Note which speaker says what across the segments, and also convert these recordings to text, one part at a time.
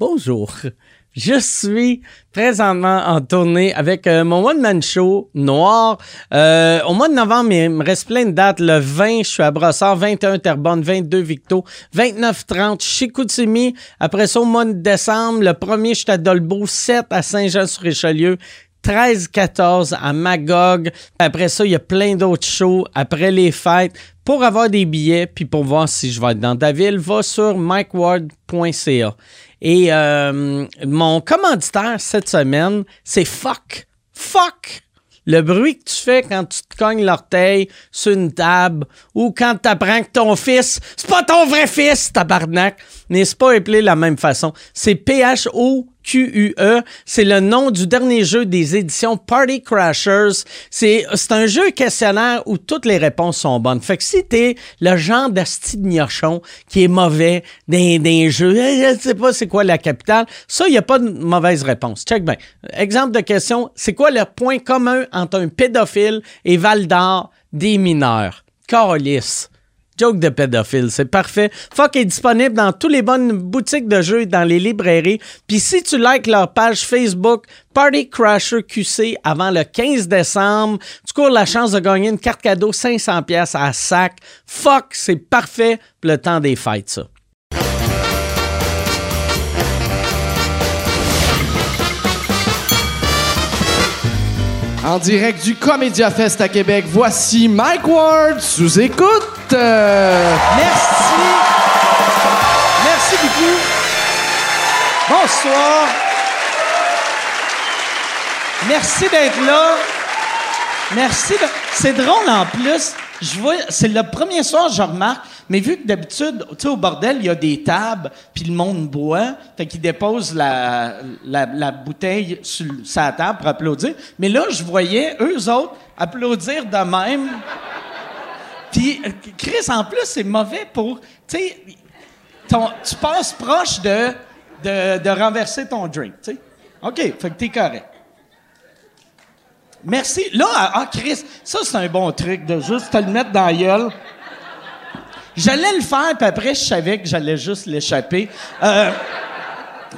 Speaker 1: Bonjour. Je suis présentement en tournée avec euh, mon one-man show noir. Euh, au mois de novembre, il me reste plein de dates. Le 20, je suis à Brossard, 21 Terrebonne, 22 Victo, 29 30 chez Koutimi. Après ça, au mois de décembre, le 1er, je suis à Dolbeau, 7 à Saint-Jean-sur-Richelieu. 13-14 à Magog. Après ça, il y a plein d'autres shows après les fêtes. Pour avoir des billets, puis pour voir si je vais être dans ta ville, va sur mikeward.ca. Et euh, mon commanditaire cette semaine, c'est Fuck. Fuck! Le bruit que tu fais quand tu te cognes l'orteil sur une table ou quand tu apprends que ton fils, c'est pas ton vrai fils, tabarnak, n'est pas appelé de la même façon. C'est P-H-O-Q-U-E. E, C'est le nom du dernier jeu des éditions Party Crashers. C'est c'est un jeu questionnaire où toutes les réponses sont bonnes. Fait que si t'es le genre d'asti de gnochon qui est mauvais d'un d'un jeu, je Eh, sais pas c'est quoi la capitale, ça, il n'y a pas de mauvaise réponse. Check bien. Exemple de question, c'est quoi le point commun entre un pédophile et Val d'Or des mineurs? Carlis. Joke de pédophile, c'est parfait. Fuck est disponible dans toutes les bonnes boutiques de jeux et dans les librairies. Puis si tu likes leur page Facebook Party Crasher QC avant le 15 décembre, tu cours la chance de gagner une carte cadeau 500 pièces à sac. Fuck, c'est parfait pour le temps des fêtes ça.
Speaker 2: En direct du Comédia Fest à Québec, voici Mike Ward sous écoute. Euh,
Speaker 3: Merci. Merci beaucoup. Bonsoir. Merci d'être là. Merci. de- C'est drôle en plus. Je vois, c'est le premier soir que je remarque, mais vu que d'habitude, tu sais, au bordel, il y a des tables, puis le monde boit, fait qu'ils déposent la, la, la bouteille sur, le- sur la table pour applaudir. Mais là, je voyais eux autres applaudir de même. Puis, euh, Chris, en plus, c'est mauvais pour. Tu sais, ton- tu passes proche de, de, de renverser ton drink, tu sais. OK, fait que t'es correct. Merci. Là, ah, ah, Chris, ça, c'est un bon truc de juste te le mettre dans la gueule. J'allais le faire, puis après, je savais que j'allais juste l'échapper. Euh,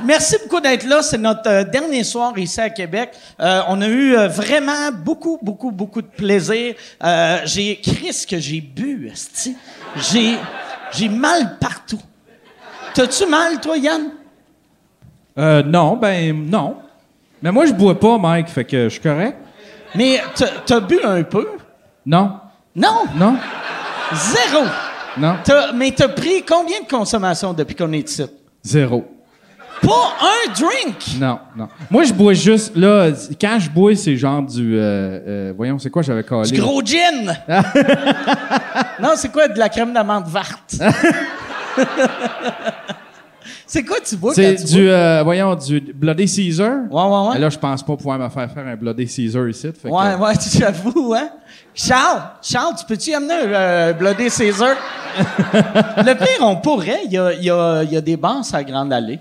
Speaker 3: Merci beaucoup d'être là. C'est notre euh, dernier soir ici à Québec. Euh, on a eu euh, vraiment beaucoup, beaucoup, beaucoup de plaisir. Euh, j'ai Chris que j'ai bu, esti. J'ai j'ai mal partout. T'as-tu mal, toi, Yann?
Speaker 4: Euh, non, ben non. Mais moi, je bois pas, Mike, fait que je suis correct.
Speaker 3: Mais t'as- t'as bu un peu?
Speaker 4: Non,
Speaker 3: Non,
Speaker 4: non,
Speaker 3: zéro.
Speaker 4: non.
Speaker 3: T'as- mais t'as pris combien de consommation depuis qu'on est ici?
Speaker 4: Zéro.
Speaker 3: Pas un drink!
Speaker 4: Non, non. Moi, je bois juste, là, quand je bois, c'est genre du. euh, euh, voyons, c'est quoi j'avais collé?
Speaker 3: Du gros gin! non, c'est quoi? De la crème d'amande verte. c'est quoi tu bois
Speaker 4: C'est
Speaker 3: quand tu
Speaker 4: du, euh, voyons, du Bloody Caesar.
Speaker 3: bois? Ouais, ouais, ouais.
Speaker 4: Là, je pense pas pouvoir me faire faire un Bloody Caesar ici. Fait que-
Speaker 3: Ouais, ouais, tu j'avoue, hein? Charles, Charles, tu peux-tu y amener un euh, Bloody Caesar? Le pire, on pourrait. Il y a, il y a- il y a des bars sur la Grande Allée.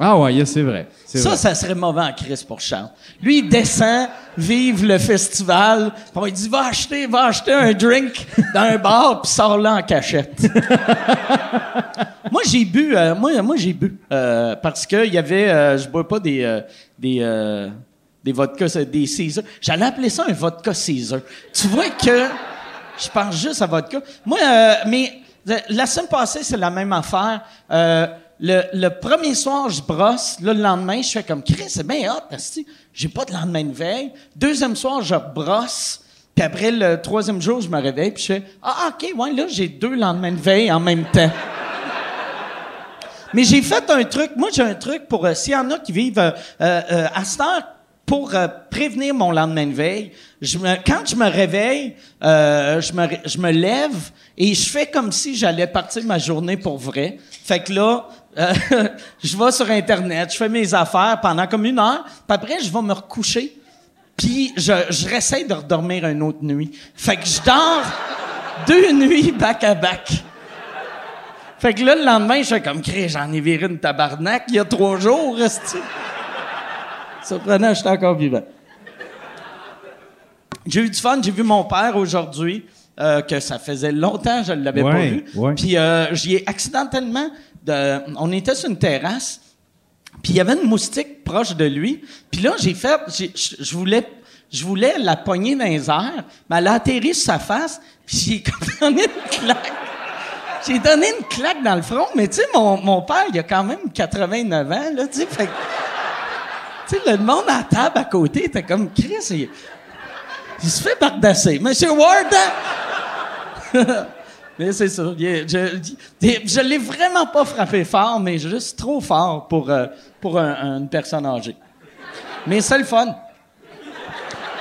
Speaker 4: Ah ouais, yeah, c'est vrai. c'est
Speaker 3: Ça,
Speaker 4: vrai.
Speaker 3: ça serait mauvais en crise pour Charles. Lui, il descend, vive le festival, puis on lui dit va acheter, va acheter un drink dans un bar, puis sors là en cachette. moi, j'ai bu, euh, moi, moi j'ai bu euh, parce que il y avait, euh, je bois pas des euh, des euh, des vodkas, euh, des Caesar. J'allais appeler ça un vodka Caesar. Tu vois que je pense juste à vodka. Moi, euh, mais euh, la semaine passée, c'est la même affaire. Euh, le, le premier soir, je brosse. Là, le lendemain, je fais comme Chris, c'est bien hot, asti. J'ai pas de lendemain de veille. Deuxième soir, je brosse. Puis après, le troisième jour, je me réveille, puis je fais Ah, OK, ouais, là, j'ai deux lendemains de veille en même temps. Mais j'ai fait un truc. Moi, j'ai un truc pour euh, s'il y en a qui vivent euh, euh, euh, à cette heure pour euh, prévenir mon lendemain de veille. Je me, quand je me réveille, euh, je, me, ré- je me lève et je fais comme si j'allais partir ma journée pour vrai. Fait que là, euh, je vais sur Internet, je fais mes affaires pendant comme une heure, puis après, je vais me recoucher. Puis je, je réessaye de redormir une autre nuit. Fait que je dors deux nuits back-à-back. Fait que là, le lendemain, je suis comme, Cré, j'en ai viré une tabarnak il y a trois jours, reste Surprenant, j'étais encore vivant. J'ai eu du fun, j'ai vu mon père aujourd'hui, euh, que ça faisait longtemps, je ne l'avais pas
Speaker 4: Ouais,
Speaker 3: vu.
Speaker 4: ouais.
Speaker 3: Puis euh, j'y ai accidentellement. de- on était sur une terrasse, Puis il y avait une moustique proche de lui. Puis là, j'ai fait, j'ai- je je voulais, je voulais la pogner dans les airs, mais elle a atterri sur sa face. Puis j'ai comme donné une claque. J'ai donné une claque dans le front, mais tu sais, mon, mon père, il a quand même 89 ans, là, tu sais, fait que- tu sais, le monde à la table à côté était comme, Chris, il, il se fait bardasser. Monsieur Ward! hein? mais c'est ça. il est- je je- je l'ai vraiment pas frappé fort, mais juste trop fort pour, euh, pour un- un- une personne âgée. Mais c'est le fun.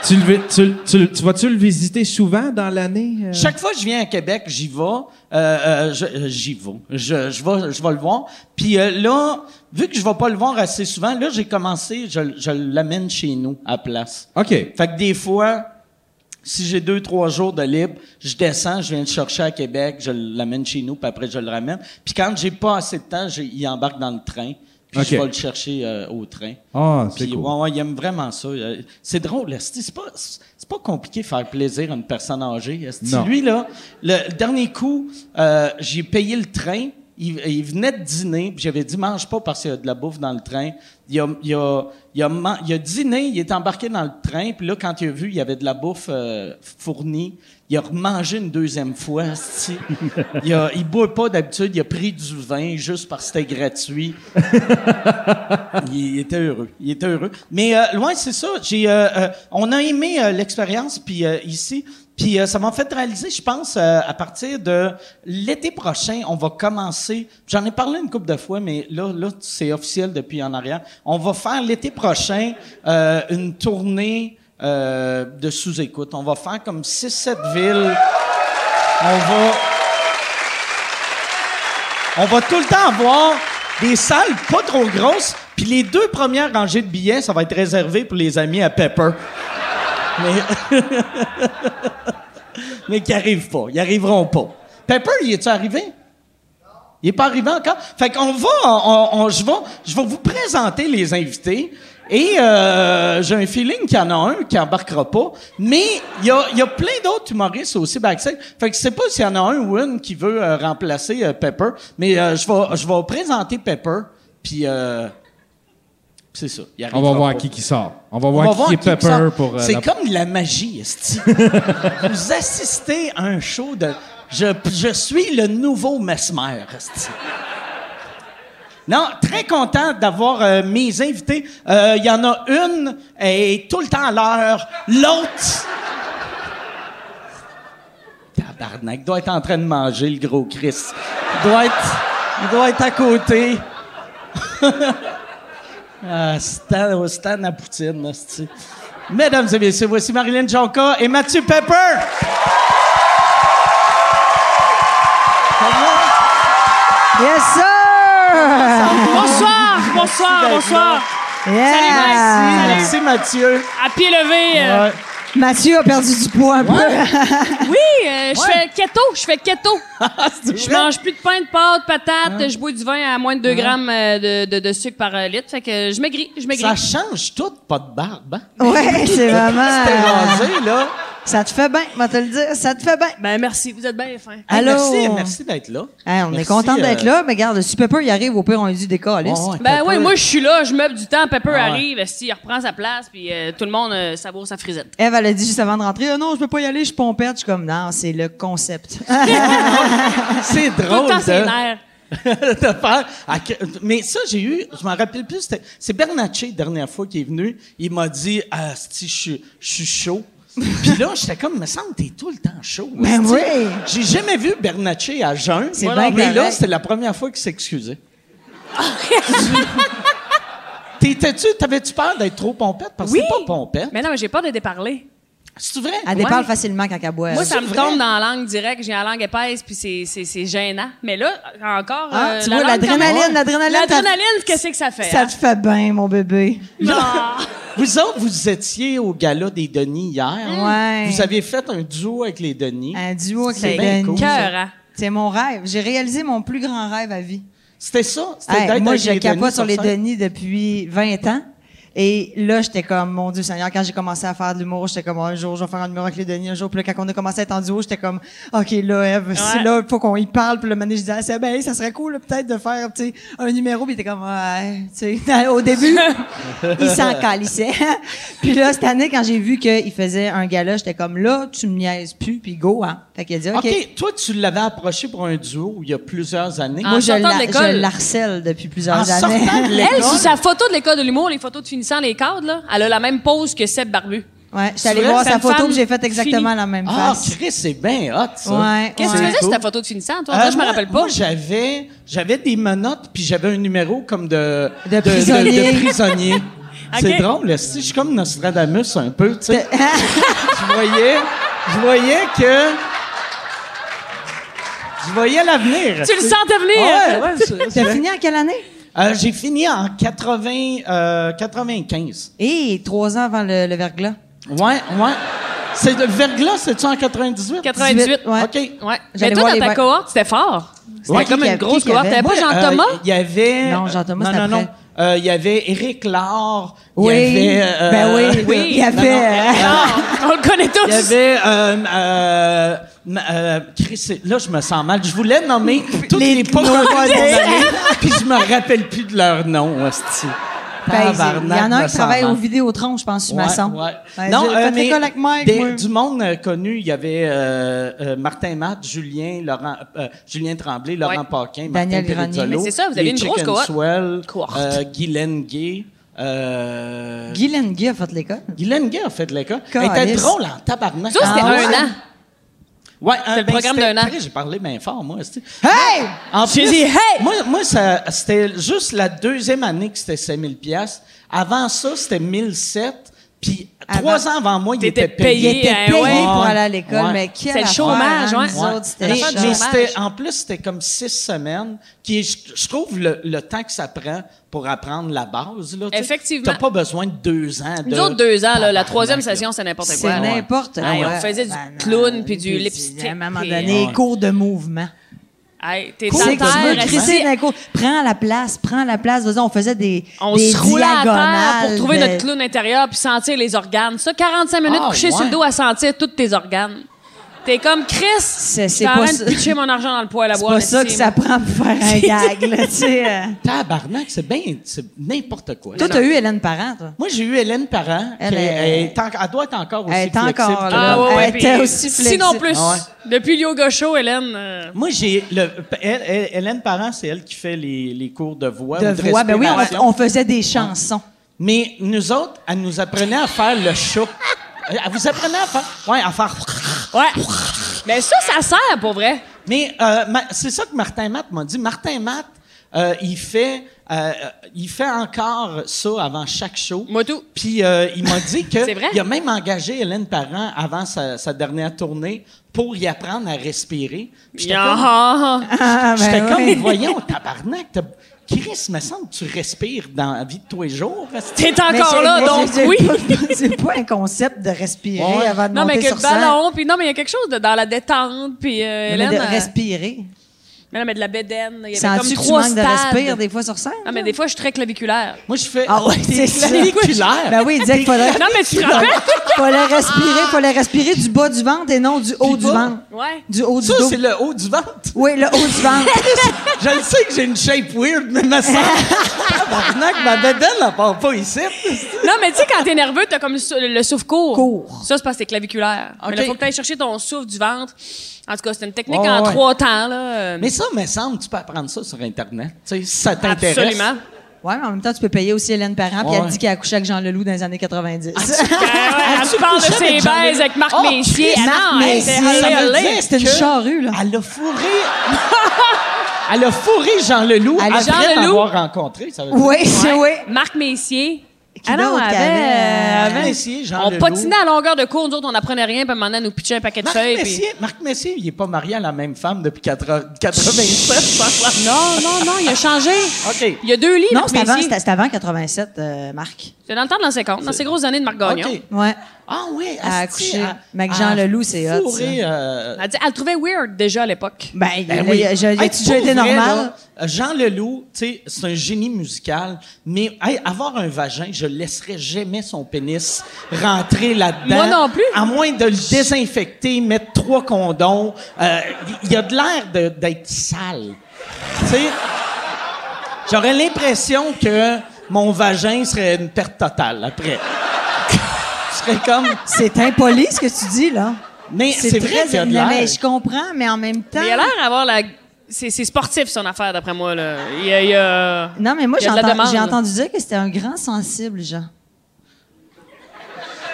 Speaker 4: Tu, le vi- tu, le- tu le- tu vas-tu le visiter souvent dans l'année? euh?
Speaker 3: Chaque fois que je viens à Québec, j'y vais. Euh, euh, je- euh, j'y vais. Je, je vais. je vais le voir. Puis euh, là, vu que je vais pas le voir assez souvent, là, j'ai commencé, je, je l'amène chez nous à place.
Speaker 4: OK.
Speaker 3: Fait que des fois, si j'ai deux, trois jours de libre, je descends, je viens le chercher à Québec, je l'amène chez nous, puis après, je le ramène. Puis quand j'ai pas assez de temps, j'ai- il embarque dans le train. Puis
Speaker 4: OK.
Speaker 3: je vais le chercher euh, au train.
Speaker 4: Ah, c'est
Speaker 3: Puis,
Speaker 4: cool.
Speaker 3: ouais, ouais, il aime vraiment ça. Euh, C'est drôle, esti. c'est pas, c'est pas compliqué de faire plaisir à une personne âgée. esti.
Speaker 4: Non.
Speaker 3: Lui, là, le dernier coup, euh, j'ai payé le train. Il, il venait de dîner, puis j'avais dit mange pas parce qu'il y a de la bouffe dans le train. Il a, il a- il a man- il a dîné, il est embarqué dans le train, puis là, quand il a vu, il y avait de la bouffe euh, fournie, il a remangé une deuxième fois. esti. il, a, il boit pas d'habitude, il a pris du vin juste parce que c'était gratuit. Il était heureux. Il était heureux. Mais euh, loin, c'est ça. J'ai, euh, euh, on a aimé euh, l'expérience puis euh, ici. Puis euh, ça m'a fait réaliser, je pense, euh, à partir de l'été prochain, on va commencer. J'en ai parlé une couple de fois, mais là, là, c'est officiel depuis en arrière. On va faire l'été prochain euh, une tournée euh, de sous-écoute. On va faire comme 6-7 villes. On va. On va tout le temps avoir des salles pas trop grosses, puis les deux premières rangées de billets, ça va être réservé pour les amis à Pepper. Mais, Mais qui arrivent pas, ils arriveront pas. Pepper, il est-tu arrivé? Il est pas arrivé encore. Fait qu'on va, on, on- je vais, je vais vous présenter les invités. Et euh, j'ai un feeling qu'il y en a un qui embarquera pas, mais il y a, il y a plein d'autres humoristes aussi backstage. Fait que je sais pas s'il y en a un ou une qui veut euh, remplacer euh, Pepper, mais euh, je vais, je vais présenter Pepper, puis euh, c'est ça. il
Speaker 4: On
Speaker 3: arrivera
Speaker 4: va voir
Speaker 3: pas.
Speaker 4: qui qui sort. On va
Speaker 3: On
Speaker 4: voir
Speaker 3: va
Speaker 4: qui
Speaker 3: voir
Speaker 4: est
Speaker 3: qui
Speaker 4: Pepper
Speaker 3: sort.
Speaker 4: pour. euh,
Speaker 3: C'est
Speaker 4: la-
Speaker 3: comme de la magie, esti. Vous assistez à un show de. Je, je suis le nouveau mesmer, esti. Non, très content d'avoir euh, mes invités. Euh, Il y en a une elle est tout le temps à l'heure. L'autre. Tabarnak, doit être en train de manger, le gros Chris. Il doit être, il doit être à côté. Ah, Stan, oh, Stan à Poutine, hostie. Mesdames et messieurs, voici Marilyn Jonca et Mathieu Pepper. Comment?
Speaker 5: Yes, sir!
Speaker 6: Bonsoir, bonsoir,
Speaker 3: d'être
Speaker 6: bonsoir.
Speaker 5: Yeah!
Speaker 6: Salut,
Speaker 3: Merci Mathieu.
Speaker 6: À pied levé. euh,
Speaker 3: Ouais.
Speaker 5: Mathieu a perdu du poids un peu.
Speaker 6: Oui, euh, je fais keto, je fais keto.
Speaker 3: ah,
Speaker 6: Je mange plus de pain, de pâtes, patates, je bois du vin à moins de 2 grammes euh, de, de- de sucre par euh, litre. Fait que je maigris, je maigris.
Speaker 3: Ça change tout, pas de barbe. Hein?
Speaker 5: ouais, c'est vraiment.
Speaker 3: T'es
Speaker 5: euh,
Speaker 3: rasé, là.
Speaker 5: ça te fait bien, va te le dire. Ça te fait bien.
Speaker 6: Ben merci, vous êtes bien fin.
Speaker 3: Hey,
Speaker 5: Allô?
Speaker 3: Merci, merci d'être là.
Speaker 5: Hey, on est
Speaker 3: Merci,
Speaker 5: content d'être
Speaker 3: euh,
Speaker 5: là, mais regarde, si Pepper il arrive, au pire, on lui dit des câlisses.
Speaker 3: Ouais, ouais.
Speaker 6: Ben
Speaker 3: Pepper.
Speaker 6: oui, moi je suis là, je meuble du temps, Pepper
Speaker 3: Ah ouais.
Speaker 6: arrive, si il reprend sa place, puis euh, tout le monde euh, savoure sa frisette.
Speaker 5: Ben, Eve, elle a dit juste avant de rentrer, Ah non, je peux pas y aller, je suis pompette. Je suis comme, non, c'est le concept.
Speaker 3: C'est
Speaker 6: Tout le
Speaker 3: drôle
Speaker 6: temps c'est
Speaker 3: de-
Speaker 6: l'air.
Speaker 3: de faire. à que- Mais ça, j'ai eu, je m'en rappelle plus, c'était- c'est Bernatchez, dernière fois qu'il est venu, il m'a dit, ah, si je suis- je suis chaud. Puis là, j'étais comme, me semble, t'es tout le temps chaud.
Speaker 5: Ben
Speaker 3: esti.
Speaker 5: oui.
Speaker 3: J'ai jamais vu Bernatchez à jeun.
Speaker 5: C'est bien
Speaker 3: mais là,
Speaker 5: correct.
Speaker 3: c'était la première fois qu'il s'excusait. T'étais-tu, t'avais-tu peur d'être trop pompette? Parce que
Speaker 6: Oui.
Speaker 3: c'est pas pompette.
Speaker 6: Mais non, mais j'ai peur de déparler.
Speaker 3: C'est vrai?
Speaker 5: Elle déparle facilement quand elle boit.
Speaker 6: Moi,
Speaker 5: elle.
Speaker 6: ça me
Speaker 3: vrai?
Speaker 6: tombe dans la langue directe. J'ai la langue épaisse, puis c'est, c'est, c'est gênant. Mais là, encore.
Speaker 5: Ah,
Speaker 6: euh,
Speaker 5: tu
Speaker 6: la
Speaker 5: vois,
Speaker 6: langue,
Speaker 5: l'adrénaline,
Speaker 6: comment-
Speaker 5: l'adrénaline, t'as-
Speaker 6: L'adrénaline, qu'est-ce que ça fait?
Speaker 5: Ça
Speaker 6: hein?
Speaker 5: te fait bien, mon bébé.
Speaker 6: Ah.
Speaker 3: Vous autres, vous étiez au gala des Denis hier.
Speaker 5: Ouais.
Speaker 3: Vous aviez fait un duo avec les Denis.
Speaker 5: Un duo avec
Speaker 6: C'est
Speaker 5: les
Speaker 6: bien
Speaker 5: Denis.
Speaker 6: cool, ça.
Speaker 5: hein. C'est mon rêve. J'ai réalisé mon plus grand rêve à vie.
Speaker 3: C'était ça? C'était
Speaker 5: Hey,
Speaker 3: d'être
Speaker 5: moi,
Speaker 3: avec
Speaker 5: je
Speaker 3: les
Speaker 5: capote
Speaker 3: Denis
Speaker 5: sur les
Speaker 3: scène?
Speaker 5: Denis depuis 20 ans. Et là, j'étais comme, mon Dieu Seigneur, quand j'ai commencé à faire de l'humour, j'étais comme, Ah, un jour, je vais faire un numéro avec les Denis, un jour. Puis là, quand on a commencé à être en duo, j'étais comme, OK, là, Eve, c'est
Speaker 6: Ouais.
Speaker 5: là, faut qu'on y parle. Puis le moment donné, je disais, à Seb, Hey, ça serait cool, là, peut-être, de faire, tu sais, un numéro. Puis il était comme, ouais, tu sais, au début, il s'en calissait. puis là, cette année, quand j'ai vu qu'il faisait un gala, j'étais comme, là, tu me niaises plus, puis go, hein. Fait qu'il a dit,
Speaker 3: OK, toi, tu l'avais approché pour un duo il y a plusieurs années.
Speaker 6: Ah,
Speaker 5: Moi,
Speaker 6: En
Speaker 5: je,
Speaker 6: sortant
Speaker 5: la-
Speaker 6: de l'école.
Speaker 5: je l'harcèle depuis plusieurs
Speaker 3: En sortant
Speaker 5: années.
Speaker 3: de l'école.
Speaker 6: Elle, sur sa photo de l'école de l'humour, les photos de finissant les cadres, là, elle a la même pose que Seb Barbu.
Speaker 5: ouais, je suis
Speaker 6: C'est
Speaker 5: allée
Speaker 6: vrai,
Speaker 5: voir
Speaker 6: c'est
Speaker 5: sa
Speaker 6: une
Speaker 5: photo
Speaker 6: femme
Speaker 5: que j'ai faite exactement
Speaker 6: finie.
Speaker 5: la même
Speaker 3: Ah,
Speaker 5: face.
Speaker 3: Chris, c'est bien hot, ça.
Speaker 5: Ouais,
Speaker 6: Qu'est-ce que
Speaker 5: ouais. Ah,
Speaker 6: tu
Speaker 3: cool.
Speaker 6: faisais sur ta photo de finissant, toi?
Speaker 3: Euh,
Speaker 6: En vrai, je me
Speaker 3: moi-
Speaker 6: rappelle pas.
Speaker 3: Moi, j'avais, j'avais des menottes, puis j'avais un numéro comme de...
Speaker 5: De prisonnier.
Speaker 3: de prisonnier. C'est
Speaker 6: Ok.
Speaker 3: drôle, là, si je suis comme Nostradamus un peu, tu sais. je voyais, je voyais que... Je voyais l'avenir.
Speaker 6: Tu le sentais venir? hein?
Speaker 3: Ah ouais, ouais, c'est-
Speaker 5: T'as
Speaker 3: c'est-
Speaker 5: fini en quelle année?
Speaker 3: Euh, J'ai fini en 80, euh, 95.
Speaker 5: Et Eh, trois ans avant le, le verglas.
Speaker 3: Ouais, ouais. C'est de verglas, c'est-tu en 98?
Speaker 6: 98.
Speaker 5: Ouais.
Speaker 3: OK.
Speaker 6: Ouais.
Speaker 5: J'allais
Speaker 6: Mais
Speaker 5: voir
Speaker 6: toi,
Speaker 5: les
Speaker 6: dans ta
Speaker 5: ver-
Speaker 6: cohorte, c'était fort. C'était
Speaker 5: Ouais.
Speaker 6: comme
Speaker 5: Qui
Speaker 6: une
Speaker 5: qui-
Speaker 6: grosse
Speaker 5: qui
Speaker 6: cohorte.
Speaker 5: avait?
Speaker 6: T'avais pas
Speaker 5: Moi,
Speaker 3: Euh,
Speaker 6: Jean-Thomas?
Speaker 3: Il y avait.
Speaker 5: Non, Jean-Thomas,
Speaker 3: Non,
Speaker 5: c'est
Speaker 3: non,
Speaker 5: après.
Speaker 3: non. Euh, Il y avait Éric Laure. Il y
Speaker 5: Oui.
Speaker 3: avait, euh,
Speaker 5: ben oui.
Speaker 6: oui.
Speaker 5: Il y
Speaker 6: Non,
Speaker 5: avait. euh,
Speaker 6: Non, on le connaît tous.
Speaker 3: Il y avait. euh, euh, m- euh, Chris, là, je me sens mal. Je voulais nommer toutes les, pauvres
Speaker 5: nos-
Speaker 3: qu'on avait, puis je me rappelle plus de leur nom, hostie.
Speaker 5: Ben,
Speaker 3: Tabarnak,
Speaker 5: il y en a
Speaker 3: je
Speaker 5: un
Speaker 3: me
Speaker 5: qui
Speaker 3: sens
Speaker 5: travaille
Speaker 3: mal.
Speaker 5: au Vidéotron, je pense, je suis
Speaker 3: Ouais,
Speaker 5: maçon.
Speaker 3: ouais.
Speaker 5: Ben,
Speaker 3: non,
Speaker 5: j'ai
Speaker 3: euh,
Speaker 5: fait
Speaker 3: mais
Speaker 5: l'école avec Mike,
Speaker 3: des-
Speaker 5: moi.
Speaker 3: du monde euh, connu, il y avait euh, euh, Martin Matt, Julien, Laurent, euh, Julien Tremblay, Laurent
Speaker 6: Ouais.
Speaker 3: Paquin,
Speaker 5: Daniel
Speaker 3: Martin
Speaker 5: Grenier.
Speaker 3: Perizzolo,
Speaker 6: Mais c'est ça, vous avez
Speaker 3: les
Speaker 6: une grosse
Speaker 3: Chicken
Speaker 6: cohorte.
Speaker 3: Swell,
Speaker 6: Cohorte.
Speaker 3: euh, Guylaine Gay. Euh,
Speaker 5: Guylaine Guy a fait l'école.
Speaker 3: Guylaine Gay a fait de l'école. Elle
Speaker 5: Calisse.
Speaker 3: était drôle en tabarnak.
Speaker 6: Nous autres, c'était
Speaker 5: Ah
Speaker 6: un
Speaker 5: ouais?
Speaker 6: an.
Speaker 3: Ouais, euh,
Speaker 6: le programme
Speaker 3: c'était-
Speaker 6: d'un an.
Speaker 3: Après, J'ai parlé bien fort, moi. c'est-
Speaker 5: Hey!
Speaker 3: En
Speaker 6: J'ai
Speaker 3: plus,
Speaker 6: dit, hey!
Speaker 3: Moi, moi ça, c'était juste la deuxième année que c'était 5000 pièces. Avant ça, c'était 1007. Puis
Speaker 5: Avant-
Speaker 3: trois ans avant moi, il
Speaker 6: T'étais
Speaker 3: était payé.
Speaker 5: Il était
Speaker 6: Eh,
Speaker 5: payé
Speaker 6: ouais.
Speaker 5: pour aller à l'école,
Speaker 3: Ouais.
Speaker 5: mais quelle
Speaker 6: C'est le
Speaker 5: affaire,
Speaker 6: chômage,
Speaker 5: hein,
Speaker 6: ouais.
Speaker 5: nous
Speaker 3: Ouais.
Speaker 5: autres, c'était
Speaker 3: Mais-
Speaker 5: le
Speaker 6: la
Speaker 3: mais
Speaker 6: chômage.
Speaker 5: chômage.
Speaker 3: c'était- en plus, c'était comme six semaines, qui est- je, je trouve le, le temps que ça prend pour apprendre la base. Là, tu sais.
Speaker 6: Effectivement.
Speaker 3: T'as pas besoin de deux ans. De...
Speaker 6: Nous autres, deux ans, là, la troisième
Speaker 3: Tabarnak,
Speaker 6: session, c'est n'importe
Speaker 5: Ah, C'est
Speaker 6: quoi. là.
Speaker 5: n'importe
Speaker 6: Hey,
Speaker 5: quoi.
Speaker 6: on faisait du
Speaker 5: Ben non,
Speaker 6: clown puis du
Speaker 5: puis
Speaker 6: lipstick.
Speaker 5: À un moment
Speaker 6: puis-
Speaker 5: donné, cours de mouvement.
Speaker 6: Hey, t'es
Speaker 5: C'est
Speaker 6: à
Speaker 5: que tu veux
Speaker 6: terre, assis-
Speaker 5: crisser d'un coup. Prends la place, prends la place. Vas-y, on faisait des
Speaker 6: On
Speaker 5: des
Speaker 6: se roulait à terre
Speaker 5: diagonales
Speaker 6: pour trouver
Speaker 5: de-
Speaker 6: notre clown intérieur puis sentir les organes. Ça, 45 minutes
Speaker 3: Ah,
Speaker 6: couché
Speaker 3: ouais.
Speaker 6: sur le dos à sentir tous tes organes. T'es comme Chris,
Speaker 5: C'est-
Speaker 6: je
Speaker 5: c'est
Speaker 6: suis en
Speaker 5: pas
Speaker 6: train
Speaker 5: ça.
Speaker 6: de pitcher mon argent dans le poêle à
Speaker 5: C'est
Speaker 6: boire.
Speaker 5: pas ça
Speaker 6: mais
Speaker 5: que
Speaker 6: si,
Speaker 5: ça prend pour faire un gag, là, tu sais. euh.
Speaker 3: Tabarnak, c'est bien, c'est n'importe quoi.
Speaker 5: Toi, t'as eu Hélène Parent, toi.
Speaker 3: Moi, j'ai eu Hélène Parent.
Speaker 5: Elle
Speaker 3: qui est-
Speaker 5: est-
Speaker 3: elle, est en- elle doit être encore aussi
Speaker 5: Elle est encore
Speaker 3: flexible que
Speaker 5: là.
Speaker 3: moi.
Speaker 6: Ah ouais,
Speaker 5: Elle
Speaker 6: ouais,
Speaker 5: était
Speaker 6: puis
Speaker 5: aussi
Speaker 6: Sinon
Speaker 5: flexible.
Speaker 6: plus.
Speaker 3: Ah ouais.
Speaker 6: Depuis le yoga show, Hélène. euh,
Speaker 3: Moi, j'ai. le- elle- elle- Hélène Parent, c'est elle qui fait les, les cours de voix.
Speaker 5: De
Speaker 3: ou
Speaker 5: voix. Ben oui,
Speaker 3: respiration.
Speaker 5: on, on faisait des chansons.
Speaker 3: Mais nous autres, elle nous apprenait à faire le chat. Elle vous apprenait à faire. Ouais, à faire.
Speaker 6: Ouais. Mais ça, ça sert pour vrai.
Speaker 3: Mais euh, ma- c'est ça que Martin Matt m'a dit. Martin Matt, euh, il fait. euh, il fait encore ça avant chaque show.
Speaker 6: Moi tout.
Speaker 3: Puis euh, il m'a dit que
Speaker 6: C'est vrai?
Speaker 3: il a même engagé Hélène Parent avant sa, sa dernière tournée pour y apprendre à respirer. Puis j'étais comme-
Speaker 6: Ah.
Speaker 5: Ah, ben
Speaker 3: J'étais comme,
Speaker 5: oui.
Speaker 3: voyons, tabarnak, t'as- Chris, me semble que tu respires dans la vie de tous les jours.
Speaker 6: T'es
Speaker 5: Mais
Speaker 6: encore
Speaker 5: c'est-
Speaker 6: là,
Speaker 5: mais
Speaker 6: donc
Speaker 5: c'est-
Speaker 6: oui.
Speaker 5: C'est pas un concept de respirer
Speaker 3: Ouais.
Speaker 5: avant de
Speaker 6: Non, mais
Speaker 5: monter
Speaker 6: que
Speaker 5: sur
Speaker 6: le
Speaker 5: scène.
Speaker 6: ballon, puis non, mais il y a quelque chose de, dans la détente, puis euh,
Speaker 5: Mais
Speaker 6: Hélène.
Speaker 5: de
Speaker 6: euh,
Speaker 5: respirer.
Speaker 6: mais non, mais de la bédaine. Il y avait
Speaker 5: Sens-tu
Speaker 6: comme
Speaker 5: que tu
Speaker 6: trois
Speaker 5: manques de
Speaker 6: stades.
Speaker 5: respire des fois sur scène?
Speaker 6: Non, mais des fois, je suis très claviculaire.
Speaker 3: Moi, je fais.
Speaker 5: Ah ouais,
Speaker 3: T'es
Speaker 5: c'est ça.
Speaker 3: claviculaire.
Speaker 5: Ben oui, il disait qu'il faudrait...
Speaker 6: Non, mais tu te rappelles?
Speaker 5: fallait respirer, fallait respirer du bas du ventre et non du haut du,
Speaker 3: bas?
Speaker 5: ventre.
Speaker 6: Ouais.
Speaker 5: Du haut du
Speaker 3: Ça,
Speaker 5: dos.
Speaker 3: c'est le haut du ventre.
Speaker 5: Oui, le haut du ventre.
Speaker 3: Je le sais que j'ai une shape weird, mais ma semble. tabarnak, ma bedaine, elle part pas ici.
Speaker 6: Non, mais tu sais, quand t'es nerveux, t'as comme le sou- le souffle court.
Speaker 5: Court.
Speaker 6: Ça, c'est parce que t'es claviculaire.
Speaker 3: Ok.
Speaker 6: Mais là, faut que t'ailles chercher ton souffle du ventre. En tout cas, c'est une technique
Speaker 3: Ouais,
Speaker 6: en
Speaker 3: ouais.
Speaker 6: trois temps, là. euh,
Speaker 3: Mais ça, me semble, tu peux apprendre ça sur Internet. Tu sais, si ça t'intéresse.
Speaker 6: Absolument.
Speaker 5: Ouais, mais en même temps, tu peux payer aussi Hélène Parent, puis elle
Speaker 3: Ouais.
Speaker 5: dit qu'elle a couché avec Jean Leloup dans les années 90.
Speaker 3: Ah,
Speaker 6: Ben ouais, elle me parle de ses
Speaker 3: avec Jean
Speaker 6: baises avec Marc
Speaker 3: Oh,
Speaker 6: Messier.
Speaker 5: Christ,
Speaker 6: Ah non,
Speaker 5: Marc
Speaker 6: elle était
Speaker 5: Messier,
Speaker 6: allée,
Speaker 5: ça veut
Speaker 6: allée.
Speaker 5: dire- c'était une
Speaker 3: que
Speaker 5: charrue, là.
Speaker 3: Elle a fourré. elle a fourré Jean Leloup
Speaker 5: Elle a-
Speaker 3: après
Speaker 6: Jean Leloup.
Speaker 3: t'avoir rencontré. Ça veut dire.
Speaker 5: oui, c'est oui.
Speaker 6: Marc Messier.
Speaker 5: Qui d'autre
Speaker 6: Ah elle
Speaker 5: qu'elle
Speaker 6: avait,
Speaker 5: avait?
Speaker 6: euh,
Speaker 3: Marc
Speaker 6: elle avait-
Speaker 3: Messier, Jean
Speaker 6: On
Speaker 3: Leloup.
Speaker 6: patinait à longueur de cours, nous autres, on apprenait rien, puis maintenant, elle nous pitchait un paquet de
Speaker 3: Marc
Speaker 6: feuilles. puis-
Speaker 3: Messier, Marc Messier, il n'est pas marié à la même femme depuis 80 87, je pense.
Speaker 6: Non, non, non, il a changé.
Speaker 3: OK.
Speaker 6: Il y a deux lits,
Speaker 5: Non,
Speaker 6: Marc
Speaker 5: c'était avant,
Speaker 6: Messier.
Speaker 5: c'était- c'était avant 87, euh, Marc.
Speaker 6: C'est dans le temps de l'ancien compte, dans ces grosses années de Marc Gagnon.
Speaker 3: OK.
Speaker 5: Ouais.
Speaker 3: Ah oui,
Speaker 5: À
Speaker 3: asti,
Speaker 5: accoucher.
Speaker 3: à-
Speaker 5: Mais que Jean
Speaker 3: à
Speaker 5: Leloup, c'est hot,
Speaker 3: fourrer, euh,
Speaker 6: Elle, dit- elle le trouvait weird déjà à l'époque.
Speaker 5: Ben, il-
Speaker 3: Ben
Speaker 5: il-
Speaker 3: oui.
Speaker 5: il- je-
Speaker 3: Hey,
Speaker 5: j'ai-tu
Speaker 3: pour
Speaker 5: déjà
Speaker 3: vrai,
Speaker 5: été normal?
Speaker 3: là, euh, Jean Leloup, tu sais, c'est un génie musical, mais hey, avoir un vagin, je laisserais jamais son pénis rentrer là-dedans.
Speaker 6: Moi non plus.
Speaker 3: À moins de le désinfecter, mettre trois condoms. Euh, Il y a de l'air de- d'être sale. Tu sais, j'aurais l'impression que mon vagin serait une perte totale après. Je serais comme...
Speaker 5: C'est impoli ce que tu dis, là.
Speaker 3: Mais c'est vrai
Speaker 5: très
Speaker 3: qu'il y a de
Speaker 5: mais
Speaker 3: l'air.
Speaker 5: Je comprends, mais en même temps.
Speaker 6: Mais il a l'air d'avoir la. C'est c'est sportif son affaire d'après moi là. Il y a, il y a-
Speaker 5: Non, mais moi,
Speaker 6: il y
Speaker 5: j'ai
Speaker 6: a de la
Speaker 5: entendu-
Speaker 6: demande,
Speaker 5: j'ai
Speaker 6: là.
Speaker 5: entendu dire que c'était un grand sensible, Jean.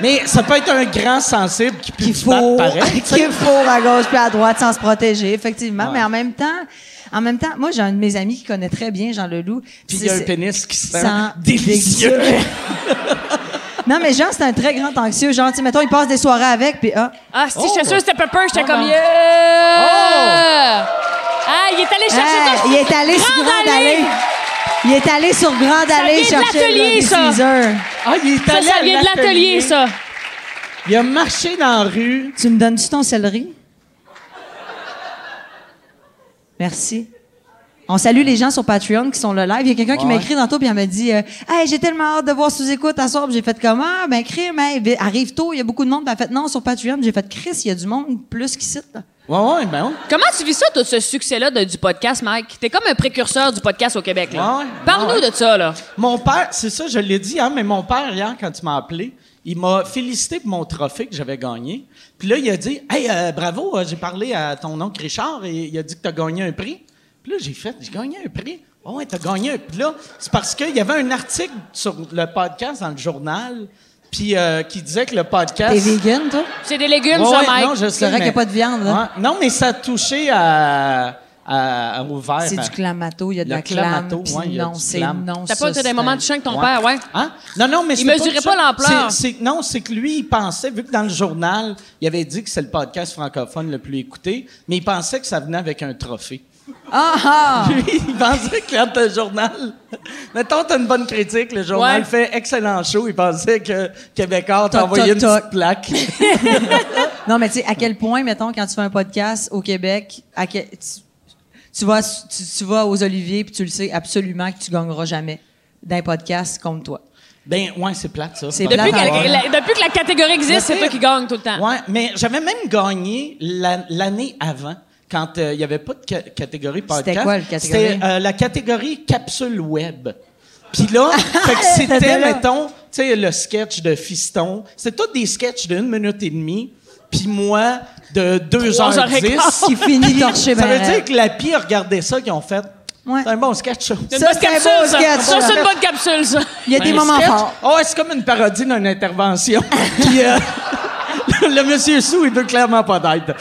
Speaker 3: Mais ça peut être un grand sensible qui peut
Speaker 5: qu'il
Speaker 3: se
Speaker 5: faut
Speaker 3: battre pareil. tu sais.
Speaker 5: qu'il faut à gauche puis à droite sans se protéger effectivement mais en même temps en même temps moi j'ai un de mes amis qui connaît très bien Jean Leloup
Speaker 3: Puis il
Speaker 5: c'est-
Speaker 3: y a un
Speaker 5: c'est-
Speaker 3: pénis qui sent
Speaker 5: sent
Speaker 3: délicieux.
Speaker 5: non mais Jean c'est un très grand anxieux genre tu sais, mettons il passe des soirées avec puis ah
Speaker 6: Ah si, j'étais sûre que c'était Pepper, j'étais
Speaker 5: Oh,
Speaker 6: comme
Speaker 5: non.
Speaker 6: yeah. Ah, il est allé chercher
Speaker 5: ah,
Speaker 6: ça.
Speaker 5: il est allé sur Grande Allée. il est allé sur Grande
Speaker 6: Ça
Speaker 5: Allée
Speaker 6: vient de
Speaker 5: chercher le
Speaker 6: l'atelier, ça.
Speaker 5: diffuseur.
Speaker 3: Ah, il est
Speaker 6: Ça,
Speaker 3: allé
Speaker 6: ça
Speaker 3: à
Speaker 6: vient de l'atelier ça.
Speaker 3: Il a marché dans la rue.
Speaker 5: tu me donnes tu ton céleri merci on salue les gens sur Patreon qui sont le live. Il y a quelqu'un qui m'a écrit tantôt puis elle m'a dit euh, Hey, j'ai tellement hâte de voir sous-écoute à soir. Puis J'ai fait comment? Ben, crime, hey, vi- arrive tôt, il y a beaucoup de monde. Puis elle a fait non sur Patreon. Puis J'ai fait Chris, il y a du monde plus qu'ici. là.
Speaker 3: Ouais, ouais, ben ouais.
Speaker 6: Comment tu vis ça tout ce succès là du podcast Mike T'es comme un précurseur du podcast au Québec là.
Speaker 3: Ouais, ouais.
Speaker 6: Parle-nous
Speaker 3: Ouais.
Speaker 6: de ça là.
Speaker 3: Mon père, c'est ça, je l'ai dit, hein, mais mon père, hier, quand tu m'as appelé, il m'a félicité pour mon trophée que j'avais gagné. Puis là, il a dit Hey, euh, bravo, euh, j'ai parlé à ton oncle Richard et il a dit que tu as gagné un prix. Puis là, j'ai fait J'ai gagné un prix. Ah ouais, t'as gagné un prix. Là, c'est parce qu'il y avait un article sur le podcast dans le journal puis euh, qui disait que le podcast.
Speaker 5: T'es vegan, toi?
Speaker 6: C'est des légumes
Speaker 3: Ouais,
Speaker 6: ça
Speaker 3: ouais,
Speaker 6: Mike.
Speaker 3: Non, je sais,
Speaker 5: C'est vrai qu'il y a
Speaker 3: mais-
Speaker 5: pas de viande, hein? là.
Speaker 3: Ouais. Non, mais ça a touché à, à, à- au verre.
Speaker 5: C'est du clamato, il y a de
Speaker 3: ben, Le
Speaker 5: la clame.
Speaker 3: clamato,
Speaker 5: puis
Speaker 3: ouais, il y a
Speaker 5: non,
Speaker 3: du
Speaker 5: c'est
Speaker 3: clame.
Speaker 5: non.
Speaker 6: T'as pas
Speaker 5: ça,
Speaker 6: été des
Speaker 5: c'est
Speaker 6: moments
Speaker 5: un-
Speaker 6: de chien avec ton père, ouais.
Speaker 3: Hein? Non, non, mais
Speaker 6: Il
Speaker 3: c'est pas
Speaker 6: mesurait
Speaker 3: tout
Speaker 6: pas
Speaker 3: ça.
Speaker 6: l'ampleur.
Speaker 3: C'est- c'est- Non, c'est que lui, il pensait, vu que dans le journal, il avait dit que c'est le podcast francophone le plus écouté, mais il pensait que ça venait avec un trophée.
Speaker 5: Ah ah!
Speaker 3: Lui, il pensait que quand le journal. Mettons, t'as une bonne critique, le journal
Speaker 6: Ouais.
Speaker 3: fait excellent show. Il pensait que Québécois t'a
Speaker 5: Toc,
Speaker 3: envoyé
Speaker 5: toc,
Speaker 3: une
Speaker 5: toc.
Speaker 3: petite plaque.
Speaker 5: Non, mais tu sais, à quel point, mettons, quand tu fais un podcast au Québec, à quel- tu, tu vas, tu, tu vas aux Oliviers puis tu le sais absolument que tu gagneras jamais d'un podcast contre toi.
Speaker 3: ben, ouais, c'est plate, ça.
Speaker 5: C'est
Speaker 3: Parce-
Speaker 6: Depuis,
Speaker 5: plate,
Speaker 6: qu'elle-
Speaker 5: ouais.
Speaker 6: la, depuis que la catégorie existe, c'est
Speaker 3: Le
Speaker 6: toi
Speaker 3: pire-
Speaker 6: qui gagne tout le temps.
Speaker 3: Ah, Ouais, mais j'avais même gagné la- l'année avant, quand euh, il n'y avait pas de ca- catégorie podcast.
Speaker 5: C'était quoi, le catégorie?
Speaker 3: C'était euh, la catégorie capsule web. Puis là, fait que
Speaker 5: T'étais
Speaker 3: c'était,
Speaker 5: là.
Speaker 3: mettons, tu sais, le sketch de Fiston. C'était tous des sketchs d'une minute et demie. Puis moi, de deux
Speaker 6: Trois
Speaker 3: heures
Speaker 6: heures et
Speaker 3: dix.
Speaker 6: quart.
Speaker 5: Qui finit
Speaker 3: Ça
Speaker 5: torché ben
Speaker 3: veut dire
Speaker 5: raide.
Speaker 3: que la pire regardait ça, qu'ils ont fait.
Speaker 5: Ouais.
Speaker 3: C'est un bon sketch, ça.
Speaker 6: C'est une
Speaker 5: Ça,
Speaker 6: bonne
Speaker 5: c'est un
Speaker 6: capsule,
Speaker 5: beau
Speaker 6: ça.
Speaker 5: sketch,
Speaker 6: Ça,
Speaker 5: ça.
Speaker 6: c'est une bonne capsule, ça.
Speaker 5: Il y a des moments
Speaker 3: sketch.
Speaker 5: forts.
Speaker 3: Oh, c'est comme une parodie d'une intervention. Puis euh, le monsieur Sou, il veut clairement pas d'aide.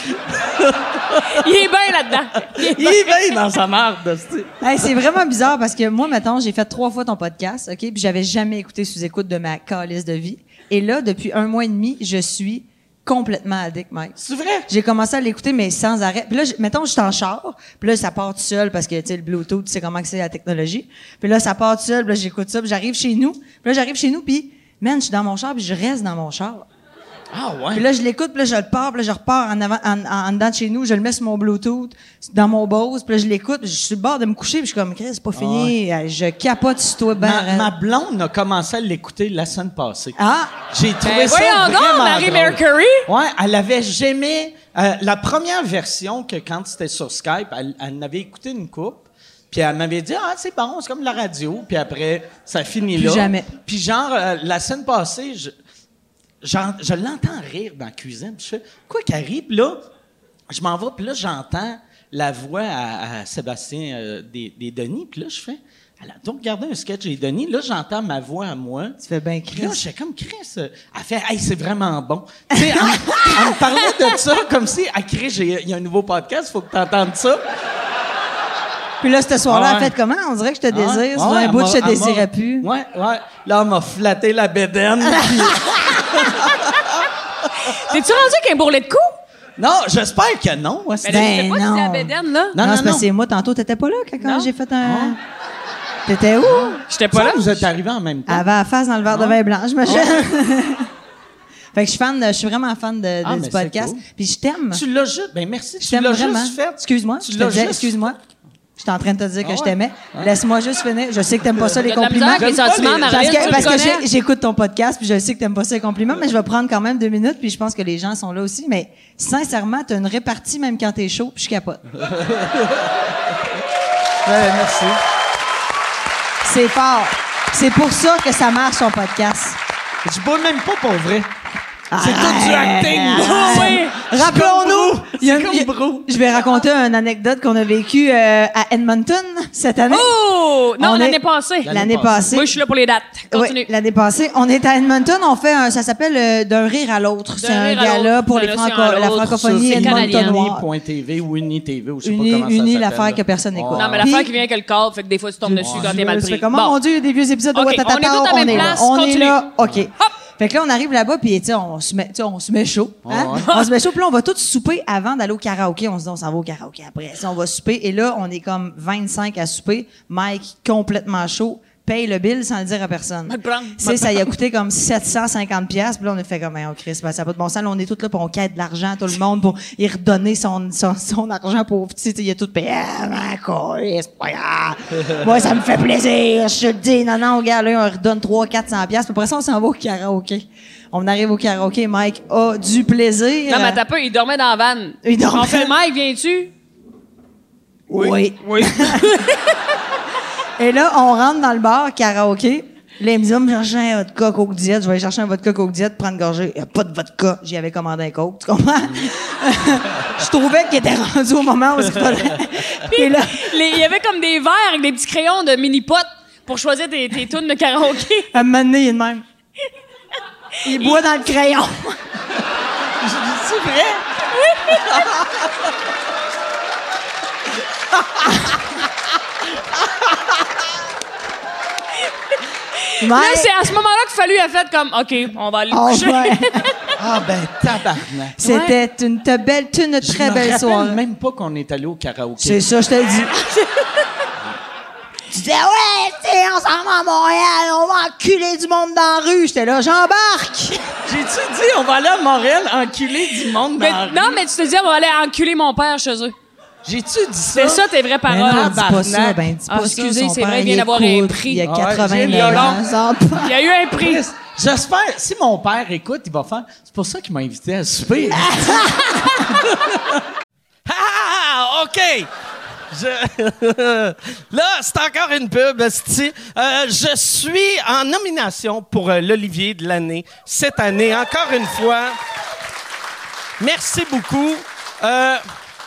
Speaker 6: Il est bien là-dedans.
Speaker 3: Il est bien dans sa merde, c'est.
Speaker 5: Hey, c'est vraiment bizarre parce que moi, mettons, j'ai fait trois fois ton podcast, OK? Puis j'avais jamais écouté sous-écoute de ma calice de vie. Et là, depuis un mois et demi, je suis complètement addict, Mike.
Speaker 3: C'est vrai?
Speaker 5: J'ai commencé à l'écouter, mais sans arrêt. Puis là, je- mettons, je suis en char. Puis là, ça part tout seul parce que, tu sais, le Bluetooth, tu sais comment que c'est la technologie. Puis là, ça part tout seul. Puis là, j'écoute ça. Puis j'arrive chez nous. Puis là, j'arrive chez nous. Puis, man, je suis dans mon char. Puis je reste dans mon char.
Speaker 3: Ah
Speaker 5: Puis là, je l'écoute, puis là, je le pars, puis là, je repars en, avant, en, en- en dedans de chez nous, je le mets sur mon Bluetooth, dans mon Bose, puis là, je l'écoute, puis je suis sur le bord de me coucher, puis je suis comme, Chris, c'est pas fini, euh, je capote sur toi, ben.
Speaker 3: Ah Ma,
Speaker 5: raide.
Speaker 3: ma blonde a commencé à l'écouter la semaine passée.
Speaker 5: Ah!
Speaker 3: J'ai trouvé ça
Speaker 6: voyons donc,
Speaker 3: vraiment
Speaker 6: Marie
Speaker 3: drôle.
Speaker 6: Mercury!
Speaker 3: Ouais, elle avait jamais... euh, la première version que quand c'était sur Skype, elle, elle en avait écouté une coupe. Puis elle m'avait dit, ah, c'est bon, c'est comme la radio. Puis après, ça finit
Speaker 5: Plus
Speaker 3: là.
Speaker 5: jamais.
Speaker 3: Puis genre, euh, la semaine passée, je, j'en- je l'entends rire dans la cuisine. Puis je fais, quoi qu'elle rit? Puis là, je m'en vais, puis là, j'entends la voix à, à Sébastien euh, des, des Denis. Puis là, je fais, elle a donc regardé un sketch des Denis. Là, j'entends ma voix à moi.
Speaker 5: Tu fais bien
Speaker 3: Puis là,
Speaker 5: Chris.
Speaker 3: j'étais comme Chris. euh, Elle fait Hey, c'est vraiment bon. Tu sais, elle, elle me parlait de ça comme si Ah, Chris, j'ai- il y a un nouveau podcast, faut que tu entendes ça.
Speaker 5: Puis là, ce soir-là,
Speaker 3: Ah ouais.
Speaker 5: elle fait comment? On dirait que je te
Speaker 3: Ah,
Speaker 5: désire,
Speaker 3: ah,
Speaker 5: sur un
Speaker 3: elle
Speaker 5: bout,
Speaker 3: m'a-
Speaker 5: je
Speaker 3: elle
Speaker 5: te
Speaker 3: m'a-
Speaker 5: désirais plus.
Speaker 3: Ouais, ouais. Là, elle m'a flatté la bédaine. puis-
Speaker 6: T'es-tu rendu avec un bourrelet de coups?
Speaker 3: non, j'espère que non. ouais, c'est-
Speaker 6: Ben, là, je sais
Speaker 5: Ben
Speaker 6: pas si c'est la
Speaker 5: non.
Speaker 6: bédaine,
Speaker 3: Non,
Speaker 5: Non,
Speaker 6: là.
Speaker 3: non,
Speaker 5: c'est parce
Speaker 3: non.
Speaker 5: que c'est moi, tantôt, t'étais pas là quand- quand
Speaker 6: Non.
Speaker 5: j'ai fait un.
Speaker 3: Ah.
Speaker 5: T'étais où?
Speaker 6: J'étais
Speaker 3: Ça,
Speaker 6: pas là.
Speaker 3: vous êtes arrivés en même temps. Ah.
Speaker 5: Elle avait la face dans le verre de vin blanc, je me Fait que je suis fan, de- je suis vraiment fan de, de-
Speaker 3: Ah, mais
Speaker 5: du
Speaker 3: c'est
Speaker 5: podcast.
Speaker 3: cool.
Speaker 5: Puis je t'aime.
Speaker 3: Tu l'as juste. Ben merci.
Speaker 5: Je
Speaker 3: Tu
Speaker 5: t'aime
Speaker 3: l'as
Speaker 5: vraiment.
Speaker 3: juste fait.
Speaker 5: Excuse-moi,
Speaker 3: Tu
Speaker 5: je te
Speaker 3: l'as
Speaker 5: disais,
Speaker 3: juste-
Speaker 5: excuse-moi. Je suis en train de te dire que
Speaker 3: Ah
Speaker 5: je
Speaker 3: ouais?
Speaker 5: t'aimais. Laisse-moi juste finir. Je sais que t'aimes pas ça, les
Speaker 6: T'as de la
Speaker 5: compliments.
Speaker 6: misère avec les
Speaker 3: J'aime pas
Speaker 6: sentiments,
Speaker 3: les-
Speaker 6: Marilyn,
Speaker 5: Parce
Speaker 6: tu
Speaker 5: que,
Speaker 6: le
Speaker 5: parce que
Speaker 6: connais.
Speaker 5: j'ai- j'écoute ton podcast, puis je sais que t'aimes pas ça, les compliments, mais je vais prendre quand même deux minutes, puis je pense que les gens sont là aussi. Mais sincèrement, t'as une répartie même quand t'es chaud, puis je capote.
Speaker 3: Ben, merci.
Speaker 5: C'est fort. C'est pour ça que ça marche, son podcast.
Speaker 3: Je bois même pas pour vrai. C'est tout du
Speaker 5: Ah, Arrête.
Speaker 3: acting.
Speaker 5: Arrête.
Speaker 6: oui.
Speaker 5: Rappelons-nous, il y a
Speaker 3: C'est
Speaker 5: une-
Speaker 3: comme
Speaker 5: il y a-
Speaker 3: Brou.
Speaker 5: je vais raconter une anecdote qu'on a vécue euh, à Edmonton cette année.
Speaker 6: Oh! Non,
Speaker 5: On est-
Speaker 6: l'année passée.
Speaker 5: L'année passée.
Speaker 6: Moi, je suis là pour les dates. Continue.
Speaker 5: Ouais, l'année passée, on est à Edmonton, on fait un, ça s'appelle euh, d'un rire à l'autre.
Speaker 6: D'un
Speaker 5: C'est un
Speaker 6: rire à
Speaker 5: gala
Speaker 6: l'autre,
Speaker 5: pour
Speaker 6: d'un
Speaker 5: les
Speaker 6: océan à
Speaker 5: franco- la
Speaker 6: l'autre,
Speaker 5: francophonie
Speaker 6: sur- c'est canadien.
Speaker 5: edmontonoise.
Speaker 3: Uni.tv ou Uni.tv ou je sais pas
Speaker 5: Uni,
Speaker 3: comment ça
Speaker 5: uni
Speaker 3: s'appelle,
Speaker 5: l'affaire
Speaker 3: là. Ah,
Speaker 5: que personne n'écoute.
Speaker 6: Non, mais
Speaker 5: Puis-
Speaker 6: l'affaire qui vient avec le corps, fait que des fois, tu tombes dessus quand t'es mal
Speaker 5: Je fais
Speaker 6: pris.
Speaker 5: comme, oh
Speaker 6: Bon.
Speaker 5: mon Dieu, il y a des vieux épisodes
Speaker 6: Ok,
Speaker 5: de Watatata,
Speaker 6: on est tous à la même
Speaker 5: est là.
Speaker 6: place,
Speaker 5: on est
Speaker 6: continue.
Speaker 5: là, OK. Fait que là, on arrive là-bas, puis tu sais, on se met, tu sais, on se met chaud. hein? On se met chaud, puis là, on va tous souper avant d'aller au karaoké. On se dit, on s'en va au karaoké après. Si on va souper, et là, on est comme 25 à souper. Mike, complètement chaud, paye le bill sans le dire à personne.
Speaker 6: Me le prendre,
Speaker 5: Tu sais, ça y a coûté comme 750 pièces puis là, on a fait comme, hey, on Chris, ben, ça n'a pas de bon sens. Là, on est tous là, pour on quête de l'argent, tout le monde, pour y redonner son, son, son argent pour, tu sais, il y a tout payé. Ah, ben, colis, c'est pas grave. Moi, ça me fait plaisir, je te le dis. Non, non, regarde, là, on redonne 300, 400 pièces Puis après ça, on s'en va au karaoké. On arrive au karaoké, Mike a du plaisir.
Speaker 6: Non, mais t'as pas, il dormait dans la vanne.
Speaker 5: euh, Il dormait.
Speaker 6: On fait Mike, viens-tu?
Speaker 5: Oui.
Speaker 6: Oui.
Speaker 5: Et là, on rentre dans le bar, karaoké. Là, il me dit, va me chercher un vodka coke diète. Je vais aller chercher un vodka coke diète, prendre une gorgée. Il n'y a pas de vodka. J'y avais commandé un coke, tu comprends? je trouvais qu'il était rendu au moment où il fallait. Et là,
Speaker 6: Les- Il y avait comme des verres avec des petits crayons de mini-potes pour choisir tes, tes tunes de karaoké.
Speaker 5: à un moment donné, il est de même. Il boit dans le crayon.
Speaker 3: C'est vrai?
Speaker 6: Là,
Speaker 5: Mike,
Speaker 6: c'est à ce moment-là qu'il fallu a fait comme, OK, on va aller
Speaker 5: on
Speaker 6: coucher.
Speaker 5: va-
Speaker 3: Ah ben tabarnak.
Speaker 5: C'était une te- belle, une très
Speaker 3: je me
Speaker 5: belle
Speaker 3: rappelle
Speaker 5: soirée.
Speaker 3: même pas qu'on est allé au karaoké.
Speaker 5: C'est ça, je te le dis. tu disais, ouais, tu sais, on s'en va à Montréal, on va enculer du monde dans la rue. J'étais là, j'embarque.
Speaker 3: J'ai-tu dit on va aller à Montréal enculer du monde dans
Speaker 6: Mais-
Speaker 3: la rue?
Speaker 6: non, mais tu te dis, on va aller enculer mon père chez eux.
Speaker 3: J'ai-tu dit ça?
Speaker 6: C'est ça tes vraies
Speaker 5: Ben non,
Speaker 6: paroles.
Speaker 5: dis pas ça, ben dis pas
Speaker 6: Ah,
Speaker 5: ça,
Speaker 6: excusez,
Speaker 5: son
Speaker 6: c'est
Speaker 5: père,
Speaker 6: vrai, il
Speaker 5: il
Speaker 6: vient
Speaker 5: est
Speaker 6: d'avoir un
Speaker 5: cool,
Speaker 6: prix.
Speaker 5: Il y a
Speaker 3: Ah ouais,
Speaker 5: 80
Speaker 3: j'ai le
Speaker 5: ans.
Speaker 3: violon.
Speaker 5: sans père.
Speaker 6: Il y a eu un prix.
Speaker 3: Chris, J'espère, si mon père écoute, il va faire. C'est pour ça qu'il m'a invité à souper. ah, OK. Je- Là, c'est encore une pub, esti. Euh, je suis en nomination pour euh, l'Olivier de l'année cette année, encore une fois. Merci beaucoup. Euh,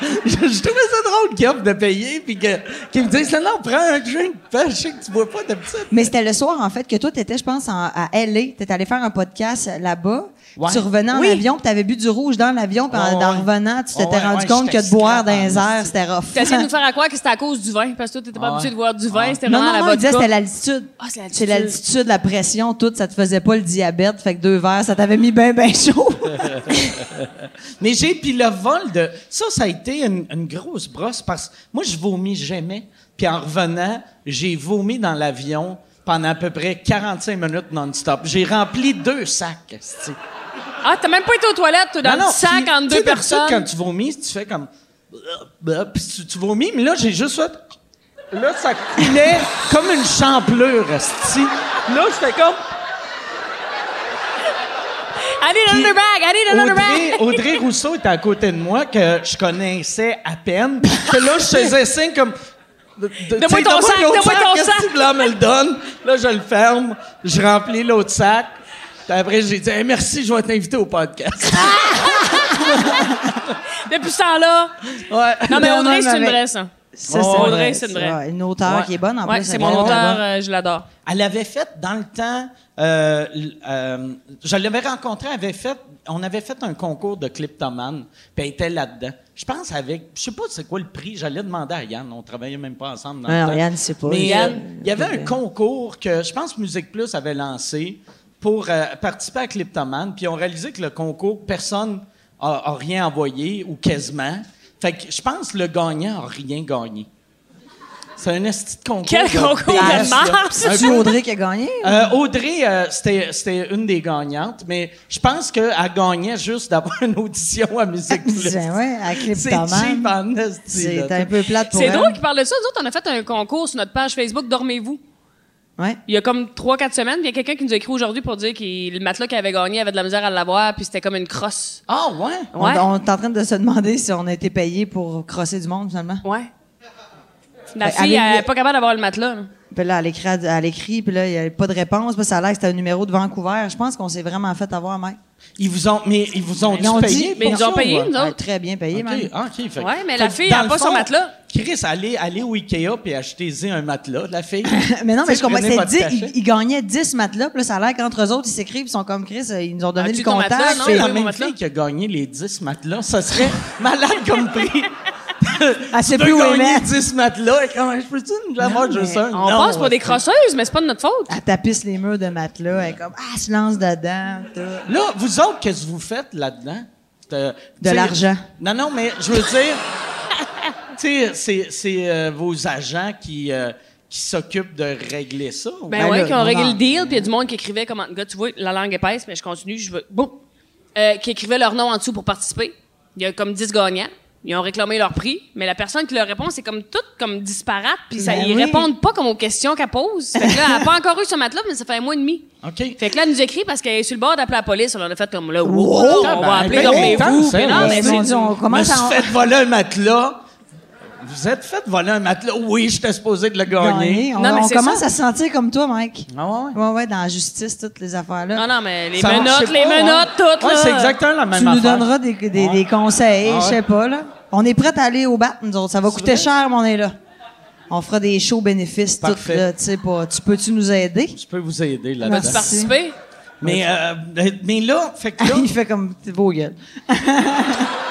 Speaker 3: je, je trouvais ça drôle qu'il offre de payer puis que- qu'ils me disent non, non, prends un drink. Ben, Je sais que tu bois pas d'habitude.
Speaker 5: Mais c'était le soir, en fait, que toi, t'étais, je pense, en- à LA. T'étais allé faire un podcast là-bas.
Speaker 3: Ouais.
Speaker 5: Tu revenais en
Speaker 3: Oui. Ah
Speaker 5: avion, puis t'avais bu du rouge dans l'avion, puis en,
Speaker 3: Ouais,
Speaker 5: en
Speaker 3: ouais.
Speaker 5: revenant, tu t'étais
Speaker 3: Ouais,
Speaker 5: rendu
Speaker 3: ouais,
Speaker 5: compte que
Speaker 3: j'étais
Speaker 5: de boire dans les
Speaker 3: scrap, en
Speaker 5: airs, c'était rough.
Speaker 6: T'as essayé de nous faire à croire que c'était à cause du vin, parce que toi, t'étais pas habitué de boire du vin, c'était
Speaker 5: Ah Non,
Speaker 6: vraiment
Speaker 5: non,
Speaker 6: la
Speaker 5: non, il disait
Speaker 6: vodka.
Speaker 5: c'était l'altitude.
Speaker 6: Ah, c'est l'altitude.
Speaker 5: C'est l'altitude, la pression, tout, ça te faisait pas le diabète, fait que deux verres, ça t'avait mis bien, bien chaud.
Speaker 3: Mais j'ai, puis le vol de. Ça, ça a été une, une grosse brosse parce que moi, je vomis jamais. Puis en revenant, j'ai vomi dans l'avion pendant à peu près 45 minutes non-stop. J'ai rempli deux sacs. esti.
Speaker 6: Ah, t'as même pas été aux toilettes, toi, dans
Speaker 3: Non, non,
Speaker 6: le sac
Speaker 3: puis, tu
Speaker 6: entre
Speaker 3: sais,
Speaker 6: deux
Speaker 3: d'habitude,
Speaker 6: personnes.
Speaker 3: Quand tu vomis, tu fais comme. euh, Puis tu, tu vomis, mais là, j'ai juste fait. Là, ça coulait comme une champlure, esti. Là, j'étais comme.
Speaker 6: I need another bag, I need another
Speaker 3: Audrey,
Speaker 6: bag.
Speaker 3: Audrey Rousseau était à côté de moi, que je connaissais à peine. Que là, je faisais signe comme. de- de-
Speaker 6: Donne-moi
Speaker 3: t'sais,
Speaker 6: ton
Speaker 3: donne-moi
Speaker 6: sac,
Speaker 3: l'autre
Speaker 6: donne-moi ton
Speaker 3: qu'est-ce que
Speaker 6: sac.
Speaker 3: tu- Là, elle me le donne. Là, je le ferme. Je remplis l'autre sac. Puis après, j'ai dit Hey, merci, je vais t'inviter au podcast.
Speaker 6: Depuis ce temps-là.
Speaker 3: ouais.
Speaker 6: Non, mais
Speaker 5: Non,
Speaker 6: Audrey,
Speaker 5: non,
Speaker 6: c'est une
Speaker 5: mais-
Speaker 6: vraie, ça.
Speaker 5: Ça,
Speaker 6: Oh,
Speaker 5: c'est
Speaker 6: Audrey,
Speaker 5: vrai,
Speaker 6: c'est une
Speaker 5: c'est
Speaker 6: vraie.
Speaker 5: vrai. Une auteure
Speaker 7: Ouais.
Speaker 5: qui est bonne en
Speaker 6: Ouais,
Speaker 5: plus.
Speaker 6: c'est
Speaker 5: elle
Speaker 6: mon
Speaker 5: est
Speaker 6: auteur,
Speaker 5: bonne.
Speaker 6: euh, je l'adore.
Speaker 7: Elle avait fait dans le temps, euh, l- euh, je l'avais rencontrée, elle avait fait, on avait fait un concours de Cliptoman, puis elle était là-dedans. Je pense avec, je sais pas c'est quoi le prix, j'allais demander à Yann, on travaillait même pas ensemble dans
Speaker 5: Ouais,
Speaker 7: le
Speaker 5: non,
Speaker 7: temps.
Speaker 5: Yann, c'est pas-
Speaker 7: Mais
Speaker 5: Yann,
Speaker 7: euh, il y avait un
Speaker 5: euh,
Speaker 7: concours que je pense Musique Plus avait lancé pour euh, participer à Cliptoman, puis on réalisait que le concours, personne a, a rien envoyé ou quasiment. Fait que je pense que le gagnant a rien gagné. C'est un esti de concours.
Speaker 6: Quel
Speaker 7: de
Speaker 6: concours
Speaker 7: dégueulasse,
Speaker 6: de
Speaker 7: là.
Speaker 6: marde!
Speaker 5: C'est-tu Audrey qui a gagné?
Speaker 7: Euh, Audrey, euh, c'était, c'était une des gagnantes, mais je pense qu'elle gagnait juste d'avoir une audition à Musique Plus.
Speaker 5: Ben ouais, à
Speaker 7: C'est
Speaker 5: Cliptoman.
Speaker 7: cheap en esti, là,
Speaker 5: C'est
Speaker 7: t'sais.
Speaker 5: un peu plate pour
Speaker 6: C'est
Speaker 5: elle.
Speaker 6: drôle qu'il parle de ça. Nous autres, on a fait un concours sur notre page Facebook Dormez-vous.
Speaker 5: Ouais.
Speaker 6: Il y a comme 3-4 semaines, puis il y a quelqu'un qui nous a écrit aujourd'hui pour dire que le matelas qu'il avait gagné avait de la misère à l'avoir, puis c'était comme une crosse.
Speaker 7: Ah ouais?
Speaker 5: On,
Speaker 6: Ouais.
Speaker 5: on est en train de se demander si on a été payé pour crosser du monde, finalement.
Speaker 6: Ouais. La
Speaker 5: Ben,
Speaker 6: fille, elle
Speaker 5: avez-vous-
Speaker 6: n'est pas capable d'avoir le matelas. là.
Speaker 5: Puis là, elle écrit, à- elle écrit puis là, il n'y avait pas de réponse. Puis ça a l'air que c'était un numéro de Vancouver. Je pense qu'on s'est vraiment fait avoir, mec.
Speaker 7: Ils vous ont, mais ils vous ont dû
Speaker 5: ont dit-
Speaker 7: payer
Speaker 6: Mais ils
Speaker 7: pour
Speaker 6: nous ont
Speaker 7: ça,
Speaker 6: payé,
Speaker 7: ouais.
Speaker 6: nous
Speaker 5: Ouais,
Speaker 6: autres.
Speaker 5: très bien payé,
Speaker 7: OK, Ah.
Speaker 5: même.
Speaker 7: OK. Fait, que-
Speaker 6: Ouais, mais
Speaker 7: fait
Speaker 6: la
Speaker 7: que
Speaker 6: fille,
Speaker 7: dans
Speaker 6: elle a
Speaker 7: le
Speaker 6: pas son
Speaker 7: fond,
Speaker 6: matelas.
Speaker 7: Chris, allez, allez au Ikea puis achetez-y un matelas, la fille.
Speaker 5: Mais non, mais je comprends.
Speaker 7: Prenez
Speaker 5: c'est
Speaker 7: votre
Speaker 5: dix-
Speaker 7: cachet.
Speaker 5: Ils, ils gagnaient 10 matelas. Puis là, ça a l'air qu'entre eux autres, ils s'écrivent. Ils sont comme Chris. euh, Ils nous ont donné
Speaker 6: As-tu
Speaker 5: le
Speaker 6: ton
Speaker 5: contact.
Speaker 6: matelas? Non,
Speaker 5: puis-
Speaker 7: C'est
Speaker 6: oui,
Speaker 7: la
Speaker 6: mon
Speaker 7: même
Speaker 6: matelas.
Speaker 7: fille qui a gagné les 10 matelas. Ça serait malade comme prix.
Speaker 5: Elle sait
Speaker 7: Tu
Speaker 5: plus où
Speaker 7: veux
Speaker 5: les
Speaker 7: gagner
Speaker 5: mettre.
Speaker 7: 10 matelas. Comment je peux-tu nous avoir
Speaker 5: Non, Ah,
Speaker 7: juste
Speaker 5: mais
Speaker 7: un?
Speaker 6: On
Speaker 7: Ah Non,
Speaker 6: passe pour
Speaker 7: ouais.
Speaker 6: des crosseuses, mais c'est pas de notre faute.
Speaker 5: Elle tapisse les murs de matelas. Elle est comme, ah, elle se lance dedans. tout.
Speaker 7: Là, vous autres, qu'est-ce que vous faites là-dedans? De,
Speaker 5: De l'argent.
Speaker 7: Non, non, mais je veux dire, tu sais, c'est, c'est euh, vos agents qui, euh, qui s'occupent de régler ça. ou-
Speaker 6: Ben,
Speaker 5: Ben
Speaker 6: ouais,
Speaker 5: là,
Speaker 6: qui ont
Speaker 5: non,
Speaker 6: réglé
Speaker 5: non.
Speaker 6: le deal, puis il y a du monde qui écrivait comment gars, tu vois, la langue épaisse, mais je continue, je veux. Boum! Euh, qui écrivait leur nom en dessous pour participer. Il y a comme 10 gagnants. Ils ont réclamé leur prix, mais la personne qui leur répond, c'est comme tout comme disparate, puis ça,
Speaker 5: Ben
Speaker 6: ils
Speaker 5: oui.
Speaker 6: répondent pas comme aux questions qu'elle pose. Fait que là, elle a pas encore eu ce matelas, mais ça fait un mois et demi.
Speaker 7: OK.
Speaker 6: Fait que là, elle nous écrit parce qu'elle est sur le bord d'appeler la police. On en a fait comme là, wow,
Speaker 5: Wow!
Speaker 6: on va
Speaker 7: Tabarnak,
Speaker 6: appeler
Speaker 7: ben,
Speaker 6: dormez-vous.
Speaker 7: intense,
Speaker 6: Mais
Speaker 7: hein,
Speaker 6: non, mais
Speaker 7: là.
Speaker 6: c'est
Speaker 5: Mon Dieu, on
Speaker 7: Comment
Speaker 5: commence
Speaker 7: me suis
Speaker 5: à.
Speaker 7: fait voler un matelas. Vous êtes fait voler un matelas. Oui, j'étais supposé de le gagner.
Speaker 5: gagner. On,
Speaker 6: Non, mais
Speaker 5: on
Speaker 6: c'est
Speaker 5: commence
Speaker 6: ça.
Speaker 5: à se sentir comme toi, Mike.
Speaker 7: Ah ouais?
Speaker 5: Ouais, ouais, dans la justice, toutes les affaires-là.
Speaker 6: Ah Non, non, mais les
Speaker 7: Ça marche, je
Speaker 6: menottes,
Speaker 7: sais
Speaker 6: les
Speaker 7: pas, ouais.
Speaker 6: menottes, toutes.
Speaker 7: Ouais,
Speaker 6: là.
Speaker 7: c'est exactement la même
Speaker 5: Tu nous
Speaker 7: affaire.
Speaker 5: donneras des, des- des conseils,
Speaker 7: Ah
Speaker 5: je sais pas, là. On est prêts à aller au bat, nous autres. Ça va coûter cher, mais on est là. On fera des shows bénéfices, tout,
Speaker 7: Parfait.
Speaker 5: là, tu sais, pas. Tu peux-tu nous aider?
Speaker 7: Je peux vous aider
Speaker 6: Tu
Speaker 5: Merci.
Speaker 7: là-dedans.
Speaker 6: participes?
Speaker 7: Mais, euh, mais là, fait que là,
Speaker 5: Il fait comme vos gueules.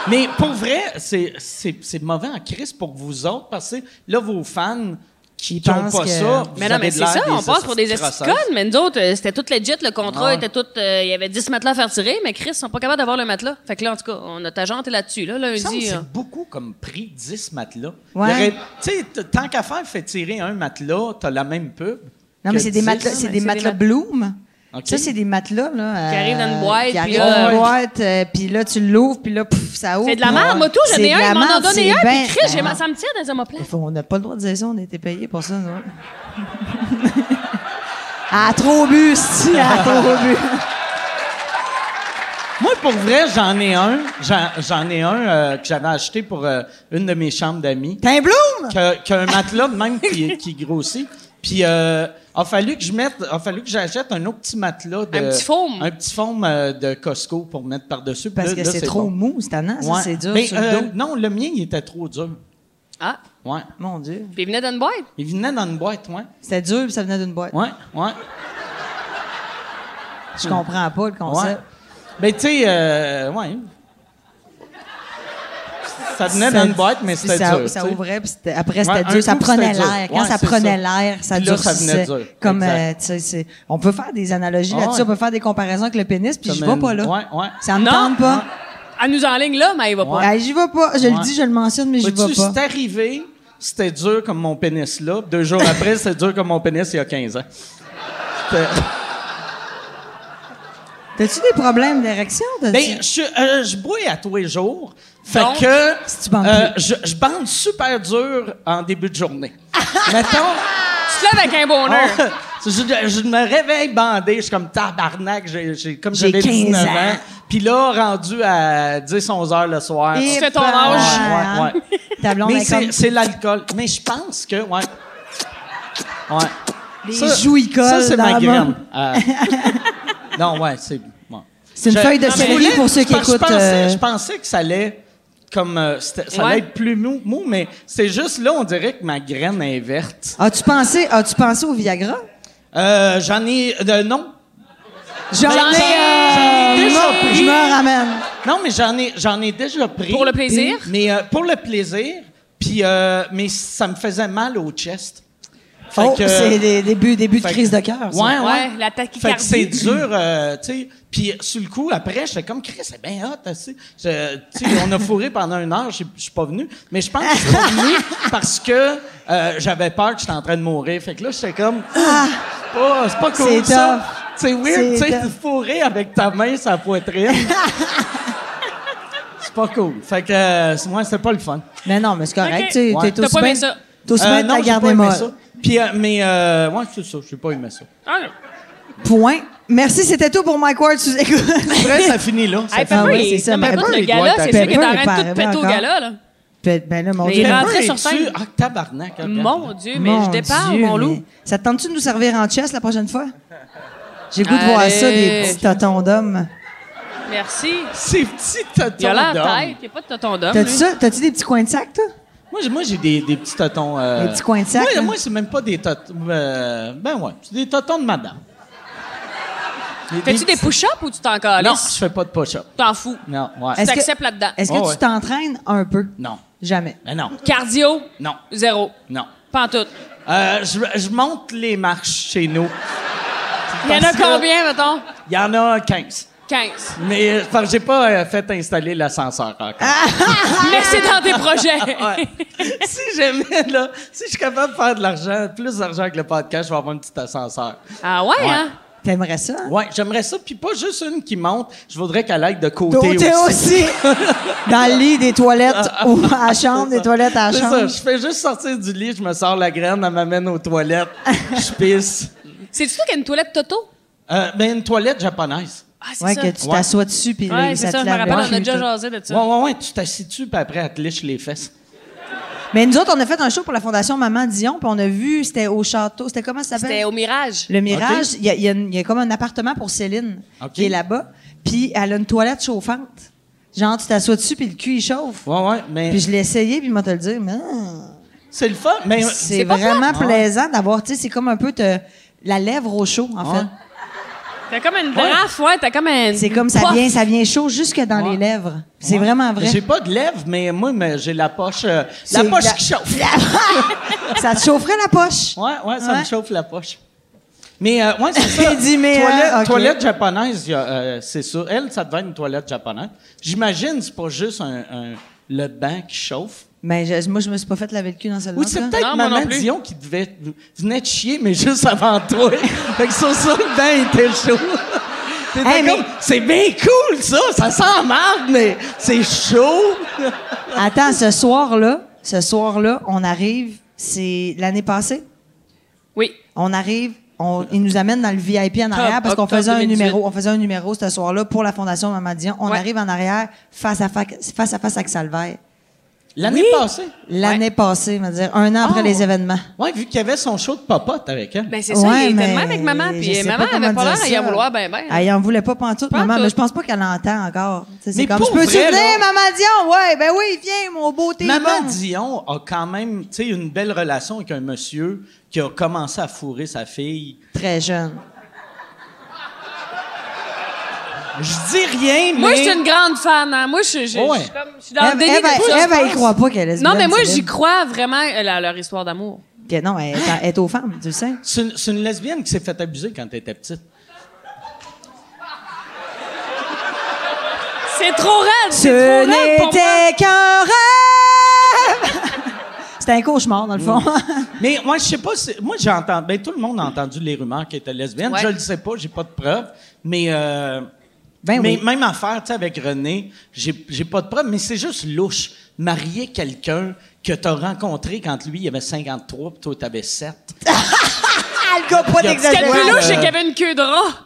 Speaker 7: Mais pour vrai, c'est, c'est, c'est mauvais en crise pour vous autres parce que là, vos fans qui
Speaker 5: Qui
Speaker 7: n'ont
Speaker 5: pensent
Speaker 7: pas
Speaker 5: que-
Speaker 7: ça.
Speaker 6: Mais non, mais c'est ça, on passe pour des esticones, mais nous autres, euh, c'était tout legit, le contrat
Speaker 7: Ouais.
Speaker 6: était tout. euh, Il y avait 10 matelas à faire tirer, mais Chris, ils sont pas capables d'avoir le matelas. Fait que là, en tout cas, on, notre agent est là-dessus, là, lundi.
Speaker 7: C'est
Speaker 6: hein.
Speaker 7: beaucoup comme prix 10 matelas.
Speaker 5: Ouais.
Speaker 7: Il y aurait- Tu sais, t- tant qu'à faire, fait tirer un matelas, t'as la même pub.
Speaker 5: Non,
Speaker 7: que
Speaker 5: mais c'est des
Speaker 7: 10.
Speaker 5: matelas, c'est
Speaker 6: mais
Speaker 5: des
Speaker 6: c'est
Speaker 5: matelas
Speaker 6: des mat-
Speaker 5: Bloom.
Speaker 7: Ok.
Speaker 5: Ça, c'est des matelas, là. euh,
Speaker 6: Qui arrivent dans une boîte,
Speaker 5: Qui
Speaker 6: puis
Speaker 5: arrivent
Speaker 6: là,
Speaker 5: dans
Speaker 6: ouais.
Speaker 5: une boîte, euh, puis là, tu l'ouvres, puis là, pouf, ça ouvre.
Speaker 6: C'est de la merde, moi, tout, j'en
Speaker 5: C'est de
Speaker 6: ai
Speaker 5: la
Speaker 6: un, ils m'en ont
Speaker 5: merde,
Speaker 6: donné
Speaker 5: c'est
Speaker 6: un,
Speaker 5: ben-
Speaker 6: puis Chris, j'ai-
Speaker 5: ben,
Speaker 6: ça me tire dans les omoplates.
Speaker 5: Faut- On n'a pas le droit de dire ça, on a été payé pour ça, non? À trop bu, si, à trop bu.
Speaker 7: Moi, pour vrai, j'en ai un. J'en, j'en ai un euh, que j'avais acheté pour euh, une de mes chambres d'amis.
Speaker 5: T'as un bloom?
Speaker 7: que- qu'un matelas de même qui, qui grossit. Puis euh, a fallu que je mette, a fallu que j'achète un autre petit matelas de
Speaker 6: Un petit foam.
Speaker 7: un petit foam, euh, de Costco pour mettre par dessus.
Speaker 5: Parce que c'est trop mou, c'est tannant, ça, c'est dur
Speaker 7: Mais,
Speaker 5: sur le
Speaker 7: euh,
Speaker 5: dos.
Speaker 7: non, le mien il était trop dur.
Speaker 6: Ah,
Speaker 7: Ouais.
Speaker 5: Mon Dieu.
Speaker 6: puis il venait d'une boîte.
Speaker 7: Il venait dans une boîte, ouais.
Speaker 5: C'était dur, puis ça venait d'une boîte.
Speaker 7: Ouais, ouais.
Speaker 5: Je comprends pas le
Speaker 7: ouais.
Speaker 5: concept.
Speaker 7: Mais tu sais, euh, ouais. Ça
Speaker 5: Ça-
Speaker 7: venait dans une boîte, mais
Speaker 5: puis
Speaker 7: c'était
Speaker 5: ça,
Speaker 7: dur.
Speaker 5: ça
Speaker 7: tu sais.
Speaker 5: ouvrait, puis c'était- après, c'était
Speaker 7: Ouais, un
Speaker 5: dur. Ça
Speaker 7: coup,
Speaker 5: prenait
Speaker 7: c'était dur.
Speaker 5: l'air. Quand
Speaker 7: Ouais,
Speaker 5: ça
Speaker 7: c'est
Speaker 5: prenait
Speaker 7: ça.
Speaker 5: l'air, ça
Speaker 7: Puis là, ça venait
Speaker 5: durcissait.
Speaker 7: dur.
Speaker 5: Comme,
Speaker 7: Exact.
Speaker 5: euh, tu sais, c'est- on peut faire des analogies
Speaker 7: Ah
Speaker 5: là-dessus.
Speaker 7: ouais.
Speaker 5: On peut faire des comparaisons avec le pénis, puis je
Speaker 7: Comme
Speaker 5: vais
Speaker 7: une-
Speaker 5: pas là.
Speaker 7: Ouais, ouais.
Speaker 5: Ça me
Speaker 6: Non.
Speaker 5: tente pas.
Speaker 6: Elle nous en ligne là, mais il va pas.
Speaker 5: Ah, J'y vais pas. Je
Speaker 7: Ouais.
Speaker 5: le dis, je le mentionne, mais j'y vais
Speaker 7: Vois-tu,
Speaker 5: pas.
Speaker 7: c'est arrivé, c'était dur comme mon pénis là. Deux jours après, c'était dur comme mon pénis il y a 15 ans. C'était-
Speaker 5: T'as-tu des problèmes d'érection? t'as-tu-
Speaker 7: Ben, je, suis- euh, je bois à tous les jours. Fait
Speaker 6: Donc,
Speaker 7: que
Speaker 5: si tu bandes
Speaker 7: euh, je, je bande super dur en début de journée. Mettons,
Speaker 6: Tu te lèves avec un bonheur.
Speaker 5: Ah.
Speaker 7: je, je me réveille bandé, je suis comme tabarnak, j'ai, j'ai- comme
Speaker 5: J'ai
Speaker 7: j'avais
Speaker 5: 15
Speaker 7: 19 ans.
Speaker 5: ans.
Speaker 7: Puis là, rendu à 10-11 heures le soir.
Speaker 5: Et
Speaker 6: fais ton
Speaker 5: ben,
Speaker 6: âge.
Speaker 5: ouais, ouais. Ta blonde
Speaker 7: Mais
Speaker 5: est comme-
Speaker 7: c'est, c'est l'alcool. Mais je pense que, ouais. Ouais.
Speaker 5: Les
Speaker 7: Ça-
Speaker 5: joues, ils collent
Speaker 7: Ça, c'est
Speaker 5: dans
Speaker 7: ma
Speaker 5: la
Speaker 7: graine.
Speaker 5: main.
Speaker 7: Euh, non, ouais, c'est. ouais.
Speaker 5: C'est une
Speaker 7: Je-
Speaker 5: feuille de
Speaker 7: non, mais
Speaker 5: céleri
Speaker 7: je voulais-
Speaker 5: pour ceux qui
Speaker 7: parce que
Speaker 5: écoutent.
Speaker 7: Je pensais,
Speaker 5: euh,
Speaker 7: je pensais que ça allait. comme euh, c'était- ça
Speaker 6: Ouais.
Speaker 7: allait être plus mou, mou, mais c'est juste là, on dirait que ma graine est verte.
Speaker 5: As-tu pensé, as-tu pensé au Viagra?
Speaker 7: Euh, j'en ai. euh, non.
Speaker 5: J'en ai,
Speaker 6: ai-
Speaker 5: euh,
Speaker 7: j'en ai déjà
Speaker 5: non,
Speaker 7: pris.
Speaker 5: je me ramène.
Speaker 7: Non, mais j'en ai, j'en ai déjà pris.
Speaker 6: Pour le plaisir?
Speaker 7: Mais euh, pour le plaisir, puis euh, mais ça me faisait mal au chest. Fait
Speaker 5: oh,
Speaker 7: que- euh,
Speaker 5: c'est des débuts, débuts de
Speaker 7: fait que-
Speaker 5: crise de cœur. ça.
Speaker 7: Ouais, ouais.
Speaker 6: Ouais, la
Speaker 7: Fait que
Speaker 6: tachycardie.
Speaker 7: c'est dur, euh, tu sais. Puis sur le coup, après, j'étais comme Chris, c'est bien hot, tu sais. Je- tu sais, On a fourré pendant une heure, je je suis pas venu. Mais je pense que je suis pas venu parce que euh, j'avais peur que j'étais en train de mourir. Fait que là, j'étais comme, c'est pas- c'est pas cool
Speaker 5: Ah! C'est
Speaker 7: ça.
Speaker 5: tough.
Speaker 7: C'est weird,
Speaker 5: C'est
Speaker 7: tu sais, Euh,
Speaker 5: tough.
Speaker 7: fourré avec ta main sur la poitrine. c'est pas cool. Fait que euh, c'est- moi, c'était pas le fun.
Speaker 5: Mais non, mais c'est correct.
Speaker 6: Ok.
Speaker 5: tu sais,
Speaker 7: Ouais.
Speaker 5: T'es
Speaker 6: T'as
Speaker 5: aussi
Speaker 6: pas
Speaker 5: bien,
Speaker 6: aimé ça?
Speaker 5: t'es aussi
Speaker 7: Euh,
Speaker 5: bien de
Speaker 7: non,
Speaker 5: la
Speaker 7: j'ai
Speaker 5: garder
Speaker 7: pas aimé
Speaker 5: molle.
Speaker 7: ça. Puis, euh, mais, euh, ouais, c'est ça, j'ai pas aimé ça.
Speaker 6: Ah, non.
Speaker 5: Point. Merci, c'était tout pour Mike Ward. sous- Écoute.
Speaker 7: Après, ça finit là. Ça
Speaker 6: Hey,
Speaker 5: Ah
Speaker 6: Pepper,
Speaker 5: oui,
Speaker 6: il-
Speaker 5: c'est ça,
Speaker 6: non, mais
Speaker 5: Pepper,
Speaker 6: écoute, le
Speaker 5: il doit
Speaker 6: gala,
Speaker 5: être
Speaker 6: c'est
Speaker 5: à-
Speaker 6: sûr qu'il est en
Speaker 5: Pepper,
Speaker 6: train de
Speaker 5: il
Speaker 6: tout péter au
Speaker 5: paraît
Speaker 6: gala, là.
Speaker 5: Ben ben là, mon
Speaker 6: Mais
Speaker 5: Dieu.
Speaker 6: il
Speaker 7: Pepper
Speaker 6: rentrait sur
Speaker 7: est
Speaker 6: scène.
Speaker 7: dessus. Ah, tabarnak. regarde.
Speaker 6: Mon Dieu, mais
Speaker 5: Mon
Speaker 6: je dépare,
Speaker 5: Dieu,
Speaker 6: mon loup.
Speaker 5: mais Ça te tente-tu de nous servir en chess la prochaine fois? J'ai le goût de voir
Speaker 6: Allez.
Speaker 5: ça, des petits tontons d'hommes.
Speaker 6: Merci.
Speaker 7: C'est petit toton.
Speaker 6: Il a l'air
Speaker 7: d'homme.
Speaker 6: tête, il n'y a pas de tonton d'homme.
Speaker 5: T'as-tu
Speaker 6: lui.
Speaker 5: ça? T'as-tu des petits coins de sac, toi?
Speaker 7: Moi, j'ai, moi, j'ai des, des petits totons. euh,
Speaker 5: Des petits coins de sac, hein?
Speaker 7: Moi,
Speaker 5: là.
Speaker 7: moi, c'est même pas des totons. euh, ben ouais, c'est des totons de madame. Des-
Speaker 6: Fais-tu des push-ups ou tu t'en calisses?
Speaker 7: Non, je fais pas de push-up.
Speaker 6: T'en fous.
Speaker 7: Non, ouais.
Speaker 6: Tu
Speaker 5: Est-ce que-
Speaker 6: t'acceptes là-dedans.
Speaker 5: Est-ce que
Speaker 7: Oh,
Speaker 5: tu
Speaker 7: ouais.
Speaker 5: t'entraînes un peu?
Speaker 7: Non,
Speaker 5: Jamais.
Speaker 7: ben non,
Speaker 6: Cardio,
Speaker 7: non,
Speaker 6: zéro.
Speaker 7: non.
Speaker 6: Pas en tout.
Speaker 7: Euh, je, je monte les marches chez nous.
Speaker 6: Il y en a
Speaker 7: Parce que-
Speaker 6: combien, mettons?
Speaker 7: Il y en a 15.
Speaker 6: 15.
Speaker 7: Mais euh, parce que j'ai pas euh, fait installer l'ascenseur encore.
Speaker 6: Ah! Mais c'est dans tes projets.
Speaker 7: Ouais. si jamais, là, si je suis capable de faire de l'argent, plus d'argent que le podcast, je vais avoir un petit ascenseur.
Speaker 6: Ah ouais, hein?
Speaker 5: T'aimerais ça? hein?
Speaker 7: Ouais, j'aimerais ça. Puis pas juste une qui monte. Je voudrais qu'elle aille de côté
Speaker 5: T'es t'es
Speaker 7: aussi. Ah,
Speaker 5: aussi dans le lit des toilettes ou à la chambre, des toilettes à la
Speaker 7: C'est
Speaker 5: chambre.
Speaker 7: ça, je fais juste sortir du lit, je me sors la graine, elle m'amène aux toilettes, je pisse.
Speaker 6: C'est-tu toi qui a une toilette Toto?
Speaker 7: Euh, ben, une toilette japonaise.
Speaker 6: Ah, c'est
Speaker 5: Ouais,
Speaker 6: ça.
Speaker 5: que tu
Speaker 7: Ouais.
Speaker 5: t'assois dessus puis là,
Speaker 6: Ouais, c'est
Speaker 5: ça
Speaker 6: ça,
Speaker 5: te
Speaker 6: je me
Speaker 5: lave
Speaker 6: rappelle,
Speaker 5: le
Speaker 6: on a
Speaker 5: cul,
Speaker 6: déjà
Speaker 5: tout.
Speaker 6: jasé de ça.
Speaker 7: Ouais, ouais, ouais, tu t'assis dessus, puis après, elle te liche les fesses.
Speaker 5: Mais nous autres, on a fait un show pour la Fondation Maman Dion, puis on a vu, c'était au château, c'était comment ça s'appelle?
Speaker 6: C'était au Mirage.
Speaker 5: Le Mirage, il y a- il y, a une- il y a comme un appartement pour Céline
Speaker 7: OK.
Speaker 5: qui est là-bas, puis elle a une toilette chauffante. Genre, tu t'assois dessus, puis le cul, il chauffe.
Speaker 7: Ouais, ouais, mais
Speaker 5: Puis je l'ai essayé, puis il m'a te le dire, mais ah,
Speaker 7: c'est Ah le fun. Mais
Speaker 5: c'est
Speaker 6: pas
Speaker 5: vraiment plaisant d'avoir, tu sais, c'est comme un peu te- la lèvre au chaud,
Speaker 7: Ah
Speaker 5: en fait.
Speaker 6: T'as comme une draft, ouais, t'as comme une.
Speaker 5: C'est comme ça
Speaker 6: Pof!
Speaker 5: vient, ça vient chaud jusque dans les lèvres. C'est vraiment vrai.
Speaker 7: j'ai pas de lèvres, mais moi, mais j'ai la poche, euh, la
Speaker 5: C'est
Speaker 7: poche
Speaker 5: la-
Speaker 7: qui chauffe.
Speaker 5: ça te chaufferait la poche.
Speaker 7: Ouais, ouais, ça
Speaker 5: Ouais.
Speaker 7: me chauffe la poche. Mais, euh, ouais, c'est ça.
Speaker 5: Il dit, mais,
Speaker 7: toilette,
Speaker 5: hein, ok.
Speaker 7: toilette japonaise, il y a, euh, c'est ça. Elle, ça devait être une toilette japonaise. J'imagine, c'est pas juste un- un- le banc qui chauffe.
Speaker 5: Mais je- moi, je me suis pas fait laver le cul dans celle-là.
Speaker 7: Oui, c'est
Speaker 6: Non,
Speaker 7: peut-être
Speaker 6: moi non
Speaker 7: Maman
Speaker 6: plus.
Speaker 7: Dion qui devait, venait de chier, mais juste avant toi. fait que sur ça, le bain était chaud. T'étais
Speaker 5: Hey, mais-
Speaker 7: comme, c'est bien cool, ça! Ça sent marde, mais c'est chaud!
Speaker 5: Attends, ce soir-là, ce soir-là, on arrive, c'est l'année passée.
Speaker 6: Oui.
Speaker 5: On arrive, on, ils nous amènent dans le VIP en arrière parce qu'on
Speaker 6: octobre
Speaker 5: faisait un
Speaker 6: 2018.
Speaker 5: numéro, on faisait un numéro ce soir-là pour la Fondation Maman Dion. On
Speaker 6: Ouais.
Speaker 5: arrive en arrière face à face, face à face avec Salvaire.
Speaker 7: L'année passée.
Speaker 5: L'année passée, on va dire, un an après
Speaker 6: Oh.
Speaker 5: les événements.
Speaker 7: Ouais, vu qu'il y avait son show de popote avec elle.
Speaker 6: Ben, c'est ça,
Speaker 5: Ouais,
Speaker 6: il
Speaker 5: mais
Speaker 6: était de même avec maman,
Speaker 5: je
Speaker 6: puis
Speaker 5: sais
Speaker 6: maman
Speaker 5: comment
Speaker 6: avait pas
Speaker 5: dire
Speaker 6: l'air à y
Speaker 5: ça.
Speaker 6: en vouloir, ben, ben.
Speaker 5: Elle y en voulait pas pantoute,
Speaker 6: Pas en
Speaker 5: maman,
Speaker 6: tout.
Speaker 5: mais je pense pas qu'elle entend encore. Tu sais, C'est
Speaker 7: Mais
Speaker 5: comme,
Speaker 7: pour
Speaker 5: je peux tu
Speaker 7: vrai,
Speaker 5: venir,
Speaker 7: là-
Speaker 5: maman Dion? Ouais, ben oui, viens, mon beau t'es
Speaker 7: Maman
Speaker 5: bon.
Speaker 7: Dion a quand même, tu sais, une belle relation avec un monsieur qui a commencé à fourrer sa fille.
Speaker 5: Très jeune.
Speaker 7: Je dis rien, mais...
Speaker 6: Moi, je suis une grande fan, hein. Moi, je je- je- je suis
Speaker 7: Ouais.
Speaker 6: comme. Je suis dans le
Speaker 5: Ève-
Speaker 6: déni
Speaker 5: Ève,
Speaker 6: de ça.
Speaker 5: Ève,
Speaker 6: je
Speaker 5: elle
Speaker 6: pense.
Speaker 5: croit pas qu'elle est
Speaker 6: Non,
Speaker 5: lesbienne,
Speaker 6: mais moi,
Speaker 5: Céline.
Speaker 6: j'y crois vraiment, euh, leur leur histoire d'amour.
Speaker 5: Que non, elle est, elle est aux femmes, tu le sais.
Speaker 7: C'est une, c'est une lesbienne qui s'est fait abuser quand elle était petite.
Speaker 6: C'est trop raide,
Speaker 5: Ce
Speaker 6: c'est trop raide pour moi.
Speaker 5: n'était qu'un rêve! C'était un cauchemar, dans le fond.
Speaker 7: Mais moi, je sais pas. si- Moi, j'ai entendu. Ben, tout le monde a entendu les rumeurs qu'elle était lesbienne.
Speaker 6: Ouais.
Speaker 7: Je le sais pas, j'ai pas de preuves. Mais, euh,
Speaker 5: Ben
Speaker 7: mais
Speaker 5: oui.
Speaker 7: même affaire, tu sais, avec René, j'ai j'ai pas de preuves. Mais c'est juste louche. Marier quelqu'un que t'as rencontré quand lui, il avait 53 puis toi, t'avais 7.
Speaker 5: Ah, le gars, pas
Speaker 7: Il y a
Speaker 6: Ce
Speaker 5: d'exagération.
Speaker 6: qu'il y a de plus
Speaker 7: Ouais,
Speaker 6: louche, c'est
Speaker 7: euh,
Speaker 6: qu'il y avait une queue de rat.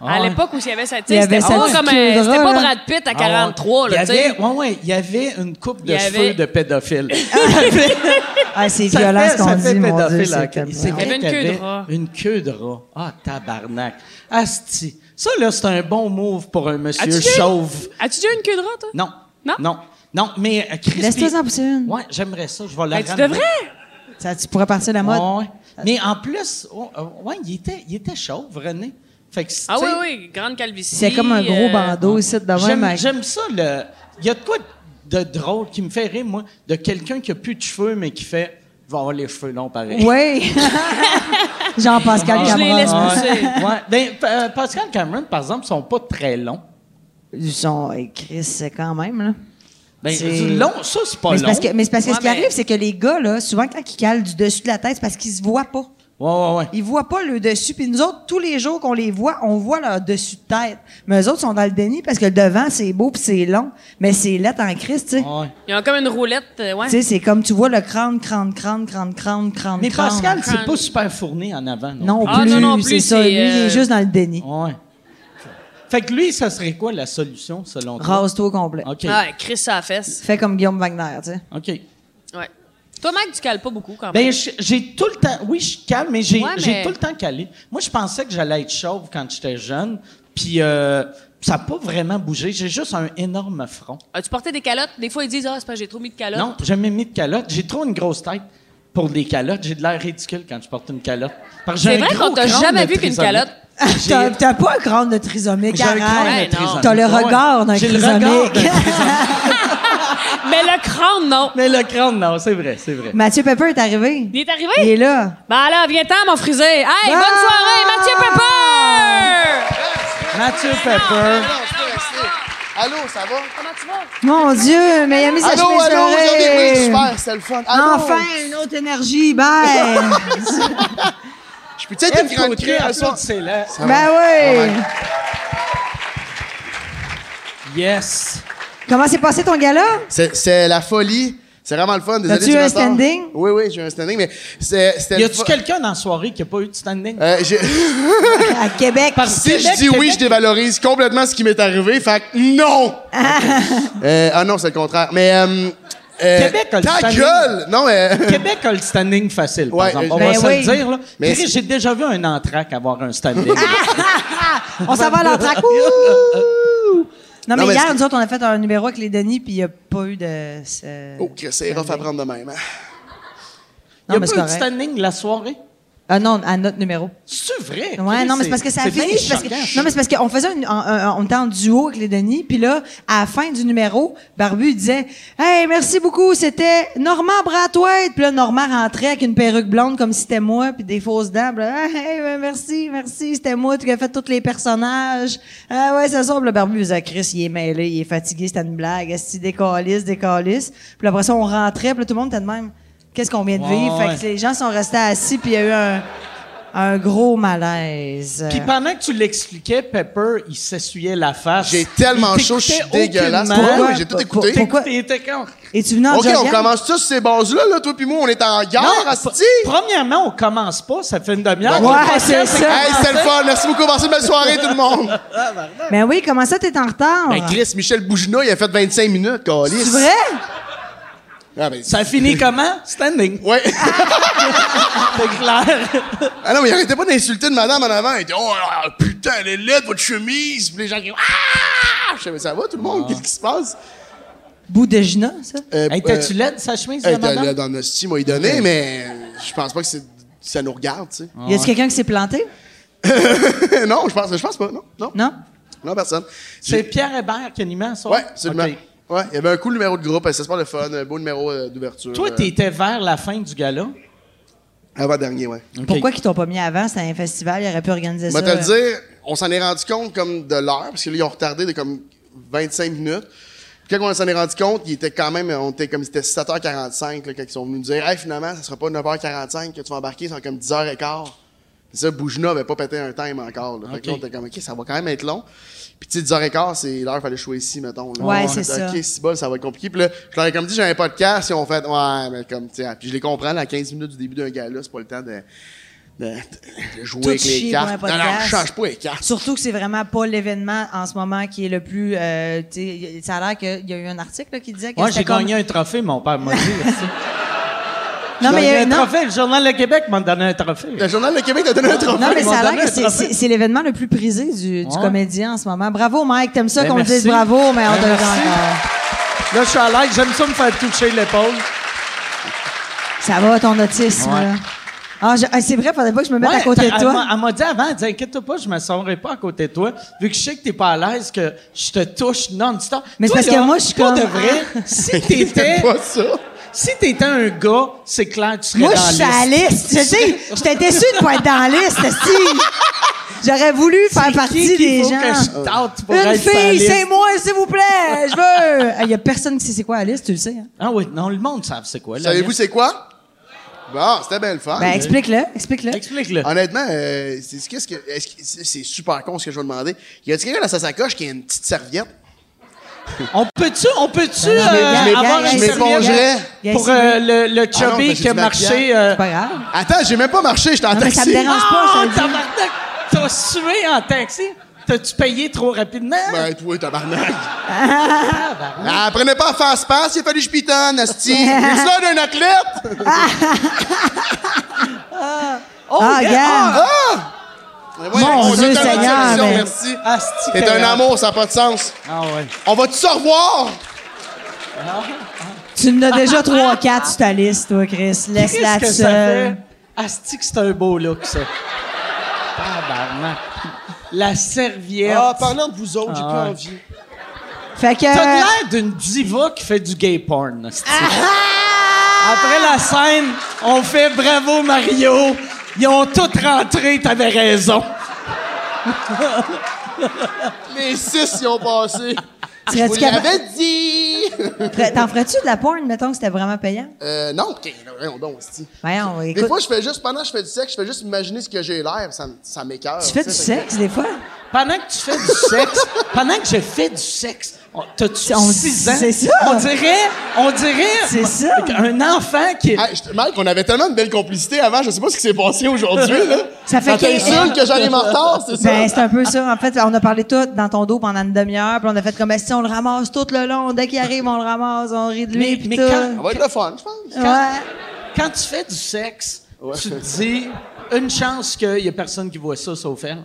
Speaker 7: Ah
Speaker 6: À
Speaker 7: ouais.
Speaker 6: l'époque où il y avait ça, tu
Speaker 5: Il y
Speaker 6: sais, c'était
Speaker 5: avait
Speaker 6: pas
Speaker 5: sa petite
Speaker 6: comme.
Speaker 5: queue
Speaker 6: euh,
Speaker 5: de
Speaker 6: C'était
Speaker 5: rat,
Speaker 6: pas
Speaker 5: là. Ah
Speaker 6: Brad Pitt à 43,
Speaker 7: il y
Speaker 6: là, tu
Speaker 7: avait,
Speaker 6: sais.
Speaker 7: ouais, ouais, il y avait une coupe de
Speaker 6: Il y
Speaker 7: cheveux
Speaker 6: avait-
Speaker 7: de pédophile.
Speaker 5: Ah, c'est
Speaker 7: Ça
Speaker 5: violent
Speaker 7: fait-
Speaker 5: ce qu'on
Speaker 7: ça fait
Speaker 5: dit, mon
Speaker 7: pédophile,
Speaker 5: Dieu.
Speaker 7: là.
Speaker 5: c'est comme- Ouais.
Speaker 7: C'est
Speaker 6: Il
Speaker 7: vrai
Speaker 6: y avait une
Speaker 7: qu'il
Speaker 6: queue de
Speaker 7: avait
Speaker 6: rat.
Speaker 7: Une queue de rat. Ah, tabarnak. Asti. Ça, là, c'est un bon move pour un monsieur
Speaker 6: As-tu vu?
Speaker 7: chauve.
Speaker 6: As-tu déjà eu une queue de rat, toi?
Speaker 7: Non.
Speaker 6: Non?
Speaker 7: Non. Non, mais euh, Chris.
Speaker 5: Laisse-toi
Speaker 7: puis-
Speaker 5: en pousser une.
Speaker 7: Ouais, j'aimerais ça. Je vais la
Speaker 6: Ben, tu
Speaker 7: ramener.
Speaker 6: devrais!
Speaker 5: Ça, tu pourrais partir à la mode.
Speaker 7: Ouais,
Speaker 5: euh,
Speaker 7: ouais. Mais en plus, oh, euh, ouais, il était, il était chauve, René. Fait que,
Speaker 6: Ah
Speaker 7: tu
Speaker 6: oui,
Speaker 7: sais,
Speaker 6: oui, grande calvitie.
Speaker 5: C'est comme un gros
Speaker 6: euh,
Speaker 5: bandeau ici de même.
Speaker 7: J'aime,
Speaker 5: avec-
Speaker 7: j'aime ça, le. Il y a de quoi de drôle qui me fait rire, moi, de quelqu'un qui a plus de cheveux, mais qui fait. Il va avoir les cheveux longs pareil.
Speaker 5: Oui. Jean-Pascal
Speaker 6: Je les
Speaker 5: Cameron.
Speaker 6: laisse pousser.
Speaker 7: Ouais. Ben, euh, Pascal Cameron, par exemple, sont pas très longs.
Speaker 5: Ils sont eh, Chris c'est quand même là.
Speaker 7: Ben,
Speaker 5: C'est-
Speaker 7: long, ça, c'est pas
Speaker 5: mais c'est
Speaker 7: long.
Speaker 5: parce que, mais c'est parce que
Speaker 6: Ouais,
Speaker 5: ce qui
Speaker 6: mais-
Speaker 5: arrive, c'est que les gars là, souvent quand ils calent du dessus de la tête, c'est parce qu'ils se voient pas.
Speaker 7: Ouais, ouais, ouais.
Speaker 5: Ils voient pas le dessus. Puis nous autres, tous les jours qu'on les voit, on voit leur dessus de tête. Mais eux autres sont dans le déni parce que le devant c'est beau puis c'est long, mais c'est laid en Christ, tu sais.
Speaker 7: Ouais.
Speaker 6: Ils ont comme une roulette, euh, ouais.
Speaker 5: Tu sais, c'est comme tu vois le crâne, crâne, crâne, crâne, crâne, crâne.
Speaker 7: Mais
Speaker 5: crâne.
Speaker 7: Pascal, c'est
Speaker 6: crâne.
Speaker 7: pas super fourni en avant. Non.
Speaker 5: non,
Speaker 6: Ah,
Speaker 5: plus,
Speaker 6: non, non, plus,
Speaker 5: c'est ça.
Speaker 6: c'est,
Speaker 5: Lui, il
Speaker 6: euh,
Speaker 5: est juste dans le déni.
Speaker 7: Ouais. Fait que lui, ça serait quoi la solution, selon toi?
Speaker 5: Rase-toi au complet.
Speaker 7: OK.
Speaker 6: Ah, Chris à la fesse.
Speaker 5: Fais comme Guillaume Wagner, tu sais.
Speaker 7: OK.
Speaker 6: Ouais. Toi, Mike, tu cales pas beaucoup quand même.
Speaker 7: Ben, je- j'ai tout le temps. Oui, je calme, mais j'ai
Speaker 6: Ouais,
Speaker 7: j'ai
Speaker 6: mais-
Speaker 7: tout le temps calé. Moi, je pensais que j'allais être chauve quand j'étais jeune, puis euh, ça n'a pas vraiment bougé. J'ai juste un énorme front.
Speaker 6: As-tu porté des calottes? Des fois, ils disent, ah, c'est parce que j'ai trop mis de calottes.
Speaker 7: Non, j'ai jamais mis de calotte. J'ai trop une grosse tête pour des calottes. J'ai de l'air ridicule quand je porte une calotte. Parce que j'ai
Speaker 6: C'est
Speaker 7: un
Speaker 6: vrai
Speaker 7: gros
Speaker 6: qu'on t'a
Speaker 7: crâne
Speaker 6: jamais
Speaker 7: de
Speaker 6: vu qu'une
Speaker 7: trisomique.
Speaker 6: calotte.
Speaker 7: J'ai-
Speaker 5: T'as t'as pas un crâne de trisomique,
Speaker 7: j'ai un crâne
Speaker 5: arrête.
Speaker 6: Ouais,
Speaker 7: de
Speaker 6: non.
Speaker 7: trisomique.
Speaker 5: T'as le
Speaker 7: Ouais.
Speaker 5: regard d'un
Speaker 7: J'ai le regard
Speaker 5: trisomique.
Speaker 7: d'un trisomique.
Speaker 6: Mais le crâne, non.
Speaker 7: Mais le crâne, non, c'est vrai, c'est vrai.
Speaker 5: Mathieu Pepper est arrivé.
Speaker 6: Il est arrivé?
Speaker 5: Il est là.
Speaker 6: Ben là, viens-t'en, mon frisé. Hey, bonne
Speaker 5: Ah!
Speaker 6: soirée, Mathieu Pepper!
Speaker 7: Mathieu Pepper.
Speaker 8: Non, je peux rester. Allô, ça va?
Speaker 6: Comment tu vas?
Speaker 5: Mon Dieu, mais il a mis sa
Speaker 8: Allô,
Speaker 5: chemise
Speaker 8: allô,
Speaker 5: dorée.
Speaker 8: oui, super, c'est le fun. Allô?
Speaker 5: Enfin, une autre énergie. Bye.
Speaker 8: Je peux-tu être une grande crie à soir?
Speaker 7: C'est là.
Speaker 8: Ça va?
Speaker 5: ben oui.
Speaker 8: Ouais.
Speaker 7: Yes.
Speaker 5: Comment s'est passé ton gala?
Speaker 8: C'est c'est la folie. C'est vraiment le fun. Désolé,
Speaker 5: As-tu
Speaker 8: du
Speaker 5: un
Speaker 8: retard.
Speaker 5: standing?
Speaker 8: Oui, oui, j'ai eu un standing, mais c'est- c'était
Speaker 7: Y
Speaker 8: le
Speaker 7: a-tu
Speaker 8: fun.
Speaker 7: quelqu'un dans la soirée qui a pas eu de standing?
Speaker 8: Euh, j'ai-
Speaker 5: À Québec.
Speaker 7: Parce-
Speaker 8: si
Speaker 7: Québec,
Speaker 8: je dis oui,
Speaker 7: Québec.
Speaker 8: je dévalorise complètement ce qui m'est arrivé. Fait que non! Euh, ah non, c'est le contraire. Mais. euh, euh,
Speaker 7: Québec a le
Speaker 8: Ta
Speaker 7: standing.
Speaker 8: gueule! Non, mais. euh,
Speaker 7: Québec a le standing facile, par
Speaker 8: Ouais,
Speaker 7: exemple.
Speaker 8: euh,
Speaker 7: On
Speaker 5: ben
Speaker 7: va se
Speaker 5: oui. Ah,
Speaker 7: le dire. Là.
Speaker 8: Mais
Speaker 7: Chris,
Speaker 8: c'est-
Speaker 7: j'ai déjà vu un entraque avoir un standing.
Speaker 5: On s'en va à l'entraque. Ouh! Non, mais
Speaker 8: mais
Speaker 5: hier,
Speaker 8: c'est-
Speaker 5: nous autres, on a fait un numéro avec les Denis, puis il n'y a pas eu de. ce-
Speaker 8: Oh, Chris, c'est rough à prendre de même. hein.
Speaker 5: Non,
Speaker 7: Il
Speaker 5: mais
Speaker 7: n'y a
Speaker 5: c'est
Speaker 7: pas eu de
Speaker 5: correct.
Speaker 7: standing la soirée.
Speaker 5: Ah non, à notre numéro.
Speaker 7: C'est vrai.
Speaker 5: Ouais,
Speaker 7: Chris,
Speaker 5: non, mais c'est parce que ça a
Speaker 7: c'est
Speaker 5: fini.
Speaker 7: bien
Speaker 5: c'est Parce que,
Speaker 7: choquant.
Speaker 5: non, mais c'est parce qu'on faisait une- un- un- un- on était en duo avec les Denis, puis là, à la fin du numéro, Barbu il disait Hey, merci beaucoup, c'était Normand Brathwaite. Puis là, Normand rentrait avec une perruque blonde comme si c'était moi, puis des fausses dents. Puis là, hey, ben, merci, merci, c'était moi, tu as fait tous les personnages. Ah ouais, ça sort. Puis là, Barbu il faisait Chris, il est mêlé, il est fatigué, c'était une blague. Est-ce qu'il décalisse, décalisse. Puis là, après ça, on rentrait, puis là, tout le monde était de même. Qu'est-ce qu'on vient de
Speaker 7: Ouais,
Speaker 5: vivre? Fait
Speaker 7: ouais.
Speaker 5: que les gens sont restés assis, puis il y a eu un, un gros malaise.
Speaker 7: Puis pendant que tu l'expliquais, Pepper, il s'essuyait la face.
Speaker 8: J'ai tellement
Speaker 7: Il
Speaker 8: chaud, je suis
Speaker 7: t'écoutait
Speaker 8: dégueulasse.
Speaker 7: aucunement.
Speaker 8: Ouais,
Speaker 5: Pourquoi?
Speaker 8: ouais, j'ai tout écouté.
Speaker 5: Pour- pourquoi?
Speaker 7: Il était con.
Speaker 5: Et tu venais en
Speaker 8: OK, on
Speaker 5: jogging?
Speaker 8: commence tous ces bases-là, là, toi puis moi, on est en guerre,
Speaker 7: Ah, Non,
Speaker 8: Asti!
Speaker 7: Premièrement, on commence pas, ça fait une demi-heure.
Speaker 8: Ouais,
Speaker 7: On commence
Speaker 5: c'est
Speaker 7: à-
Speaker 5: ça.
Speaker 8: Hey, c'était le fun! Merci beaucoup, passez une belle soirée, tout le monde!
Speaker 5: Mais oui, comment ça, t'es en retard?
Speaker 8: Ben, Chris, Michel Bougina, il a fait 25 minutes, Calis.
Speaker 5: c'est vrai?
Speaker 8: Ah, ben,
Speaker 7: Ça finit comment? Standing.
Speaker 8: Ouais.
Speaker 7: C'est clair.
Speaker 8: Ah non, mais il arrêtait pas d'insulter de madame en avant. Il était, oh ah, putain, elle est laide, votre chemise. Puis les gens qui, ah! Je sais, mais ça va, tout le monde, qu'est-ce qui se passe?
Speaker 5: Bout de Gina, ça?
Speaker 8: Euh,
Speaker 7: Hey,
Speaker 8: euh,
Speaker 7: t'as-tu l'aide, sa chemise,
Speaker 8: hey,
Speaker 7: la
Speaker 8: t'as
Speaker 7: madame?
Speaker 8: laide en hostie, m'a y donné, mais je pense pas que c'est- ça nous regarde, tu sais.
Speaker 5: Y a-tu quelqu'un qui s'est planté?
Speaker 8: non, je pense, je pense pas, non, non,
Speaker 5: Non?
Speaker 8: non, personne.
Speaker 7: C'est
Speaker 8: J'ai-
Speaker 7: Pierre Hébert qui animait ça?
Speaker 8: Ouais, absolument.
Speaker 7: OK.
Speaker 8: Ouais, il y avait un cool numéro de groupe, ça se passe le fun, un beau numéro euh, d'ouverture.
Speaker 7: Toi,
Speaker 8: euh,
Speaker 7: t'étais vers la fin du gala.
Speaker 8: Avant-dernier, ouais.
Speaker 5: Pourquoi qu'ils t'ont pas mis avant? C'était un festival, ils auraient pu organiser
Speaker 8: Je
Speaker 5: ça. euh,
Speaker 8: vais te le dire, on s'en est rendu compte comme de l'heure, parce que là, ils ont retardé de comme 25 minutes. Puis quand on s'en est rendu compte, il était quand même, on était comme, c'était 7h45, là, quand ils sont venus nous dire, hey, finalement, ça sera pas 9h45 que tu vas embarquer, c'est comme 10h15. Puis ça, Boujna avait pas pété un time encore, là. Fait que là, on était comme, OK, ça va quand même être long. Puis tu sais, 10h15, c'est l'heure, fallait choisir ici, mettons. là.
Speaker 5: Ouais,
Speaker 8: On
Speaker 5: c'est
Speaker 8: était,
Speaker 5: ça.
Speaker 8: OK, c'est bon, ça va être compliqué. Puis là, je leur ai comme dit, j'ai un podcast, ils ont fait, ouais, mais comme, tu sais, ah, puis je les comprends, là, à 15 minutes du début d'un gala, c'est pas le temps de, de- de jouer
Speaker 5: Tout
Speaker 8: avec les
Speaker 5: chier pour un
Speaker 8: cartes. Non, non,
Speaker 5: podcast.
Speaker 8: je change pas les cartes.
Speaker 5: Surtout que c'est vraiment pas l'événement en ce moment qui est le plus. euh, tu sais, y- ça a l'air qu'il y a eu un article là, qui disait que.
Speaker 7: Moi,
Speaker 5: c'était
Speaker 7: j'ai
Speaker 5: comme-
Speaker 7: gagné un trophée, mon père m'a dit.
Speaker 5: Non, mais, il y a-
Speaker 7: un
Speaker 5: non,
Speaker 7: trophée. Le Journal de Québec m'a donné un trophée.
Speaker 8: Le Journal de Québec t'a donné un trophée.
Speaker 5: non, mais
Speaker 7: Ils
Speaker 5: ça
Speaker 7: m'ont
Speaker 5: a
Speaker 7: donné
Speaker 5: l'air que
Speaker 7: un
Speaker 5: c'est-
Speaker 7: trophée.
Speaker 5: c'est c'est l'événement le plus prisé du, du
Speaker 7: Ouais.
Speaker 5: comédien en ce moment. Bravo, Mike. T'aimes ça
Speaker 7: Ben,
Speaker 5: qu'on te dise
Speaker 7: merci.
Speaker 5: bravo, mais on
Speaker 7: Ben,
Speaker 5: te le Euh, dit
Speaker 7: merci.
Speaker 5: encore.
Speaker 7: Là, je suis à l'aise. J'aime ça me faire toucher l'épaule.
Speaker 5: Ça va, ton autisme,
Speaker 7: Ouais.
Speaker 5: là. Ah, je- ah, c'est vrai, faudrait pas que je me mette
Speaker 7: Ouais,
Speaker 5: à côté de
Speaker 7: elle m'a-
Speaker 5: toi.
Speaker 7: Elle m'a dit avant, elle dit, inquiète-toi pas, je me saurais pas à côté de toi, vu que je sais que t'es pas à l'aise, que je te touche non-stop.
Speaker 5: Mais c'est
Speaker 7: Toi,
Speaker 5: parce que
Speaker 7: là,
Speaker 5: moi, je suis
Speaker 7: pour
Speaker 5: comme- Ah!
Speaker 7: de vrai, si t'étais,
Speaker 8: pas ça.
Speaker 7: si t'étais un gars, c'est clair que tu serais
Speaker 5: Moi,
Speaker 7: dans
Speaker 5: je suis
Speaker 7: la
Speaker 5: à
Speaker 7: liste.
Speaker 5: la liste. Je sais, j'étais déçue de pas être dans la liste, si. J'aurais voulu faire
Speaker 7: C'est
Speaker 5: partie
Speaker 7: qui qu'il
Speaker 5: des
Speaker 7: faut
Speaker 5: gens.
Speaker 7: que je tente pour
Speaker 5: Une
Speaker 7: être sur la
Speaker 5: fille,
Speaker 7: liste?
Speaker 5: c'est moi, s'il vous plaît, je veux. Il y a personne qui sait c'est quoi la liste, tu le sais. Hein?
Speaker 7: Ah oui, non, le monde savent c'est quoi. la
Speaker 8: Savez-vous
Speaker 7: liste.
Speaker 8: c'est quoi? Bon, c'était belle fun.
Speaker 5: Ben, explique-le, explique-le.
Speaker 7: Explique-le.
Speaker 8: Honnêtement, euh, c'est c'est- qu'est-ce que est-ce que- c'est c'est super con ce que je vais demander. Y a-t-il quelqu'un dans sa sacoche qui a une petite serviette
Speaker 7: On peut-tu, on peut-tu
Speaker 5: Ben,
Speaker 7: euh,
Speaker 5: regarde,
Speaker 7: avoir
Speaker 5: regarde,
Speaker 7: une
Speaker 5: je
Speaker 7: serviette
Speaker 8: m'épongerais.
Speaker 7: pour
Speaker 5: Regarde,
Speaker 7: euh, le, le chubby
Speaker 8: Ah non, ben, j'ai
Speaker 7: qui a
Speaker 8: du
Speaker 7: marché?
Speaker 8: maquillage.
Speaker 7: euh,
Speaker 5: C'est pas grave.
Speaker 8: Attends, j'ai même pas marché, j'étais en
Speaker 5: Non, mais ça
Speaker 8: taxi.
Speaker 5: me dérange pas,
Speaker 7: Ah,
Speaker 5: ça dit.
Speaker 7: tabarnak! T'as sué en taxi? T'as-tu payé trop rapidement?
Speaker 8: Ben, toi, tabarnak. Ah, prenez pas face-passe, il a fallu que je pitonne, Asti. Il ça d'un athlète?
Speaker 7: Oh,
Speaker 5: Ah,
Speaker 7: yeah.
Speaker 5: regarde.
Speaker 8: Ben, voyons,
Speaker 5: Mon
Speaker 8: j'ai
Speaker 5: Dieu
Speaker 8: tellement de
Speaker 5: Seigneur,
Speaker 8: solutions,
Speaker 5: mais-
Speaker 8: merci.
Speaker 7: Ah, asti
Speaker 8: Bah. T'es
Speaker 7: que-
Speaker 8: un amour, ça n'a pas de sens.
Speaker 7: Ah, ouais.
Speaker 8: On va-tu se revoir?
Speaker 5: Tu en as déjà 3-4 sur ta liste, toi, Chris. Laisse-la
Speaker 7: ah. Qu'est-ce que
Speaker 5: toute
Speaker 7: ça
Speaker 5: seule.
Speaker 7: fait? Asti que c'est un beau look, ça. Tabarnak. La serviette.
Speaker 8: Ah, parlant de vous autres, j'ai
Speaker 7: Ah.
Speaker 8: plus envie.
Speaker 5: Fait que.
Speaker 7: T'as l'air d'une diva qui fait du gay porn, asti.
Speaker 5: Ah!
Speaker 7: Ah! Après la scène, on fait bravo Mario. Ils ont tout rentré, t'avais raison.
Speaker 8: Les six y ont passé. Je vous
Speaker 5: Serais-tu capable-
Speaker 8: l'avais dit.
Speaker 5: Ferais- T'en ferais-tu de la porn, mettons que c'était vraiment payant?
Speaker 8: Euh, non, ok, voyons donc, Asti.
Speaker 5: Voyons,
Speaker 8: Des
Speaker 5: écoute.
Speaker 8: fois, je fais juste, pendant que je fais du sexe, je fais juste imaginer ce que j'ai l'air, ça, m- ça m'écœure.
Speaker 5: Tu fais du
Speaker 8: sais, fait
Speaker 5: sexe, des fois?
Speaker 7: Pendant que tu fais du sexe, pendant que je fais du sexe, on- t'as-tu
Speaker 5: On-
Speaker 7: 6 ans?
Speaker 5: c'est ça.
Speaker 7: On dirait, on dirait
Speaker 5: C'est ça.
Speaker 7: un enfant qui est
Speaker 8: que- Hey, Ah, je- Mike, on avait tellement de belle complicité avant, je sais pas ce qui s'est passé aujourd'hui, là.
Speaker 5: Ça fait que-
Speaker 8: t'insulte que j'arrive en retard, c'est ça?
Speaker 5: Ben, c'est un peu ça. En fait, on a parlé tout dans ton dos pendant une demi-heure, puis on a fait comme ben, si on le ramasse tout le long. Dès qu'il arrive, on le ramasse, on rit de
Speaker 7: Mais-
Speaker 5: lui, puis
Speaker 7: mais
Speaker 5: tout.
Speaker 8: Ça
Speaker 7: quand-
Speaker 8: va être le fun, je pense.
Speaker 5: Ouais.
Speaker 7: Quand tu fais du sexe,
Speaker 8: Ouais.
Speaker 7: tu te dis une chance qu'il y a personne qui voit ça sauf elle.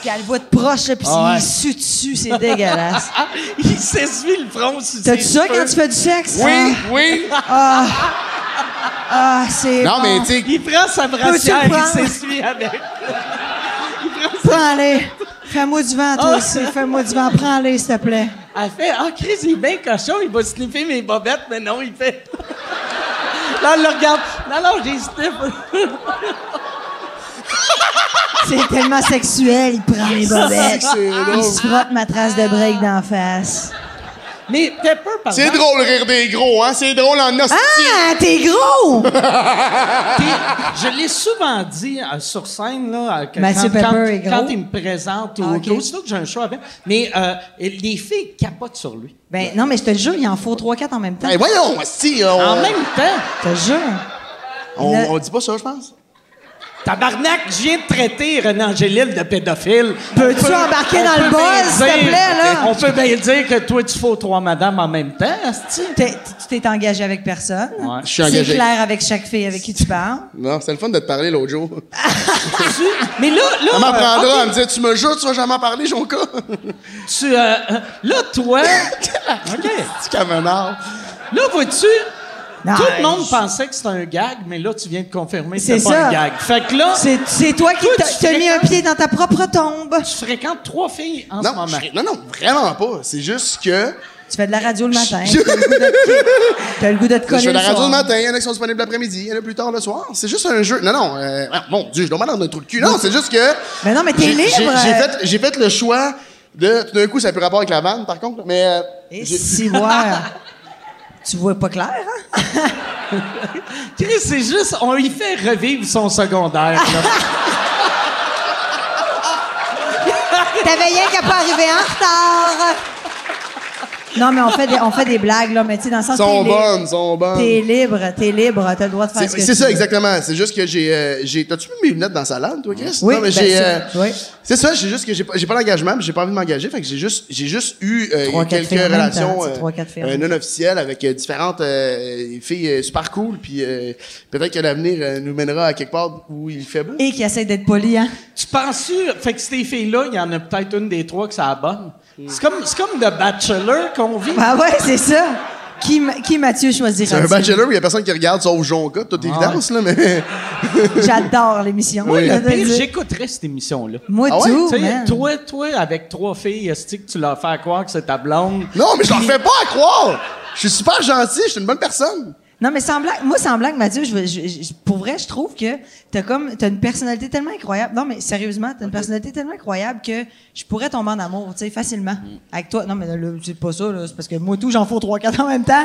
Speaker 5: Puis elle le voit de proche, là, puis
Speaker 7: Ah ouais.
Speaker 5: il sue dessus, c'est dégueulasse.
Speaker 7: Ah, il s'essuie le front. sur
Speaker 5: T'as-tu
Speaker 7: ses
Speaker 5: ça
Speaker 7: cheveux.
Speaker 5: quand tu fais du sexe?
Speaker 8: Oui, oui.
Speaker 5: Ah, ah, c'est.
Speaker 8: Non, mais
Speaker 5: bon.
Speaker 8: tu sais,
Speaker 7: Il prend sa brassière,
Speaker 5: Peux-tu le
Speaker 7: il
Speaker 5: prendre?
Speaker 7: s'essuie avec.
Speaker 5: Prends-les. Fais-moi du vent,
Speaker 8: Ah.
Speaker 5: toi aussi. Fais-moi du vent. Prends-les, s'il te plaît.
Speaker 7: Elle fait Ah, Chris, il est bien cochon, il va sniffer mes bobettes, mais non, il fait. Là, elle le regarde. Non, non, j'ai sniff.
Speaker 5: C'est tellement sexuel, il prend les bobettes.
Speaker 8: c'est
Speaker 5: Il
Speaker 8: drôle.
Speaker 5: se frotte ma trace de break d'en face.
Speaker 7: Mais Pepper, par
Speaker 8: C'est
Speaker 7: exemple,
Speaker 8: drôle rire des gros, hein? C'est drôle en hostie.
Speaker 5: Ah, t'es gros!
Speaker 7: t'es- je l'ai souvent dit euh, sur scène, là, euh, que
Speaker 5: Mathieu
Speaker 7: quand,
Speaker 5: Pepper est
Speaker 7: quand
Speaker 5: gros.
Speaker 7: il me présente, ou
Speaker 5: Ah, ok.
Speaker 7: aussitôt que j'ai un show avec, mais euh, les filles capotent sur lui.
Speaker 5: Ben, non, mais je te le jure, il en faut 3-4 en même temps.
Speaker 8: Hey, voyons, hostie,
Speaker 7: En
Speaker 8: on,
Speaker 7: même temps,
Speaker 5: Je te le jure.
Speaker 8: on,
Speaker 5: le-
Speaker 8: on dit pas ça, je pense.
Speaker 7: Tabarnak, je viens de traiter René Angélil de pédophile.
Speaker 5: Peux-tu
Speaker 7: On peut-
Speaker 5: embarquer
Speaker 7: on
Speaker 5: dans le
Speaker 7: peut bien
Speaker 5: buzz, s'il te
Speaker 7: dire-
Speaker 5: plaît, là?
Speaker 7: On peut bien dire que toi, tu fais trois madames en même temps, asti.
Speaker 5: T'es- Tu t'es engagé avec personne.
Speaker 8: Je suis
Speaker 5: C'est
Speaker 8: engagé.
Speaker 5: clair avec chaque fille avec qui tu parles.
Speaker 8: Non, c'était le fun de te parler l'autre jour.
Speaker 7: Mais là, là...
Speaker 8: Ça m'apprendra
Speaker 7: euh,
Speaker 8: à me dire, tu me jures, tu vas jamais en parler, Jonka?
Speaker 7: ok, tu, euh, euh, là, toi... OK.
Speaker 8: C'est comme un art.
Speaker 7: Là, vois-tu...
Speaker 5: Non,
Speaker 7: Tout le monde
Speaker 5: je-
Speaker 7: pensait que c'était un gag, mais là, tu viens de confirmer que
Speaker 5: C'est
Speaker 7: c'était pas
Speaker 5: ça.
Speaker 7: un gag. Fait que là,
Speaker 5: C'est- C'est toi qui
Speaker 7: Toi,
Speaker 5: t'as
Speaker 7: tu
Speaker 5: t'as mis un
Speaker 7: fréquentes-
Speaker 5: pied dans ta propre tombe.
Speaker 7: tu fréquentes trois filles en ce
Speaker 8: Non,
Speaker 7: moment.
Speaker 8: je- non, non, vraiment pas. C'est juste que.
Speaker 5: Tu fais de la radio le matin. T'as le goût de te- T'as le goût de te
Speaker 8: Je
Speaker 5: coller.
Speaker 8: fais de la
Speaker 5: le
Speaker 8: radio
Speaker 5: soir.
Speaker 8: le matin, il y en a qui sont disponibles l'après-midi, il y en a plus tard le soir. C'est juste un jeu. Non, non, euh, ah, mon Dieu, je dois mal dans un trou de cul. Non, c'est juste que.
Speaker 5: Mais non, mais t'es
Speaker 8: j'ai-
Speaker 5: libre.
Speaker 8: J'ai j'ai
Speaker 5: euh,
Speaker 8: fait, j'ai fait le choix de. Tout d'un coup, ça a plus rapport avec la vanne, par contre. Mais. euh,
Speaker 5: Et
Speaker 8: j'ai-
Speaker 5: si voir. Tu vois pas clair, hein?
Speaker 7: Chris, c'est juste, on y fait revivre son secondaire,
Speaker 5: Ah!
Speaker 7: là.
Speaker 5: T'avais rien qu'à pas arriver en retard. Non, mais on fait des, on fait des blagues, là, mais tu sais, dans le sens
Speaker 8: sont
Speaker 5: t'es libre.
Speaker 8: bonnes, sont bonnes.
Speaker 5: T'es libre, t'es libre, t'as le droit de faire
Speaker 8: C'est
Speaker 5: ce que
Speaker 8: c'est
Speaker 5: tu
Speaker 8: ça,
Speaker 5: veux.
Speaker 8: exactement. C'est juste que j'ai. euh, j'ai- T'as-tu mis mes lunettes dans sa lame, toi, Chris?
Speaker 5: Oui,
Speaker 8: non, mais
Speaker 5: ben
Speaker 8: j'ai.
Speaker 5: ça,
Speaker 8: euh,
Speaker 5: oui.
Speaker 8: C'est ça, j'ai juste que j'ai pas, j'ai pas d'engagement, puis j'ai pas envie de m'engager. Fait que j'ai juste, j'ai juste eu euh,
Speaker 5: Trois, quatre
Speaker 8: quelques
Speaker 5: filles en même
Speaker 8: relations
Speaker 5: temps, c'est
Speaker 8: euh,
Speaker 5: trois, quatre filles en
Speaker 8: euh,
Speaker 5: même
Speaker 8: non officielles avec euh, différentes euh, filles euh, super cool. Puis euh, peut-être que l'avenir euh, nous mènera à quelque part où il fait beau.
Speaker 5: Et qui essaie d'être poli, hein?
Speaker 7: Tu penses-tu... Fait que ces filles-là, il y en a peut-être une des trois que ça abonne. C'est comme, c'est comme The Bachelor qu'on vit.
Speaker 5: Ah ouais, c'est ça. Qui, m- qui Mathieu choisira
Speaker 8: C'est un bachelor où il y a personne qui regarde sauf Jonca,
Speaker 5: Ah
Speaker 8: toute évidence, là, mais.
Speaker 5: J'adore l'émission.
Speaker 8: Oui,
Speaker 5: là,
Speaker 7: Le
Speaker 5: de
Speaker 7: pire,
Speaker 5: dire.
Speaker 7: j'écouterais cette émission-là.
Speaker 5: Moi,
Speaker 8: Ah ouais,
Speaker 5: tout,
Speaker 7: Tu sais,
Speaker 5: man.
Speaker 7: toi, toi, avec trois filles, est-ce que tu leur fais croire que c'est ta blonde?
Speaker 8: non, mais je leur fais pas à croire! Je suis super gentil, je suis une bonne personne.
Speaker 5: Non, mais sans blague, moi, sans blague, Mathieu, je, veux- je- je- pour vrai, je trouve que t'as comme, t'as une personnalité tellement incroyable. Non, mais sérieusement, t'as une personnalité tellement incroyable que je pourrais tomber en amour, tu sais, facilement.
Speaker 7: Mm.
Speaker 5: Avec toi. Non, mais là, c'est pas ça, là. C'est parce que moi, tout, j'en fous trois, quatre en même temps.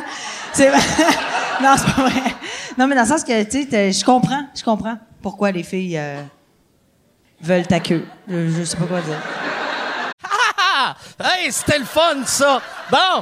Speaker 5: C'est, non, c'est pas vrai. Non, mais dans le sens que, tu sais, t'as- je comprends, je comprends pourquoi les filles, euh, veulent ta queue. Je, je sais pas quoi dire.
Speaker 3: Ah! Hey, c'était le fun, ça! Bon!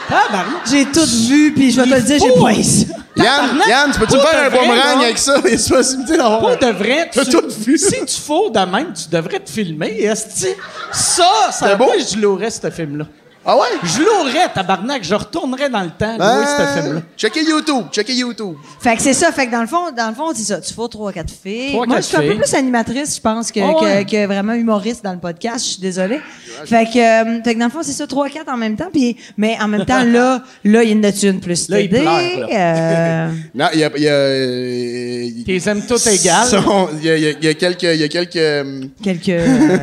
Speaker 7: Ah, ben,
Speaker 5: J'ai tout vu, puis je vais te le dire, j'ai
Speaker 7: faut-
Speaker 5: pas eu ça.
Speaker 8: Yann, Yann, tu peux-tu me
Speaker 7: Pour
Speaker 8: faire un
Speaker 7: de vrai,
Speaker 8: boomerang
Speaker 7: non?
Speaker 8: avec ça? Il y a une possibilité d'avoir
Speaker 7: pour
Speaker 8: un-
Speaker 7: de vrai, tu,
Speaker 8: T'as tout vu.
Speaker 7: si tu fous de même, tu devrais te filmer. Esti. Ça, ça
Speaker 8: C'était beau?
Speaker 7: moi, je louerais ce film-là.
Speaker 8: Ah ouais?
Speaker 7: Je louerais, tabarnak. Je retournerais dans le temps louer ce film-là.
Speaker 8: Ben, Checkez YouTube, checkez YouTube.
Speaker 5: Fait que c'est ça. Fait que dans le fond, dans le fond, c'est ça. Tu fous trois, quatre filles.
Speaker 7: Trois,
Speaker 5: Moi,
Speaker 7: quatre
Speaker 5: je suis un peu
Speaker 7: filles.
Speaker 5: plus animatrice, je pense, que,
Speaker 7: Ah ouais.
Speaker 5: que, que vraiment humoriste dans le podcast. Je suis désolée. Fait que, euh, fait que dans le fond, c'est ça, trois, quatre en même temps. Puis, mais en même temps, là, là, il y en a une plus
Speaker 7: Là, il
Speaker 5: t'aider,
Speaker 7: pleure,
Speaker 5: euh,
Speaker 8: Non, il y a. Il y a, euh, il-
Speaker 7: T'es aimes toutes égales.
Speaker 8: Sont- Il y, a- il y a- il y a quelques. Il y a quelques euh,
Speaker 5: quelques. euh,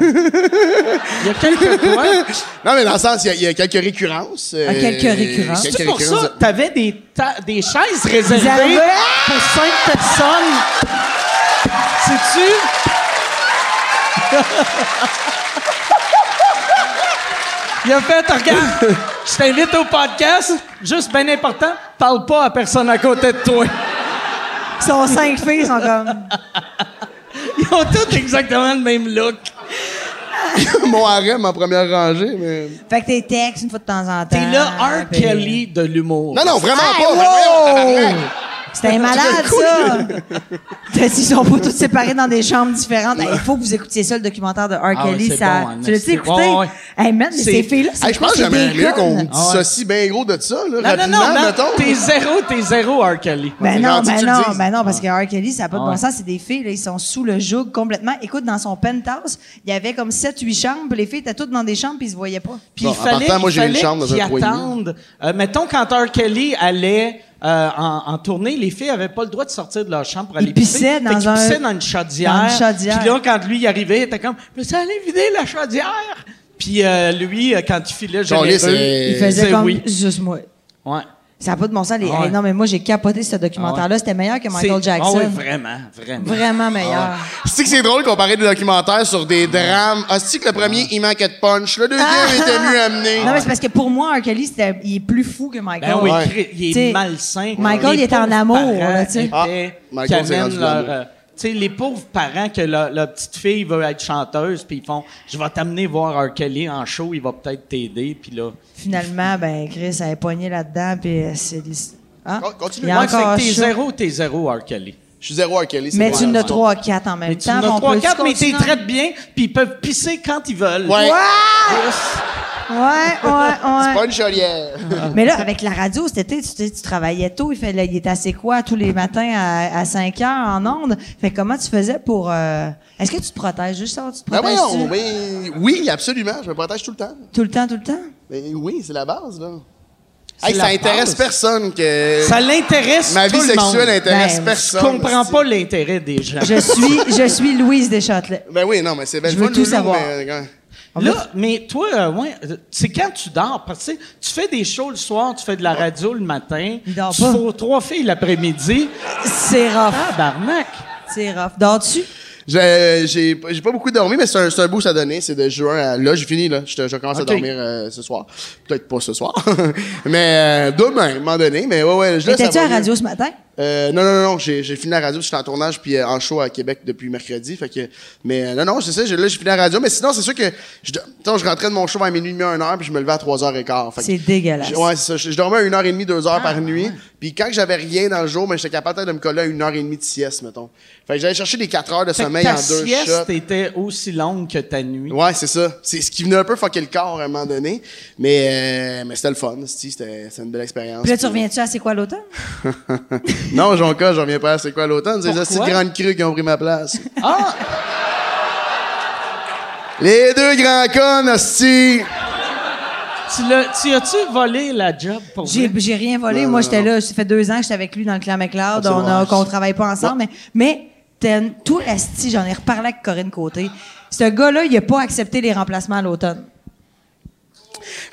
Speaker 7: Il y a quelques fois.
Speaker 8: non, mais dans le sens, il y a, il y a quelques récurrences. euh,
Speaker 5: Ah, quelques récurrences.
Speaker 8: quelques
Speaker 7: C'est pour
Speaker 8: récurrences.
Speaker 7: ça que t'avais des, ta- des chaises réservées
Speaker 5: Réservées.
Speaker 7: pour cinq personnes. Sais-tu? Il a fait, regarde, je t'invite au podcast, juste bien important, parle pas à personne à côté de toi.
Speaker 5: sont cinq filles, ils sont comme.
Speaker 7: Ils ont tous exactement le même look.
Speaker 8: Mon harem en première rangée, mais.
Speaker 5: Fait que t'es textes une fois de temps en temps.
Speaker 7: T'es là, R.
Speaker 5: puis-
Speaker 7: Kelly de l'humour.
Speaker 8: Ah Non, non, vraiment
Speaker 5: Hey,
Speaker 8: pas. vraiment,
Speaker 5: wow!
Speaker 8: tabarnak.
Speaker 5: C'était un malade, ça! T'as dit, Ils sont pas tous séparés dans des chambres différentes. Il faut que vous écoutiez ça, le documentaire de R.
Speaker 7: Ah oui,
Speaker 5: Kelly.
Speaker 7: c'est
Speaker 5: ça,
Speaker 7: bon, hein,
Speaker 5: tu l'as-tu
Speaker 7: c'est-
Speaker 5: écouté?
Speaker 7: ouais, ouais.
Speaker 5: Hey, man, mais
Speaker 7: C'est-
Speaker 5: ces filles-là, c'est
Speaker 8: Hey, je pense que
Speaker 5: c'est
Speaker 8: j'aimerais
Speaker 5: des
Speaker 8: mieux qu'on
Speaker 5: connes.
Speaker 8: dissocie bien gros de ça, là,
Speaker 7: Ah Non, non, non,
Speaker 8: rapidement,
Speaker 7: non,
Speaker 8: mettons.
Speaker 7: t'es zéro, t'es zéro, R. Kelly.
Speaker 5: Ben
Speaker 8: c'est
Speaker 5: non,
Speaker 8: gentil que
Speaker 5: ben
Speaker 8: tu le
Speaker 5: non,
Speaker 8: dises.
Speaker 5: ben non, parce que R. Kelly, ça n'a pas de
Speaker 7: Ah ouais.
Speaker 5: bon sens. C'est des filles, là, ils sont sous le joug complètement. Écoute, dans son penthouse, il y avait comme 7-8 chambres. puis Les filles étaient toutes dans des chambres, puis ils se voyaient pas.
Speaker 7: Puis
Speaker 8: Bon,
Speaker 7: il fallait,
Speaker 8: en partant, moi,
Speaker 7: il
Speaker 8: j'ai eu une
Speaker 7: fallait
Speaker 8: chambre dans un
Speaker 7: qu'ils
Speaker 8: foyer.
Speaker 7: attendent. Euh, mettons, quand R. Kelly allait euh, en, en tournée, les filles n'avaient pas le droit de sortir de leur chambre pour aller
Speaker 5: pissaient dans
Speaker 7: Fait qu'ils
Speaker 5: un-
Speaker 7: pissaient dans une chaudière.
Speaker 5: dans une chaudière.
Speaker 7: Puis là, quand lui, il arrivait, il était comme « Mais ça allait vider la chaudière! » Puis euh, lui, euh, quand il filait
Speaker 8: Genre, là,
Speaker 7: généreux,
Speaker 8: euh, c'est-
Speaker 5: Ils faisaient
Speaker 7: Euh, c'est
Speaker 5: comme
Speaker 7: oui.
Speaker 5: juste moi.
Speaker 7: Ouais.
Speaker 5: Ça n'a pas de bon sens. les-
Speaker 3: Ah ouais.
Speaker 5: Hey, non, mais moi, j'ai capoté ce documentaire-là. C'était meilleur que Michael
Speaker 3: C'est-
Speaker 5: Jackson.
Speaker 3: Ah oui, vraiment, vraiment.
Speaker 5: Vraiment
Speaker 7: Ah
Speaker 5: meilleur.
Speaker 8: C'est que c'est drôle qu'on parlait de documentaires sur des drames. Hostie que le premier, il manquait de punch. Le deuxième était mieux amené.
Speaker 5: Ah! Non, mais c'est parce que pour moi, R. Kelly, c'était- il est plus fou que Michael.
Speaker 3: Ben oui,
Speaker 8: Ouais.
Speaker 3: Chris, il est
Speaker 5: T'sais,
Speaker 3: malsain.
Speaker 5: Michael,
Speaker 3: Les
Speaker 5: il est en
Speaker 3: pauvres
Speaker 5: amour,
Speaker 3: parents
Speaker 5: là, tu sais.
Speaker 8: Ah,
Speaker 3: étaient-
Speaker 8: Michael,
Speaker 3: qui
Speaker 8: c'est
Speaker 3: amènent
Speaker 8: rendu
Speaker 3: leur,
Speaker 8: l'amour.
Speaker 3: euh, tu sais, les pauvres parents que leur, leur petite fille veut être chanteuse, puis ils font Je vais t'amener voir R. Kelly en show, il va peut-être t'aider, puis là.
Speaker 5: Finalement, ben, Chris, elle est poignée là-dedans, puis euh, c'est... des- Hein?
Speaker 8: Con- continue.
Speaker 5: Il y a
Speaker 3: Moi, c'est
Speaker 5: encore
Speaker 3: que t'es
Speaker 5: chaud.
Speaker 3: zéro, t'es zéro, R. Kelly.
Speaker 8: Je suis zéro à Kelly. c'est
Speaker 5: Mais
Speaker 8: pas
Speaker 5: tu
Speaker 8: grave.
Speaker 5: n'as trois à quatre en même
Speaker 3: Mais tu
Speaker 5: temps.
Speaker 3: en as
Speaker 5: on
Speaker 3: trois,
Speaker 5: peut-tu
Speaker 3: quatre, mais t'es
Speaker 5: continuer?
Speaker 3: traites bien, puis ils peuvent pisser quand ils veulent.
Speaker 8: Ouais.
Speaker 5: Ouais, ouais, ouais.
Speaker 8: Pas une cholière.
Speaker 5: Mais là, avec la radio, cet été, tu, sais, tu travaillais tôt. Il, fallait, il était assez quoi tous les matins à, à 5 heures en ondes? Fait que comment tu faisais pour. euh, Est-ce que tu te protèges? Juste ça, tu te
Speaker 8: Ben
Speaker 5: protèges
Speaker 8: voyons, ben, oui, absolument. Je me protège tout le temps.
Speaker 5: tout le temps, tout le temps?
Speaker 8: Ben oui, c'est la base, là. Hey, ça
Speaker 3: la base.
Speaker 8: intéresse personne que.
Speaker 3: Ça l'intéresse
Speaker 8: Ma vie
Speaker 3: tout le monde.
Speaker 8: sexuelle
Speaker 5: Ben, je
Speaker 8: intéresse
Speaker 3: Je
Speaker 8: personne.
Speaker 3: comprends pas l'intérêt des gens.
Speaker 5: Je suis, je suis Louise Deschâtelet.
Speaker 8: Ben oui, non, mais c'est belle
Speaker 5: Je veux
Speaker 8: fun,
Speaker 5: tout
Speaker 8: Loulou,
Speaker 5: savoir.
Speaker 8: mais, euh,
Speaker 3: Là, mais toi, euh, ouais, euh, c'est quand tu dors, parce que tu sais, tu fais des shows le soir, tu fais de la radio le matin,
Speaker 5: Il dort
Speaker 3: tu
Speaker 5: pas.
Speaker 3: fous trois filles l'après-midi. Ah,
Speaker 5: C'est rough.
Speaker 3: Tabarnak!
Speaker 5: C'est rough. Dors-tu?
Speaker 8: J'ai j'ai- j'ai pas beaucoup dormi, mais c'est un, c'est un boost à donner. C'est de juin à. Là, j'ai fini, là. Je, te- je commence
Speaker 3: Ok.
Speaker 8: à dormir euh, ce soir. Peut-être pas ce soir. mais euh, demain, à un moment donné. Mais ouais, ouais. je- là, ça
Speaker 5: Étais-tu
Speaker 8: va
Speaker 5: à
Speaker 8: mieux.
Speaker 5: radio ce matin?
Speaker 8: Euh, non, non, non, j'ai j'ai fini la radio, je suis en tournage puis euh, en show à Québec depuis mercredi. Fait que, mais euh, non, non, c'est ça, j'ai- là, j'ai fini la radio. Mais sinon, c'est sûr que je, do- mettons, je rentrais de mon show à minuit, et demi, 1 heure, puis je me levais à 3h15. Fait que-
Speaker 5: C'est dégueulasse.
Speaker 8: Je- Ouais, c'est ça. Je, je dormais à 1h30, 2h
Speaker 3: Ah,
Speaker 8: par nuit. Puis quand que j'avais rien dans le jour, mais j'étais capable peut-être de me coller à 1h30 de sieste, mettons. Fait que j'allais chercher des 4 heures de
Speaker 3: Fait que
Speaker 8: sommeil
Speaker 3: ta
Speaker 8: en deux
Speaker 3: sieste
Speaker 8: shots.
Speaker 3: était aussi longue que ta nuit.
Speaker 8: Ouais, c'est ça. C'est ce qui venait un peu fucker le corps à un moment donné. Mais, euh, mais c'était le fun, c'ti, c'était c'était une belle expérience.
Speaker 5: Puis là, tu
Speaker 8: Puis-
Speaker 5: reviens-tu à C'est quoi l'automne?
Speaker 8: non, Jonca, je reviens pas à c'est quoi l'automne. C'est les
Speaker 3: Pourquoi?
Speaker 8: hosties de grandes crues qui ont pris ma place.
Speaker 3: Ah!
Speaker 8: Les deux grands cons, hostie!
Speaker 3: Tu, l'as- tu as-tu volé la job pour
Speaker 5: J'ai,
Speaker 3: vrai?
Speaker 5: j'ai rien volé.
Speaker 8: Non,
Speaker 5: Moi,
Speaker 8: non,
Speaker 5: j'étais
Speaker 8: Euh, non. Ah,
Speaker 5: là. Ça fait deux ans que j'étais avec lui dans le clan McLeod.
Speaker 8: Absolument.
Speaker 5: On a, qu'on travaille pas ensemble. Mais, mais t'as- toi, Asti, j'en ai reparlé avec Corinne Côté. Ce gars-là, il a pas accepté les remplacements à l'automne.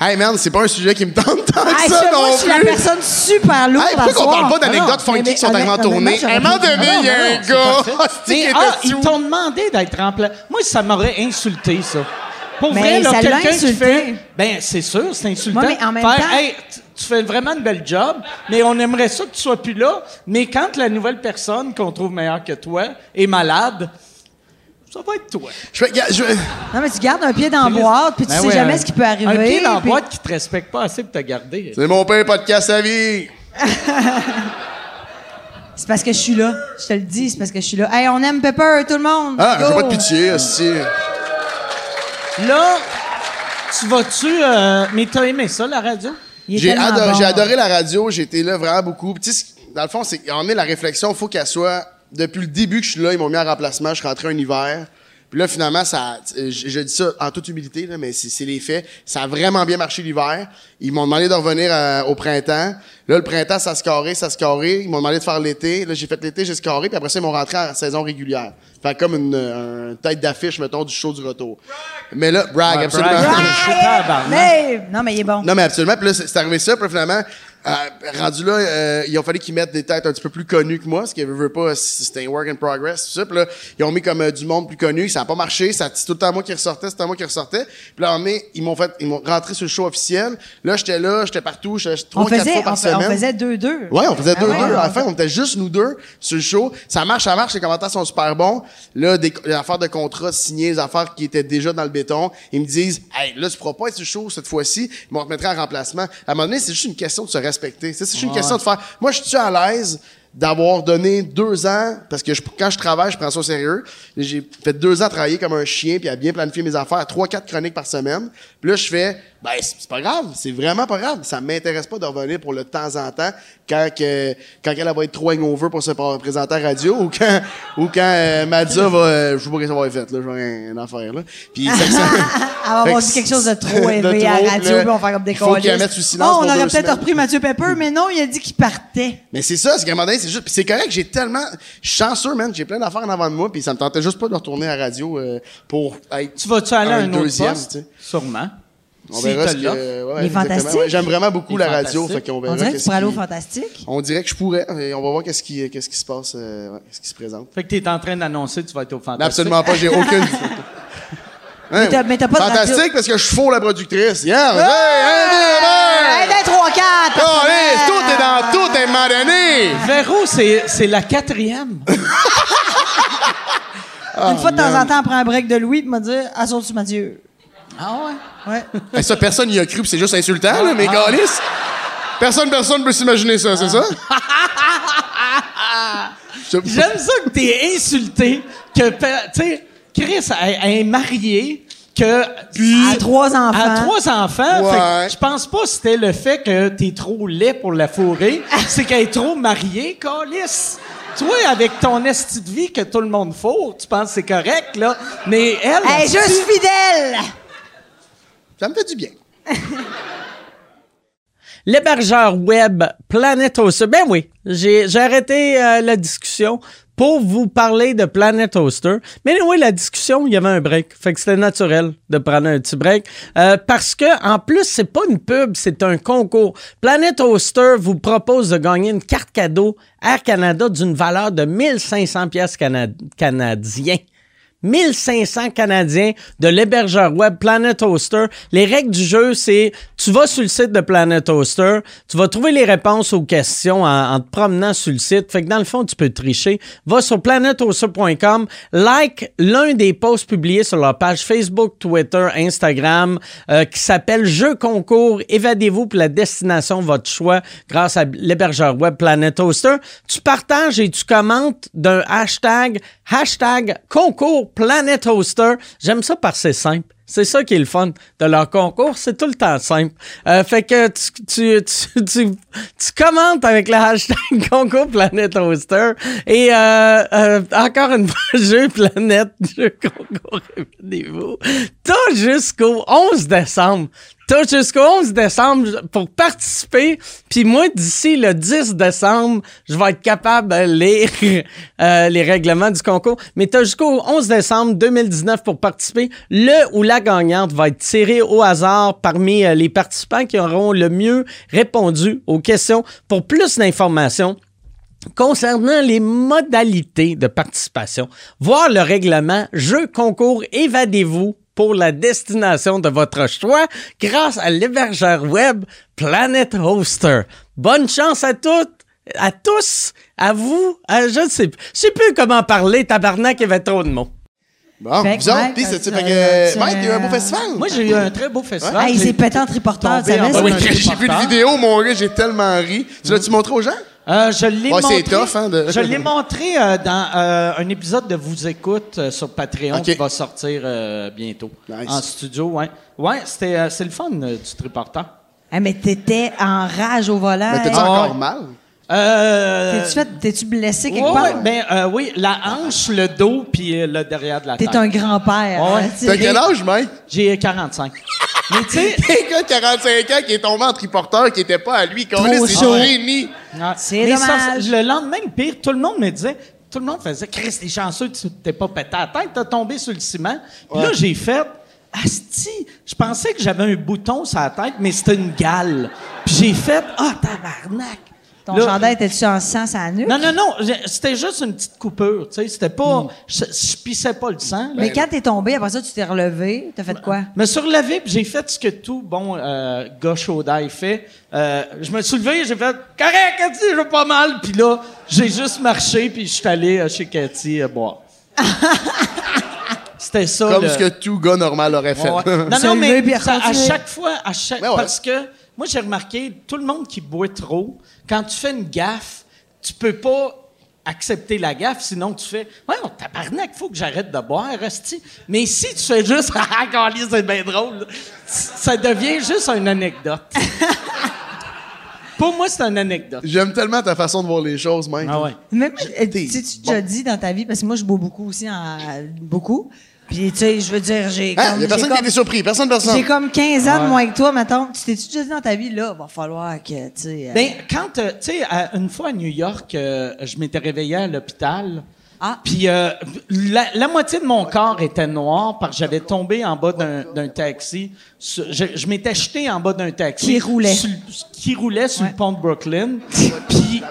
Speaker 8: Hey man, c'est pas un sujet qui me tente tant que
Speaker 5: Hey,
Speaker 8: ça
Speaker 5: moi,
Speaker 8: non
Speaker 5: je suis la
Speaker 8: plus.
Speaker 5: personne super lourde
Speaker 8: Hey, pourquoi
Speaker 5: à
Speaker 8: qu'on
Speaker 5: soir?
Speaker 8: parle pas
Speaker 5: Non, non,
Speaker 8: d'anecdotes funky
Speaker 5: mais-
Speaker 8: qui sont
Speaker 5: mais-
Speaker 8: arrivement tournées?
Speaker 5: honnêtement,
Speaker 8: À un moment
Speaker 5: j'aurais
Speaker 8: donné, il y a un
Speaker 3: C'est parfait.
Speaker 8: gars, hostie, qui
Speaker 3: Mais,
Speaker 8: était
Speaker 3: ah, ils
Speaker 8: sous.
Speaker 3: t'ont demandé d'être remplacé. Moi, ça m'aurait insulté, ça. Pour
Speaker 5: Mais
Speaker 3: vrai, là,
Speaker 5: ça l'a
Speaker 3: quelqu'un qui
Speaker 5: insulté.
Speaker 3: fait. Ben, c'est sûr, c'est insultant.
Speaker 5: Ouais, mais en même
Speaker 3: Faire,
Speaker 5: temps-
Speaker 3: Hey, tu- tu fais vraiment une belle job, mais on aimerait ça que tu sois plus là. Mais quand la nouvelle personne qu'on trouve meilleure que toi est malade, ça va être toi.
Speaker 8: Je fais- gars, je-
Speaker 5: Non, mais tu gardes un pied dans la boîte, puis tu
Speaker 3: Ben
Speaker 5: sais
Speaker 3: ouais,
Speaker 5: jamais
Speaker 8: hein.
Speaker 3: un-
Speaker 5: ce qui peut arriver.
Speaker 3: Un pied dans la
Speaker 5: puis-
Speaker 3: boîte qui te respecte pas assez pour te garder.
Speaker 8: C'est mon père podcast à vie.
Speaker 5: C'est parce que je suis là. Je te le dis, c'est parce que je suis là. Hey, on aime Pepper, tout le monde.
Speaker 8: Ah,
Speaker 5: Go!
Speaker 8: j'ai pas de pitié, hostie.
Speaker 3: Là, tu vas-tu. euh, mais t'as aimé ça, la radio?
Speaker 5: Il est
Speaker 8: J'ai
Speaker 5: tellement
Speaker 8: adoré,
Speaker 5: bon.
Speaker 8: j'ai adoré la radio, j'ai été là vraiment beaucoup. Puis, tu sais, dans le fond, c'est en est la réflexion, faut qu'elle soit depuis le début que je suis là, ils m'ont mis en remplacement, je suis rentré un hiver. Puis là, finalement, ça, je, je dis ça en toute humilité, là, mais c'est c'est les faits. Ça a vraiment bien marché l'hiver. Ils m'ont demandé de revenir euh, au printemps. Là, le printemps, ça se carré, ça se carré. Ils m'ont demandé de faire l'été. Là, j'ai fait l'été, j'ai scoré. Puis après ça, ils m'ont rentré en saison régulière. Fait comme une, euh, une tête d'affiche, mettons, du show du retour. Mais là, brag,
Speaker 3: Ouais,
Speaker 8: absolument.
Speaker 3: brag.
Speaker 5: Ah,
Speaker 3: Je suis
Speaker 5: hey,
Speaker 3: tabarnak.
Speaker 5: babe! Non, mais il est bon.
Speaker 8: Non, mais absolument. Puis là, c'est c'est arrivé ça. Puis là, finalement, euh, rendu là, euh, ils ont fallu qu'ils mettent des têtes un petit peu plus connues que moi, parce qu'ils veulent pas, c- c'était un work in progress, tout ça. Puis là, ils ont mis comme euh, du monde plus connu, ça a pas marché, ça c'est tout le temps moi qui ressortais, c'était moi qui ressortais. Puis là, mais ils m'ont fait, ils m'ont rentré sur le show officiel. Là, j'étais là, j'étais partout, j'étais
Speaker 5: on
Speaker 8: trois, quatre
Speaker 5: faisait
Speaker 8: fois par
Speaker 5: on, fa-
Speaker 8: semaine.
Speaker 5: on faisait deux, deux.
Speaker 8: Ouais, on faisait
Speaker 5: Ah
Speaker 8: deux,
Speaker 5: ouais,
Speaker 8: deux.
Speaker 5: on-
Speaker 8: À la fin, on était juste nous deux sur le show. Ça marche, ça marche. Les commentaires sont super bons. Là, des, les affaires de contrats signés, les affaires qui étaient déjà dans le béton, ils me disent, hey, là, tu pourras pas être sur le show cette fois-ci. Ils m'ont remettre en remplacement. À un moment donné, c'est juste une question de se respecter. C'est c'est juste une question de faire. Moi, je suis à l'aise d'avoir donné deux ans, parce que je- quand je travaille, je prends ça au sérieux. J'ai fait deux ans à travailler comme un chien, puis à bien planifier mes affaires, trois, quatre chroniques par semaine. Puis là, je fais, ben, c'est c'est pas grave, c'est vraiment pas grave. Ça m'intéresse pas de revenir pour le temps en temps, quand, que, quand elle va être trop hangover pour se pr- présenter à la radio, ou quand, ou quand euh, Madza va, euh, je sais pas qu'est-ce qu'elle va être faite, là, je vois une affaire, là. Puis, c'est que ça-
Speaker 5: Elle va avoir
Speaker 8: Fait
Speaker 5: dit
Speaker 8: que
Speaker 5: quelque chose de
Speaker 8: c'est-
Speaker 5: trop
Speaker 8: de
Speaker 5: élevé à
Speaker 8: trop,
Speaker 5: la radio,
Speaker 8: là.
Speaker 5: puis on va faire comme des
Speaker 8: Faut qu'il la
Speaker 5: câlisses.
Speaker 8: mette sous silence
Speaker 5: Ah, on
Speaker 8: pour
Speaker 5: aurait
Speaker 8: deux
Speaker 5: peut-être
Speaker 8: semaines.
Speaker 5: repris Mathieu Pepper, mais non, il a dit qu'il partait.
Speaker 8: Mais c'est ça, c'est qu'à un moment donné, c'est juste. Puis c'est correct, j'ai tellement. Je suis chanceux, man. J'ai plein d'affaires en avant de moi, puis ça me tentait juste pas de retourner à la radio euh, pour être.
Speaker 3: Tu vas-tu aller à
Speaker 8: un
Speaker 3: un, autre
Speaker 8: deuxième,
Speaker 3: poste?
Speaker 8: tu sais.
Speaker 3: Sûrement.
Speaker 8: On
Speaker 3: S'il
Speaker 8: verra
Speaker 3: te
Speaker 8: ce que.
Speaker 3: l'offre.
Speaker 8: ouais,
Speaker 5: Les
Speaker 8: exactement.
Speaker 5: Fantastiques?
Speaker 8: Ouais, J'aime vraiment beaucoup
Speaker 1: Les
Speaker 8: la radio.
Speaker 1: Fantastiques.
Speaker 8: Fait qu'on verra
Speaker 5: On dirait que
Speaker 8: qu'est-ce
Speaker 5: tu pourrais aller au
Speaker 8: qui-
Speaker 5: Fantastique.
Speaker 8: On dirait que je pourrais. Et on va voir qu'est-ce qui, qu'est-ce qui se passe, euh, ouais, qu'est-ce qui se présente.
Speaker 1: Fait que t'es en train d'annoncer que tu vas être au
Speaker 8: Non,
Speaker 1: fantastique.
Speaker 8: absolument pas, j'ai aucune. Hein?
Speaker 5: t'as- mais t'as pas de radio.
Speaker 8: Fantastique parce que je fous la productrice. Yeah! Hey, hey, hey,
Speaker 5: Hey, ben,
Speaker 8: hey!
Speaker 5: d'un 3-4!
Speaker 8: Oh, hey, tout est dans tout, à un moment donné!
Speaker 1: Véro, c'est c'est la quatrième.
Speaker 5: Une fois de
Speaker 8: Ah,
Speaker 5: temps en temps, on prend un break de Louis et me dire « Assaut-tu Mathieu?
Speaker 1: Ah
Speaker 5: Ouais.
Speaker 8: Hey, Ben ça, personne n'y a cru, puis c'est juste insultant, là, mais câlisse. Personne, personne peut s'imaginer ça, c'est ça? Je-
Speaker 1: J'aime ça que t'es insulté, que, pe- tu sais, Chris, elle, elle est mariée, que...
Speaker 5: À trois enfants.
Speaker 1: À trois enfants.
Speaker 8: Ouais.
Speaker 1: Fait que je pense pas que c'était le fait que t'es trop laid pour la fourrer, c'est qu'elle est trop mariée, Calice. Toi, avec ton esti de vie que tout le monde fourre, tu penses que c'est correct, là. Mais elle.
Speaker 5: Elle est
Speaker 1: esti-
Speaker 5: juste fidèle!
Speaker 8: Ça me fait du bien.
Speaker 1: L'hébergeur web Planetoaster. Ben oui, j'ai j'ai arrêté euh, la discussion pour vous parler de Planetoaster. Mais oui, la discussion, il y avait un break. Fait que c'était naturel de prendre un petit break. Euh, parce que, en plus, c'est pas une pub, c'est un concours. Planetoaster vous propose de gagner une carte cadeau Air Canada d'une valeur de 1500 pièces canadiens. 1500 Canadiens de l'hébergeur web Planet Hoster. Les règles du jeu, c'est tu vas sur le site de Planet Hoster, tu vas trouver les réponses aux questions en, en te promenant sur le site. Fait que dans le fond, tu peux tricher. Va sur planethoster.com, like l'un des posts publiés sur leur page Facebook, Twitter, Instagram, euh, qui s'appelle Jeu concours, évadez-vous pour la destination de votre choix grâce à l'hébergeur web Planet Hoster. Tu partages et tu commentes d'un hashtag, hashtag concours Planet Hoster. J'aime ça parce que c'est simple. C'est ça qui est le fun de leur concours, c'est tout le temps simple. Euh, fait que tu, tu, tu, tu- tu commentes avec le hashtag concours Planète Hoster et euh, euh, encore une fois, jeu Planète, jeu concours, rendez-vous. T'as jusqu'au 11 décembre. T'as jusqu'au 11 décembre pour participer. Puis moi, d'ici le 10 décembre, je vais être capable de lire euh, les règlements du concours. Mais t'as jusqu'au 11 décembre 2019 pour participer. Le ou la gagnante va être tirée au hasard parmi euh, les participants qui auront le mieux répondu aux questions. Pour plus d'informations, Concernant les modalités de participation, voir le règlement Jeu concours évadez-vous pour la destination de votre choix grâce à l'hébergeur web Planet Hoster. Bonne chance à toutes, à tous, à vous, à- je ne sais, plus- je sais plus comment parler, tabarnak, il y avait trop de mots.
Speaker 8: Bon,
Speaker 5: Fait que
Speaker 8: vous autres,
Speaker 5: Mike,
Speaker 8: pis c'est
Speaker 5: euh,
Speaker 8: Fait que,
Speaker 5: tu-
Speaker 8: Mike, il y a eu un beau festival.
Speaker 1: Moi, j'ai eu un très beau festival.
Speaker 5: Hey,
Speaker 1: J'ai-
Speaker 5: c'est pétant triporteur,
Speaker 1: tombé
Speaker 5: ça
Speaker 1: en
Speaker 5: va?
Speaker 1: bas
Speaker 5: ça?
Speaker 1: d'un
Speaker 8: Ah Oui, j'ai vu une vidéo, mon gars, j'ai tellement ri. Tu
Speaker 5: Mm.
Speaker 8: l'as-tu montré aux gens?
Speaker 1: Euh, je l'ai
Speaker 8: Ouais, c'est
Speaker 1: montré.
Speaker 8: tough, hein, de-
Speaker 1: Je l'ai montré euh, dans euh, un épisode de Vous écoute euh, sur Patreon
Speaker 8: Ok.
Speaker 1: qui va sortir euh, bientôt
Speaker 8: Nice.
Speaker 1: en studio. Ouais, ouais, c'était euh, c'est le fun euh, du triportant.
Speaker 5: Ah, mais t'étais en rage au volant.
Speaker 8: Mais t'as-tu
Speaker 5: hein?
Speaker 8: encore mal?
Speaker 1: Euh,
Speaker 5: T'es-tu fait- T'es-tu blessé quelque
Speaker 1: ouais,
Speaker 5: part?
Speaker 1: ouais, ben, euh, oui, la hanche, le dos, puis euh, le derrière de la
Speaker 5: T'es
Speaker 1: tête.
Speaker 5: un grand-père.
Speaker 1: Ouais.
Speaker 5: hein, tu
Speaker 8: T'as
Speaker 5: sais.
Speaker 8: quel âge, Mike?
Speaker 1: J'ai 45. Mais tu sais,
Speaker 8: Un gars de 45 ans qui est tombé en triporteur qui était pas à lui. Qu'on
Speaker 5: Trop
Speaker 8: est,
Speaker 5: chaud.
Speaker 8: c'est génie.
Speaker 1: Ah,
Speaker 5: C'est
Speaker 1: mais
Speaker 5: dommage.
Speaker 1: ça, le lendemain, pire, tout le monde me disait, tout le monde faisait, Chris, t'es chanceux, tu t'es pas pété à la tête, t'as tombé sur le ciment. Puis là, j'ai fait, Asti, je pensais que j'avais un bouton sur la tête, mais c'était une gale. Puis j'ai fait, ah, tabarnak.
Speaker 5: Ton
Speaker 1: Là,
Speaker 5: chandail, t'es-tu en sang sur la nuque?
Speaker 1: Non, non, non, j'ai- c'était juste une petite coupure, tu sais, c'était pas, je, je pissais pas le sang. là.
Speaker 8: Ben,
Speaker 5: Mais quand t'es tombé, après ça, tu t'es relevé. T'as fait quoi?
Speaker 1: Je me suis relevé, puis j'ai fait ce que tout bon euh, gars chaudail fait. Euh, je me suis levé, j'ai fait « Correct, Cathy, j'ai pas mal! » Puis là, j'ai juste marché, puis je suis allé euh, chez Cathy euh, boire. C'était ça,
Speaker 8: Comme
Speaker 1: le-
Speaker 8: ce que tout gars normal aurait fait.
Speaker 1: Ouais, ouais. Non,
Speaker 5: Se
Speaker 1: non,
Speaker 5: lever, puis
Speaker 1: mais ça, à
Speaker 5: continuer.
Speaker 1: chaque fois, à chaque,
Speaker 8: Ouais, ouais.
Speaker 1: parce que moi, j'ai remarqué, tout le monde qui boit trop, quand tu fais une gaffe, tu peux pas accepter la gaffe, sinon tu fais « Ouais, on tabarnak, faut que j'arrête de boire, resti. Mais si tu fais juste « Ah, câlisse, c'est bien drôle », ça devient juste une anecdote. Pour moi, c'est une anecdote.
Speaker 8: J'aime tellement ta façon de voir les choses, Mike.
Speaker 1: Ah ouais.
Speaker 5: Même, euh,
Speaker 8: T'es
Speaker 5: tu sais, tu déjà dit dans ta vie, parce que moi, je bois beaucoup aussi, en, beaucoup. Puis, tu sais, je veux dire, j'ai
Speaker 8: Hein?
Speaker 5: comme...
Speaker 8: Il y a personne
Speaker 5: j'ai
Speaker 8: qui a
Speaker 5: comme-
Speaker 8: été surpris. Personne, personne.
Speaker 5: J'ai comme 15 ans de moins que toi, mettons. Tu t'es-tu déjà dit dans ta vie, là, va falloir que, tu sais... euh,
Speaker 1: Ben, quand, euh, tu sais, à- une fois à New York, euh, je m'étais réveillé à l'hôpital,
Speaker 5: Ah.
Speaker 3: Puis euh, la, la moitié de mon corps était noir parce que j'avais tombé en bas d'un d'un taxi. Sur- Je, je m'étais jeté en bas d'un taxi.
Speaker 5: Qui roulait.
Speaker 3: sur le- qui roulait sur
Speaker 5: Ouais.
Speaker 3: le pont de Brooklyn. Puis,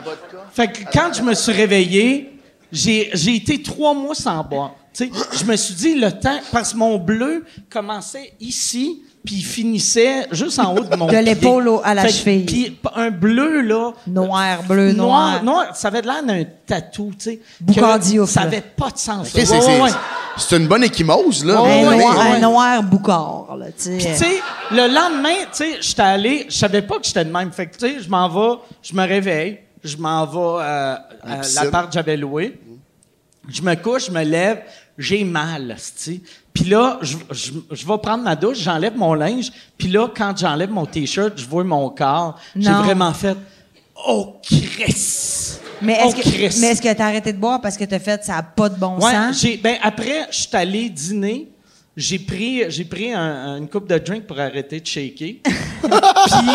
Speaker 3: fait que quand je me suis réveillé, j'ai j'ai été trois mois sans boire. Tu sais, je me suis dit, le temps, parce que mon bleu commençait ici, puis il finissait juste en haut de mon
Speaker 5: De
Speaker 3: pied.
Speaker 5: l'épaule au- à la
Speaker 3: Fait que-
Speaker 5: cheville.
Speaker 3: Puis un bleu, là,
Speaker 5: Noir, bleu, noir.
Speaker 3: Noir, noir, ça avait de l'air d'un tatou, tu sais.
Speaker 5: Boucardi
Speaker 3: que
Speaker 5: au
Speaker 3: Ça
Speaker 5: feu.
Speaker 3: avait pas de sens.
Speaker 8: Ok,
Speaker 3: Ouais,
Speaker 8: c'est-
Speaker 3: ouais,
Speaker 8: c'est-
Speaker 3: ouais.
Speaker 8: C'est une bonne échymose, là.
Speaker 5: un,
Speaker 8: mais-
Speaker 5: noir,
Speaker 8: mais-
Speaker 5: un noir boucard, là, tu
Speaker 3: Puis,
Speaker 5: sais.
Speaker 3: tu sais, le lendemain, tu sais, j'étais allé, je savais pas que j'étais de même. Fait que, tu sais, je m'en vais, je me réveille, je m'en vais euh, à
Speaker 8: piscine.
Speaker 3: l'appart que j'avais loué. Je me couche, je me lève, j'ai mal, tu Puis là, je, je, je vais prendre ma douche, j'enlève mon linge, puis là, quand j'enlève mon T-shirt, je vois mon corps. J'ai
Speaker 5: Non.
Speaker 3: vraiment fait « Oh, Chris!
Speaker 5: mais
Speaker 3: Oh,
Speaker 5: est-ce
Speaker 3: Chris!
Speaker 5: que, mais est-ce que t'as arrêté de boire parce que t'as fait ça a pas de bon
Speaker 3: Ouais,
Speaker 5: sens?
Speaker 3: j'ai- ben après, je suis allé dîner. J'ai pris, j'ai pris un- un- une coupe de drink pour arrêter de shaker. Puis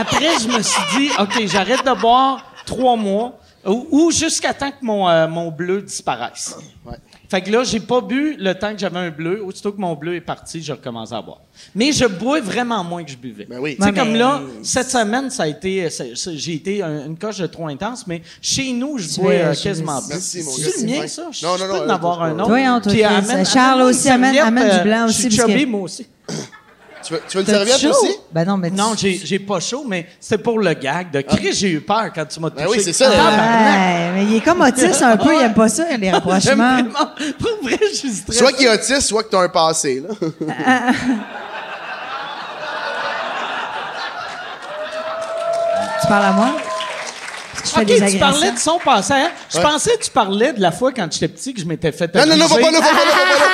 Speaker 3: après, je me suis dit, OK, j'arrête de boire trois mois ou, ou jusqu'à temps que mon, euh, mon bleu disparaisse.
Speaker 8: Ouais.
Speaker 3: Fait que là, j'ai pas bu le temps que j'avais un bleu. Aussitôt que mon bleu est parti, je recommençais à boire. Mais je bois vraiment moins que je buvais.
Speaker 8: Ben oui.
Speaker 3: Tu sais,
Speaker 5: Ouais,
Speaker 3: comme
Speaker 5: mais-
Speaker 3: là, cette semaine, ça a été, ça- ça- j'ai été un- une coche de trop intense, mais chez nous, je
Speaker 5: Tu
Speaker 3: bois
Speaker 5: es-
Speaker 3: euh,
Speaker 5: je-
Speaker 3: quasiment plus.
Speaker 8: Merci, mon gars.
Speaker 3: C'est le mien,
Speaker 8: Ouais.
Speaker 3: ça? Je
Speaker 8: Non,
Speaker 3: je
Speaker 8: non,
Speaker 3: peux
Speaker 8: non,
Speaker 3: en
Speaker 8: euh,
Speaker 3: avoir
Speaker 8: toi, je
Speaker 3: un
Speaker 8: peux
Speaker 3: autre.
Speaker 5: pas. Toi, toi,
Speaker 3: Puis
Speaker 5: Chris,
Speaker 3: amène-
Speaker 5: Charles
Speaker 3: amène-moi une
Speaker 5: aussi, amène-
Speaker 3: serviette,
Speaker 5: amène du
Speaker 3: euh,
Speaker 5: blanc
Speaker 3: je
Speaker 5: aussi,
Speaker 3: suis
Speaker 5: parce que-
Speaker 3: chubby, moi aussi.
Speaker 8: Tu veux, tu veux une
Speaker 5: T'as-tu
Speaker 8: serviette
Speaker 5: chaud?
Speaker 8: aussi?
Speaker 5: Ben non, mais tu-
Speaker 3: Non, j'ai j'ai pas chaud, mais c'est pour le gag de Chris. J'ai eu peur quand tu m'as touché.
Speaker 8: Ah. Ben oui, c'est ça.
Speaker 5: Ouais, Ah, mais il est comme autiste un peu, il aime pas ça, les
Speaker 3: J'aime
Speaker 5: rapprochements.
Speaker 3: vraiment- Pour vrai, je suis stressé.
Speaker 8: Soit qu'il est autiste, soit que t'as un passé, là.
Speaker 5: Tu parles à moi? Est-ce que je fais
Speaker 3: Ok,
Speaker 5: des
Speaker 3: tu parlais de son passé. hein? Je
Speaker 8: Ouais.
Speaker 3: pensais que tu parlais de la fois quand j'étais petit que je m'étais fait
Speaker 8: Non, non, non, faut
Speaker 3: abuser.
Speaker 8: pas là, faut pas là, faut pas là.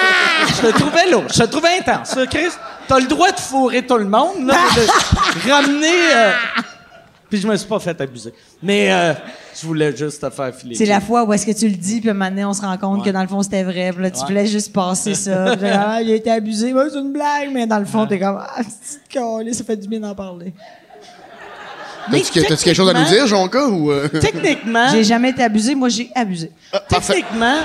Speaker 3: Je te trouvais lourd. Je te trouvais intense. Ça, Chris, t'as le droit de fourrer tout le monde, là, mais de ramener... euh, Puis je me suis pas fait abuser. Mais euh, je voulais juste te faire filer.
Speaker 5: C'est la fois où est-ce que tu le dis, puis maintenant on se rend compte que dans le fond c'était vrai, puis là tu voulais juste passer ça. Puis là, ah, il a été abusé, Ouais, c'est une blague, mais dans le fond t'es comme ah petite calée, ça fait du bien d'en parler.
Speaker 8: T'as-tu que- t'as-tu quelque chose à nous dire, Jonka, ou... euh?
Speaker 3: Hein? Techniquement...
Speaker 5: J'ai jamais été abusé, moi j'ai abusé.
Speaker 8: Parfait.
Speaker 3: Techniquement,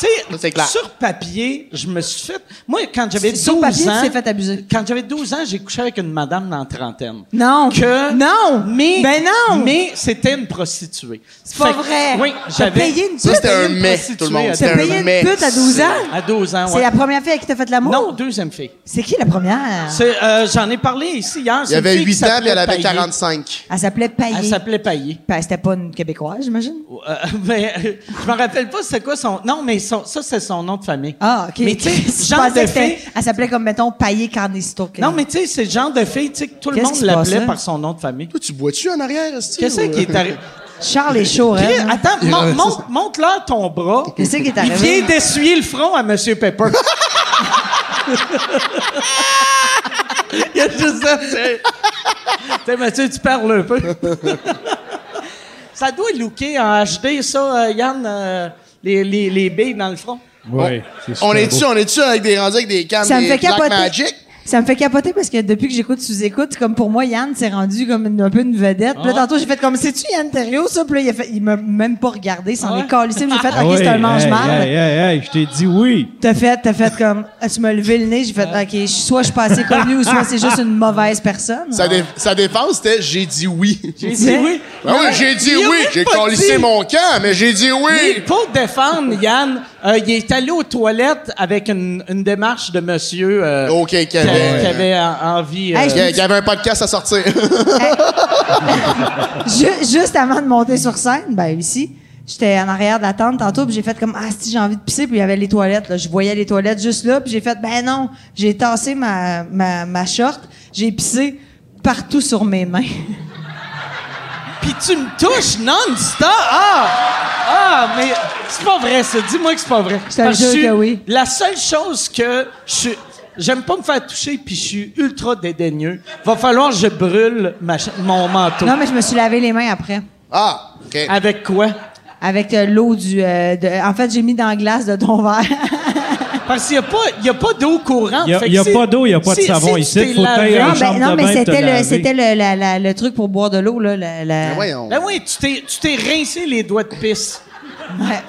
Speaker 3: tu
Speaker 8: Ça, c'est
Speaker 3: sais,
Speaker 8: clair.
Speaker 3: sur papier, je me suis fait. Moi, quand j'avais 12
Speaker 5: Sur papier, tu
Speaker 3: ans.
Speaker 5: t'es fait abuser.
Speaker 3: Quand j'avais 12 ans, j'ai couché avec une madame dans la trentaine.
Speaker 5: Non.
Speaker 3: Que.
Speaker 5: Non.
Speaker 3: Mais.
Speaker 5: Ben non.
Speaker 3: Mais c'était une prostituée.
Speaker 5: C'est
Speaker 3: Fait
Speaker 5: pas
Speaker 3: que-
Speaker 5: vrai.
Speaker 3: Oui,
Speaker 5: T'as
Speaker 3: j'avais.
Speaker 5: payé une pute.
Speaker 8: Ça, c'était un
Speaker 3: Une
Speaker 8: mais,
Speaker 3: prostituée
Speaker 8: tout le monde.
Speaker 3: à-
Speaker 8: C'était
Speaker 5: T'as
Speaker 8: un
Speaker 5: payé une
Speaker 8: mais. Ah,
Speaker 5: pute à 12 ans?
Speaker 3: À 12 ans,
Speaker 5: C'est
Speaker 3: ouais.
Speaker 5: la première fille à qui t'a fait de l'amour?
Speaker 3: Non, deuxième fille.
Speaker 5: C'est qui la première?
Speaker 3: C'est, euh, J'en ai parlé ici hier.
Speaker 8: Il y avait 8 ans, puis elle avait 45.
Speaker 5: Elle s'appelait Payé.
Speaker 3: Elle s'appelait Paillé.
Speaker 5: Ben, c'était pas une Québécoise, j'imagine?
Speaker 3: Euh, ben, euh, je me rappelle pas c'est quoi son. Non, mais son- ça, c'est son nom de famille.
Speaker 5: Ah, OK.
Speaker 3: Mais tu sais,
Speaker 5: Je
Speaker 3: genre
Speaker 5: pensais
Speaker 3: de
Speaker 5: que c'était-
Speaker 3: fille.
Speaker 5: Elle s'appelait comme, mettons, Payé Carnisto.
Speaker 3: Non, mais tu sais, c'est le genre de fille tu sais, que tout le
Speaker 5: Qu'est-ce
Speaker 3: monde
Speaker 5: qui se passe
Speaker 3: l'appelait
Speaker 5: là?
Speaker 3: par son nom de famille.
Speaker 8: Toi, tu bois-tu en arrière, est-ce euh,
Speaker 3: Qu'est-ce qui est arrivé?
Speaker 5: Charles est chaud, hein?
Speaker 3: Chris, Attends, mon-
Speaker 8: Ouais,
Speaker 3: monte- montre-leur ton bras.
Speaker 5: Qu'est-ce qui est
Speaker 3: Il
Speaker 5: arrivé?
Speaker 3: vient d'essuyer le front à M. Pepper. Il y a juste ça, tu sais. Tu sais, Mathieu, tu parles un peu. ça doit looker en HD, ça, euh, Yann, euh, les, les, les billes dans le front.
Speaker 4: Ouais, c'est super
Speaker 8: On
Speaker 4: beau.
Speaker 8: est-tu, on est-tu avec des rendus avec des cannes,
Speaker 5: Ça me
Speaker 8: des
Speaker 5: fait
Speaker 8: Black
Speaker 5: capoter.
Speaker 8: Magic?
Speaker 5: Ça me fait capoter parce que depuis que j'écoute sous-écoute, comme pour moi, Yann s'est rendu comme une- un peu une vedette. Puis là, tantôt, j'ai fait comme, c'est-tu Yann Terrio, ça? Puis là, il, a fait- il m'a même pas regardé, s'en
Speaker 3: Ouais.
Speaker 5: est calissé. Puis J'ai fait,
Speaker 4: Ah
Speaker 5: OK,
Speaker 4: ouais,
Speaker 5: c'est un mange-marde.
Speaker 4: Hey, hey, hey, hey, je t'ai dit oui.
Speaker 5: T'as fait, t'as fait comme, Ah, tu m'as levé le nez, j'ai fait, OK, je- soit je suis pas assez connue ou soit c'est juste une mauvaise personne.
Speaker 8: Sa, dé- sa défense, c'était « j'ai dit oui
Speaker 3: J'ai dit oui. ».
Speaker 8: Ben oui, j'ai dit
Speaker 3: il a
Speaker 8: oui,
Speaker 3: même
Speaker 8: j'ai
Speaker 3: pas
Speaker 8: colissé
Speaker 3: dit.
Speaker 8: mon camp, mais j'ai dit
Speaker 3: Mais
Speaker 8: oui!
Speaker 3: pour défendre Yann, euh, il est allé aux toilettes avec une, une démarche de monsieur euh,
Speaker 8: OK, Kevin.
Speaker 3: qui, a- qui avait en- envie. euh,
Speaker 5: Hey, je-
Speaker 8: Il y avait un podcast à sortir.
Speaker 5: Ju- juste avant de monter sur scène, ben ici, j'étais en arrière de la tente tantôt, puis j'ai fait comme ah si j'ai envie de pisser, puis il y avait les toilettes là, je voyais les toilettes juste là, puis j'ai fait ben non, j'ai tassé ma ma, ma short, j'ai pissé partout sur mes mains.
Speaker 3: Puis tu me touches non-stop. Ah! Ah, mais c'est pas vrai, ça. Dis-moi que c'est pas vrai.
Speaker 5: Je te
Speaker 3: Parce
Speaker 5: jure
Speaker 3: suis-
Speaker 5: que oui.
Speaker 3: La seule chose que je suis- J'aime pas me faire toucher, puis je suis ultra dédaigneux. Va falloir que je brûle ma cha- mon manteau.
Speaker 5: Non mais je me suis lavé les mains après
Speaker 8: Ah, OK.
Speaker 3: Avec quoi?
Speaker 5: avec euh, l'eau du euh, de- en fait, j'ai mis dans la glace de ton verre.
Speaker 3: Parce qu'il y a pas, il y a pas d'eau courante.
Speaker 4: Il y a-
Speaker 3: Fait que
Speaker 4: il y a
Speaker 3: si-
Speaker 4: pas d'eau, il y a pas de
Speaker 3: si-
Speaker 4: savon
Speaker 3: si
Speaker 4: ici,
Speaker 3: tu t'es
Speaker 4: faut que t'ailles
Speaker 3: lavé-
Speaker 4: en
Speaker 5: non,
Speaker 4: chambre.
Speaker 5: ben, non,
Speaker 4: de bain,
Speaker 5: mais
Speaker 4: t'as
Speaker 5: c'était
Speaker 4: lavé.
Speaker 5: le c'était le, la- la- le truc pour boire de l'eau là, la, la-
Speaker 8: Ben voyons.
Speaker 3: Ben oui, tu t'es, tu t'es rincé les doigts de pisse.
Speaker 5: Ouais.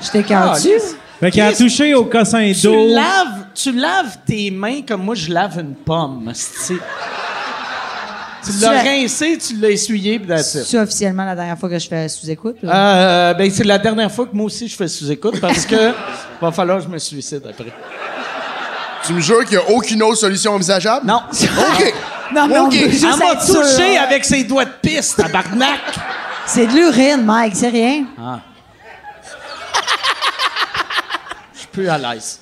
Speaker 5: Je t'écarte-tu?
Speaker 4: Fait qu'il a
Speaker 3: Chris,
Speaker 4: touché au cossin
Speaker 3: Tu
Speaker 4: d'eau.
Speaker 3: laves, tu laves tes mains comme moi, je lave une pomme. c'est- Tu l'as
Speaker 5: as-
Speaker 3: rincé, tu l'as essuyé, puis that's it.
Speaker 5: C'est officiellement la dernière fois que je fais sous-écoute. là?
Speaker 3: Euh, ben, c'est la dernière fois que moi aussi je fais sous-écoute parce que va falloir que je me suicide après.
Speaker 8: Tu me jures qu'il n'y a aucune autre solution envisageable?
Speaker 3: Non.
Speaker 8: OK.
Speaker 5: Non, mais on
Speaker 8: OK.
Speaker 5: veut juste
Speaker 3: Elle m'a
Speaker 5: être sûr,
Speaker 3: touché
Speaker 5: là.
Speaker 3: avec ses doigts de piste, tabarnak!
Speaker 5: C'est de l'urine, Mike, c'est rien.
Speaker 3: Je suis plus à l'aise.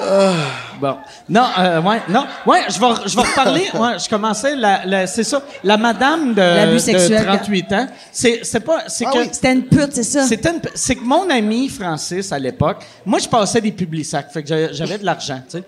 Speaker 5: Ah.
Speaker 3: Bon. Non, euh, ouais, non. Ouais, je vais, je vais reparler. Ouais, je commençais, la, la- c'est ça. La madame de,
Speaker 5: L'abus
Speaker 3: de
Speaker 5: sexuel.
Speaker 3: 38 ans, c'est, c'est pas, c'est
Speaker 8: Ah
Speaker 3: que,
Speaker 8: oui.
Speaker 5: C'était une pute, c'est ça?
Speaker 3: C'était une- C'est que mon ami Francis, à l'époque, moi, je passais des publics sacs. Fait que j'avais- j'avais de l'argent, tu sais.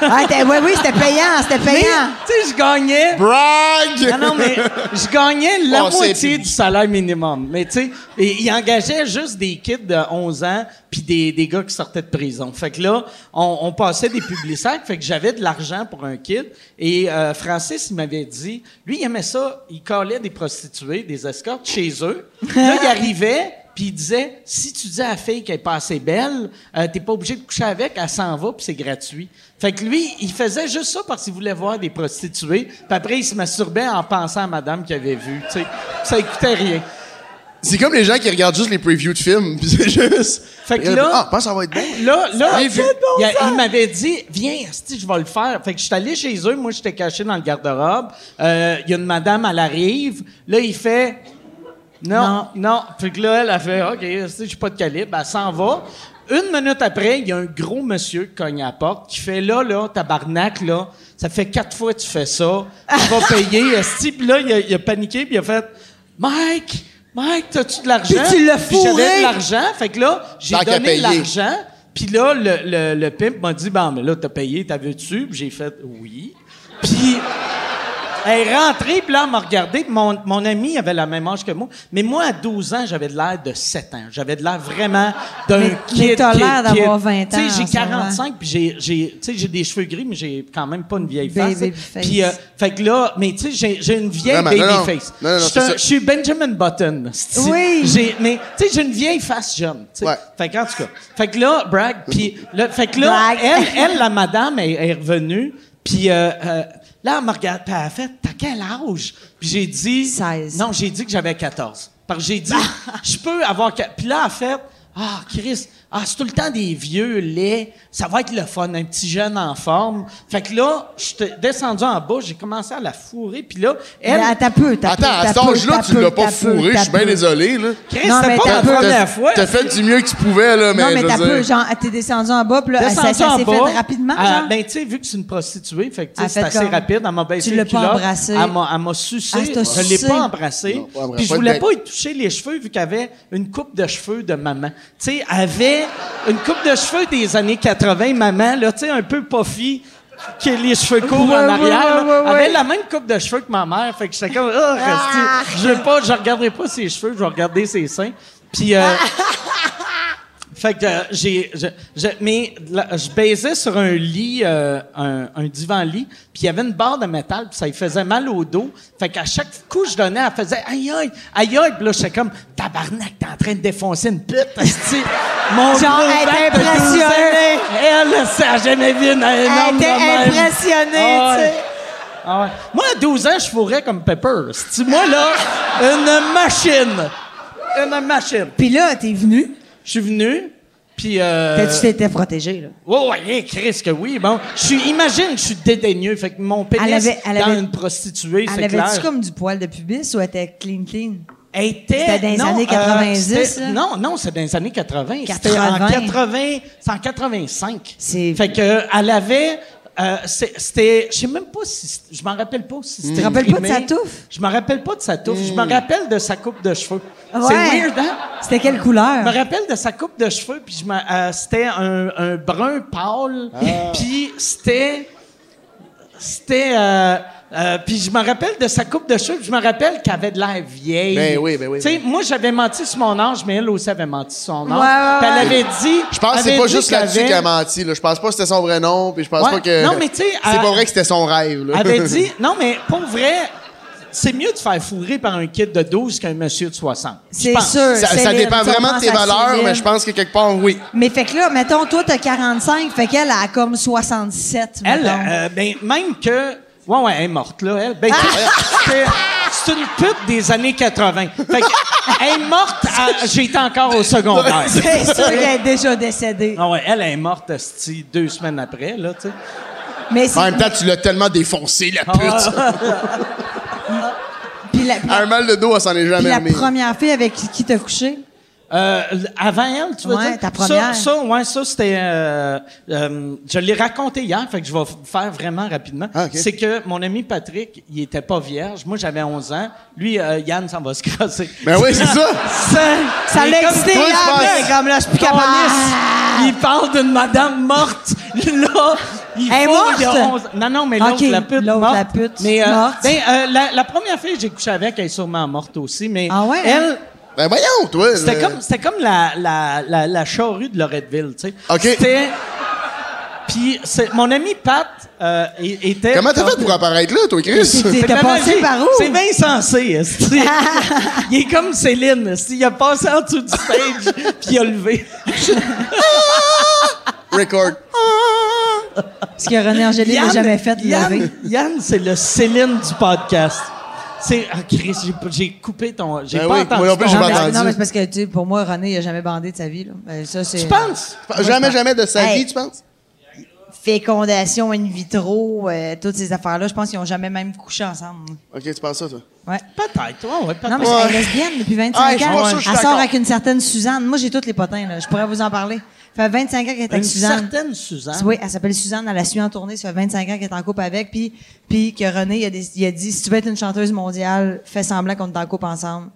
Speaker 5: Ah, t'es- oui, oui, c'était payant, c'était
Speaker 3: Mais,
Speaker 5: payant.
Speaker 3: tu sais, je gagnais.
Speaker 8: Brag!
Speaker 5: Ah
Speaker 3: Non, non, mais je gagnais la
Speaker 8: Oh, c'est
Speaker 3: moitié
Speaker 8: public.
Speaker 3: du salaire minimum. Mais tu sais, et- il engageait juste des kids de 11 ans puis des, des gars qui sortaient de prison. Fait que là, on, on passait des publics sacs. Fait que j'avais de l'argent pour un kid. Et euh, Francis, il m'avait dit, lui, il aimait ça. Il collait des prostituées, des escortes chez eux. Là, il arrivait. Puis il disait, si tu dis à la fille qu'elle est pas assez belle, euh, t'es pas obligé de coucher avec, elle s'en va, puis c'est gratuit. Fait que lui, il faisait juste ça parce qu'il voulait voir des prostituées. Puis après, il se masturbait en pensant à madame qu'il avait vue. tu sais. Ça écoutait rien.
Speaker 8: C'est comme les gens qui regardent juste les previews de films. Puis c'est juste.
Speaker 3: Fait que là-
Speaker 8: Ah, pense que ça va être bien.
Speaker 3: Là, là,
Speaker 8: Hey,
Speaker 3: il,
Speaker 8: vu-
Speaker 3: il a- il m'avait dit, viens, asti, je vais le faire. Fait que je suis allé chez eux, moi, j'étais caché dans le garde-robe. Euh, Il y a une madame, elle arrive. Là, il fait, non, non. Fait que là, elle a fait, OK, asti, j'ai pas de calibre. Elle s'en va. Une minute après, il y a un gros monsieur qui cogne à la porte qui fait, là, là, tabarnak, là, ça fait quatre fois que tu fais ça. Tu vas payer, esti. Puis là, il a, il a paniqué, puis il a fait, Mike, Mike, t'as-tu de l'argent?
Speaker 5: Puis tu l'as
Speaker 3: Puis J'avais
Speaker 5: fourré.
Speaker 3: de l'argent. Fait que là, j'ai
Speaker 8: Tant qu'à
Speaker 3: donné
Speaker 8: payer.
Speaker 3: l'argent l'argent. Puis là, le, le, le pimp m'a dit, bon, mais là, t'as payé, t'as vu-tu? Puis j'ai fait, oui. Puis elle est rentrée, puis là, elle m'a regardé. Puis Mon, mon ami avait la même âge que moi. Mais moi, à 12 ans, j'avais de l'air de 7 ans. J'avais de l'air vraiment d'un
Speaker 5: Mais-
Speaker 3: kid.
Speaker 5: mais t'as
Speaker 3: kid,
Speaker 5: l'air
Speaker 3: kid.
Speaker 5: d'avoir 20
Speaker 3: Tu sais,
Speaker 5: ans en
Speaker 3: j'ai
Speaker 5: ce moment.
Speaker 3: 45, puis j'ai- j'ai tu sais, j'ai des cheveux gris, mais j'ai quand même pas une vieille face.
Speaker 5: Baby
Speaker 3: hein. Puis,
Speaker 5: face.
Speaker 3: euh, fait que là, mais tu sais, j'ai- j'ai une vieille
Speaker 8: Vraiment,
Speaker 3: baby
Speaker 8: non, non.
Speaker 3: face.
Speaker 8: Non, non, non,
Speaker 3: Je suis
Speaker 8: c'est
Speaker 3: un-
Speaker 8: ça.
Speaker 3: je suis Benjamin Button. c'ti.
Speaker 5: Oui.
Speaker 3: J'ai- Mais tu sais, j'ai une vieille face jeune. tu sais.
Speaker 8: Ouais.
Speaker 3: Fait que, en tout cas. Fait que là, brag, puis là, fait que là,
Speaker 5: Brag.
Speaker 3: elle, elle, la madame, elle, elle est revenue, puis euh, euh, là, elle me regarde, puis elle a fait, t'as quel âge? Puis j'ai dit...
Speaker 5: 16.
Speaker 3: Non, j'ai dit que j'avais 14. Parce que j'ai dit, je peux avoir... quat- Puis là, elle a fait, ah, Chris, ah, c'est tout le temps des vieux laids, ça va être le fun, un petit jeune en forme. Fait que là, je suis descendu en bas, j'ai commencé à la fourrer, puis là, elle...
Speaker 5: Mais T'as peu, t'as peu,
Speaker 8: Attends, à
Speaker 5: t'as
Speaker 8: cet
Speaker 5: peu,
Speaker 8: âge-là,
Speaker 5: t'as
Speaker 8: tu
Speaker 5: peu,
Speaker 8: l'as pas
Speaker 5: t'as peu,
Speaker 8: fourré. Je
Speaker 5: t'as
Speaker 8: suis bien
Speaker 5: peu.
Speaker 8: désolé, là.
Speaker 3: Chris,
Speaker 5: Non,
Speaker 3: c'était
Speaker 5: mais
Speaker 3: pas
Speaker 5: t'as
Speaker 3: la
Speaker 5: peu.
Speaker 3: première fois.
Speaker 8: T'as fait du mieux que tu pouvais, là, mais.
Speaker 5: Non, mais
Speaker 8: je
Speaker 5: t'as
Speaker 8: veux
Speaker 5: peu,
Speaker 8: dire-
Speaker 5: genre, t'es descendu en bas, puis là, ça,
Speaker 3: Descendu
Speaker 5: ça
Speaker 3: en
Speaker 5: s'est
Speaker 3: bas.
Speaker 5: fait rapidement,
Speaker 3: Ah,
Speaker 5: genre.
Speaker 3: ben, tu sais, vu que c'est une prostituée, fait que tu sais,
Speaker 5: Elle
Speaker 3: c'est
Speaker 5: fait
Speaker 3: assez
Speaker 5: comme-
Speaker 3: rapide. Elle m'a baissé
Speaker 5: Tu
Speaker 3: le
Speaker 5: l'as pas
Speaker 3: culotte.
Speaker 5: embrassée.
Speaker 3: Elle m'a, elle m'a sucé.
Speaker 5: Elle t'a
Speaker 3: je l'ai
Speaker 5: sucé.
Speaker 3: pas embrassée.
Speaker 8: Non, pas embrassée.
Speaker 3: Puis je
Speaker 8: Pas de
Speaker 3: voulais
Speaker 8: bec.
Speaker 3: pas y toucher les cheveux vu qu'elle avait une coupe de cheveux de maman. Tu sais, elle avait une coupe de cheveux des années 80, maman, là, tu sais, un peu puffy. Qui a les cheveux courts en arrière. là. Elle avait la même coupe de cheveux que ma mère. Fait que j'étais comme, Ah, restez. je veux pas, je regarderai pas ses cheveux, je vais regarder ses seins. Puis,
Speaker 8: Ah,
Speaker 3: euh, Fait que euh, j'ai, je, je- mais là, je baisais sur un lit, euh, un, un divan-lit, puis il y avait une barre de métal, puis ça lui faisait mal au dos. Fait qu'à chaque coup que je donnais, elle faisait aïe aïe, aïe aïe, puis là j'étais comme tabarnak, t'es en train de défoncer une pute, esti. Mon
Speaker 5: Genre,
Speaker 3: gros
Speaker 5: elle
Speaker 3: bac de
Speaker 5: était
Speaker 3: 12 ans,
Speaker 5: impressionnée.
Speaker 3: Elle, ça a jamais vu une énorme
Speaker 5: Elle était
Speaker 3: de même.
Speaker 5: impressionnée,
Speaker 3: Ah
Speaker 5: tu
Speaker 3: ouais.
Speaker 5: sais.
Speaker 3: Ah ouais. Moi, à 12 ans, je fourrais comme Pepper. esti. Moi, là, une machine. Une machine.
Speaker 5: Puis là, t'es venu,
Speaker 3: Je suis venu, puis... euh,
Speaker 5: t'as- tu t'étais protégé, là.
Speaker 3: Oh, ouais, hey, Chris, que oui. Bon, je suis, imagine, je suis dédaigneux. Fait que mon pénis
Speaker 5: Elle avait- elle
Speaker 3: dans
Speaker 5: avait-
Speaker 3: une prostituée,
Speaker 5: Elle
Speaker 3: c'est clair.
Speaker 5: avait-tu comme du poil de pubis ou elle était clean, clean?
Speaker 3: Elle était...
Speaker 5: C'était dans les
Speaker 3: non,
Speaker 5: années
Speaker 3: euh,
Speaker 5: 90,
Speaker 3: c'était-
Speaker 5: là?
Speaker 3: non, non, c'est dans les années 80. C'était en
Speaker 5: 80.
Speaker 3: 80... C'est en 85.
Speaker 5: C'est-
Speaker 3: Fait que, elle avait... euh, c'est- c'était, je sais même pas si, c'est- je m'en rappelle pas si c'était.
Speaker 5: te rappelles pas de
Speaker 3: imprimé.
Speaker 5: sa touffe?
Speaker 3: Je m'en rappelle pas de sa touffe. Je
Speaker 8: Hmm.
Speaker 3: me rappelle de sa coupe de cheveux. C'est
Speaker 5: Ouais.
Speaker 3: weird, hein?
Speaker 5: C'était quelle
Speaker 3: Je me
Speaker 5: couleur?
Speaker 3: rappelle de sa coupe de cheveux, puis je me- euh, c'était un, un brun pâle, puis c'était... C'était... euh, euh, puis je me rappelle de sa coupe de cheveux, puis je me rappelle qu'elle avait de l'air vieille.
Speaker 8: Ben oui, ben oui,
Speaker 3: Tu sais,
Speaker 8: ben
Speaker 3: moi, j'avais menti sur mon âge, mais elle aussi avait menti sur son âge.
Speaker 5: Ouais, ouais,
Speaker 3: Puis elle
Speaker 5: ouais.
Speaker 3: avait dit...
Speaker 8: Je pense que c'est
Speaker 3: avait
Speaker 8: pas
Speaker 3: dit
Speaker 8: juste là-dessus
Speaker 3: avait-
Speaker 8: qu'elle a menti. Là. Je pense pas que c'était son vrai nom, puis je pense
Speaker 3: Ouais.
Speaker 8: pas que.
Speaker 3: Non, mais tu sais,
Speaker 8: C'est
Speaker 3: elle-
Speaker 8: pas vrai que c'était son rêve, là.
Speaker 3: avait dit... Non, mais pour vrai... c'est mieux de faire fourrer par un kid de 12 qu'un monsieur de 60. je
Speaker 5: C'est
Speaker 3: pense.
Speaker 5: sûr.
Speaker 8: Ça,
Speaker 5: c'est
Speaker 8: ça
Speaker 5: libre,
Speaker 8: dépend
Speaker 5: tu
Speaker 8: vraiment de tes
Speaker 5: commences à
Speaker 8: valeurs,
Speaker 5: civil.
Speaker 8: mais je pense que quelque part, oui.
Speaker 5: Mais fait que là, mettons, toi, t'as 45, fait qu'elle a comme 67,
Speaker 3: Elle,
Speaker 5: mettons.
Speaker 3: euh, ben, même que. Ouais, ouais, elle est morte, là, elle. Ben, c'est- c'est une pute des années 80. Fait que, elle est morte, à- j'étais encore au secondaire.
Speaker 5: C'est sûr qu'elle est déjà décédée.
Speaker 3: Ah ouais, elle elle est morte esti, deux semaines après, là, tu sais.
Speaker 5: Mais
Speaker 8: En
Speaker 5: c'est...
Speaker 8: même temps, tu l'as tellement défoncé,
Speaker 3: Ah.
Speaker 8: la pute.
Speaker 5: Puis la, puis la-
Speaker 8: Un mal de dos, elle s'en est
Speaker 5: puis
Speaker 8: jamais
Speaker 5: la
Speaker 8: remis.
Speaker 5: première fille avec qui t'as couché?
Speaker 3: Euh, l- avant elle, tu veux
Speaker 5: Ouais,
Speaker 3: dire?
Speaker 5: ta
Speaker 3: Ça,
Speaker 5: première.
Speaker 3: ça, ouais, ça c'était. euh, euh, je l'ai raconté hier, fait que je vais f- faire vraiment rapidement.
Speaker 8: Ah, ok.
Speaker 3: C'est que mon ami Patrick, il était pas vierge. Moi, j'avais 11 ans. Lui, euh, Yann, s'en va se crasser.
Speaker 8: Ben oui, c'est ça.
Speaker 3: Ça,
Speaker 5: Ça
Speaker 3: mais
Speaker 5: l'a
Speaker 3: comme
Speaker 5: excité
Speaker 8: toi,
Speaker 5: hier,
Speaker 8: je pense-
Speaker 5: là, elle est comme Ah, là, je suis plus capable.
Speaker 3: Calice, Il parle d'une madame morte. Là, il
Speaker 5: Elle est
Speaker 3: faut,
Speaker 5: morte?
Speaker 3: il y a 11 Non, non, mais l'autre,
Speaker 5: Ok,
Speaker 3: la pute
Speaker 5: l'autre,
Speaker 3: morte.
Speaker 5: la pute
Speaker 3: mais, euh,
Speaker 5: morte.
Speaker 3: ben, euh, la, la première fille que j'ai couché avec, elle est sûrement morte aussi, mais
Speaker 5: Ah ouais, hein?
Speaker 3: elle,
Speaker 8: Ben voyons, toi.
Speaker 3: c'était
Speaker 8: là.
Speaker 3: comme, c'était comme la, la, la, la charrue de Loretteville, tu sais.
Speaker 8: OK.
Speaker 3: C'était... Puis c'est- mon ami Pat euh, il- était...
Speaker 8: Comment t'as fait
Speaker 3: comme-
Speaker 8: pour apparaître là, toi, Chris?
Speaker 5: T'es-
Speaker 3: C'est
Speaker 5: t'es
Speaker 3: la
Speaker 5: passé
Speaker 3: magie.
Speaker 5: par où?
Speaker 3: C'est bien sensé. esti. il est comme Céline. esti. Il a passé en dessous du stage, puis il a levé.
Speaker 8: Record.
Speaker 5: Ce que René Angélil n'a jamais fait de
Speaker 3: Yann-
Speaker 5: lever.
Speaker 3: Yann, c'est le Céline du podcast. C'est ah, Chris, j'ai pas- j'ai coupé ton. J'ai
Speaker 8: Ben
Speaker 3: pas
Speaker 8: oui,
Speaker 3: entendu.
Speaker 8: moi non plus,
Speaker 3: ton-
Speaker 8: j'ai
Speaker 5: Non,
Speaker 8: pas
Speaker 5: mais,
Speaker 8: entendu.
Speaker 5: non, mais c'est parce que, tu sais, pour moi, René, il a jamais bandé de sa vie, là. Ben, ça, c'est...
Speaker 3: Tu penses?
Speaker 8: Jamais, jamais de sa
Speaker 5: Hey.
Speaker 8: vie, tu penses?
Speaker 5: euh, Fécondation in vitro, euh, toutes ces affaires-là, je pense qu'ils ont jamais même couché ensemble.
Speaker 8: Ok, tu penses ça, toi?
Speaker 5: Ouais.
Speaker 3: Peut-être, ouais, ouais, peut-être.
Speaker 5: Non, mais
Speaker 8: Ouais.
Speaker 5: elle est lesbienne depuis 25
Speaker 8: Ah, je suis pas
Speaker 5: ans.
Speaker 8: sûr que je suis
Speaker 5: elle sort
Speaker 8: d'accord.
Speaker 5: avec une certaine Suzanne. Moi, j'ai tous les potins, là. Je pourrais vous en parler. Ça fait 25 ans qu'elle est
Speaker 3: Une
Speaker 5: avec Suzanne.
Speaker 3: certaine Suzanne.
Speaker 5: Oui, elle s'appelle Suzanne, elle la suit en tournée, ça fait 25 ans qu'elle est en couple avec, puis, puis que René, il a, déc- il a dit, si tu veux être une chanteuse mondiale, fais semblant qu'on est en couple ensemble.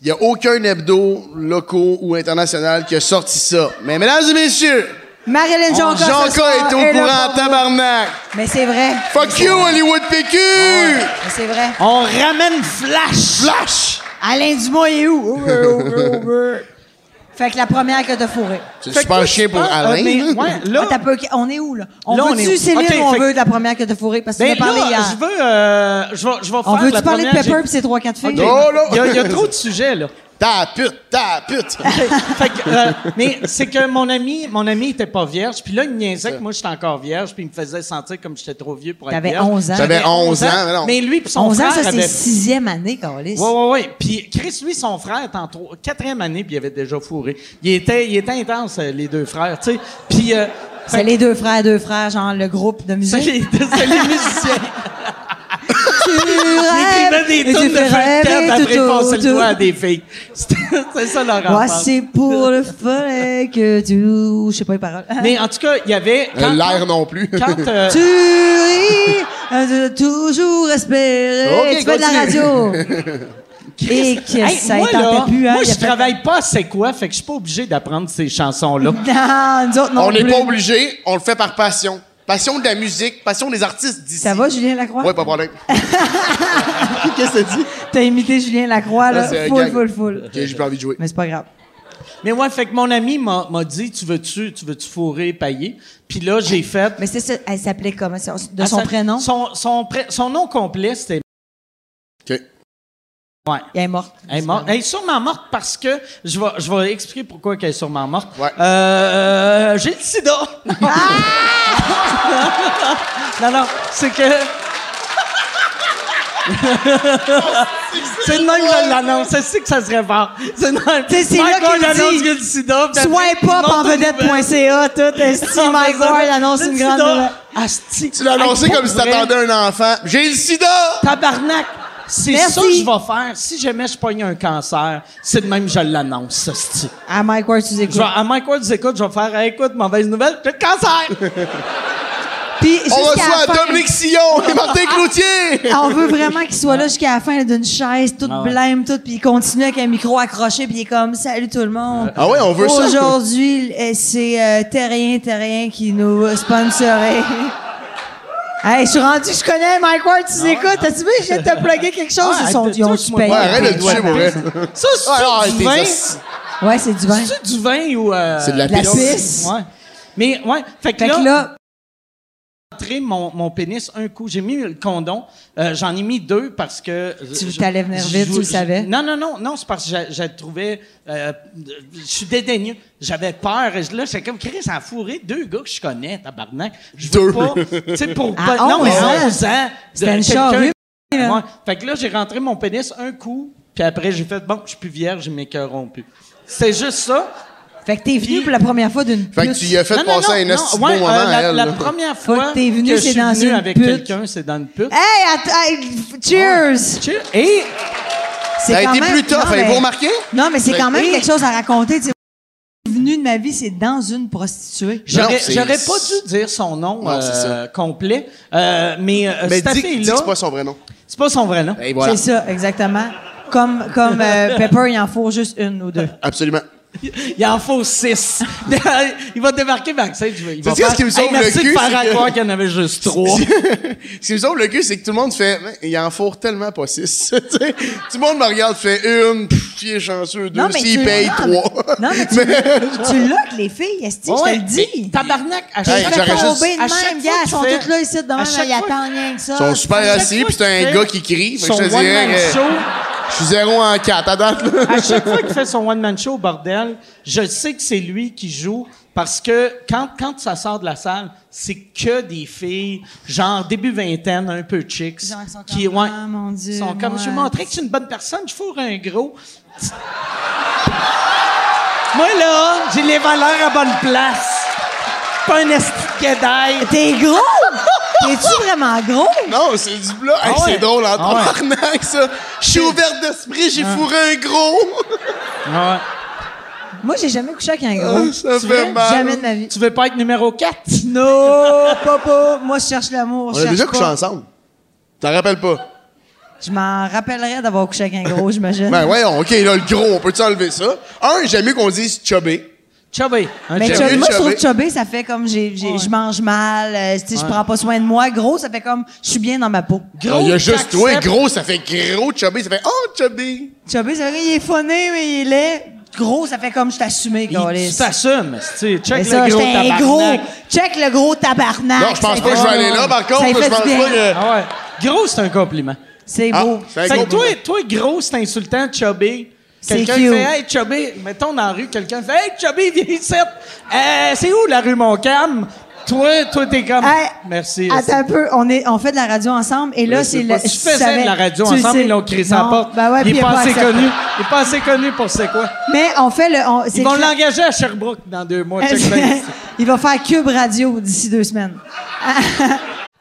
Speaker 8: Il n'y a aucun hebdo locaux ou international qui a sorti ça. Mais mesdames et messieurs,
Speaker 5: Marilyn
Speaker 3: Oh,
Speaker 5: Jonca, ce soir,
Speaker 8: Jonca est au
Speaker 5: est là
Speaker 8: courant,
Speaker 5: pour-
Speaker 8: tabarnak!
Speaker 5: Mais c'est vrai.
Speaker 8: Fuck you, Hollywood PQ!
Speaker 5: Mais c'est vrai.
Speaker 3: On ramène Flash.
Speaker 8: Flash!
Speaker 5: Alain Dumas est où? fait que la première que t'as fourrée.
Speaker 8: C'est
Speaker 3: Fait que toi,
Speaker 8: super
Speaker 3: tu
Speaker 8: chien pour
Speaker 3: penses-
Speaker 8: Alain.
Speaker 3: Ah, mais,
Speaker 8: là.
Speaker 3: ouais,
Speaker 5: Ah,
Speaker 3: là,
Speaker 5: t'as peu- on est où, là? On
Speaker 3: Là, on
Speaker 5: veut-tu,
Speaker 3: est où?
Speaker 5: Céline,
Speaker 3: Ok,
Speaker 5: ou on
Speaker 3: fait-
Speaker 5: veut de la première que t'as fourrée? Parce que tu
Speaker 3: ben
Speaker 5: m'as parlé
Speaker 3: là,
Speaker 5: hier.
Speaker 3: je veux, euh, je vais, je vais faire
Speaker 5: On
Speaker 3: la
Speaker 5: veut-tu parler de
Speaker 3: première,
Speaker 5: Pepper
Speaker 3: j'ai-
Speaker 5: pis ses trois, quatre filles?
Speaker 8: Non, non.
Speaker 3: Il y, a- il y a trop de sujets là.
Speaker 8: Ta pute, ta pute!
Speaker 3: Fait que, euh, mais c'est que mon ami, mon ami était pas vierge, puis là il me niaisait que moi j'étais encore vierge, puis il me faisait sentir comme j'étais trop vieux pour être
Speaker 5: T'avais
Speaker 3: vierge.
Speaker 5: 11 ans.
Speaker 8: J'avais 11 ans, mais
Speaker 3: mais,
Speaker 8: non.
Speaker 3: lui puis son
Speaker 5: 11 ans,
Speaker 3: frère
Speaker 5: ça, c'est
Speaker 3: avait
Speaker 5: sixième année, Carlis.
Speaker 3: Ouais, ouais, ouais. Puis Chris, lui, son frère est en tro- quatrième année, puis il avait déjà fourré. Il était, il était intense, euh, les deux frères, tu sais. Puis. euh,
Speaker 5: C'est
Speaker 3: fait-
Speaker 5: les deux frères, deux frères, genre le groupe de
Speaker 3: c'est
Speaker 5: musique.
Speaker 3: les, c'est les musiciens. Ils
Speaker 5: Rêve,
Speaker 3: écrivaient
Speaker 5: et
Speaker 3: des tunes
Speaker 5: tu
Speaker 3: de
Speaker 5: fais
Speaker 3: fin de
Speaker 5: rêver
Speaker 3: camp, après ils
Speaker 5: tout
Speaker 3: passaient le doigt à
Speaker 5: autour.
Speaker 3: des filles. C'était- C'est ça leur rapport.
Speaker 5: Voici pour le fun que tu... Je sais pas les paroles.
Speaker 3: Mais en tout cas, il y avait.
Speaker 8: Euh,
Speaker 3: quand-
Speaker 8: L'air non plus.
Speaker 3: Quand. euh,
Speaker 5: Tu ris, euh, de toujours espérer.
Speaker 8: Ok,
Speaker 5: tu fais de la
Speaker 8: continue.
Speaker 5: radio. Et que
Speaker 3: Hey,
Speaker 5: ça
Speaker 3: moi,
Speaker 5: y tentait
Speaker 3: là,
Speaker 5: plus, hein,
Speaker 3: moi,
Speaker 5: il y a
Speaker 3: je
Speaker 5: pas-
Speaker 3: travaille pas c'est quoi, fait que je suis pas obligé d'apprendre ces chansons-là.
Speaker 5: Non, nous autres, non
Speaker 8: on n'est
Speaker 5: plus.
Speaker 8: pas obligé, on le fait par passion. Passion de la musique, passion des artistes d'ici.
Speaker 5: Ça va, Julien Lacroix?
Speaker 8: Ouais, pas de problème. Qu'est-ce que t'as dit?
Speaker 5: T'as imité Julien Lacroix, là.
Speaker 8: Ça, c'est un
Speaker 5: Full,
Speaker 8: gag.
Speaker 5: full, full.
Speaker 8: Ok, j'ai plus envie de jouer.
Speaker 5: Mais c'est pas grave.
Speaker 3: Mais ouais, fait que mon ami m'a m'a dit, tu veux-tu, tu veux-tu fourrer, payer? Puis là, j'ai fait.
Speaker 5: Mais c'est ça, elle s'appelait comment? ça? De
Speaker 3: Ah,
Speaker 5: son
Speaker 3: ça-
Speaker 5: prénom?
Speaker 3: Son, son, pré- son nom complet, c'était.
Speaker 8: Ok.
Speaker 3: Ouais.
Speaker 5: Elle est morte.
Speaker 3: Elle est, morte. Elle est sûrement morte parce que je vais, je vais expliquer pourquoi qu'elle est sûrement morte.
Speaker 8: Ouais.
Speaker 3: Euh, euh, j'ai le sida. Ah non, non, c'est que. c'est de même que je l'annonce. C'est que ça serait fort. C'est de même.
Speaker 5: T'sais, c'est
Speaker 3: Mike
Speaker 5: là qu'il
Speaker 3: Ward
Speaker 5: dit,
Speaker 3: annonce qu'il y a le sida. puis après,
Speaker 5: Swipe
Speaker 3: il
Speaker 5: up
Speaker 3: monte
Speaker 5: en
Speaker 3: aux nouvelles.
Speaker 5: vedette.ca, tout esti, Mike Ward annonce une grande nouvelle.
Speaker 3: Asti.
Speaker 8: Tu l'as annoncé
Speaker 3: Hey,
Speaker 8: comme
Speaker 3: pour
Speaker 8: si
Speaker 3: vrai,
Speaker 8: t'attendais un enfant. J'ai le sida!
Speaker 3: Tabarnak! C'est
Speaker 5: Merci.
Speaker 3: ça que je vais faire. Si jamais je pogne un cancer, c'est de même que je l'annonce, asti.
Speaker 5: À Ah, Mike Ward, tu les
Speaker 3: Je
Speaker 5: écoutes.
Speaker 3: vais, à Mike Ward, écoute, je vais faire Hey, écoute, mauvaise nouvelle, j'ai le cancer!
Speaker 5: Puis jusqu'à
Speaker 8: On
Speaker 5: la
Speaker 8: reçoit
Speaker 5: fin,
Speaker 8: Dominique Sillon et Martin Cloutier!
Speaker 5: On veut vraiment qu'il soit là jusqu'à la fin d'une chaise, toute
Speaker 8: Ah
Speaker 3: ouais.
Speaker 5: blême, toute, puis il continue avec un micro accroché, puis il est comme Salut tout le monde.
Speaker 8: Ah ouais, on veut ça.
Speaker 5: Aujourd'hui, euh, c'est euh, Terrien Terrien qui nous sponsorait. hey, je suis rendu, je connais Mike Ward, tu écoutes. T'as-tu vu, je viens de te plugger quelque chose?
Speaker 3: Ah Ouais,
Speaker 5: ils sont,
Speaker 3: t'as-
Speaker 5: ils ont
Speaker 3: toi,
Speaker 5: su
Speaker 3: moi,
Speaker 5: payer.
Speaker 8: Ouais, arrête de le
Speaker 5: Ouais,
Speaker 8: toucher pour vrai.
Speaker 3: Ça, c'est
Speaker 8: Ah,
Speaker 3: du
Speaker 8: t'es
Speaker 3: vin?
Speaker 8: os-
Speaker 5: Ouais, c'est du vin.
Speaker 3: C'est du vin ou. euh,
Speaker 8: C'est de la
Speaker 5: La
Speaker 8: pisse.
Speaker 5: pisse.
Speaker 3: Ouais. Mais, ouais. Fait que
Speaker 5: Fait
Speaker 3: là,
Speaker 5: que là,
Speaker 3: montré mon, mon pénis un coup. J'ai mis le condom. Euh, J'en ai mis deux parce que.
Speaker 5: Tu
Speaker 3: je-
Speaker 5: t'allais venir vite,
Speaker 3: je-
Speaker 5: tu le
Speaker 3: je-
Speaker 5: savais?
Speaker 3: Non, non, non, non, c'est parce que je, je trouvais. euh, je suis dédaigneux. J'avais peur. Et Là, c'est comme Chris en fourré deux gars que je connais, tabarnak. Je veux
Speaker 8: Deux.
Speaker 3: pas. Tu sais, pour
Speaker 5: À
Speaker 3: pas. Non, mais
Speaker 5: 11 ans.
Speaker 3: 11 ans. de
Speaker 5: C'était Ah, une
Speaker 3: quelqu'un-
Speaker 5: charrue, hein.
Speaker 3: Ouais.
Speaker 5: là.
Speaker 3: Fait que là, j'ai rentré mon pénis un coup, puis après, j'ai fait bon, je suis plus vierge, mes cœurs rompus. C'est juste ça.
Speaker 5: Fait que t'es venu
Speaker 3: Puis-
Speaker 5: pour la première fois d'une
Speaker 8: Fait que
Speaker 5: pute.
Speaker 8: tu y as fait
Speaker 3: Non, non,
Speaker 8: passer
Speaker 3: non,
Speaker 8: un
Speaker 3: non,
Speaker 8: esti de
Speaker 3: ouais,
Speaker 8: bon moment
Speaker 3: euh, la,
Speaker 8: à elle.
Speaker 3: la
Speaker 8: là.
Speaker 3: première fois
Speaker 5: que t'es venu,
Speaker 3: que
Speaker 5: c'est
Speaker 3: je suis
Speaker 5: dans
Speaker 3: venu
Speaker 5: une
Speaker 3: avec
Speaker 5: pute.
Speaker 3: quelqu'un, c'est dans une pute.
Speaker 5: Hey, att- hey, f- cheers!
Speaker 3: Cheers. Et
Speaker 5: C'est
Speaker 8: Ça a
Speaker 5: quand
Speaker 8: été
Speaker 5: même-
Speaker 8: plus tough. hein,
Speaker 5: non, mais-
Speaker 8: Avez-vous remarqué?
Speaker 5: Non, mais c'est
Speaker 3: Ben
Speaker 5: quand même
Speaker 8: Et-
Speaker 5: quelque chose à raconter. tu sais. venu de ma vie, c'est dans une prostituée.
Speaker 3: j'aurais
Speaker 8: Non, c'est-
Speaker 3: j'aurais pas dû dire son nom
Speaker 8: Non, c'est ça.
Speaker 3: euh, complet, euh, mais, euh,
Speaker 8: Mais
Speaker 3: cette
Speaker 8: dis, dis que
Speaker 3: fille-là,
Speaker 8: c'est pas son vrai nom.
Speaker 3: c'est pas son vrai nom.
Speaker 8: Et voilà.
Speaker 5: C'est ça, exactement. Comme, comme euh, Pepper, il en faut juste une ou deux.
Speaker 8: Absolument.
Speaker 3: Il en faut six. il va débarquer backstage. il va- Il va
Speaker 8: C'est-tu
Speaker 3: faire,
Speaker 8: ce qui me sauve
Speaker 3: Hey, merci
Speaker 8: le
Speaker 3: de
Speaker 8: cul,
Speaker 3: faire
Speaker 8: c'est
Speaker 3: à
Speaker 8: que-
Speaker 3: croire qu'il y en avait juste trois.
Speaker 8: Ce qui me sauve le cul, c'est que tout le monde fait. Ben, Il en fourre tellement pas six. Tu sais, tout le monde me regarde, fait une, pff, il est chanceux, deux, s'il paye,
Speaker 5: non, mais-
Speaker 8: trois.
Speaker 5: Non, mais tu, tu l'as que les filles, est-ce que je te le dis?
Speaker 3: Tabarnak, à
Speaker 8: Hey,
Speaker 3: chaque
Speaker 8: j'aurais
Speaker 5: Tombé
Speaker 8: juste-
Speaker 5: de
Speaker 3: à chaque
Speaker 5: même, gars,
Speaker 3: fois
Speaker 5: elles sont
Speaker 3: que tu
Speaker 5: toutes là ici,
Speaker 3: fais- à
Speaker 5: demain,
Speaker 3: chaque
Speaker 5: ils
Speaker 3: fois-
Speaker 5: attendent rien que ça.
Speaker 8: Ils sont super
Speaker 3: chaque
Speaker 8: assis,
Speaker 3: fois
Speaker 8: puis c'est un
Speaker 3: qu'il
Speaker 8: gars
Speaker 3: fait
Speaker 8: qui crie. Fait que
Speaker 3: son
Speaker 8: je te
Speaker 3: one-man
Speaker 8: dirais,
Speaker 3: show.
Speaker 8: euh, je suis zéro en quatre. À date, là.
Speaker 3: À chaque fois qu'il fait son one-man show, bordel, je sais que c'est lui qui joue parce que quand, quand ça sort de la salle, c'est que des filles, genre début vingtaine, un peu chicks.
Speaker 5: Genre, elles sont
Speaker 3: qui,
Speaker 5: comme,
Speaker 3: ouais,
Speaker 5: Ah, mon Dieu,
Speaker 3: sont comme,
Speaker 5: moi.
Speaker 3: je vais montrer que je suis une bonne personne, je fourre un gros. Moi, là, j'ai les valeurs à bonne place. Je suis Pas un esti de guédaille.
Speaker 5: T'es gros? T'es-tu vraiment gros?
Speaker 8: Non, c'est du blanc.
Speaker 3: Ah
Speaker 8: Hey,
Speaker 3: ouais.
Speaker 8: C'est drôle, en
Speaker 3: Ah ouais. Ah.
Speaker 8: tabarnak, ça. Je suis ouvert d'esprit, j'ai fourré un gros.
Speaker 5: Moi, j'ai jamais couché avec un gros.
Speaker 8: Ah, ça
Speaker 5: Tu
Speaker 8: fait
Speaker 5: veux?
Speaker 8: mal.
Speaker 5: Jamais de ma vie.
Speaker 3: Tu veux pas être numéro 4?
Speaker 5: Non, papa, moi, je cherche l'amour.
Speaker 8: On
Speaker 5: je
Speaker 8: a
Speaker 5: cherche
Speaker 8: déjà
Speaker 5: pas.
Speaker 8: couché ensemble. T'en rappelles pas?
Speaker 5: Je m'en rappellerais d'avoir couché avec un gros, j'imagine.
Speaker 8: Ben voyons, OK, là, le gros, on peut-tu enlever ça? Un, j'aime mieux qu'on dise chubby.
Speaker 3: Chubby. Un
Speaker 5: Mais
Speaker 8: J'aime
Speaker 5: chubby,
Speaker 8: mieux
Speaker 5: moi, je trouve
Speaker 8: chubby.
Speaker 5: chubby, ça fait comme j'ai, j'ai- je mange mal, euh, tu sais, je prends pas soin de moi. Gros, ça fait comme je suis bien dans ma peau.
Speaker 8: Ah, Il y a juste
Speaker 3: t'acceptes.
Speaker 8: toi, gros, ça fait gros, chubby, ça fait oh, chubby.
Speaker 5: Chubby, ça fait qu'il est funné, mais il est laid. Gros, ça fait comme je t'assumais,
Speaker 3: Il-
Speaker 5: câlisse.
Speaker 3: Tu t'assumes, tu sais,
Speaker 5: Mais
Speaker 3: check
Speaker 5: ça,
Speaker 3: le gros
Speaker 5: j'étais un
Speaker 3: tabarnak.
Speaker 5: gros. Check le gros tabarnak.
Speaker 8: Non, je pense
Speaker 5: Ça
Speaker 8: pas que je vais
Speaker 5: fait-
Speaker 8: aller là,
Speaker 5: Ah,
Speaker 8: par
Speaker 5: Ça
Speaker 8: contre,
Speaker 5: fait
Speaker 8: je
Speaker 5: du
Speaker 8: pense pas
Speaker 5: bien. Oh.
Speaker 8: que.
Speaker 3: Ah ouais. Gros, c'est un compliment.
Speaker 5: C'est
Speaker 8: Ah,
Speaker 5: beau.
Speaker 8: c'est un
Speaker 3: Fait que
Speaker 8: gros
Speaker 3: toi,
Speaker 8: bouton.
Speaker 3: toi, gros, c'est insultant, chubby.
Speaker 5: C'est
Speaker 3: Quelqu'un
Speaker 5: cute.
Speaker 3: fait Hey, chubby, mettons dans la rue, quelqu'un fait Hey, chubby, viens ici. Euh, c'est où la rue Montcalm? Toi, toi, t'es comme.
Speaker 5: Hey,
Speaker 3: Ah, Merci.
Speaker 5: Attends un peu, on, est, on fait de la radio ensemble et là, c'est le.
Speaker 3: Si
Speaker 5: je
Speaker 3: tu faisais
Speaker 5: savais-
Speaker 3: de la radio
Speaker 5: tu le
Speaker 3: ensemble,
Speaker 5: sais.
Speaker 3: ils l'ont crié sa
Speaker 5: Non,
Speaker 3: porte.
Speaker 5: ben ouais, puis
Speaker 3: il est pas assez
Speaker 5: accepté.
Speaker 3: connu. Il est pas assez connu pour c'est quoi?
Speaker 5: Mais on fait le. on- c'est
Speaker 3: Ils vont
Speaker 5: le-
Speaker 3: l'engager à Sherbrooke dans deux mois. check bien.
Speaker 5: Il va faire Cube Radio d'ici deux semaines.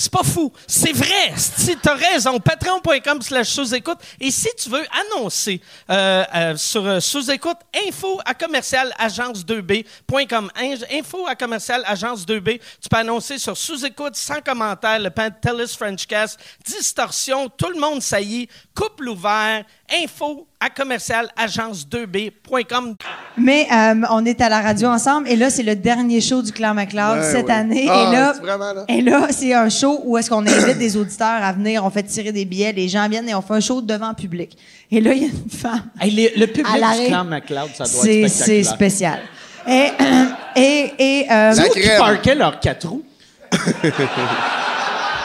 Speaker 9: C'est pas fou. C'est vrai. Si t'as raison, patreon.com slash sous-écoute. Et si tu veux annoncer euh, euh, sur euh, sous-écoute, info à commercial agence2b.com. In- Info à commercial agence2b. Tu peux annoncer sur sous-écoute, sans commentaire, le Pantelis Frenchcast, distorsion, tout le monde saillit, couple ouvert, info à commercial agence2b.com.
Speaker 5: Mais euh, on est à la radio ensemble et là, c'est le dernier show du Clan MacLeod
Speaker 8: Ouais,
Speaker 5: cette
Speaker 8: ouais.
Speaker 5: année.
Speaker 8: Ah,
Speaker 5: et là,
Speaker 8: c'est vraiment, là.
Speaker 5: et là, c'est un show où est-ce qu'on invite des auditeurs à venir, on fait tirer des billets, les gens viennent et on fait un show devant public. Et là, il y a une femme
Speaker 3: Hey, le, le public
Speaker 5: À l'arrêt.
Speaker 3: du clan McLeod, ça doit
Speaker 5: C'est
Speaker 3: être
Speaker 5: c'est
Speaker 3: spectaculaire.
Speaker 5: spécial. Et, et, et euh,
Speaker 8: La
Speaker 3: Qui
Speaker 8: crème.
Speaker 3: parquait leurs quatre roues?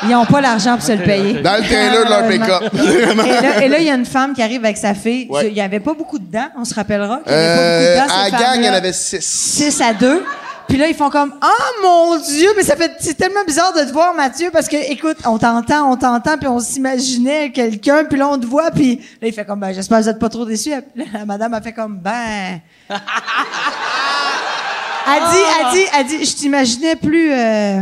Speaker 5: ils n'ont pas l'argent pour se le payer.
Speaker 8: Dans le trailer de leur pick-up. Vraiment.
Speaker 5: Et là- Et là, il y a une femme qui arrive avec sa fille.
Speaker 8: Ouais.
Speaker 5: Tu- Il n'y avait pas beaucoup de dents, on se rappellera. qu'il y avait
Speaker 8: Euh,
Speaker 5: pas beaucoup de dents,
Speaker 8: à
Speaker 5: cette
Speaker 8: la gang, il y en
Speaker 5: femme-là.
Speaker 8: avait six.
Speaker 5: 6 à 2. Puis là, ils font comme Ah mon Dieu, mais ça fait c'est tellement bizarre de te voir, Mathieu, parce que écoute, on t'entend, on t'entend, puis on s'imaginait quelqu'un, puis là on te voit, puis là il fait comme ben j'espère que vous êtes pas trop déçus. Puis là, la madame a fait comme ben. Elle
Speaker 3: Ah.
Speaker 5: dit, elle dit, elle dit, je t'imaginais plus. euh,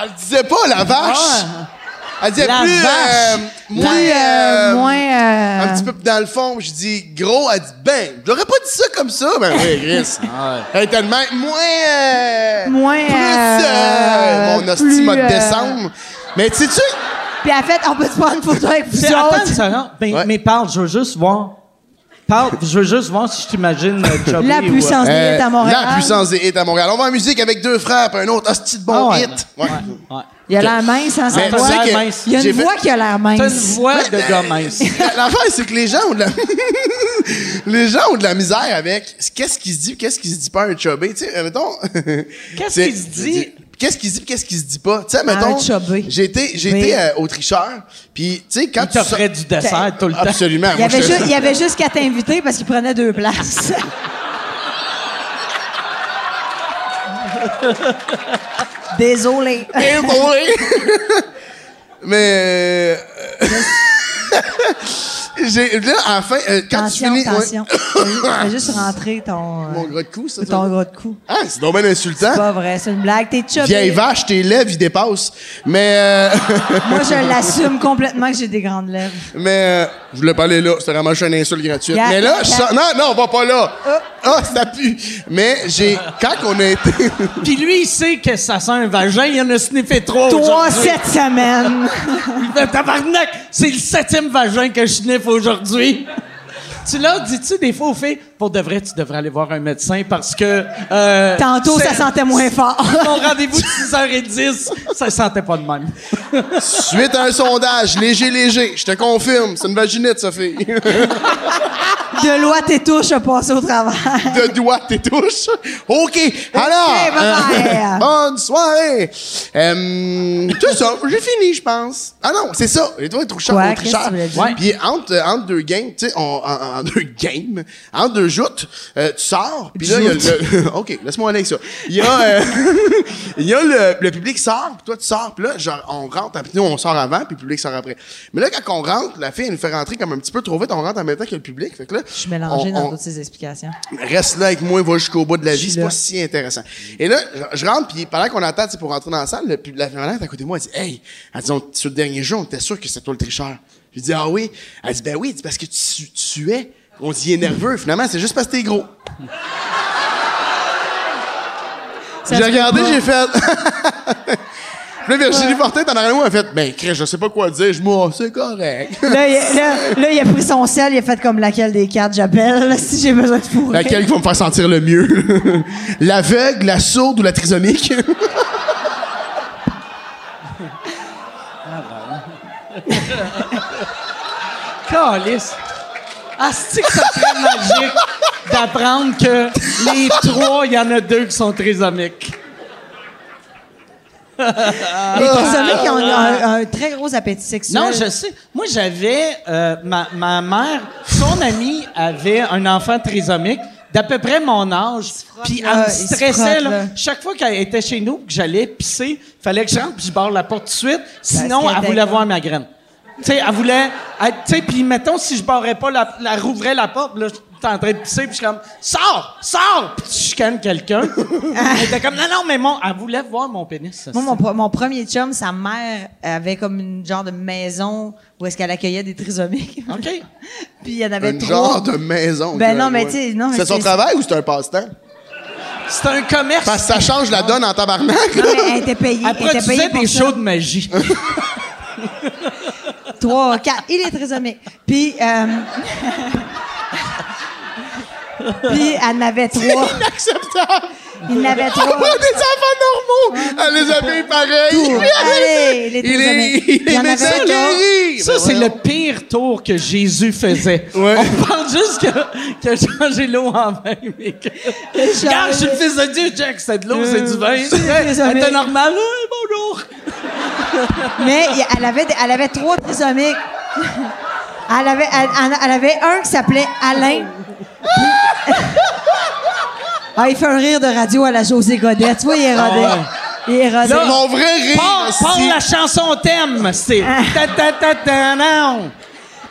Speaker 8: Elle le disait pas, la vache.
Speaker 5: Ah.
Speaker 8: Elle disait
Speaker 3: La
Speaker 8: plus. euh,
Speaker 3: Ah, vache.
Speaker 8: moins,
Speaker 5: plus, euh,
Speaker 8: euh,
Speaker 5: moins. euh,
Speaker 8: Un petit peu dans le fond, je dis gros, elle dit ben. J'aurais pas dit ça comme ça, ben oui, Chris. Elle était de même. Moins. euh,
Speaker 5: Moins,
Speaker 8: Plus.
Speaker 5: euh,
Speaker 8: euh, mon hostie
Speaker 5: plus,
Speaker 8: m'a de
Speaker 5: euh,
Speaker 8: décembre. Mais tu sais,
Speaker 5: Puis elle fait, on peut se prendre une photo avec vous
Speaker 3: C'est- Attends une
Speaker 5: autres.
Speaker 3: seconde. Ben,
Speaker 8: Ouais.
Speaker 3: Mais parle, je veux juste voir. Parle, je veux juste voir si je t'imagine euh, Chubby
Speaker 5: La
Speaker 3: ou, euh,
Speaker 5: puissance des
Speaker 8: euh,
Speaker 5: hits à Montréal.
Speaker 8: la puissance des hits à Montréal. On va en musique avec deux frappes, un autre hostie de
Speaker 3: Ah
Speaker 8: bon
Speaker 3: ouais.
Speaker 8: hit. Ouais.
Speaker 3: Ouais.
Speaker 5: Il a l'air mince en sa
Speaker 8: Mais tu
Speaker 5: voix.
Speaker 8: sais
Speaker 3: ouais, mince.
Speaker 8: que
Speaker 5: Il y a
Speaker 8: j'ai
Speaker 5: une
Speaker 8: fait-
Speaker 5: voix qui a l'air mince.
Speaker 3: T'as une voix de gars mince.
Speaker 8: La- L'affaire, c'est que les gens ont de la, les gens ont de la misère avec qu'est-ce qui se dit, qu'est-ce qui se dit pas à un chubby, tu sais, euh, mettons.
Speaker 3: Qu'est-ce
Speaker 8: c'est-
Speaker 3: qui se dit?
Speaker 8: Qu'est-ce qui se dit, puis qu'est-ce qui se dit pas, tu sais,
Speaker 5: un
Speaker 8: mettons.
Speaker 5: chubby.
Speaker 8: J'ai été, j'ai
Speaker 5: Mais-
Speaker 8: été euh, au tricheur, puis tu sais quand
Speaker 3: Il t'offrait du dessert tout le temps.
Speaker 8: Absolument.
Speaker 5: Il y
Speaker 8: Moi,
Speaker 5: avait,
Speaker 8: j'étais-
Speaker 5: juste, il y avait juste quatre invités parce qu'il prenait deux places. Désolé.
Speaker 8: Désolé. Mais euh, j'ai là à la fin euh, quand tu
Speaker 5: Attention,
Speaker 8: finis ouais.
Speaker 5: attention. Fais juste rentrer ton, euh,
Speaker 8: mon gros coup ça.
Speaker 5: ton
Speaker 8: ça.
Speaker 5: gros de cou.
Speaker 8: Ah, c'est donc bien
Speaker 5: C'est
Speaker 8: insultant.
Speaker 5: pas vrai, c'est une blague. T'es chubby.
Speaker 8: Vieille vache, tes lèvres, ils dépassent. Mais euh,
Speaker 5: Moi, je l'assume complètement que j'ai des grandes lèvres.
Speaker 8: mais euh, je voulais pas aller là, c'était vraiment juste une insulte gratuite.
Speaker 5: Yeah,
Speaker 8: mais là,
Speaker 5: yeah,
Speaker 8: je
Speaker 5: yeah.
Speaker 8: sens- non non, on va pas là.
Speaker 5: Oh.
Speaker 8: Ah, ça pue. Mais j'ai quand on a été
Speaker 3: Puis lui, il sait que ça sent un vagin. Il en a sniffé trois
Speaker 5: Toi,
Speaker 3: aujourd'hui.
Speaker 5: cette semaine.
Speaker 3: Il fait, Tabarnak! C'est le septième vagin que je sniffe aujourd'hui. Tu leur dis-tu des fois aux filles, pour de vrai, tu devrais aller voir un médecin parce que... euh,
Speaker 5: Tantôt,
Speaker 3: c'est-
Speaker 5: ça sentait moins fort.
Speaker 3: Mon rendez-vous de 6h10, ça sentait pas de même.
Speaker 8: suite à un sondage léger léger. Je te confirme, c'est une vaginette Sophie.
Speaker 5: De loi, tes touches a passé au travail.
Speaker 8: de doigts tes touches. OK. Alors,
Speaker 5: Ok, bye-bye.
Speaker 8: euh, bonne soirée. Euh, tout ça, j'ai fini, je pense. Ah non, c'est ça. Les doigts tricheurs,
Speaker 5: Quoi?
Speaker 8: on trichait.
Speaker 5: Qu'est-ce que tu voulais dire?
Speaker 3: Ouais.
Speaker 8: Puis entre, euh, entre deux games, tu sais, on- en, en deux games, entre deux joutes, euh, tu sors, puis là, il y a le... OK, laisse-moi aller avec ça. Il y a, euh, il y a le, le public sort, puis toi, tu sors, puis là, genre, on rentre, puis nous, on sort avant, puis le public sort après. Mais là, quand on rentre, la fille, elle nous fait rentrer comme un petit peu trop vite, on rentre en même temps que le public. Fait que là,
Speaker 5: Je suis mélangée
Speaker 8: on-
Speaker 5: dans
Speaker 8: on-
Speaker 5: toutes ces explications.
Speaker 8: reste là avec moi, va jusqu'au bout de la vie, c'est
Speaker 5: là.
Speaker 8: pas si intéressant. Et là, je, je rentre, puis pendant qu'on attend tu sais, pour rentrer dans la salle, le, pub- la femme à côté de moi, elle dit Hey, elle dit, on- sur le dernier jour, on était sûr que c'était toi le tricheur. Je dis Ah oui Elle dit Ben oui, c'est parce que tu, su- tu es. On dit est nerveux. Finalement, c'est juste parce que t'es gros.
Speaker 5: Ça
Speaker 8: J'ai
Speaker 5: se peut
Speaker 8: regardé,
Speaker 5: pas.
Speaker 8: j'ai fait. Puis là, Virginie Fortin, t'en as rien, elle a fait Ben, crèche, je sais pas quoi dire. Je dis Moi, c'est correct.
Speaker 5: Là, il, a- là, là, il a pris son sel, il a fait comme laquelle des cartes j'appelle là, si j'ai besoin de fourrer.
Speaker 8: Laquelle qui va me faire sentir le mieux L'aveugle, la sourde ou la trisomique
Speaker 3: Calice! Asti que ça serait magique d'apprendre que les trois, il y en a deux qui sont trisomiques.
Speaker 5: Les
Speaker 8: Ah,
Speaker 5: personnes qui ont un, un- un très gros appétit sexuel.
Speaker 3: Ah, Non, je sais. Moi, j'avais... euh, ma, ma mère, son amie avait un enfant trisomique d'à peu près mon âge. Puis elle
Speaker 5: là,
Speaker 3: me
Speaker 5: Euh, il se
Speaker 3: stressait.
Speaker 5: frotte,
Speaker 3: là.
Speaker 5: là.
Speaker 3: Chaque fois qu'elle était chez nous, que j'allais pisser, fallait que je rentre puis je barre la porte tout de suite.
Speaker 5: qu'elle
Speaker 3: Sinon, elle
Speaker 5: était
Speaker 3: voulait
Speaker 5: comme-
Speaker 3: voir ma graine. Tu sais, elle voulait... elle- Tu sais, puis mettons, si je barrais pas, la, la rouvrais la porte, là, j'étais en train de pisser, puis je suis comme « Sors! Sors! » Puis tu chicanes quelqu'un. Elle était comme « Non, non, mais mon... » Elle voulait voir mon pénis. ça,
Speaker 5: Moi, mon, pro- mon premier chum, sa mère avait comme une genre de maison où est-ce qu'elle accueillait des trisomiques.
Speaker 3: c'est- OK.
Speaker 5: Puis il y en avait
Speaker 8: Un
Speaker 5: trois.
Speaker 8: genre de maison.
Speaker 5: Ben
Speaker 8: quoi,
Speaker 5: non, mais
Speaker 8: ouais.
Speaker 5: tu sais, non, mais
Speaker 8: C'est son
Speaker 5: c'est-
Speaker 8: travail ou c'est un passe-temps?
Speaker 3: C'est un commerce.
Speaker 8: Parce que ça change
Speaker 3: Ah.
Speaker 8: la donne en tabarnak.
Speaker 5: Non, mais elle était payée.
Speaker 3: Elle
Speaker 5: Elle était
Speaker 3: produisait
Speaker 5: payée
Speaker 3: des
Speaker 5: pour ça.
Speaker 3: shows de magie.
Speaker 5: Trois, quatre. Il est trisomique. Puis, euh... Puis elle en avait trois.
Speaker 8: Inacceptable!
Speaker 5: Il en avait
Speaker 8: On a
Speaker 5: trois.
Speaker 8: des enfants normaux! Elle les habille pareil!
Speaker 5: Ah. Allez, les
Speaker 8: Il est,
Speaker 5: trisomiques.
Speaker 8: il
Speaker 5: Il y
Speaker 8: est
Speaker 5: en avait
Speaker 8: médecin
Speaker 5: un, là.
Speaker 8: guéri!
Speaker 3: Ça, c'est le pire tour que Jésus faisait.
Speaker 8: Ouais.
Speaker 3: On parle juste que, que changer l'eau en vin. mais que- Regarde, Ah, je suis le fils de Dieu, Jack. C'est de l'eau, c'est du vin.
Speaker 5: c'est
Speaker 3: Ouais,
Speaker 5: désolé.
Speaker 3: C'était Euh, normal. Hey, bonjour.
Speaker 5: Mais il- elle avait, elle avait trois trisomiques. Elle avait, elle, elle- elle avait un qui s'appelait Alain. Puis- ah, il fait un rire de radio à la José Godet. Tu vois, il est rodé.
Speaker 3: Ah ouais.
Speaker 5: Il est rodé.
Speaker 8: C'est mon vrai rire!
Speaker 3: Parle,
Speaker 8: si.
Speaker 3: parle la chanson thème. C'est ta ta ta ta non.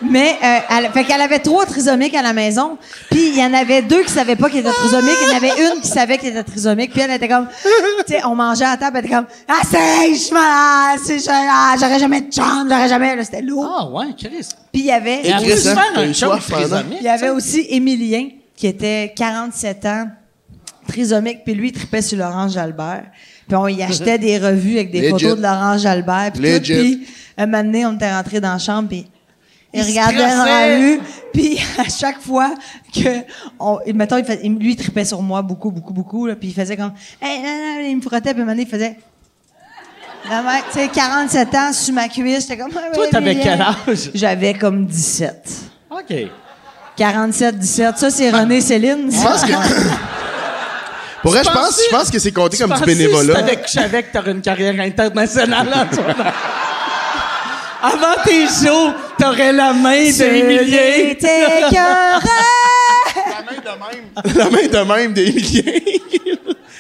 Speaker 5: Mais euh, elle, fait qu'elle avait trois trisomiques à la maison, puis il y en avait deux qui savaient pas qu'ils étaient trisomiques, il y en avait une qui savait qu'elle était trisomique, puis elle était comme, tu sais, on mangeait à table, elle était comme, ah c'est, je suis malade, c'est- je- ah, j'aurais jamais de chance, j'aurais jamais, là c'était lourd.
Speaker 3: Ah ouais, Chris.
Speaker 5: Puis il y avait,
Speaker 8: Et
Speaker 3: Elle
Speaker 8: Chris,
Speaker 3: voulait se
Speaker 8: hein,
Speaker 3: faire
Speaker 8: t'as
Speaker 3: un
Speaker 8: eu
Speaker 3: show
Speaker 8: soif, pendant?
Speaker 5: il y avait aussi Émilien qui était 47 ans, trisomique, puis lui, il tripait sur l'Orange Albert. Puis on y achetait des revues avec des
Speaker 8: Legit.
Speaker 5: photos de l'Orange Albert. Puis tout,
Speaker 8: Legit.
Speaker 5: puis un moment donné, on était rentrés dans la chambre, puis il
Speaker 3: Il se
Speaker 5: regardait dans la
Speaker 3: crossait.
Speaker 5: rue, puis à chaque fois que, on, et mettons, il fait- lui, il tripait sur moi beaucoup, beaucoup, beaucoup, là, puis il faisait comme, hey, non, non, il me frottait, puis un moment donné, il faisait, La mère, tu sais, 47 ans, sur ma cuisse, j'étais comme, Ah,
Speaker 3: Toi,
Speaker 5: ouais,
Speaker 3: t'avais
Speaker 5: mais,
Speaker 3: quel
Speaker 5: euh,
Speaker 3: âge?
Speaker 5: J'avais comme 17.
Speaker 3: OK.
Speaker 5: 47, 17. Ça, c'est René Céline.
Speaker 8: Je
Speaker 5: ça.
Speaker 8: pense que. Pour vrai, je pense,
Speaker 3: pensais-
Speaker 8: je pense que c'est compté comme du
Speaker 3: pensais Si
Speaker 8: bénévolat.
Speaker 3: t'avais couché avec, t'aurais une carrière internationale en tournant. Avant tes shows, t'aurais la main de Émilien.
Speaker 5: C'était écœurant.
Speaker 8: La main de même. La main de même des milliers.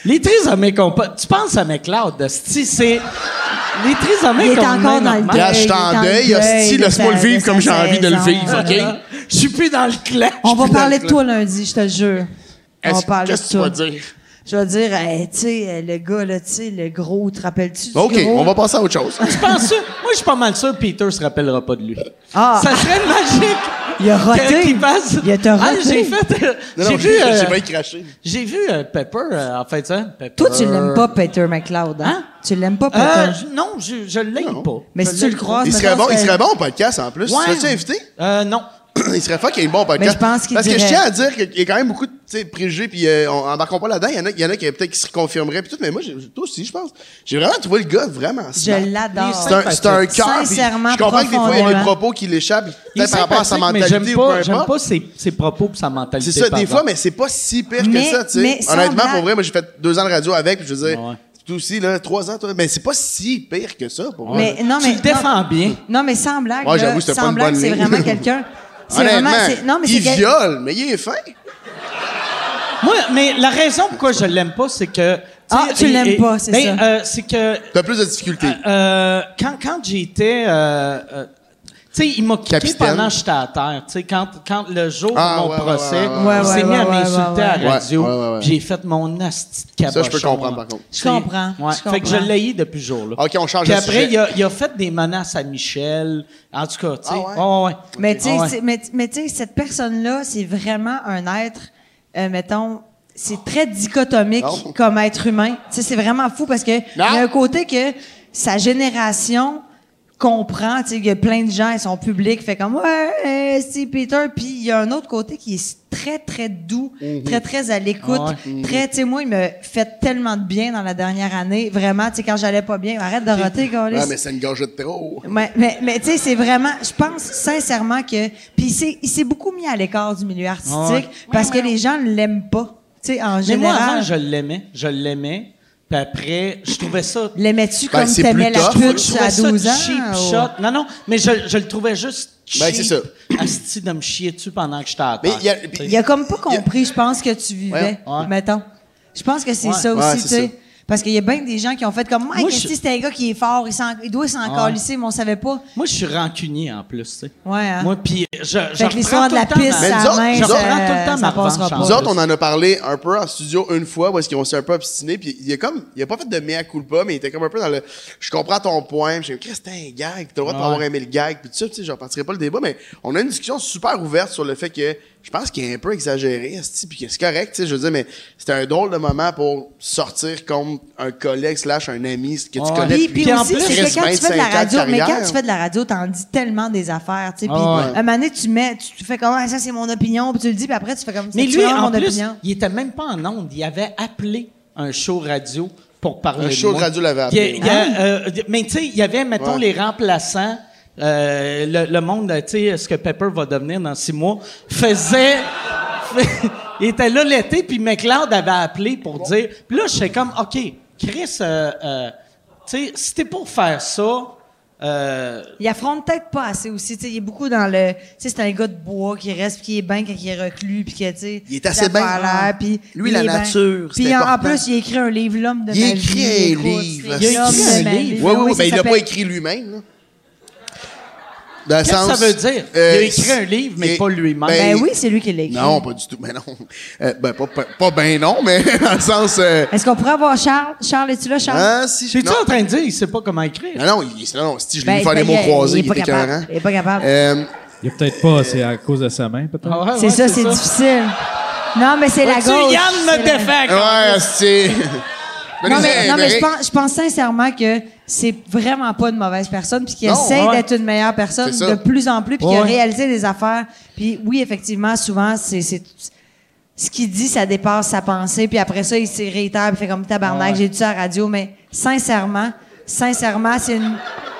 Speaker 3: Les trisomiques ont pas... Tu penses à McLeod, si c'est... Les
Speaker 5: Il
Speaker 3: trisomiques
Speaker 5: est
Speaker 3: ont une main
Speaker 5: encore dans le
Speaker 3: normale.
Speaker 5: deuil. il est dans le
Speaker 8: Là, je suis en deuil, hostie,
Speaker 5: deuil de
Speaker 8: laisse-moi
Speaker 5: sa-
Speaker 8: le vivre
Speaker 5: de sa
Speaker 8: comme j'ai envie de le
Speaker 5: saison.
Speaker 8: vivre,
Speaker 3: Voilà.
Speaker 8: OK?
Speaker 3: Je suis plus dans le clan.
Speaker 5: On va parler de toi lundi, je te le jure. On va
Speaker 8: Est-ce-
Speaker 5: parler
Speaker 8: Qu'est-ce que
Speaker 5: de
Speaker 8: tu vas
Speaker 5: toi.
Speaker 8: dire?
Speaker 5: Je vais dire, hey, tu sais, euh, le gars, là, tu sais, le gros, te rappelles-tu du
Speaker 8: OK,
Speaker 5: gros?
Speaker 8: on va passer à autre chose.
Speaker 3: Je pense sûr- Moi, je suis pas mal sûr que Peter se rappellera pas de lui.
Speaker 5: Ah.
Speaker 3: Ça serait magique.
Speaker 5: Il a roté.
Speaker 3: que- qu'il passe.
Speaker 5: Il a te
Speaker 3: Ah,
Speaker 5: roté.
Speaker 3: j'ai fait. euh,
Speaker 8: Non,
Speaker 3: j'ai
Speaker 8: non,
Speaker 3: vu.
Speaker 8: j'ai
Speaker 3: euh,
Speaker 8: j'ai bien craché.
Speaker 3: j'ai vu euh, Pepper euh, en fait ça. Pepper.
Speaker 5: Toi,
Speaker 8: Euh.
Speaker 5: tu l'aimes pas, Peter McLeod, hein?
Speaker 3: Hein?
Speaker 5: Tu l'aimes pas, Peter?
Speaker 8: Hein?
Speaker 3: Euh, je- non, je, je l'aime pas.
Speaker 5: Mais
Speaker 3: Je
Speaker 5: si tu
Speaker 3: l'aime
Speaker 5: le croises,
Speaker 8: Il
Speaker 5: mettons,
Speaker 8: serait bon, il
Speaker 5: c'est-
Speaker 8: serait bon au podcast en plus.
Speaker 3: Ouais.
Speaker 8: Tu serais invité?
Speaker 3: pas. Euh, non.
Speaker 8: il serait fucking bon au podcast.
Speaker 5: Mais Ben, je pense qu'il
Speaker 8: Parce que
Speaker 5: dirait-
Speaker 8: je tiens à dire qu'il y a quand même beaucoup de tu sais, préjugés, puis euh, on embarquons pas là-dedans. Il y en a, il y en a qui peut-être qui se confirmeraient, puis tout, mais moi, j'ai- toi aussi, je pense. J'ai vraiment trouvé le gars vraiment smart.
Speaker 5: Je l'adore.
Speaker 8: C'est un, c'est un
Speaker 5: sympathique.
Speaker 8: cœur. puis
Speaker 5: Sincèrement,
Speaker 8: Je comprends que des fois, il y a
Speaker 5: profondément.
Speaker 8: des propos qui l'échappent,
Speaker 3: Il est
Speaker 8: peut-être par rapport à sa
Speaker 3: sympathique, mais
Speaker 8: mentalité
Speaker 3: j'aime
Speaker 8: ou peu
Speaker 3: pas, j'aime
Speaker 8: importe.
Speaker 3: pas ses, ses propos et sa mentalité.
Speaker 8: C'est ça,
Speaker 3: par
Speaker 8: des fois,
Speaker 3: exemple.
Speaker 8: mais c'est pas si pire
Speaker 5: Mais-
Speaker 8: que ça, tu
Speaker 5: mais
Speaker 8: sais.
Speaker 5: sans
Speaker 8: Honnêtement,
Speaker 5: blague.
Speaker 8: pour vrai, moi, j'ai fait deux ans de radio avec, puis je veux dire,
Speaker 3: Ouais.
Speaker 8: tout aussi, là, trois ans, toi, mais c'est pas si pire que ça, pour vrai.
Speaker 5: Mais non,
Speaker 3: Tu
Speaker 5: mais.
Speaker 3: le défends bien.
Speaker 5: Non, mais sans blague. là,
Speaker 8: Ouais, j'avoue, c'était
Speaker 5: sans
Speaker 8: pas une
Speaker 5: blague,
Speaker 8: bonne
Speaker 5: c'est
Speaker 8: ligne.
Speaker 5: vraiment quelqu'un. C'est
Speaker 8: Honnêtement,
Speaker 5: vraiment. c'est- Non, mais c'est
Speaker 8: il
Speaker 5: quel-
Speaker 8: viole, mais il est fin.
Speaker 3: Moi, mais la raison pourquoi je l'aime pas, c'est que. sais,
Speaker 5: Ah, tu
Speaker 3: il-
Speaker 5: l'aimes
Speaker 3: il-
Speaker 5: pas, c'est
Speaker 3: ben,
Speaker 5: ça.
Speaker 3: euh, c'est que
Speaker 8: T'as plus de difficultés.
Speaker 5: Ah,
Speaker 3: Euh, quand quand j'étais. euh, euh, tu sais, il m'a kické
Speaker 8: Capitaine.
Speaker 3: pendant que j'étais à terre. Tu sais, quand, quand le jour
Speaker 8: Ah,
Speaker 3: de mon
Speaker 8: ouais, ouais,
Speaker 3: procès,
Speaker 8: ouais, ouais, ouais.
Speaker 3: il s'est
Speaker 5: Ouais,
Speaker 3: mis
Speaker 5: ouais,
Speaker 3: à
Speaker 5: ouais,
Speaker 3: m'insulter
Speaker 5: ouais,
Speaker 3: à
Speaker 8: ouais.
Speaker 3: la radio.
Speaker 8: Ouais, ouais, ouais.
Speaker 3: J'ai fait mon asti de
Speaker 8: Ça, je peux
Speaker 3: cabochon,
Speaker 8: comprends,
Speaker 3: hein.
Speaker 8: par contre.
Speaker 5: Je comprends.
Speaker 3: Ouais.
Speaker 5: je
Speaker 3: Fait que je
Speaker 5: comprends.
Speaker 3: l'ai haï depuis ce jour-là.
Speaker 8: OK, on change
Speaker 3: Puis
Speaker 8: de
Speaker 3: après,
Speaker 8: sujet.
Speaker 3: il a, il a fait des menaces à Michel. En tout cas, tu sais.
Speaker 8: Ah ouais?
Speaker 3: ouais, ouais.
Speaker 5: Mais tu sais,
Speaker 3: Ah ouais.
Speaker 5: c'est- mais, mais tu sais, cette personne-là, c'est vraiment un être, euh, mettons, c'est très dichotomique
Speaker 8: Non.
Speaker 5: comme être humain. Tu sais, c'est vraiment fou parce que il y a un côté que sa génération comprend, tu sais, il y a plein de gens, ils sont publics, fait comme ouais, euh, c'est Peter, puis il y a un autre côté qui est très très doux,
Speaker 8: Mhm.
Speaker 5: très très à l'écoute,
Speaker 3: Ah
Speaker 5: très, tu sais, moi il me fait tellement de bien dans la dernière année, vraiment, tu sais, quand j'allais pas bien, arrête de roter, câlisse.
Speaker 8: Ah, mais c'est une gorge de trop.
Speaker 5: Ouais, mais mais tu sais, c'est vraiment, je pense sincèrement que. Puis il s'est- il s'est beaucoup mis à l'écart du milieu artistique
Speaker 3: Ouais.
Speaker 5: parce que les gens ne l'aiment pas. Tu sais, en
Speaker 3: Mais moi,
Speaker 5: général.
Speaker 3: avant, je l'aimais. Je l'aimais. Puis après, je trouvais ça
Speaker 5: L'aimais-tu
Speaker 8: Ben,
Speaker 5: comme
Speaker 8: c'est
Speaker 5: t'aimais
Speaker 8: plus
Speaker 5: la
Speaker 8: tough.
Speaker 3: Je
Speaker 5: pute
Speaker 3: trouvais
Speaker 5: à 12
Speaker 3: ça
Speaker 5: ans?
Speaker 3: cheap
Speaker 5: ou-
Speaker 3: shot. Non, non, mais je, je le trouvais juste cheap.
Speaker 8: Ben, c'est ça.
Speaker 3: Asti de me chier dessus pendant que j'étais à
Speaker 8: Mais
Speaker 3: terre.
Speaker 8: il y a-
Speaker 3: Ah, tu sais.
Speaker 5: Il a comme pas compris, je pense, que tu vivais,
Speaker 3: Ouais, ouais.
Speaker 5: mettons. Je pense que c'est ça
Speaker 8: Ouais,
Speaker 5: aussi, tu
Speaker 8: c'est
Speaker 5: sais.
Speaker 8: ça.
Speaker 5: Parce qu'il y a bien des gens qui ont fait comme Mike,
Speaker 3: Moi,
Speaker 5: Christy,
Speaker 3: je-
Speaker 5: c'était un gars qui est fort, il, s'en- il doit s'en
Speaker 3: Ah ouais.
Speaker 5: câlisser, mais on savait pas.
Speaker 3: Moi, je suis rancunier en plus, tu sais.
Speaker 5: Ouais, hein.
Speaker 3: Moi, puis je, je
Speaker 5: Fait que
Speaker 3: reprends
Speaker 5: l'histoire de
Speaker 3: tout
Speaker 5: la
Speaker 3: le temps
Speaker 5: piste,
Speaker 3: ma-
Speaker 8: Mais
Speaker 5: ça
Speaker 8: nous autres-
Speaker 5: mince,
Speaker 8: nous autres-
Speaker 5: euh,
Speaker 3: Je reprends tout le temps
Speaker 5: ça
Speaker 3: ma
Speaker 5: passera
Speaker 3: revanche en
Speaker 5: pas.
Speaker 8: Nous
Speaker 3: plus.
Speaker 8: autres, on en a parlé un peu en studio une fois où est-ce qu'on s'est un peu obstiné, puis il a comme, il a pas fait de mea culpa, mais il était comme un peu dans le, je comprends ton point, puis j'ai dit, Chris, t'as un gag, t'as le droit de pas avoir aimé le gag, puis tout ça, tu sais, je repartirai pas le débat, mais on a une discussion super ouverte sur le fait que je pense qu'il est un peu exagéré, esti, puis que c'est correct, tu sais, je veux dire, mais c'était un drôle de moment pour sortir comme un collègue slash un ami que tu
Speaker 3: Ouais.
Speaker 8: connais
Speaker 5: Puis,
Speaker 8: depuis
Speaker 5: puis aussi,
Speaker 8: Chris,
Speaker 5: c'est que quand tu fais de la
Speaker 8: 25 ans de
Speaker 5: radio, mais quand
Speaker 8: carrière.
Speaker 5: tu fais de la radio, t'en dis tellement des affaires, tu sais. Puis,
Speaker 3: Ah ouais.
Speaker 5: un moment donné, tu mets, tu tu fais comme, ah, ça, c'est mon opinion, puis tu le dis, puis après, tu fais comme,
Speaker 3: Mais
Speaker 5: C'est
Speaker 3: lui,
Speaker 5: vraiment
Speaker 3: en
Speaker 5: mon
Speaker 3: plus,
Speaker 5: opinion.
Speaker 3: il était même pas en onde. Il avait appelé un show radio pour parler
Speaker 8: Un
Speaker 3: de
Speaker 8: show de
Speaker 3: moi.
Speaker 8: radio l'avait
Speaker 3: Il y a-
Speaker 8: appelé,
Speaker 3: il y a, euh, mais tu sais, il y avait, mettons,
Speaker 8: Ouais.
Speaker 3: les remplaçants, euh, le, le monde, tu sais, ce que Pepper va devenir dans six mois, faisait... il était là l'été, puis McLeod avait appelé pour dire... Puis là, je suis comme, OK, Chris, euh, euh, tu sais, si t'es pour faire ça... euh,
Speaker 5: Il affronte peut-être pas assez aussi, tu sais. Il est beaucoup dans le, tu sais, c'est un gars de bois qui reste, puis qui est bien quand il est reclus, puis que, tu sais.
Speaker 8: Il est assez bien,
Speaker 5: a pas l'air,
Speaker 8: hein.
Speaker 5: puis
Speaker 8: Lui,
Speaker 5: il
Speaker 8: la
Speaker 5: est bien.
Speaker 8: nature, c'est
Speaker 5: Puis en, en
Speaker 8: important.
Speaker 5: plus, il a écrit un livre, L'homme de
Speaker 8: Il
Speaker 5: ma vie.
Speaker 8: écrit un
Speaker 5: écoute,
Speaker 8: livre.
Speaker 5: c'est
Speaker 3: Il a
Speaker 5: L'homme
Speaker 3: écrit un
Speaker 5: de
Speaker 3: livre. Ah
Speaker 5: ma vie.
Speaker 8: Oui, oui, oui,
Speaker 5: ça
Speaker 8: ben, il l'a
Speaker 5: s'appelle-
Speaker 8: pas écrit lui-même, là. Dans le
Speaker 3: Qu'est-ce que
Speaker 8: sens-
Speaker 3: ça veut dire?
Speaker 8: Euh,
Speaker 3: il a écrit un livre, mais
Speaker 8: il-
Speaker 3: pas lui-même.
Speaker 5: Ben
Speaker 8: il-
Speaker 5: oui, c'est lui qui l'a écrit.
Speaker 8: Non, pas du tout. Ben non. Euh, ben, pas, pas, pas ben non, mais dans le sens. euh,
Speaker 5: Est-ce qu'on pourrait avoir Charles? Charles, es-tu là, Charles?
Speaker 8: hein, si je-
Speaker 3: C'est-tu
Speaker 8: non.
Speaker 3: en train de dire il sait pas comment écrire?
Speaker 8: Non, non, il, non, non, si je lui
Speaker 5: Ben,
Speaker 8: faire des
Speaker 5: ben,
Speaker 8: mots
Speaker 5: il-
Speaker 8: croisés,
Speaker 5: il est
Speaker 8: il
Speaker 5: pas
Speaker 8: était
Speaker 5: capable.
Speaker 8: écœurant.
Speaker 5: Il est pas capable.
Speaker 8: Euh,
Speaker 4: Il y a peut-être pas, c'est à cause de sa main, peut-être.
Speaker 3: Ah ouais,
Speaker 5: C'est
Speaker 3: ouais,
Speaker 5: ça, c'est difficile. Non, mais c'est la
Speaker 7: Vois-tu,
Speaker 5: gauche.
Speaker 7: Yann
Speaker 5: c'est la-
Speaker 7: me défend.
Speaker 8: Ouais, ah, c'est.
Speaker 5: Non, mais, non, mais je, pense, je pense sincèrement que c'est vraiment pas une mauvaise personne, puis qu'il
Speaker 8: Non,
Speaker 5: essaie
Speaker 8: ouais.
Speaker 5: d'être une meilleure personne
Speaker 8: C'est
Speaker 5: de
Speaker 8: ça.
Speaker 5: plus en plus, puis qu'il a
Speaker 7: Ouais.
Speaker 5: réalisé des affaires. Puis oui, effectivement, souvent, c'est... c'est- ce qu'il dit, ça dépasse sa pensée, puis après ça, il s'y réitère, puis il fait comme tabarnak, j'ai dit ça à la radio, mais sincèrement, sincèrement, c'est une,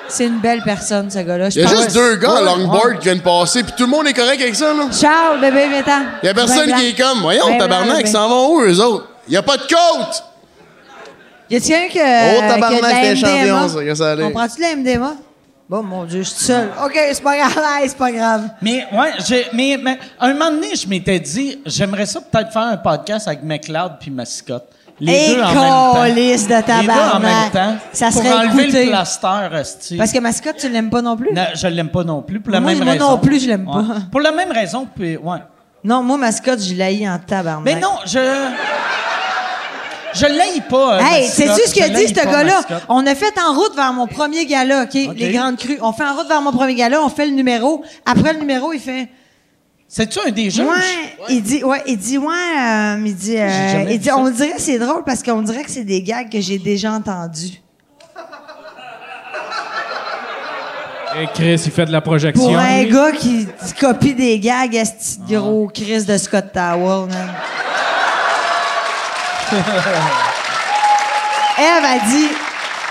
Speaker 5: c'est une belle personne, ce gars-là. Je
Speaker 8: Il y a
Speaker 5: pense-
Speaker 8: juste deux gars à
Speaker 5: Ouais.
Speaker 8: longboard qui viennent passer, puis tout le monde est correct avec ça, là.
Speaker 5: Charles, bébé, viens-t'en.
Speaker 8: Il y a personne
Speaker 5: Ben
Speaker 8: qui est
Speaker 5: blanc.
Speaker 8: comme, voyons,
Speaker 5: Ben blanc,
Speaker 8: tabarnak, ils
Speaker 5: ben-
Speaker 8: s'en vont où, eux autres? Il y a pas de côte!
Speaker 5: Y a-tu quelqu'un que. euh,
Speaker 8: Oh, tabarnak,
Speaker 5: que de la
Speaker 8: c'était
Speaker 5: MDMA?
Speaker 8: champion, ça, regarde ça aller.
Speaker 5: On prend-tu de la MDMA? Bon, mon Dieu, je suis seul. OK, c'est pas grave, hey, c'est pas grave.
Speaker 7: Mais, ouais, j'ai- mais, mais un moment donné, je m'étais dit, j'aimerais ça peut-être faire un podcast avec McLeod puis Mascotte. Les
Speaker 5: Et
Speaker 7: deux en même temps.
Speaker 5: câlisse de
Speaker 7: Les deux en
Speaker 5: tabarnak.
Speaker 7: même temps.
Speaker 5: Ça
Speaker 7: pour
Speaker 5: serait
Speaker 7: enlever
Speaker 5: écouté.
Speaker 7: le plaster, hostie.
Speaker 5: Parce que mascotte, tu l'aimes pas non plus?
Speaker 7: Non, je l'aime pas non plus, pour la
Speaker 5: Moi,
Speaker 7: même
Speaker 5: moi
Speaker 7: raison.
Speaker 5: non plus, je l'aime pas.
Speaker 7: Ouais. Pour la même raison, puis, ouais.
Speaker 5: Non, moi, mascotte, je l'ai en tabarnak.
Speaker 7: Mais non, je... Je l'aille pas. euh,
Speaker 5: Hey,
Speaker 7: Mascotte.
Speaker 5: sais-tu ce
Speaker 7: Je
Speaker 5: que dit
Speaker 7: l'haïs
Speaker 5: ce
Speaker 7: pas,
Speaker 5: gars-là?
Speaker 7: Mascotte.
Speaker 5: On a fait en route vers mon premier gala, OK? Les Grandes Crues. On fait en route vers mon premier gala, on fait le numéro. Après le numéro, il fait...
Speaker 7: C'est-tu un des
Speaker 5: Ouais,
Speaker 7: jeunes?
Speaker 5: il dit, ouais, il dit, ouais, euh, il dit, euh,
Speaker 7: J'ai jamais
Speaker 5: il
Speaker 7: vu
Speaker 5: dit,
Speaker 7: ça.
Speaker 5: on dirait que c'est drôle parce qu'on dirait que c'est des gags que j'ai déjà entendus.
Speaker 4: Et Chris, il fait de la projection.
Speaker 5: Pour un gars qui qui copie des gags à ce petit
Speaker 7: Ah.
Speaker 5: gros Chris de Scott Tower, man. Eve a dit,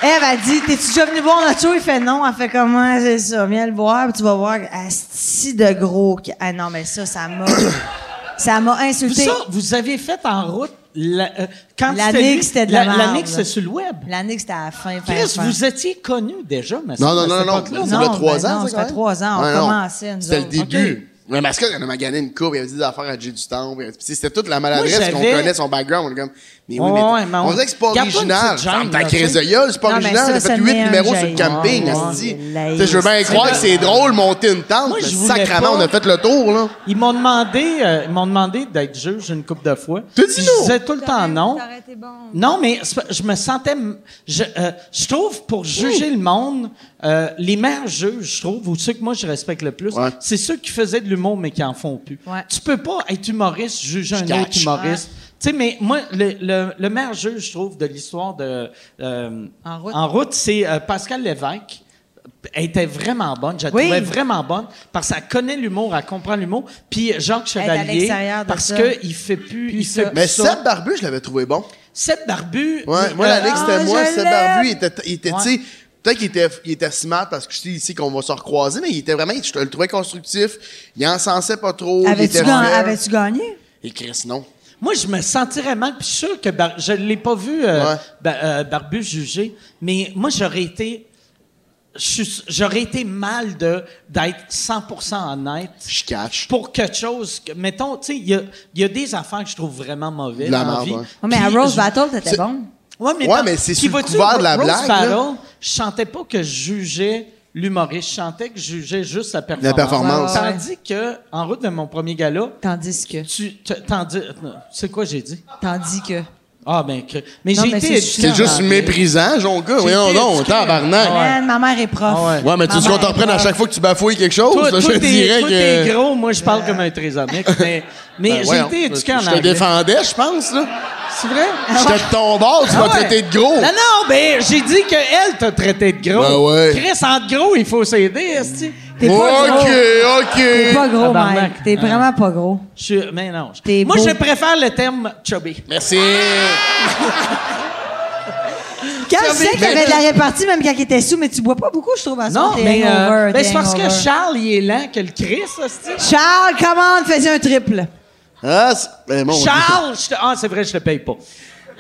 Speaker 5: Eve a dit, t'es-tu déjà venu voir notre show? Il fait non. Elle fait comment? C'est ça. Viens le voir, puis tu vas voir. Asti de gros. ca- Ah non, mais ça, ça m'a. ça m'a
Speaker 7: Vous,
Speaker 5: insulté.
Speaker 7: ça, vous avez fait en route... La, euh, quand
Speaker 5: L'année
Speaker 7: lui-
Speaker 5: que c'était de la
Speaker 7: la-
Speaker 5: merde,
Speaker 7: L'année que
Speaker 5: là.
Speaker 7: c'était sur le web.
Speaker 5: L'année que c'était à la fin. fin,
Speaker 7: Chris,
Speaker 5: fin.
Speaker 7: vous étiez connu déjà, mais
Speaker 8: Non, non,
Speaker 5: là.
Speaker 8: non, non, non. Ça fait
Speaker 5: Non,
Speaker 8: trois
Speaker 5: ben
Speaker 8: ans,
Speaker 5: non, ça
Speaker 8: quand
Speaker 5: fait
Speaker 8: même?
Speaker 5: trois ans, on
Speaker 8: Ouais, non.
Speaker 5: commençait, nous
Speaker 8: C'était le
Speaker 5: autres.
Speaker 8: début. Le mascotte, il en a magané une coupe, il avait dit des affaires à J du Temple. puis C'était toute la
Speaker 7: Moi,
Speaker 8: maladresse qu'on
Speaker 7: j'avais-
Speaker 8: connaît, son background. On est comme, mais oui,
Speaker 7: Ouais,
Speaker 8: mais,
Speaker 7: ouais, mais on-
Speaker 8: on dirait que c'est pas
Speaker 7: Garde-toi une
Speaker 8: original.
Speaker 7: petite jambe,
Speaker 8: Ferme ta
Speaker 7: là, tu sais.
Speaker 8: crise de gueule, c'est pas
Speaker 5: Non, mais
Speaker 8: original.
Speaker 5: ça,
Speaker 8: J'ai
Speaker 5: ça
Speaker 8: fait huit
Speaker 5: met un
Speaker 8: numéros sur le
Speaker 5: jaillit.
Speaker 8: camping,
Speaker 5: Ouais, ouais.
Speaker 8: asti.
Speaker 5: Laïs.
Speaker 8: Tu sais, Je veux bien croire que c'est drôle, monter une tente,
Speaker 7: Moi,
Speaker 8: mais
Speaker 7: je voulais
Speaker 8: sacrament,
Speaker 7: pas.
Speaker 8: on a fait le tour, là.
Speaker 7: Ils m'ont demandé, euh, ils m'ont demandé d'être juge une couple de fois.
Speaker 8: T'as dit
Speaker 7: Puis
Speaker 8: non.
Speaker 7: Je disais tout le temps non.
Speaker 5: T'aurais été bon.
Speaker 7: Non, mais c'est pas- je me sentais, m- je, euh, je trouve pour juger le monde, euh, les meilleurs juges, je trouve, ou ceux que moi je respecte le plus,
Speaker 8: Ouais.
Speaker 7: c'est ceux qui faisaient de l'humour mais qui en font plus.
Speaker 5: Ouais.
Speaker 7: Tu peux pas être humoriste juger un
Speaker 8: catch.
Speaker 7: autre humoriste. Tu sais, mais moi, le, le, le meilleur juge, je trouve, de l'histoire de euh,
Speaker 5: En route.
Speaker 7: c'est euh, Pascal Lévesque. Elle était vraiment bonne. Je la
Speaker 5: Oui.
Speaker 7: trouvais vraiment bonne parce qu'elle connaît l'humour, elle comprend l'humour. Puis Jacques
Speaker 5: est à
Speaker 7: Chevalier,
Speaker 5: l'extérieur de
Speaker 7: parce
Speaker 5: ça.
Speaker 7: qu'il fait plus, il fait plus
Speaker 8: Mais
Speaker 7: ça.
Speaker 8: Seb Barbu, je l'avais trouvé bon.
Speaker 7: Seb Barbu.
Speaker 8: Ouais,
Speaker 7: il-
Speaker 8: moi,
Speaker 7: euh,
Speaker 8: l'année que c'était
Speaker 5: ah,
Speaker 8: moi,
Speaker 5: je
Speaker 8: Seb
Speaker 5: l'aime.
Speaker 8: Barbu, il était, il était
Speaker 7: Ouais.
Speaker 8: tu sais, peut-être qu'il était, il était smart parce que je sais ici qu'on va se recroiser, mais il était vraiment, je le trouvais constructif, il encensait pas trop, Oh, il
Speaker 5: Avais-tu
Speaker 8: était
Speaker 5: gan-
Speaker 8: fier.
Speaker 5: avais-tu gagné?
Speaker 8: Et Chris, non.
Speaker 7: Moi, je me sentirais mal, puis je suis sûr que Bar- je l'ai pas vu euh,
Speaker 8: Ouais.
Speaker 7: Ba- euh, Barbu jugé, mais moi, j'aurais été. je suis- J'aurais été mal de d'être 100% honnête
Speaker 8: Je catch.
Speaker 7: pour quelque chose. Que, mettons, tu sais, il y a, il y a des affaires que je trouve vraiment mauvais
Speaker 8: De la
Speaker 7: dans la
Speaker 8: merde,
Speaker 7: vie.
Speaker 8: ouais.
Speaker 5: Ouais, Oh, mais à
Speaker 7: Puis
Speaker 5: Rose
Speaker 7: je-
Speaker 5: Battle, t'étais bon.
Speaker 7: Ouais, mais,
Speaker 8: Ouais,
Speaker 7: dans-
Speaker 8: mais c'est
Speaker 7: Puis
Speaker 8: sur le
Speaker 7: vois-tu,
Speaker 8: couvert de la
Speaker 7: Rose
Speaker 8: blague,
Speaker 7: Battle,
Speaker 8: là.
Speaker 7: je sentais pas que je jugeais l'humoriste, je sentais que je jugeais juste la performance.
Speaker 8: La performance.
Speaker 5: Ah, Ouais, ouais, ouais.
Speaker 7: Tandis que, en route de mon premier gala,
Speaker 5: Tandis que.
Speaker 7: tu te- t'en dis... non, C'est quoi j'ai dit?
Speaker 5: Tandis que.
Speaker 7: Ah, ben, que- mais
Speaker 5: Non,
Speaker 7: j'ai
Speaker 5: mais
Speaker 7: été
Speaker 5: c'est
Speaker 7: éduqué
Speaker 8: C'est
Speaker 5: Non,
Speaker 8: juste
Speaker 7: en-
Speaker 8: méprisant, Jonga. gars. Voyons
Speaker 7: été
Speaker 8: donc,
Speaker 7: éduqué.
Speaker 8: tabarnak.
Speaker 5: Man, ma mère est prof.
Speaker 7: Ah ouais.
Speaker 8: Ouais, mais tu veux
Speaker 5: Ma
Speaker 8: qu'on
Speaker 5: mère est
Speaker 8: t'en reprenne à
Speaker 5: prof.
Speaker 8: chaque fois que tu bafouilles quelque chose?
Speaker 7: Toi,
Speaker 8: là,
Speaker 7: toi,
Speaker 8: je te
Speaker 7: t'es,
Speaker 8: dirais
Speaker 7: toi,
Speaker 8: que.
Speaker 7: t'es gros, moi, je parle comme un trésomique, mais, mais
Speaker 8: Ben,
Speaker 7: j'ai
Speaker 8: voyons,
Speaker 7: été éduqué en
Speaker 8: Je te
Speaker 7: anglais.
Speaker 8: défendais, je pense, là.
Speaker 7: C'est vrai?
Speaker 8: J'étais de ton bord, tu
Speaker 7: Ah
Speaker 8: m'as
Speaker 7: ouais.
Speaker 8: traité de gros.
Speaker 7: Non, non, ben, j'ai dit qu'elle t'a traité de gros.
Speaker 8: Ben ouais.
Speaker 7: Chris, entre gros, il faut s'aider, esti.
Speaker 5: T'es pas gros. T'es
Speaker 8: Ok,
Speaker 5: pas
Speaker 8: ok.
Speaker 5: gros,
Speaker 7: Tabarnak.
Speaker 5: Mike. T'es vraiment pas gros.
Speaker 7: Je suis- mais non. je-
Speaker 5: T'es
Speaker 7: Moi,
Speaker 5: beau.
Speaker 7: je préfère le terme chubby.
Speaker 8: Merci.
Speaker 5: Quand je
Speaker 8: Ça,
Speaker 5: sais
Speaker 8: mais-
Speaker 5: qu'il y avait
Speaker 8: mais-
Speaker 5: de la répartie, même quand il était sous, mais tu bois pas beaucoup, je trouve, à ce
Speaker 7: Non,
Speaker 5: moment, t'es
Speaker 7: mais euh,
Speaker 5: hangover,
Speaker 7: ben,
Speaker 5: t'es
Speaker 7: c'est parce que
Speaker 5: hangover.
Speaker 7: Charles, il est lent que le Chris, esti.
Speaker 5: Charles, comment on faisait un triple?
Speaker 8: Ah, c'est- ben, mon Dieu.
Speaker 7: Charles, je te- ah, c'est vrai, je le paye pas.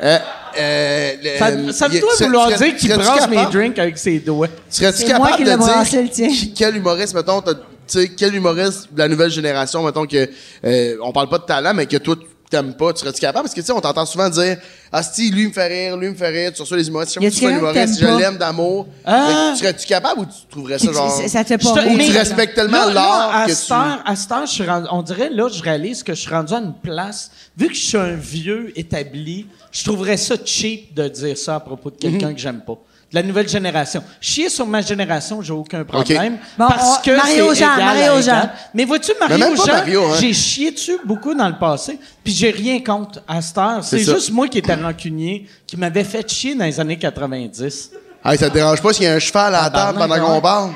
Speaker 8: Euh, euh, le-
Speaker 7: Ça, ça me
Speaker 8: y a-
Speaker 7: doit
Speaker 8: serais-
Speaker 7: vouloir
Speaker 8: serais-
Speaker 7: dire qu'il
Speaker 8: serais-tu
Speaker 7: brasse
Speaker 8: capable-
Speaker 7: mes drinks avec ses doigts.
Speaker 8: Serais-tu
Speaker 5: C'est moi
Speaker 8: capable
Speaker 5: qui l'ai
Speaker 8: de
Speaker 5: brassé,
Speaker 8: dire
Speaker 5: le tien.
Speaker 8: qui- quel humoriste, mettons, t'as- tu sais, quel humoriste de la nouvelle génération, mettons, que euh, on parle pas de talent, mais que toi, tu t'aimes pas, tu serais-tu capable? Parce que, tu sais, on t'entend souvent dire « Asti, lui me fait rire, lui me fait rire, tu reçois les humoristes,
Speaker 5: Y
Speaker 8: je
Speaker 5: a-tu
Speaker 8: suis pas un
Speaker 5: quelqu'un que
Speaker 8: humoriste, je
Speaker 5: t'aimes pas?
Speaker 8: l'aime d'amour.
Speaker 7: Ah!
Speaker 8: Fait que Serais-tu capable ou tu trouverais
Speaker 5: Qui-
Speaker 8: ça genre...
Speaker 5: ça- Ça te fait
Speaker 7: Je
Speaker 5: pas
Speaker 7: te-
Speaker 5: rire.
Speaker 8: mais- tu
Speaker 5: ça.
Speaker 8: respectes- tellement
Speaker 7: là,
Speaker 8: l'art
Speaker 7: là, à
Speaker 8: que
Speaker 7: cette
Speaker 8: tu-
Speaker 7: heure- à cette heure, je suis rendu- on dirait, là, je réalise que je suis rendu à une place. Vu que je
Speaker 8: Mhm.
Speaker 7: suis un vieux établi, je trouverais ça cheap de dire ça à propos de quelqu'un que j'aime pas.
Speaker 3: de la nouvelle génération. Chier sur ma génération, j'ai aucun problème.
Speaker 5: Bon,
Speaker 3: Parce
Speaker 5: on-
Speaker 3: que
Speaker 5: Mario
Speaker 3: c'est
Speaker 5: Jean,
Speaker 3: égal à
Speaker 5: Mario
Speaker 3: égal.
Speaker 5: Jean.
Speaker 3: Mais vois-tu,
Speaker 8: Mais
Speaker 3: Mario
Speaker 8: même pas
Speaker 3: Jean,
Speaker 8: Mario, hein.
Speaker 3: j'ai chié dessus beaucoup dans le passé, puis j'ai rien contre à cette heure. C'est
Speaker 8: ça.
Speaker 3: juste moi qui étais rancunier, qui m'avait fait chier dans les années 90.
Speaker 8: Hey, ça te dérange pas s'il y a un cheval à la table pendant qu'on parle?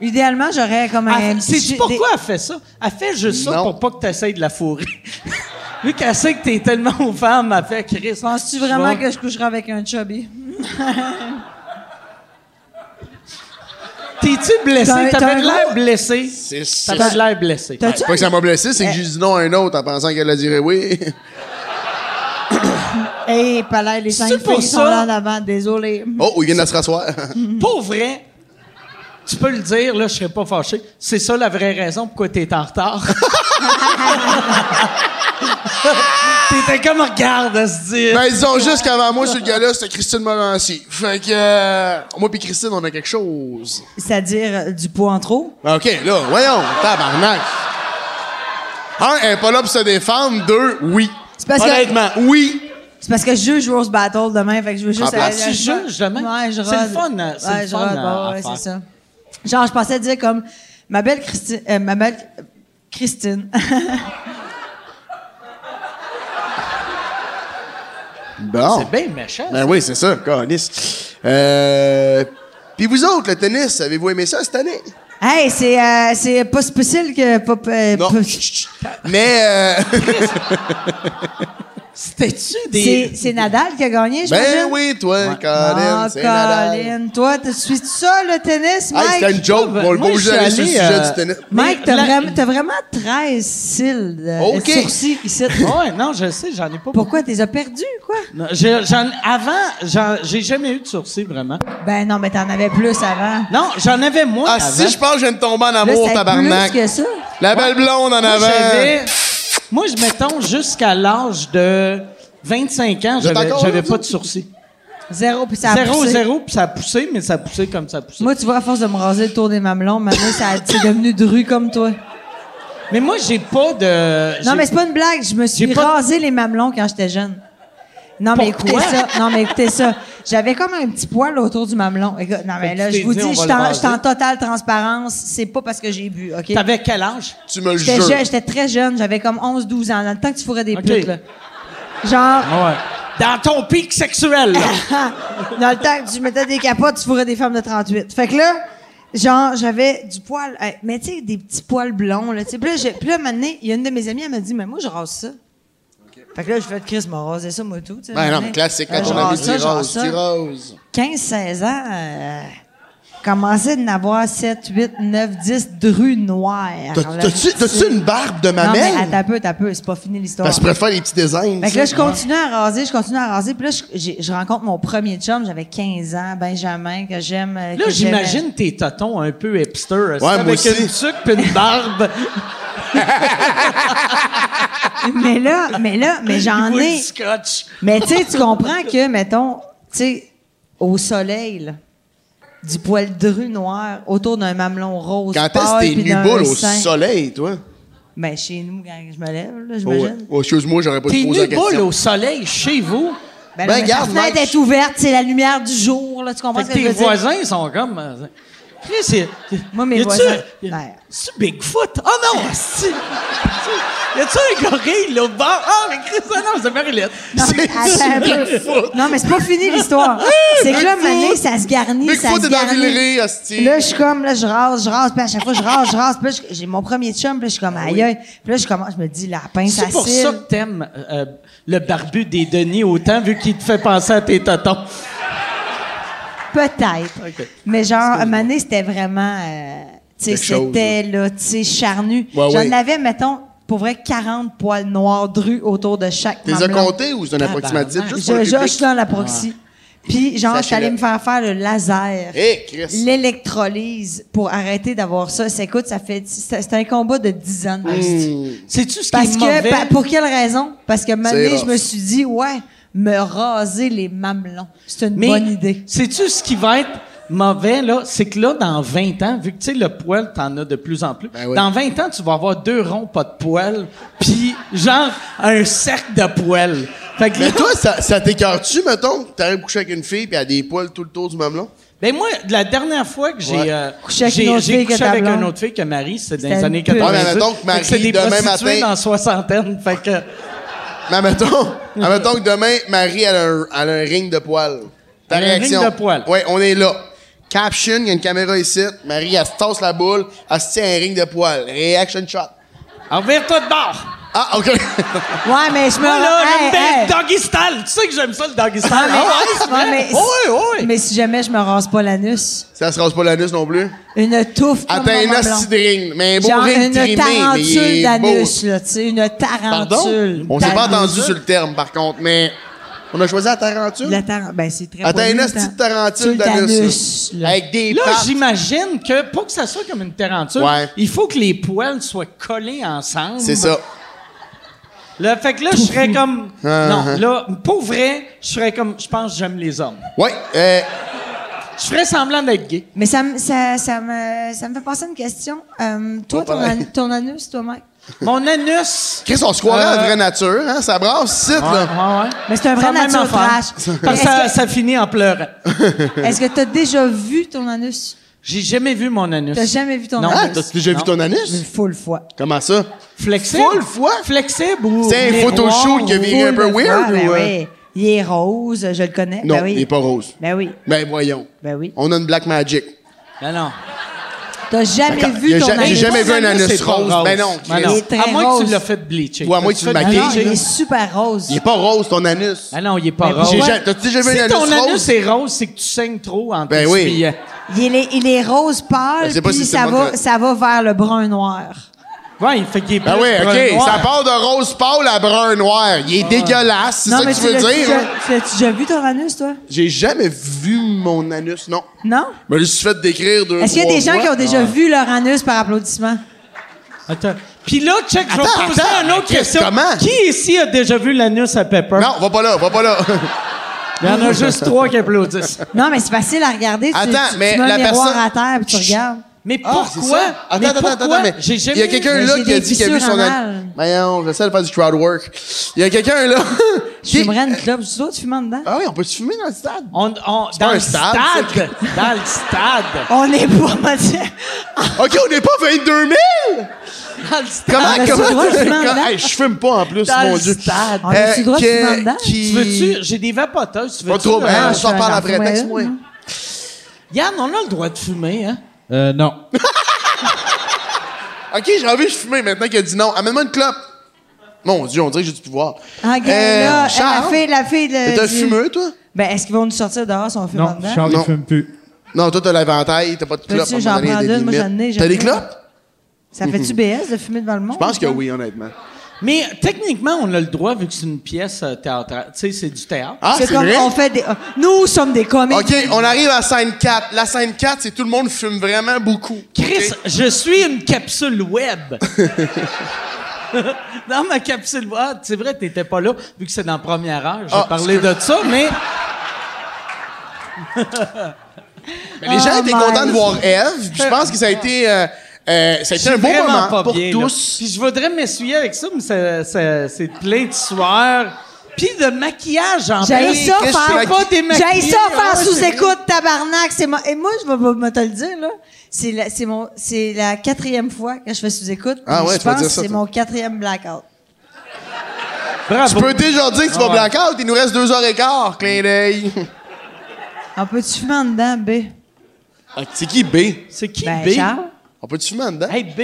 Speaker 5: Idéalement, j'aurais comme un.
Speaker 3: Elle- Sais-tu
Speaker 5: des-
Speaker 3: pourquoi elle fait ça? Elle fait juste ça
Speaker 8: Non.
Speaker 3: pour pas que tu essayes de la fourrer. Vu qu'elle sait que t'es tellement aux femmes, elle fait Chris.
Speaker 5: Penses-tu vraiment que je coucherai avec un chubby?
Speaker 3: T'es-tu
Speaker 5: T'as-
Speaker 3: blessé?
Speaker 5: t'as
Speaker 3: T'avais
Speaker 5: un
Speaker 3: de l'air
Speaker 5: gros-
Speaker 3: blessé.
Speaker 8: C'est ça.
Speaker 3: T'avais de l'air blessé.
Speaker 5: T'as-tu
Speaker 8: Pas que ça m'a blessé, c'est que j'ai dit non à un autre en pensant qu'elle a dirait oui.
Speaker 5: Hey, palais, les cinq
Speaker 3: C'est pour
Speaker 5: filles sont
Speaker 3: ça?
Speaker 5: là en avant, désolé.
Speaker 8: Oh, il vient de se rasseoir.
Speaker 3: Pour vrai, tu peux le dire, là, je serais pas fâché. C'est ça la vraie raison pourquoi t'es en retard. T'étais comme regarde à se dire.
Speaker 8: ben, disons juste qu'avant moi, sur le gars-là, c'était Christine Morancy. Fait que. euh, moi pis Christine, on a quelque chose.
Speaker 5: C'est-à-dire euh, du poids en trop.
Speaker 8: Ben, OK, là, voyons, tabarnak. Un, elle est pas là pour se défendre. Deux, oui.
Speaker 5: C'est parce que-
Speaker 8: Honnêtement, oui.
Speaker 5: C'est parce que je juge Rose Battle demain, fait que je veux juste...
Speaker 8: Ah, bah,
Speaker 5: aller-
Speaker 3: tu juges demain?
Speaker 5: Ouais, je
Speaker 3: C'est le
Speaker 5: rôde.
Speaker 3: fun, hein, c'est
Speaker 5: Ouais,
Speaker 3: le
Speaker 5: je
Speaker 3: fun
Speaker 5: rôde,
Speaker 3: à-
Speaker 5: bah ouais,
Speaker 3: à faire.
Speaker 5: c'est ça. Genre, je pensais dire comme... Ma belle Christine... euh, ma belle... euh, Christine.
Speaker 8: Bon.
Speaker 3: C'est bien méchant.
Speaker 8: Ben oui, c'est ça, calice. Euh. Puis vous autres, le tennis, avez-vous aimé ça cette année?
Speaker 5: hey, c'est euh, c'est pas si possible que... Pas, euh,
Speaker 8: Non.
Speaker 5: pas-
Speaker 8: Mais, euh,
Speaker 3: C'était-tu
Speaker 5: c'est
Speaker 3: des.
Speaker 5: c'est Nadal qui a gagné, je
Speaker 8: ben oui, toi, Colin,
Speaker 5: Ah,
Speaker 8: c'est Nadal.
Speaker 5: Colin, toi, tu suis ça, le tennis,
Speaker 8: Hey,
Speaker 5: Mike?
Speaker 8: c'était une joke,
Speaker 3: ben,
Speaker 8: on le
Speaker 3: moi,
Speaker 8: bouge
Speaker 3: je suis
Speaker 8: jamais sur le
Speaker 3: allé,
Speaker 8: sujet
Speaker 3: euh,
Speaker 8: du tennis.
Speaker 5: Mike, t'as
Speaker 3: la-
Speaker 5: vraiment, t'as vraiment 13 cils de
Speaker 8: Ok.
Speaker 5: sourcils ici.
Speaker 3: Ouais, non, je sais, j'en ai pas
Speaker 5: Pourquoi t'es as perdu, quoi?
Speaker 3: Non, j'ai- j'en- avant, j'en- j'ai jamais eu de sourcils, vraiment.
Speaker 5: Ben non, mais t'en avais plus avant.
Speaker 3: Non, j'en avais moins
Speaker 8: Ah,
Speaker 3: avant.
Speaker 8: si je pense que je viens de tomber en
Speaker 5: Là,
Speaker 8: amour,
Speaker 5: c'est
Speaker 8: tabarnak.
Speaker 5: plus que ça.
Speaker 8: La belle blonde en
Speaker 3: Moi,
Speaker 8: avant.
Speaker 3: j'avais- Moi, je mettons jusqu'à l'âge de 25 ans,
Speaker 8: Vous êtes
Speaker 3: j'avais
Speaker 8: encore
Speaker 3: j'avais
Speaker 8: là,
Speaker 3: pas
Speaker 8: vous?
Speaker 3: de sourcils.
Speaker 5: Zéro, puis ça a
Speaker 3: Zéro,
Speaker 5: poussé.
Speaker 3: zéro, puis ça a poussé, mais ça a poussé comme ça a poussé.
Speaker 5: Moi, tu vois, à force de me raser le tour des mamelons, maintenant, ça a- c'est devenu dru comme toi.
Speaker 3: Mais moi, j'ai pas de...
Speaker 5: Non,
Speaker 3: Euh, j'ai-
Speaker 5: mais c'est pas une blague. Je me suis
Speaker 3: J'ai pas-
Speaker 5: rasé les mamelons quand j'étais jeune. Non, mais
Speaker 3: Pourquoi?
Speaker 5: écoutez ça. Non, mais écoutez ça. J'avais comme un petit poil autour du mamelon. Écoute, non,
Speaker 3: Fait
Speaker 5: mais
Speaker 3: que
Speaker 5: là,
Speaker 3: tu t'es
Speaker 5: je vous
Speaker 3: dit,
Speaker 5: dis,
Speaker 3: on
Speaker 5: je
Speaker 3: va
Speaker 5: suis
Speaker 3: le
Speaker 5: en- je
Speaker 3: raser.
Speaker 5: suis en totale transparence. C'est pas parce que j'ai bu, OK?
Speaker 3: T'avais quel âge?
Speaker 8: Tu me le
Speaker 5: J'étais
Speaker 8: jures.
Speaker 5: jeune, j'étais très jeune. J'avais comme 11-12 ans. Dans le temps que tu fourrais des
Speaker 3: Ok. Ah
Speaker 5: putes, là. Genre,
Speaker 4: Ouais.
Speaker 3: Dans ton pic sexuel, là.
Speaker 5: dans le temps que tu mettais des capotes, tu fourrais des femmes de 38. Fait que là, genre, j'avais du poil, hey, mais tu sais, des petits poils blonds, là. tu sais. Puis là, j'ai- puis là, un moment donné, il y a une de mes amies, elle m'a dit, mais moi, je rase ça. Fait que là, je fais de Chris, m'a rasé ça, moi, tout. tu sais, un
Speaker 8: Ben non,
Speaker 5: moment
Speaker 8: mais
Speaker 5: donné.
Speaker 8: classique,
Speaker 5: Euh,
Speaker 8: quand
Speaker 5: je
Speaker 8: on a mis
Speaker 5: rase ça,
Speaker 8: du
Speaker 5: je rase
Speaker 8: rose,
Speaker 5: ça.
Speaker 8: du rose.
Speaker 5: 15-16 ans, euh, commençait d'en avoir 7, 8, 9, 10 drues noires.
Speaker 8: T'as-
Speaker 5: là.
Speaker 8: T'as-tu t'as-tu une barbe de
Speaker 5: Non, mais
Speaker 8: mamelle?
Speaker 5: attends un peu, attends un peu, c'est pas fini l'histoire.
Speaker 8: Parce Ben, que je préfère les petits designs.
Speaker 5: Fait
Speaker 8: tu
Speaker 5: que là,
Speaker 8: sais.
Speaker 5: je continue à raser, je continue à raser. Puis là, je, j'ai- je rencontre mon premier chum, j'avais 15 ans, Benjamin, que j'aime. euh,
Speaker 3: Là,
Speaker 5: que j'aimais.
Speaker 3: j'imagine tes totons un peu hipster. Ouais,
Speaker 8: moi
Speaker 3: avec
Speaker 8: aussi.
Speaker 3: une sucre puis une barbe.
Speaker 5: Mais là, mais là, mais j'en
Speaker 3: boit du
Speaker 5: ai.
Speaker 3: scotch.
Speaker 5: Mais tu sais, tu comprends que, mettons, tu sais, au soleil, là, du poil dru noir autour d'un mamelon rose.
Speaker 8: Quand est-ce que
Speaker 5: pâle,
Speaker 8: t'es
Speaker 5: puis d'un
Speaker 8: nu boule au
Speaker 5: sein.
Speaker 8: soleil, toi?
Speaker 5: Ben, chez nous, quand je me lève, là,
Speaker 8: Oh, ouais.
Speaker 5: j'imagine.
Speaker 8: Oh, excuse-moi, j'aurais pas
Speaker 3: T'es
Speaker 8: dû poser la
Speaker 3: nu boule
Speaker 8: question.
Speaker 3: au soleil chez vous.
Speaker 5: Ben,
Speaker 8: Ben,
Speaker 5: là, mais
Speaker 8: garde,
Speaker 5: la fenêtre
Speaker 8: Mike.
Speaker 5: est ouverte, c'est la lumière du jour, là, tu comprends
Speaker 3: Fait
Speaker 5: ce
Speaker 3: que
Speaker 5: que je
Speaker 3: tes
Speaker 5: veux dire?
Speaker 3: voisins sont comme... euh, Chris, c'est...
Speaker 5: Moi, mes
Speaker 3: y a-tu-
Speaker 5: voisins- Ben.
Speaker 3: y a-
Speaker 5: Ouais.
Speaker 3: C'est-tu Bigfoot? Oh non! c'est- c'est- Y a-tu un gorille, l'autre bord? Ah, mais Chris, ah non, c'est Marilyn.
Speaker 5: Non, mais attends un peu. Non, mais c'est pas fini l'histoire.
Speaker 8: Ah,
Speaker 5: C'est que là,
Speaker 8: Bigfoot.
Speaker 5: Mané, ça se garnit, ça
Speaker 8: Bigfoot
Speaker 5: se
Speaker 8: est dans
Speaker 5: garnit.
Speaker 8: Villeray, hostie.
Speaker 5: Là, je suis comme, là, je rase, je rase, puis à chaque fois, je rase, je rase, puis là, je- j'ai mon premier chum, puis là, je suis comme, aïe, aïe. Puis là, je commence, je me dis, lapin, ça
Speaker 3: C'est pour ça que t'aimes euh, le barbu des Denis autant, vu qu'il te fait penser à tes tontons.
Speaker 5: Peut-être.
Speaker 3: Ok.
Speaker 5: Mais genre, Mané, c'était vraiment, euh, tu sais,
Speaker 8: Quelque chose,
Speaker 5: c'était, là, tu sais, charnu.
Speaker 8: Ouais,
Speaker 5: J'en
Speaker 8: ouais.
Speaker 5: avais, mettons, pour vrai, 40 poils noirs drus autour de chaque
Speaker 8: T'es as
Speaker 5: mamelon.
Speaker 8: compté ou c'est un approximatif?
Speaker 3: Tabarnak.
Speaker 5: Je,
Speaker 8: Juste pour Ah. le
Speaker 5: je- je suis
Speaker 8: public.
Speaker 5: dans la proxy. Puis, genre, je suis allée
Speaker 8: Sachez-le.
Speaker 5: me faire faire le laser.
Speaker 8: Hé, Chris.
Speaker 5: l'électrolyse pour arrêter d'avoir ça. C'est écoute, ça fait c'est c'est un combat de 10 ans. de ma vie.
Speaker 3: Sais-tu ce qui
Speaker 5: Parce
Speaker 3: est
Speaker 5: que
Speaker 3: mauvais?
Speaker 5: pa- pour quelle raison Parce que maintenant,
Speaker 8: Hmm. C'est
Speaker 5: je
Speaker 8: rough.
Speaker 5: me suis dit ouais, me raser les mamelons, c'est une
Speaker 3: Mais
Speaker 5: bonne idée.
Speaker 3: Sais-tu ce qui va être mauvais, là? C'est que là, dans 20 ans, vu que, tu sais, le poil, t'en as de plus en plus.
Speaker 8: Ben oui.
Speaker 3: Dans 20 ans, tu vas avoir deux ronds pas de poil, puis genre, un cercle de poil. Fait que là-
Speaker 8: Mais toi, ça, ça t'écœure-tu, mettons? T'arrives coucher avec une fille, puis elle a des poils tout le tour du mamelon?
Speaker 3: Ben moi, la dernière fois que j'ai
Speaker 8: Ouais.
Speaker 3: euh,
Speaker 5: Couché avec
Speaker 3: j'ai-
Speaker 5: une autre
Speaker 3: j'ai
Speaker 5: fille que
Speaker 3: couché
Speaker 5: ta
Speaker 3: avec
Speaker 5: blonde.
Speaker 3: une autre fille que Marie, c'est dans
Speaker 5: C'était
Speaker 3: les années
Speaker 5: une pute.
Speaker 3: 90.
Speaker 8: Ouais, mais mettons que
Speaker 3: Fait
Speaker 8: Marie,
Speaker 3: c'est des
Speaker 8: demain
Speaker 3: prostituées
Speaker 8: matin-
Speaker 3: dans la soixantaine. Fait que
Speaker 8: Mais admettons, admettons que demain, Marie, elle a un, elle a un ring de poils. Ta
Speaker 3: Elle a un
Speaker 8: réaction?
Speaker 3: ring de poils.
Speaker 8: Oui, on est là. Caption, il y a une caméra ici. Marie, elle se tasse la boule, elle se tient un ring de poils. Reaction shot.
Speaker 3: envers-toi de bord.
Speaker 8: Ah, OK.
Speaker 5: Ouais, mais je me.
Speaker 3: Moi là, j'aime
Speaker 5: Hey,
Speaker 3: bien
Speaker 5: hey.
Speaker 3: le doggy style. Tu sais que j'aime ça le doggy style.
Speaker 5: Ah, mais- ouais, mais-
Speaker 3: ouais, ouais.
Speaker 5: Mais si jamais je me rase pas l'anus,
Speaker 8: ça se rase pas l'anus non plus.
Speaker 5: une touffe comme
Speaker 8: Attends,
Speaker 5: mon
Speaker 8: un
Speaker 5: mont
Speaker 8: hostie
Speaker 5: blanc.
Speaker 8: de ring. Mais un beau
Speaker 5: Genre
Speaker 8: ring
Speaker 5: une
Speaker 8: trimé, mais il
Speaker 5: tarentule
Speaker 8: est
Speaker 5: d'anus,
Speaker 8: beau.
Speaker 5: là, tu sais, une tarentule.
Speaker 8: On s'est pas
Speaker 5: d'anus.
Speaker 8: entendu sur le terme, par contre, mais on a choisi la tarentule.
Speaker 5: La tar- ben, c'est très
Speaker 8: Hein? Attends,
Speaker 5: poli,
Speaker 8: une
Speaker 5: le
Speaker 8: hostie de
Speaker 5: tar-
Speaker 8: tarentule
Speaker 5: Tule
Speaker 8: d'anus. là.
Speaker 5: là.
Speaker 8: Avec des
Speaker 3: Là,
Speaker 8: pattes.
Speaker 3: j'imagine que pour que ça soit comme une tarentule,
Speaker 8: Ouais.
Speaker 3: il faut que les poils soient collés ensemble.
Speaker 8: C'est ça.
Speaker 3: Là, fait que là, je serais comme.
Speaker 8: Ah, ah.
Speaker 3: non, là, pour vrai, je serais comme. Je pense que j'aime les hommes.
Speaker 8: Ouais, euh,
Speaker 3: Je ferais semblant d'être gay.
Speaker 5: Mais ça, me- ça, ça, me, ça me fait penser à une question. Euh, toi,
Speaker 8: Pas
Speaker 5: ton,
Speaker 8: pareil.
Speaker 5: an- ton anus, toi, Mike?
Speaker 3: Mon anus.
Speaker 8: Chris, on se croirait
Speaker 3: Euh,
Speaker 8: à la vraie nature, hein? Ça brasse site,
Speaker 3: Ouais,
Speaker 8: là. Hein?
Speaker 3: ouais, ouais.
Speaker 5: Mais Ben, c'est un
Speaker 3: Ça,
Speaker 5: vrai
Speaker 3: même
Speaker 5: nature
Speaker 3: affaire.
Speaker 5: trash.
Speaker 3: Parce que ça,
Speaker 5: Est-ce
Speaker 3: ça finit en pleurant.
Speaker 5: que- est-ce que t'as déjà vu ton anus?
Speaker 3: J'ai jamais vu mon anus.
Speaker 5: T'as jamais vu ton
Speaker 3: Non.
Speaker 8: Ah,
Speaker 5: anus?
Speaker 8: t'as-tu déjà vu
Speaker 3: Non.
Speaker 8: ton anus?
Speaker 5: Full fois.
Speaker 8: Comment ça?
Speaker 3: Flexible.
Speaker 8: Full fois?
Speaker 3: Flexible ou.
Speaker 8: C'est un
Speaker 3: miroir
Speaker 8: photoshoot
Speaker 3: ou-
Speaker 8: que- viré
Speaker 5: Full
Speaker 8: un peu
Speaker 5: de
Speaker 8: weird
Speaker 5: fois, ben
Speaker 8: ou, euh?
Speaker 5: oui. Il est rose, je le connais.
Speaker 8: Non,
Speaker 5: ben oui.
Speaker 8: il est pas rose.
Speaker 5: Ben oui,
Speaker 8: Ben voyons.
Speaker 5: ben oui.
Speaker 8: On a une Black Magic.
Speaker 3: Ben non.
Speaker 5: T'as jamais
Speaker 8: Il y
Speaker 5: vu
Speaker 8: a
Speaker 5: ton
Speaker 8: ja-
Speaker 5: anus?
Speaker 8: J'ai jamais vu un
Speaker 3: Mon
Speaker 8: anus
Speaker 3: c'est pas
Speaker 8: rose. Ben non, Chris.
Speaker 5: Il est très
Speaker 3: à moins que
Speaker 5: rose.
Speaker 3: tu l'as fait bleacher.
Speaker 8: Ou à moins que
Speaker 3: T'as-tu
Speaker 8: tu
Speaker 3: fait
Speaker 8: le
Speaker 5: Ah
Speaker 8: maquilles,
Speaker 5: non,
Speaker 8: J'ai-
Speaker 5: il est super rose.
Speaker 8: Il est pas rose, ton anus.
Speaker 3: Ah non, il est pas
Speaker 5: Mais
Speaker 3: rose.
Speaker 8: J'ai
Speaker 5: ouais.
Speaker 8: ja- T'as-tu déjà vu
Speaker 3: Si
Speaker 8: un
Speaker 3: ton
Speaker 8: anus
Speaker 3: anus
Speaker 8: rose?
Speaker 3: est rose, c'est que tu saignes trop en euh,
Speaker 8: Ben oui.
Speaker 3: t'expiant.
Speaker 5: Il est, il est rose pâle,
Speaker 8: Je sais pas
Speaker 5: puis
Speaker 8: si c'est
Speaker 5: ça,
Speaker 8: le bon
Speaker 5: va,
Speaker 8: tra-
Speaker 5: ça va vers le brun noir.
Speaker 3: Ouais, il fait qu'il est plus
Speaker 8: Ben oui, OK.
Speaker 3: brun-noir.
Speaker 8: Ça part de rose pâle à brun noir. Il est dégueulasse, c'est ça que tu veux
Speaker 5: l'as-tu
Speaker 8: dire?
Speaker 5: déjà-
Speaker 8: hein?
Speaker 5: Ah. tu l'as-tu déjà vu ton anus, toi?
Speaker 8: J'ai jamais vu mon anus, non.
Speaker 5: Non?
Speaker 8: Mais je suis fait décrire deux
Speaker 5: Est-ce qu'il y a
Speaker 8: trois
Speaker 5: des gens
Speaker 8: fois.
Speaker 5: qui ont déjà vu leur anus par applaudissement?
Speaker 3: Attends. Puis là, check, je vais
Speaker 8: Attends,
Speaker 3: poser
Speaker 8: attends,
Speaker 3: une autre
Speaker 8: qu'est-ce-
Speaker 3: question.
Speaker 8: comment?
Speaker 3: Qui ici a déjà vu l'anus à Pepper?
Speaker 8: Non, va pas là, va pas là.
Speaker 3: Il y en a juste trois qui applaudissent.
Speaker 5: Non, mais c'est facile à regarder. Tu,
Speaker 8: Attends,
Speaker 5: tu- tu
Speaker 8: mais
Speaker 5: mets
Speaker 8: la
Speaker 5: un miroir
Speaker 8: personne-
Speaker 5: à terre puis tu
Speaker 8: Chut.
Speaker 5: regardes.
Speaker 3: Mais
Speaker 8: Ah, c'est
Speaker 3: pourquoi?
Speaker 8: ça?
Speaker 3: Mais
Speaker 8: Attends, attends, attends,
Speaker 3: pourquoi?
Speaker 8: mais
Speaker 3: J'ai jamais
Speaker 8: il y a
Speaker 3: vu-
Speaker 8: quelqu'un
Speaker 5: mais
Speaker 8: là
Speaker 5: j'ai
Speaker 8: qui a
Speaker 5: des
Speaker 8: dit qu'il a vu
Speaker 5: fissures
Speaker 8: son anus.
Speaker 5: anales.
Speaker 8: Voyons, j'essaie de faire du crowd work. Il y a quelqu'un là.
Speaker 5: Je
Speaker 8: qui-
Speaker 5: fumerais une clope. Tu sais, tu fumes en dedans?
Speaker 8: Ah oui, on peut se fumer dans le stade.
Speaker 3: On, on,
Speaker 8: pas
Speaker 3: dans
Speaker 8: un
Speaker 3: le
Speaker 8: stade,
Speaker 3: stade.
Speaker 8: ça.
Speaker 3: Dans le stade.
Speaker 5: On est pas...
Speaker 8: OK, on n'est pas 22 000!
Speaker 3: Dans le stade. ben,
Speaker 8: Comment,
Speaker 5: Ah, mais
Speaker 8: comment,
Speaker 5: tu dois fumer en
Speaker 8: comment-
Speaker 5: dedans?
Speaker 8: Hey, je fume pas en plus,
Speaker 3: Dans
Speaker 8: mon
Speaker 3: le
Speaker 8: Dieu. Euh,
Speaker 3: stade.
Speaker 5: On a-tu le droit de
Speaker 8: que-
Speaker 5: fumer en dedans?
Speaker 8: qui-
Speaker 3: Tu veux-tu? J'ai des vapoteuses. Tu veux
Speaker 8: Pas trop,
Speaker 5: Ah,
Speaker 8: hein,
Speaker 5: je
Speaker 8: je t'en
Speaker 5: suis
Speaker 8: parle
Speaker 5: un
Speaker 8: après.
Speaker 5: enfant,
Speaker 8: Texte,
Speaker 5: ouais,
Speaker 8: moi.
Speaker 5: non?
Speaker 3: Yann, on a le droit de fumer, hein?
Speaker 4: Euh, non.
Speaker 8: OK, j'ai envie de fumer maintenant qu'il a dit non. Amène-moi une clope. Mon Dieu, on dirait que j'ai du pouvoir.
Speaker 5: Ah, gars, là,
Speaker 8: Euh, Charles,
Speaker 5: la fille, la fille de...
Speaker 8: T'es un
Speaker 5: du-
Speaker 8: fumeux, toi?
Speaker 5: Ben, est-ce qu'ils vont nous sortir dehors si on fume en
Speaker 4: Non,
Speaker 5: dedans?
Speaker 4: Charles, il
Speaker 8: Non.
Speaker 4: fume plus.
Speaker 8: Non, toi, t'as l'inventaire, t'as pas de
Speaker 5: Peux-tu,
Speaker 8: clope. à un
Speaker 5: j'en
Speaker 8: moment donné,
Speaker 5: prends
Speaker 8: il y a des
Speaker 5: deux, moi,
Speaker 8: limites.
Speaker 5: j'en ai, j'en
Speaker 8: T'as
Speaker 5: ai.
Speaker 8: des clopes?
Speaker 5: Ça fait-tu BS de fumer devant le monde?
Speaker 8: Je pense que oui, honnêtement.
Speaker 3: Mais techniquement, on a le droit vu que c'est une pièce euh, théâtrale. Tu sais, c'est du théâtre.
Speaker 8: Ah, c'est
Speaker 5: c'est comme
Speaker 8: vrai?
Speaker 5: on fait des. Nous sommes des comédiens.
Speaker 8: OK, on arrive à scène 4. La scène 4, c'est tout le monde fume vraiment beaucoup.
Speaker 3: Chris,
Speaker 8: OK?
Speaker 3: je suis une capsule web. dans ma capsule web, ah, c'est vrai, t'étais pas là, vu que c'est dans la première heure. J'ai
Speaker 8: Ah,
Speaker 3: parlé de ça, mais
Speaker 8: Mais les gens
Speaker 5: Oh
Speaker 8: étaient
Speaker 5: my.
Speaker 8: contents de voir Eve. Je pense que ça a été, euh, euh, ça a été
Speaker 3: c'est
Speaker 8: un bon
Speaker 3: vraiment
Speaker 8: moment
Speaker 3: pas
Speaker 8: pour
Speaker 3: bien, là.
Speaker 8: tous.
Speaker 3: Puis je voudrais m'essuyer avec ça, mais ça- ça- c'est plein de sueur. Puis de maquillage en
Speaker 5: J'ai
Speaker 3: plus.
Speaker 5: ça
Speaker 8: qu'est-ce que
Speaker 5: faire.
Speaker 8: tu m'as-
Speaker 5: J'ai
Speaker 3: démaquiller,
Speaker 5: ça faire
Speaker 3: ouais,
Speaker 5: sous
Speaker 3: c'est-
Speaker 5: écoute, tabarnak. C'est mon- Et moi, je vais me te le dire, là. C'est la, c'est mon, c'est la quatrième fois que je fais sous écoute.
Speaker 8: Ah ouais,
Speaker 5: je
Speaker 8: tu vas
Speaker 5: pense
Speaker 8: dire
Speaker 5: que
Speaker 8: ça,
Speaker 5: c'est
Speaker 8: toi.
Speaker 5: mon quatrième blackout.
Speaker 3: Bravo.
Speaker 8: Tu peux déjà dire que tu vas blackout. Il nous reste deux heures et quart. Clin d'œil.
Speaker 5: On peut-tu fumer en dedans, B?
Speaker 8: Ah, c'est qui B?
Speaker 3: C'est qui,
Speaker 5: Ben,
Speaker 3: B?
Speaker 5: Charles,
Speaker 8: On peut-tu fumer en dedans?
Speaker 3: Hey, B,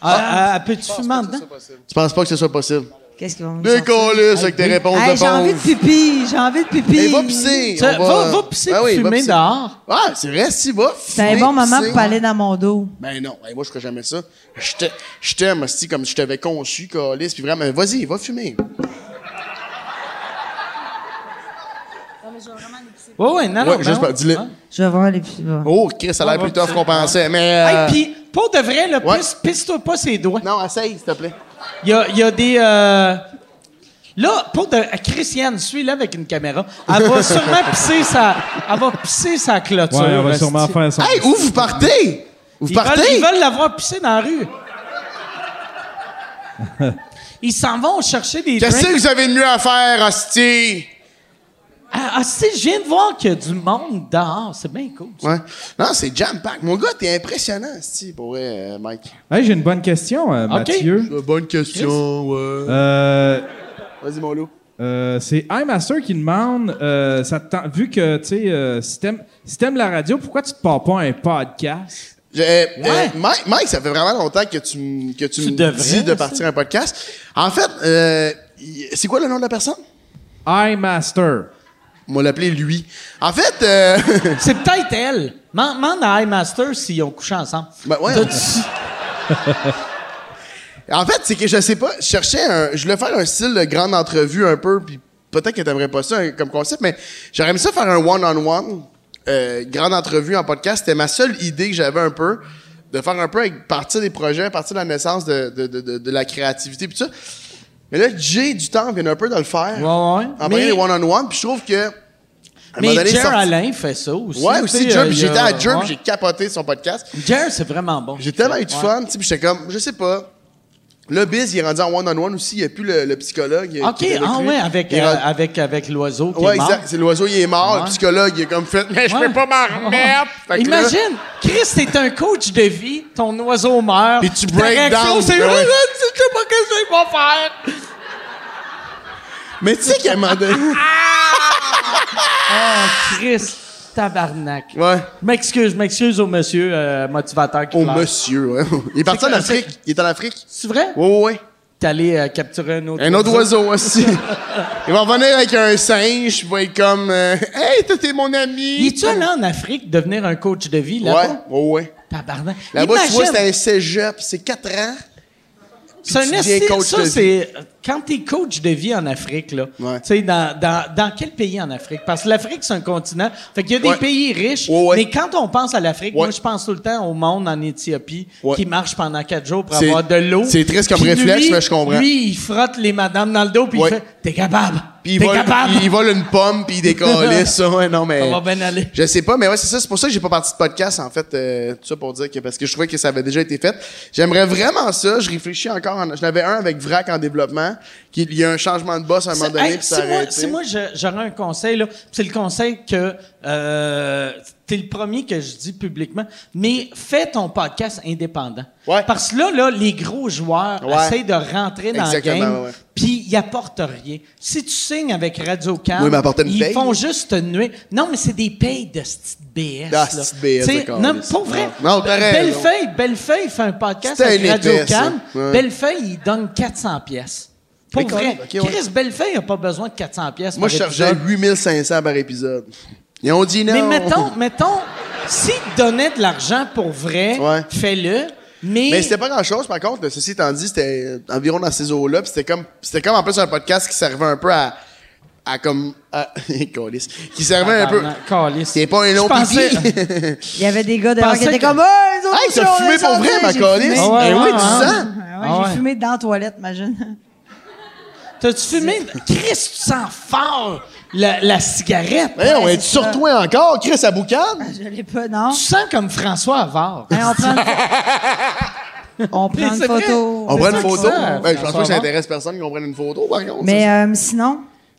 Speaker 3: ah, ah, peux-tu fumer en dedans?
Speaker 8: Tu penses pas que ce soit possible?
Speaker 5: qu'est-ce qu'ils vont me dire?
Speaker 8: Décollé avec tes réponses
Speaker 5: Hey,
Speaker 8: de
Speaker 5: j'ai envie de
Speaker 8: pauvre.
Speaker 5: pipi. J'ai envie de pipi.
Speaker 8: Hey, va pisser.
Speaker 3: Tu- Va,
Speaker 8: on
Speaker 3: va, pisser
Speaker 8: Ben
Speaker 3: puis
Speaker 8: oui, va
Speaker 3: fumer
Speaker 8: pisser.
Speaker 3: dehors.
Speaker 8: Ah, c'est vrai, si, va.
Speaker 5: C'est un
Speaker 8: fumer,
Speaker 5: bon moment
Speaker 8: pisser.
Speaker 5: pour aller dans mon dos.
Speaker 8: Ben non, hey, moi je ferais jamais ça. Je te- je t'aime aussi comme je t'avais conçu, Calis, puis vraiment, vas-y, va fumer.
Speaker 3: Oui, oui, non, non.
Speaker 8: Ouais, juste
Speaker 3: ben
Speaker 8: pas- dis-le.
Speaker 3: ouais.
Speaker 5: Je vais voir les pipis.
Speaker 8: Oh, Chris, ça a l'air plus tough qu'on pensait, mais.
Speaker 3: Hey,
Speaker 8: euh,
Speaker 3: puis, pour de vrai, le
Speaker 8: Ouais.
Speaker 3: pisse, pisse-toi pas ses doigts.
Speaker 8: Non, essaye, s'il te plaît.
Speaker 3: Il y a, il y a des. euh, Là, pour de. euh, Christiane, suis-là avec une caméra. Elle va sûrement pisser sa. Elle va pisser sa
Speaker 4: Ouais,
Speaker 3: clôture.
Speaker 4: on va
Speaker 3: hostie.
Speaker 4: sûrement faire ça.
Speaker 8: Hey, où vous partez? Vous
Speaker 3: Ils veulent,
Speaker 8: partez?
Speaker 3: ils veulent l'avoir pissée dans la rue. Ils s'en vont chercher des
Speaker 8: Qu'est-ce que
Speaker 3: drinks.
Speaker 8: vous avez de mieux à faire, hostie?
Speaker 3: Ah, ah, si, je viens de voir qu'il y a du monde dehors. C'est bien cool. ça.
Speaker 8: Ouais. Non, c'est jam-pack. Mon gars, t'es impressionnant, hostie, pour vrai, euh, Mike.
Speaker 4: Hey, j'ai une bonne question, euh, Mathieu.
Speaker 8: Bonne question, ouais.
Speaker 4: Euh,
Speaker 8: Hein? Vas-y, mon loup.
Speaker 4: Euh, c'est iMaster qui demande, euh, ça te tente- vu que, tu sais, euh, si t'aimes si t'aimes la radio, pourquoi tu te pars pas un podcast?
Speaker 8: Je- euh, euh, Mike, Mike, ça fait vraiment longtemps que tu, m- que tu, me dis de partir un podcast. En fait, euh, y- c'est quoi le nom de la personne?
Speaker 4: iMaster.
Speaker 8: On va l'appeler lui. En fait, euh,
Speaker 3: C'est peut-être elle. Mande à Highmaster s'ils ont couché ensemble.
Speaker 8: ben ouais, en fait, c'est que je sais pas, je cherchais un, je voulais faire un style de grande entrevue un peu, puis peut-être que t'aimerais pas ça hein, comme concept, mais j'aurais aimé ça faire un one-on-one, euh, grande entrevue en podcast. C'était ma seule idée que j'avais un peu, de faire un peu avec partir des projets, partir de la naissance de, de, de, de- de la créativité, puis tout ça. Mais là, Jay du temps vient un peu de le faire.
Speaker 3: Ouais, ouais.
Speaker 8: En
Speaker 3: Mais-
Speaker 8: prenant les one-on-one, puis je trouve que. à un moment
Speaker 3: Mais
Speaker 8: donné,
Speaker 3: Jer
Speaker 8: sorti-
Speaker 3: Alain fait ça aussi.
Speaker 8: Ouais,
Speaker 3: tu
Speaker 8: aussi
Speaker 3: sais,
Speaker 8: Jer,
Speaker 3: euh,
Speaker 8: puis
Speaker 3: il y a-
Speaker 8: j'étais à Jer, puis
Speaker 3: ouais.
Speaker 8: j'ai capoté son podcast.
Speaker 3: Jer, c'est vraiment bon.
Speaker 8: J'ai tellement eu de
Speaker 3: Ouais.
Speaker 8: fun, tu sais, puis j'étais comme, je sais pas. Le Biz, il est rendu en one-on-one aussi, il n'y a plus le, le psychologue. il-
Speaker 3: OK,
Speaker 8: qui est
Speaker 3: ah
Speaker 8: lui.
Speaker 3: ouais, avec,
Speaker 8: Il est
Speaker 3: euh,
Speaker 8: rendu-
Speaker 3: avec, avec l'oiseau qui
Speaker 8: Ouais,
Speaker 3: est mort.
Speaker 8: exact. C'est l'oiseau, il est mort.
Speaker 3: Ouais.
Speaker 8: Le psychologue, il est comme fait, mais je
Speaker 3: Ouais.
Speaker 8: peux pas m'en remettre. Fait que là-
Speaker 3: Imagine, Chris, t'es un coach de vie, ton oiseau meurt.
Speaker 8: Puis tu
Speaker 3: ta
Speaker 8: break
Speaker 3: réaction,
Speaker 8: down,
Speaker 3: C'est
Speaker 8: ben ouais.
Speaker 3: je sais pas qu'est-ce que je vais faire.
Speaker 8: mais tu sais qu'à un moment donné.
Speaker 3: Chris, tabarnak.
Speaker 8: ouais.
Speaker 3: M'excuse, m'excuse au monsieur euh, motivateur qui
Speaker 8: Au
Speaker 3: pleure.
Speaker 8: monsieur, ouais. Il est parti
Speaker 3: C'est
Speaker 8: en
Speaker 3: que-
Speaker 8: Afrique. Il est en Afrique.
Speaker 3: C'est vrai?
Speaker 8: Ouais, ouais, ouais.
Speaker 3: T'es allé euh, capturer un autre
Speaker 8: Un autre oiseau aussi. il va venir avec un singe, il va être comme, euh, hey, toi, t'es mon ami.
Speaker 3: Es-tu allé en Afrique devenir un coach de vie
Speaker 8: Ouais,
Speaker 3: là-bas?
Speaker 8: ouais, ouais.
Speaker 3: Tabarnak.
Speaker 8: Là-bas, tu vois,
Speaker 3: Imagine,
Speaker 8: c'est un cégep, c'est 4 ans.
Speaker 3: C'est un
Speaker 8: tu deviens
Speaker 3: esti-
Speaker 8: coach de
Speaker 3: ça,
Speaker 8: vie.
Speaker 3: c'est quand t'es coach de vie en Afrique là.
Speaker 8: Ouais.
Speaker 3: Tu sais dans, dans, dans quel pays en Afrique Parce que l'Afrique c'est un continent. Fait qu'il y a des
Speaker 8: Ouais.
Speaker 3: pays riches,
Speaker 8: Ouais, ouais.
Speaker 3: mais quand on pense à l'Afrique,
Speaker 8: Ouais.
Speaker 3: moi je pense tout le temps au monde en Éthiopie
Speaker 8: Ouais.
Speaker 3: qui marche pendant quatre jours pour
Speaker 8: C'est-
Speaker 3: avoir de l'eau.
Speaker 8: c'est triste comme
Speaker 3: Puis
Speaker 8: réflexe,
Speaker 3: lui-
Speaker 8: mais je comprends.
Speaker 3: Lui, il frotte les madames dans le dos puis
Speaker 8: Ouais.
Speaker 3: il fait "T'es capable
Speaker 8: Puis il
Speaker 3: T'es
Speaker 8: vole,
Speaker 3: capable
Speaker 8: il vole une pomme, puis il décolle ça. Ouais, non, mais.
Speaker 3: Ça va bien aller.
Speaker 8: Je sais pas, mais ouais, c'est ça. C'est pour ça que j'ai pas parti de podcast, en fait. euh, tout ça pour dire que, parce que je trouvais que ça avait déjà été fait. J'aimerais vraiment ça. Je réfléchis encore. En, j'en avais un avec Vrac en développement. Qui, il y a un changement de boss à un moment
Speaker 3: C'est-
Speaker 8: donné,
Speaker 3: hey,
Speaker 8: puis
Speaker 3: si
Speaker 8: ça a
Speaker 3: moi,
Speaker 8: arrêté.
Speaker 3: si moi, je- j'aurais un conseil, là, c'est le conseil que euh, t'es le premier que je dis publiquement, mais fais ton podcast indépendant.
Speaker 8: Ouais.
Speaker 3: Parce que là, là, les gros joueurs
Speaker 8: Ouais.
Speaker 3: essayent de rentrer dans le
Speaker 8: Exactement,
Speaker 3: game,
Speaker 8: ouais.
Speaker 3: puis ils apportent rien. Si tu signes avec Radio Can,
Speaker 8: Oui, mais apporter une
Speaker 3: ils
Speaker 8: paye,
Speaker 3: font
Speaker 8: là.
Speaker 3: juste te nuer. Non, mais c'est des payes de petite BS.
Speaker 8: Ah,
Speaker 3: là.
Speaker 8: c'est de BS,
Speaker 3: Tu sais,
Speaker 8: d'accord,
Speaker 3: non,
Speaker 8: mais
Speaker 3: pour
Speaker 8: c'est-
Speaker 3: vrai,
Speaker 8: Non, t'as raison.
Speaker 3: Bellefeuille, Bellefeuille fait un podcast
Speaker 8: C'est un
Speaker 3: avec Radio
Speaker 8: épais, ça.
Speaker 3: Can.
Speaker 8: Ouais.
Speaker 3: Bellefeuille, il donne 400 pièces. Pour
Speaker 8: Mais
Speaker 3: vrai,
Speaker 8: quand même, ok, ouais.
Speaker 3: Chris Bellefeuille n'a pas besoin de 400 pièces.
Speaker 8: Moi,
Speaker 3: par
Speaker 8: je chargeais
Speaker 3: épisode.
Speaker 8: 8500 par épisode. Et on dit non.
Speaker 3: Mais mettons, mettons, s'il te donnait de l'argent pour vrai,
Speaker 8: Ouais.
Speaker 3: fais-le. Mais,
Speaker 8: Mais c'était pas grand chose, par contre. Ceci étant dit, c'était euh, environ dans ces eaux-là. Puis c'était comme, c'était comme en plus un podcast qui servait un peu à, à comme, à, Câlisse. qui servait un peu. C'est pas un long
Speaker 3: pensais-
Speaker 8: pipi.
Speaker 5: Il y avait des gars dehors qui
Speaker 3: Pensais
Speaker 5: étaient
Speaker 3: que-
Speaker 5: comme Hey, nous autres,
Speaker 8: Hey, t'as
Speaker 5: on
Speaker 8: fumé
Speaker 5: est
Speaker 8: pour vrai,
Speaker 5: sortis,
Speaker 8: ma
Speaker 5: j'ai
Speaker 8: câlisse?
Speaker 5: fumé.
Speaker 8: Eh
Speaker 3: ouais,
Speaker 8: oui,
Speaker 3: ouais,
Speaker 8: tu
Speaker 3: ouais.
Speaker 8: sens.
Speaker 5: Ah ouais,
Speaker 3: Ah ouais.
Speaker 5: J'ai fumé dans la toilette, imagine.
Speaker 3: T'as-tu fumé? Chris, tu sens fort la, la cigarette.
Speaker 8: Mais on
Speaker 5: Ouais,
Speaker 8: est
Speaker 5: c'est
Speaker 8: sur
Speaker 5: ça.
Speaker 8: toi encore, Chris à boucane?
Speaker 5: Je l'ai pas, non.
Speaker 3: Tu sens comme François Avard.
Speaker 5: Hey, on prend une, on prend
Speaker 3: Mais
Speaker 5: une
Speaker 3: c'est vrai.
Speaker 5: photo.
Speaker 8: On prend une
Speaker 5: C'est ça
Speaker 8: photo?
Speaker 5: que ça.
Speaker 8: Ouais, je pense pas que
Speaker 3: François
Speaker 8: ça intéresse personne qu'on prenne une photo, par contre.
Speaker 5: Mais euh, sinon,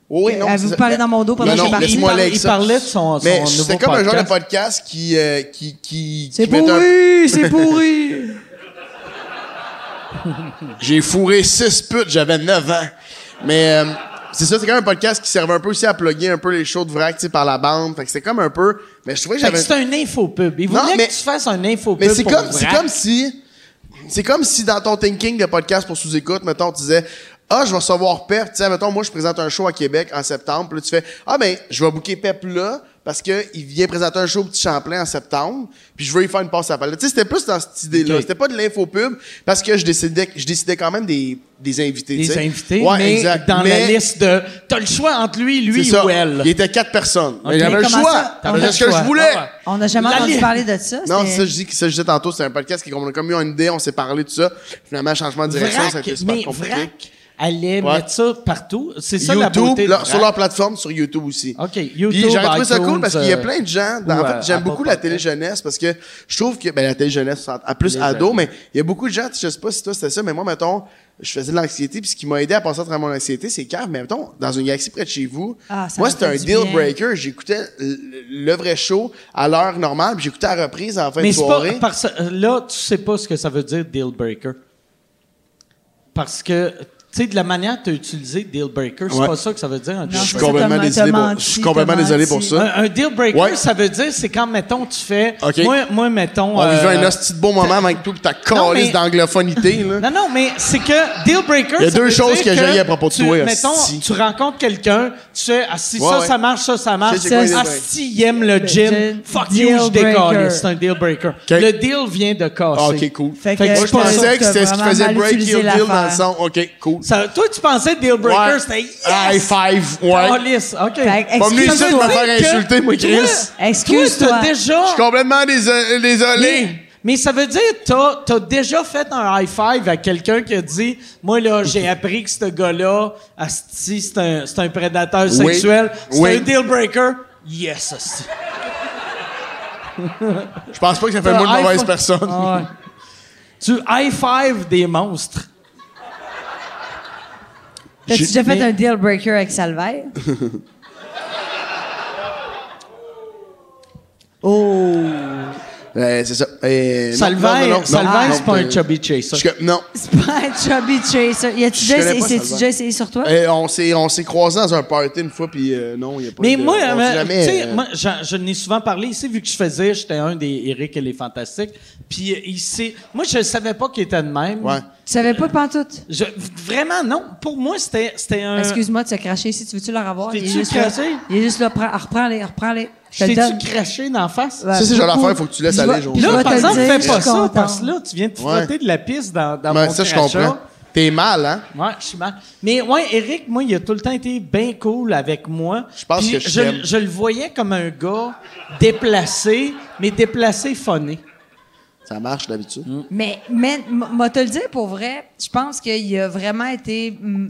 Speaker 8: oui, non,
Speaker 5: avez-vous
Speaker 8: c'est ça.
Speaker 5: parlé dans mon dos pendant
Speaker 8: Non,
Speaker 5: que j'ai
Speaker 8: non,
Speaker 5: parti?
Speaker 8: laisse-moi
Speaker 3: Il
Speaker 8: aller
Speaker 3: parle-
Speaker 8: avec ça.
Speaker 3: il parlait de son- son
Speaker 8: Mais
Speaker 3: nouveau
Speaker 8: c'était comme un genre de
Speaker 3: podcast.
Speaker 8: podcast qui, euh, qui, qui,
Speaker 5: c'est
Speaker 8: qui mettait un-
Speaker 5: pourri, c'est pourri.
Speaker 8: J'ai fourré six putes, j'avais 9 ans. Mais euh, c'est ça, c'est quand même un podcast qui servait un peu aussi à plugger un peu les shows de vrac, tu sais, par la bande. Fait que c'était comme un peu. Mais je trouvais que
Speaker 3: Fait que
Speaker 8: j'avais.
Speaker 3: c'est un infopub. Il
Speaker 8: Non,
Speaker 3: voulait
Speaker 8: mais-
Speaker 3: que tu fasses un infopub.
Speaker 8: Mais c'est
Speaker 3: pour
Speaker 8: comme,
Speaker 3: vrai.
Speaker 8: c'est comme si. C'est comme si dans ton thinking de podcast pour sous-écoute, mettons, tu disais Ah, je vais recevoir Pep. Tu sais, mettons, moi, je présente un show à Québec en septembre. Puis là, tu fais Ah, ben, je vais booker Pep là parce qu'il vient présenter un show au Petit Champlain en septembre. Puis je veux y faire une passe à la palette. Tu sais, c'était plus dans cette idée-là. C'était pas de l'infopub parce que je décidais, je décidais quand même des, des invités. tu
Speaker 3: des
Speaker 8: sais.
Speaker 3: invités,
Speaker 8: Ouais,
Speaker 3: mais
Speaker 8: exact.
Speaker 3: dans
Speaker 8: Mais
Speaker 3: la liste de... T'as le choix entre lui,
Speaker 8: c'est
Speaker 3: lui
Speaker 8: ça.
Speaker 3: ou elle.
Speaker 8: Il était quatre personnes. Mais
Speaker 3: Ok,
Speaker 8: J'avais le
Speaker 5: comment
Speaker 8: choix.
Speaker 5: ça?
Speaker 8: J'avais
Speaker 3: T'avais
Speaker 8: ce que
Speaker 3: le
Speaker 8: je
Speaker 3: choix.
Speaker 8: voulais.
Speaker 3: Ah ouais.
Speaker 5: On n'a jamais
Speaker 3: La
Speaker 5: entendu
Speaker 3: li-
Speaker 5: parler de ça.
Speaker 3: Ah,
Speaker 8: Non,
Speaker 5: c'était-
Speaker 8: ça je, dis, ça, je disais tantôt, c'est un podcast qui, on a comme eu une idée, on s'est parlé, tout ça. Finalement, changement de direction, ça a
Speaker 3: Vrac,
Speaker 8: été super
Speaker 3: mais
Speaker 8: compliqué.
Speaker 3: vrac, allaient
Speaker 8: Ouais.
Speaker 3: mettre ça partout. C'est ça la
Speaker 8: YouTube,
Speaker 3: beauté. du
Speaker 8: leur- sur
Speaker 3: rap.
Speaker 8: leur plateforme, sur YouTube aussi.
Speaker 3: OK,
Speaker 8: Puis
Speaker 3: YouTube,
Speaker 8: j'ai trouvé ça
Speaker 3: iTunes,
Speaker 8: cool parce qu'il y a
Speaker 3: euh,
Speaker 8: plein de gens. dans-
Speaker 3: ou,
Speaker 8: en
Speaker 3: euh,
Speaker 8: fait, j'aime
Speaker 3: Apple
Speaker 8: beaucoup la
Speaker 3: Podcast.
Speaker 8: télé jeunesse parce que je trouve que ben, la télé jeunesse, à plus ado, mais il y a beaucoup de gens. Je sais pas si toi c'était ça, mais moi mettons, je faisais de l'anxiété puis ce qui m'a aidé à passer à travers mon anxiété, c'est cave. Mais mettons, dans une galaxie près de chez vous,
Speaker 5: Ah, ça
Speaker 8: moi
Speaker 5: m'a
Speaker 8: c'était
Speaker 5: fait
Speaker 8: un
Speaker 5: du
Speaker 8: deal
Speaker 5: bien.
Speaker 8: breaker. J'écoutais le, le vrai show à l'heure normale, puis j'écoutais à la reprise en fin
Speaker 3: Mais
Speaker 8: de
Speaker 3: c'est pas
Speaker 8: soirée.
Speaker 3: parce là, tu sais pas ce que ça veut dire deal breaker. Parce que tu sais de la manière que tu as utilisé deal breaker, c'est
Speaker 8: Ouais.
Speaker 3: pas ça que ça veut dire un deal
Speaker 8: Je
Speaker 5: Non,
Speaker 8: suis
Speaker 5: c'est ça,
Speaker 8: complètement
Speaker 5: t'as-
Speaker 8: désolé
Speaker 5: t'as
Speaker 8: pour,
Speaker 5: menti,
Speaker 8: je suis complètement
Speaker 5: t'as
Speaker 8: désolé
Speaker 5: menti.
Speaker 8: pour ça.
Speaker 3: Un, un deal breaker,
Speaker 8: Ouais.
Speaker 3: ça veut dire, c'est quand, mettons, tu fais.
Speaker 8: OK.
Speaker 3: Moi, moi, mettons.
Speaker 8: On vivait
Speaker 3: euh,
Speaker 8: un hostie de beau moment avec tout ta
Speaker 3: Non, mais-
Speaker 8: calice d'anglophonité, là.
Speaker 3: Non, non, mais c'est que deal breaker.
Speaker 8: Il y a
Speaker 3: ça
Speaker 8: deux
Speaker 3: veut
Speaker 8: choses
Speaker 3: dire
Speaker 8: que j'ai à propos de
Speaker 3: tu-
Speaker 8: toi,
Speaker 3: Mettons,
Speaker 8: hostie.
Speaker 3: tu rencontres quelqu'un, tu sais, ah, si
Speaker 8: Ouais,
Speaker 3: ça,
Speaker 8: ouais.
Speaker 3: ça marche, ça, ça marche. Ah,
Speaker 8: Je sais c'est quoi les deal breakers.
Speaker 3: si il aime le gym,
Speaker 5: gym,
Speaker 3: fuck
Speaker 5: deal
Speaker 3: you, je décolle.
Speaker 5: breaker.
Speaker 3: C'est un deal breaker.
Speaker 8: OK.
Speaker 3: Le deal vient de casser.
Speaker 8: Ah, ok, cool.
Speaker 5: Fait que,
Speaker 3: Fait que
Speaker 5: euh,
Speaker 8: Moi, je
Speaker 5: t'as-
Speaker 8: pensais que
Speaker 5: t'as
Speaker 8: c'était ce qui
Speaker 5: vraiment
Speaker 8: faisait
Speaker 5: mal
Speaker 8: break
Speaker 5: utilisé
Speaker 8: your deal dans le
Speaker 5: l'affaire.
Speaker 8: son. OK, cool.
Speaker 3: Ça- toi, tu pensais deal breaker,
Speaker 8: Ouais.
Speaker 3: c'était yes!
Speaker 8: High five, ouais.
Speaker 3: Calisse, OK.
Speaker 5: Fait que,
Speaker 8: Pas venu ici de
Speaker 5: excuse-toi.
Speaker 8: me faire insulter, moi, Chris. Je
Speaker 3: Toi, t'as
Speaker 5: Ben, Excuse-toi.
Speaker 3: déjà...
Speaker 8: suis complètement déso- désolé.
Speaker 3: Mais, mais ça veut dire que t'as, t'as déjà fait un high five à quelqu'un qui a dit Moi, là, j'ai appris que ce gars-là, asti, c'est un, c'est un prédateur sexuel. C'est
Speaker 8: Oui.
Speaker 3: un deal breaker. Yes, asti.
Speaker 8: Je pense pas que ça fait moi de
Speaker 3: High
Speaker 8: mauvaise
Speaker 3: fi-
Speaker 8: personne.
Speaker 3: Ah ouais. Tu high five des monstres.
Speaker 5: T'as-tu déjà fait
Speaker 3: mais-
Speaker 5: un deal breaker avec Salvaire?
Speaker 8: Euh, C'est ça. Euh, non, non, non, non,
Speaker 3: Salvaire, Salvaire,
Speaker 8: non,
Speaker 3: c'est pas
Speaker 8: euh,
Speaker 3: un chubby chaser.
Speaker 8: je suis comme- Non.
Speaker 5: C'est pas un chubby chaser. Y a-tu
Speaker 8: Je
Speaker 5: déjà
Speaker 8: connais
Speaker 5: essayé- c'est-tu
Speaker 8: pas Salvaire.
Speaker 5: déjà essayé sur toi?
Speaker 8: Euh, on s'est on s'est croisés dans un party une fois, puis euh, non, il n'y a pas
Speaker 3: Mais
Speaker 8: de-
Speaker 3: moi,
Speaker 8: on
Speaker 3: euh,
Speaker 8: s'est
Speaker 3: tu
Speaker 8: jamais,
Speaker 3: sais,
Speaker 8: euh,
Speaker 3: moi, j'en- je n'ai souvent parlé ici, vu que je faisais, j'étais un des Eric et les Fantastiques. Puis euh, ici, moi, je savais pas qu'il était de même.
Speaker 8: Ouais.
Speaker 5: Tu savais pas pantoute?
Speaker 3: Je- vraiment, non. Pour moi, c'était, c'était un.
Speaker 5: Excuse-moi, tu as craché ici. Tu veux-tu le revoir? Il est
Speaker 3: T'es-tu
Speaker 5: juste là.
Speaker 3: Euh. craché?
Speaker 5: Il est juste là. Prends- Reprends-les, reprends-les. Je te le donne.
Speaker 3: T'es-tu craché d'en face?
Speaker 5: Ouais,
Speaker 8: Ça, c'est le genre
Speaker 5: beaucoup.
Speaker 8: d'affaire, faut que tu laisses
Speaker 5: Je
Speaker 8: aller,
Speaker 5: vais-
Speaker 8: genre.
Speaker 5: puis je
Speaker 3: Là,
Speaker 5: vais
Speaker 3: par
Speaker 5: te le
Speaker 3: exemple,
Speaker 5: dire,
Speaker 3: fais
Speaker 5: je
Speaker 3: pas
Speaker 5: suis
Speaker 3: ça,
Speaker 5: contente.
Speaker 3: parce que là, tu viens de te
Speaker 8: Ouais.
Speaker 3: frotter de la pisse dans, dans
Speaker 8: ben,
Speaker 3: Ah, mon
Speaker 8: ça, je
Speaker 3: crachat.
Speaker 8: comprends. T'es mal, hein?
Speaker 3: Ouais, je suis mal. Mais ouais, Eric, moi, il a tout le temps été bien cool avec moi.
Speaker 8: Je pense
Speaker 3: Puis
Speaker 8: que je t'aime.
Speaker 3: je, je le voyais comme un gars déplacé, mais déplacé phoné.
Speaker 8: Ça marche d'habitude.
Speaker 3: Mmh.
Speaker 5: Mais, mais, m- m'a te le dire pour vrai, je pense qu'il a vraiment été. mm,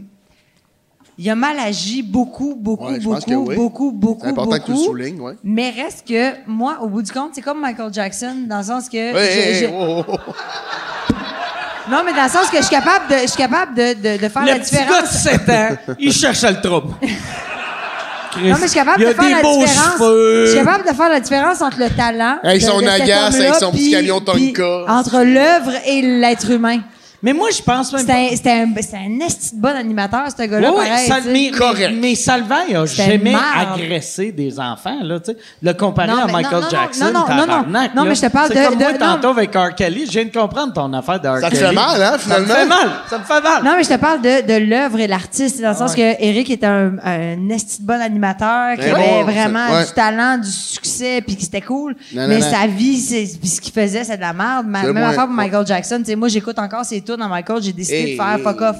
Speaker 5: Il a mal agi beaucoup, beaucoup,
Speaker 8: Ouais, je
Speaker 5: beaucoup,
Speaker 8: pense que oui.
Speaker 5: beaucoup, beaucoup.
Speaker 8: C'est important que tu le
Speaker 5: beaucoup.
Speaker 8: soulignes, ouais.
Speaker 5: Mais reste que, moi, au bout du compte, c'est comme Michael Jackson, dans le sens que.
Speaker 8: Hey,
Speaker 5: j'ai-
Speaker 8: hey, hey,
Speaker 5: j'ai-
Speaker 8: oh, oh, oh.
Speaker 5: Non, mais dans le sens que je suis capable de, je suis capable de, de, de faire la
Speaker 3: Le petit gars de
Speaker 5: différence.
Speaker 3: 7 ans, il cherche le trouble.
Speaker 5: Non, mais je suis capable
Speaker 3: Il y a
Speaker 5: de faire
Speaker 3: des
Speaker 5: la
Speaker 3: beaux
Speaker 5: différence.
Speaker 3: cheveux.
Speaker 5: Je suis capable de faire la différence entre le talent.
Speaker 8: Avec
Speaker 5: de-
Speaker 8: son
Speaker 5: de cet
Speaker 8: agace, avec
Speaker 5: homme-là,
Speaker 8: son petit
Speaker 5: puis-
Speaker 8: camion
Speaker 5: puis
Speaker 8: Tonka.
Speaker 5: Entre l'œuvre et l'être humain.
Speaker 3: Mais moi, je pense même
Speaker 5: C'était un, c'était un, c'était un esti de bon animateur, ce gars-là,
Speaker 3: Oui,
Speaker 5: pareil.
Speaker 3: Oh, ça-
Speaker 5: tu sais.
Speaker 3: mais,
Speaker 8: Correct.
Speaker 3: mais, mais Salvin il a
Speaker 5: C'était
Speaker 3: jamais
Speaker 5: marre.
Speaker 3: agressé des enfants, là, tu sais. Le comparer
Speaker 5: Non,
Speaker 3: à
Speaker 5: mais
Speaker 3: Michael
Speaker 5: non, non,
Speaker 3: Jackson,
Speaker 5: non, non, non, non.
Speaker 3: tabarnak,
Speaker 5: Non,
Speaker 3: là.
Speaker 5: mais je te parle
Speaker 3: C'est
Speaker 5: de-
Speaker 3: comme
Speaker 5: de-
Speaker 3: moi,
Speaker 5: non.
Speaker 3: tantôt, avec R. Kelly, je viens de comprendre ton affaire de R.
Speaker 8: Ça te
Speaker 3: Kelly.
Speaker 8: fait mal, hein,
Speaker 3: Ça me fait
Speaker 8: finalement?
Speaker 3: mal, ça me fait mal.
Speaker 5: Non, mais je te parle de, de l'œuvre et l'artiste, dans le
Speaker 8: Ah
Speaker 5: sens que Eric était un, un esti de bon animateur, qui
Speaker 8: Très
Speaker 5: avait
Speaker 8: bon,
Speaker 5: vraiment
Speaker 8: c'est- Eh ouais.
Speaker 5: du talent, du succès, puis qui c'était cool.
Speaker 8: Non, non,
Speaker 5: mais
Speaker 8: non.
Speaker 5: sa vie, c'est- puis ce qu'il faisait, c'est de la merde. Ma-
Speaker 8: C'est
Speaker 5: Même
Speaker 8: moins-
Speaker 5: affaire pour Michael Jackson. Tu sais, moi, j'écoute encore ses tours dans Michael, j'ai décidé
Speaker 8: Hey.
Speaker 5: de faire fuck off.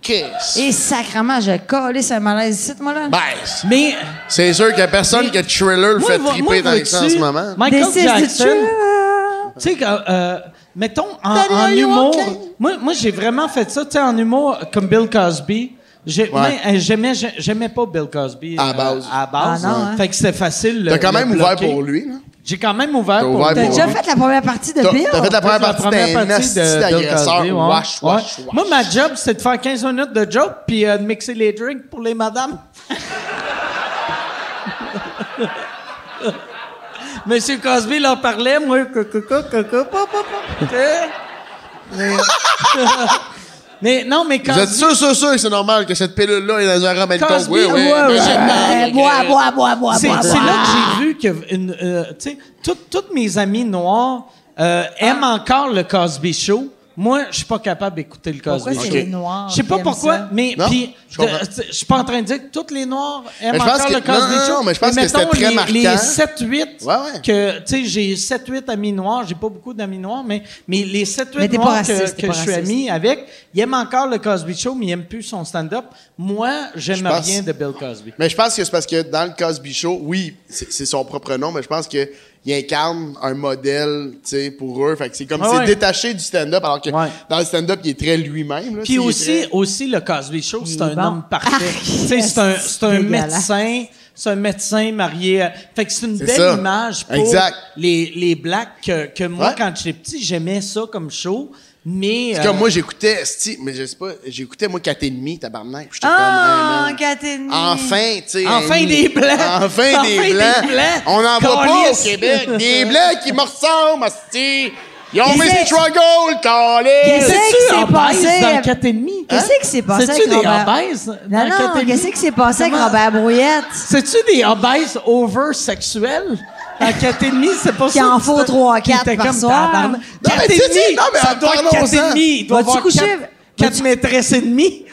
Speaker 8: Kiss.
Speaker 5: Et sacrement, je collais sur un malaise ici, moi, là.
Speaker 8: Baisse.
Speaker 3: Mais,
Speaker 8: C'est sûr qu'il n'y a personne que Thriller le fait
Speaker 3: moi,
Speaker 8: triper
Speaker 3: moi,
Speaker 8: dans les sens en
Speaker 3: vois-tu,
Speaker 8: ce moment.
Speaker 3: Michael
Speaker 5: This is the
Speaker 3: Jackson,
Speaker 5: truth.
Speaker 3: tu sais, que, euh, mettons, en, en humour, moi, moi j'ai vraiment fait ça, tu sais, en humour, comme Bill Cosby. J'ai- moi, euh, J'aimais j'ai- j'aimais pas Bill Cosby.
Speaker 8: À
Speaker 3: euh,
Speaker 8: base.
Speaker 3: à base.
Speaker 5: Ah non, hein.
Speaker 3: Fait que c'était facile.
Speaker 8: T'as
Speaker 3: le- le
Speaker 8: quand même ouvert
Speaker 3: bloquer.
Speaker 8: pour lui, là.
Speaker 3: J'ai quand même ouvert
Speaker 8: T'as
Speaker 3: pour
Speaker 8: ouvert
Speaker 3: lui.
Speaker 5: T'as
Speaker 8: pour
Speaker 5: déjà
Speaker 8: lui.
Speaker 5: fait la première partie de
Speaker 8: T'as
Speaker 5: Bill?
Speaker 8: t'as fait la première
Speaker 3: Toute
Speaker 8: partie, t'es un nasty
Speaker 3: Bill Cosby,
Speaker 8: d'agresseur.
Speaker 3: ouais.
Speaker 8: Wash,
Speaker 3: Ouais.
Speaker 8: wash, wash.
Speaker 3: Moi, ma job, c'est de faire 15 minutes de joke puis euh, de mixer les drinks pour les madames. Monsieur Cosby leur parlait, moi, co- co- co- co- co- pa- pa- pa- tu sais. Mais non, mais
Speaker 8: Vous êtes
Speaker 3: Cosby, hein.
Speaker 8: sûr, sûr, sûr que c'est normal que cette pilule-là est dans un rhum alcool?
Speaker 3: Cosby,
Speaker 8: Oui, oui,
Speaker 3: ouais,
Speaker 8: mais
Speaker 3: ouais.
Speaker 8: c'est-
Speaker 5: Euh, bois, bois, bois, bois,
Speaker 3: c'est
Speaker 5: bois,
Speaker 3: c'est
Speaker 5: bois.
Speaker 3: là que j'ai vu que, une, euh, tu sais, toutes- toutes mes amies noires euh, aiment encore le Cosby Show. Moi, je suis pas capable d'écouter le Cosby
Speaker 5: Pourquoi
Speaker 3: Show.
Speaker 5: c'est
Speaker 8: Ok.
Speaker 5: les noirs?
Speaker 3: Je sais pas
Speaker 5: qui aiment
Speaker 3: pourquoi,
Speaker 5: ça?
Speaker 3: mais
Speaker 8: Non,
Speaker 3: puis
Speaker 8: je comprends.
Speaker 3: de- tu- je suis pas en train de dire que tous les noirs aiment
Speaker 8: Mais je pense
Speaker 3: encore
Speaker 8: que-
Speaker 3: le Cosby
Speaker 8: non, non,
Speaker 3: Show.
Speaker 8: non, mais je pense que
Speaker 3: mettons,
Speaker 8: c'était très marquant.
Speaker 3: les, les 7 8
Speaker 8: Ouais, ouais.
Speaker 3: que tu sais j'ai 7 8 amis noirs, j'ai pas beaucoup d'amis noirs mais mais les 7
Speaker 5: Mais
Speaker 3: 8
Speaker 5: t'es pas
Speaker 3: noirs que,
Speaker 5: raciste, t'es
Speaker 3: que
Speaker 5: pas
Speaker 3: je suis
Speaker 5: raciste.
Speaker 3: ami avec, ils aiment encore le Cosby Show mais ils aiment plus son stand-up. Moi, j'aime
Speaker 8: Je pense-
Speaker 3: rien de Bill Cosby.
Speaker 8: Mais je pense que c'est parce que dans le Cosby Show, oui, c'est c'est son propre nom, mais je pense que il incarne un modèle, tu sais, pour eux. Fait que c'est comme
Speaker 7: Ah
Speaker 8: c'est
Speaker 7: ouais.
Speaker 8: détaché du stand-up, alors que
Speaker 7: Ouais.
Speaker 8: dans le stand-up, il est très lui-même. là, tu sais,
Speaker 7: Puis
Speaker 8: il est
Speaker 7: aussi,
Speaker 8: très-
Speaker 7: aussi le Cosby Show, c'est
Speaker 5: Il est
Speaker 7: un
Speaker 5: bon.
Speaker 7: homme parfait.
Speaker 5: Ah,
Speaker 7: Tu sais, c'est un, c'est un
Speaker 5: dégueulasse.
Speaker 7: médecin, c'est un médecin marié. à- Fait que c'est une
Speaker 8: C'est
Speaker 7: belle
Speaker 8: ça.
Speaker 7: image pour
Speaker 8: Exact.
Speaker 7: les les blacks que, que moi
Speaker 8: Ouais.
Speaker 7: quand j'étais petit, j'aimais ça comme show, mais
Speaker 8: C'est
Speaker 7: euh,
Speaker 8: comme moi, j'écoutais, esti, mais je sais pas, j'écoutais, moi, 4,5, tabarnak. puis j'étais
Speaker 5: Ah,
Speaker 8: comme, hey, man.
Speaker 5: Catherine.
Speaker 8: hein. Enfin, tu sais.
Speaker 7: Enfin
Speaker 8: un-
Speaker 7: des Blancs.
Speaker 8: Enfin des
Speaker 7: Enfin des
Speaker 8: blancs.
Speaker 7: Blancs.
Speaker 8: On n'en voit pas au
Speaker 7: Calisse.
Speaker 8: Québec. Des blancs qui me ressemblent, esti. Ils ont
Speaker 5: Ils
Speaker 8: mis des
Speaker 5: ex-
Speaker 8: struggles,
Speaker 5: Ils
Speaker 8: calé.
Speaker 5: ex- Qu'est-ce qui s'est
Speaker 7: en
Speaker 5: passé
Speaker 7: baisse dans
Speaker 5: avec-
Speaker 7: quatre et demi? Hein?
Speaker 5: Qu'est-ce qui s'est passé
Speaker 7: C'est-tu
Speaker 5: avec
Speaker 7: des
Speaker 5: Robert-
Speaker 7: obèses
Speaker 5: Non,
Speaker 7: dans quatre
Speaker 5: non,
Speaker 7: et
Speaker 5: qu'est-ce
Speaker 7: demi?
Speaker 5: qui s'est passé avec
Speaker 7: Comment-
Speaker 5: Robert Brouillette?
Speaker 7: C'est-tu des obèses over-sexuels? À 4 et demi, c'est pas ça.
Speaker 5: Qu'il en
Speaker 7: que
Speaker 5: faut
Speaker 7: c'était-
Speaker 5: trois,
Speaker 7: qu'il
Speaker 5: quatre
Speaker 7: était
Speaker 5: par
Speaker 7: comme
Speaker 5: soir.
Speaker 7: tabarnak.
Speaker 8: Non,
Speaker 7: Quatre
Speaker 8: mais
Speaker 7: et
Speaker 8: tu sais,
Speaker 7: demi,
Speaker 8: non, mais
Speaker 7: ça doit être
Speaker 8: parlons-en.
Speaker 7: 4 et demi. Il doit
Speaker 5: Vas-tu
Speaker 7: avoir
Speaker 5: coucher?
Speaker 7: quatre- quatre maîtresses et demie.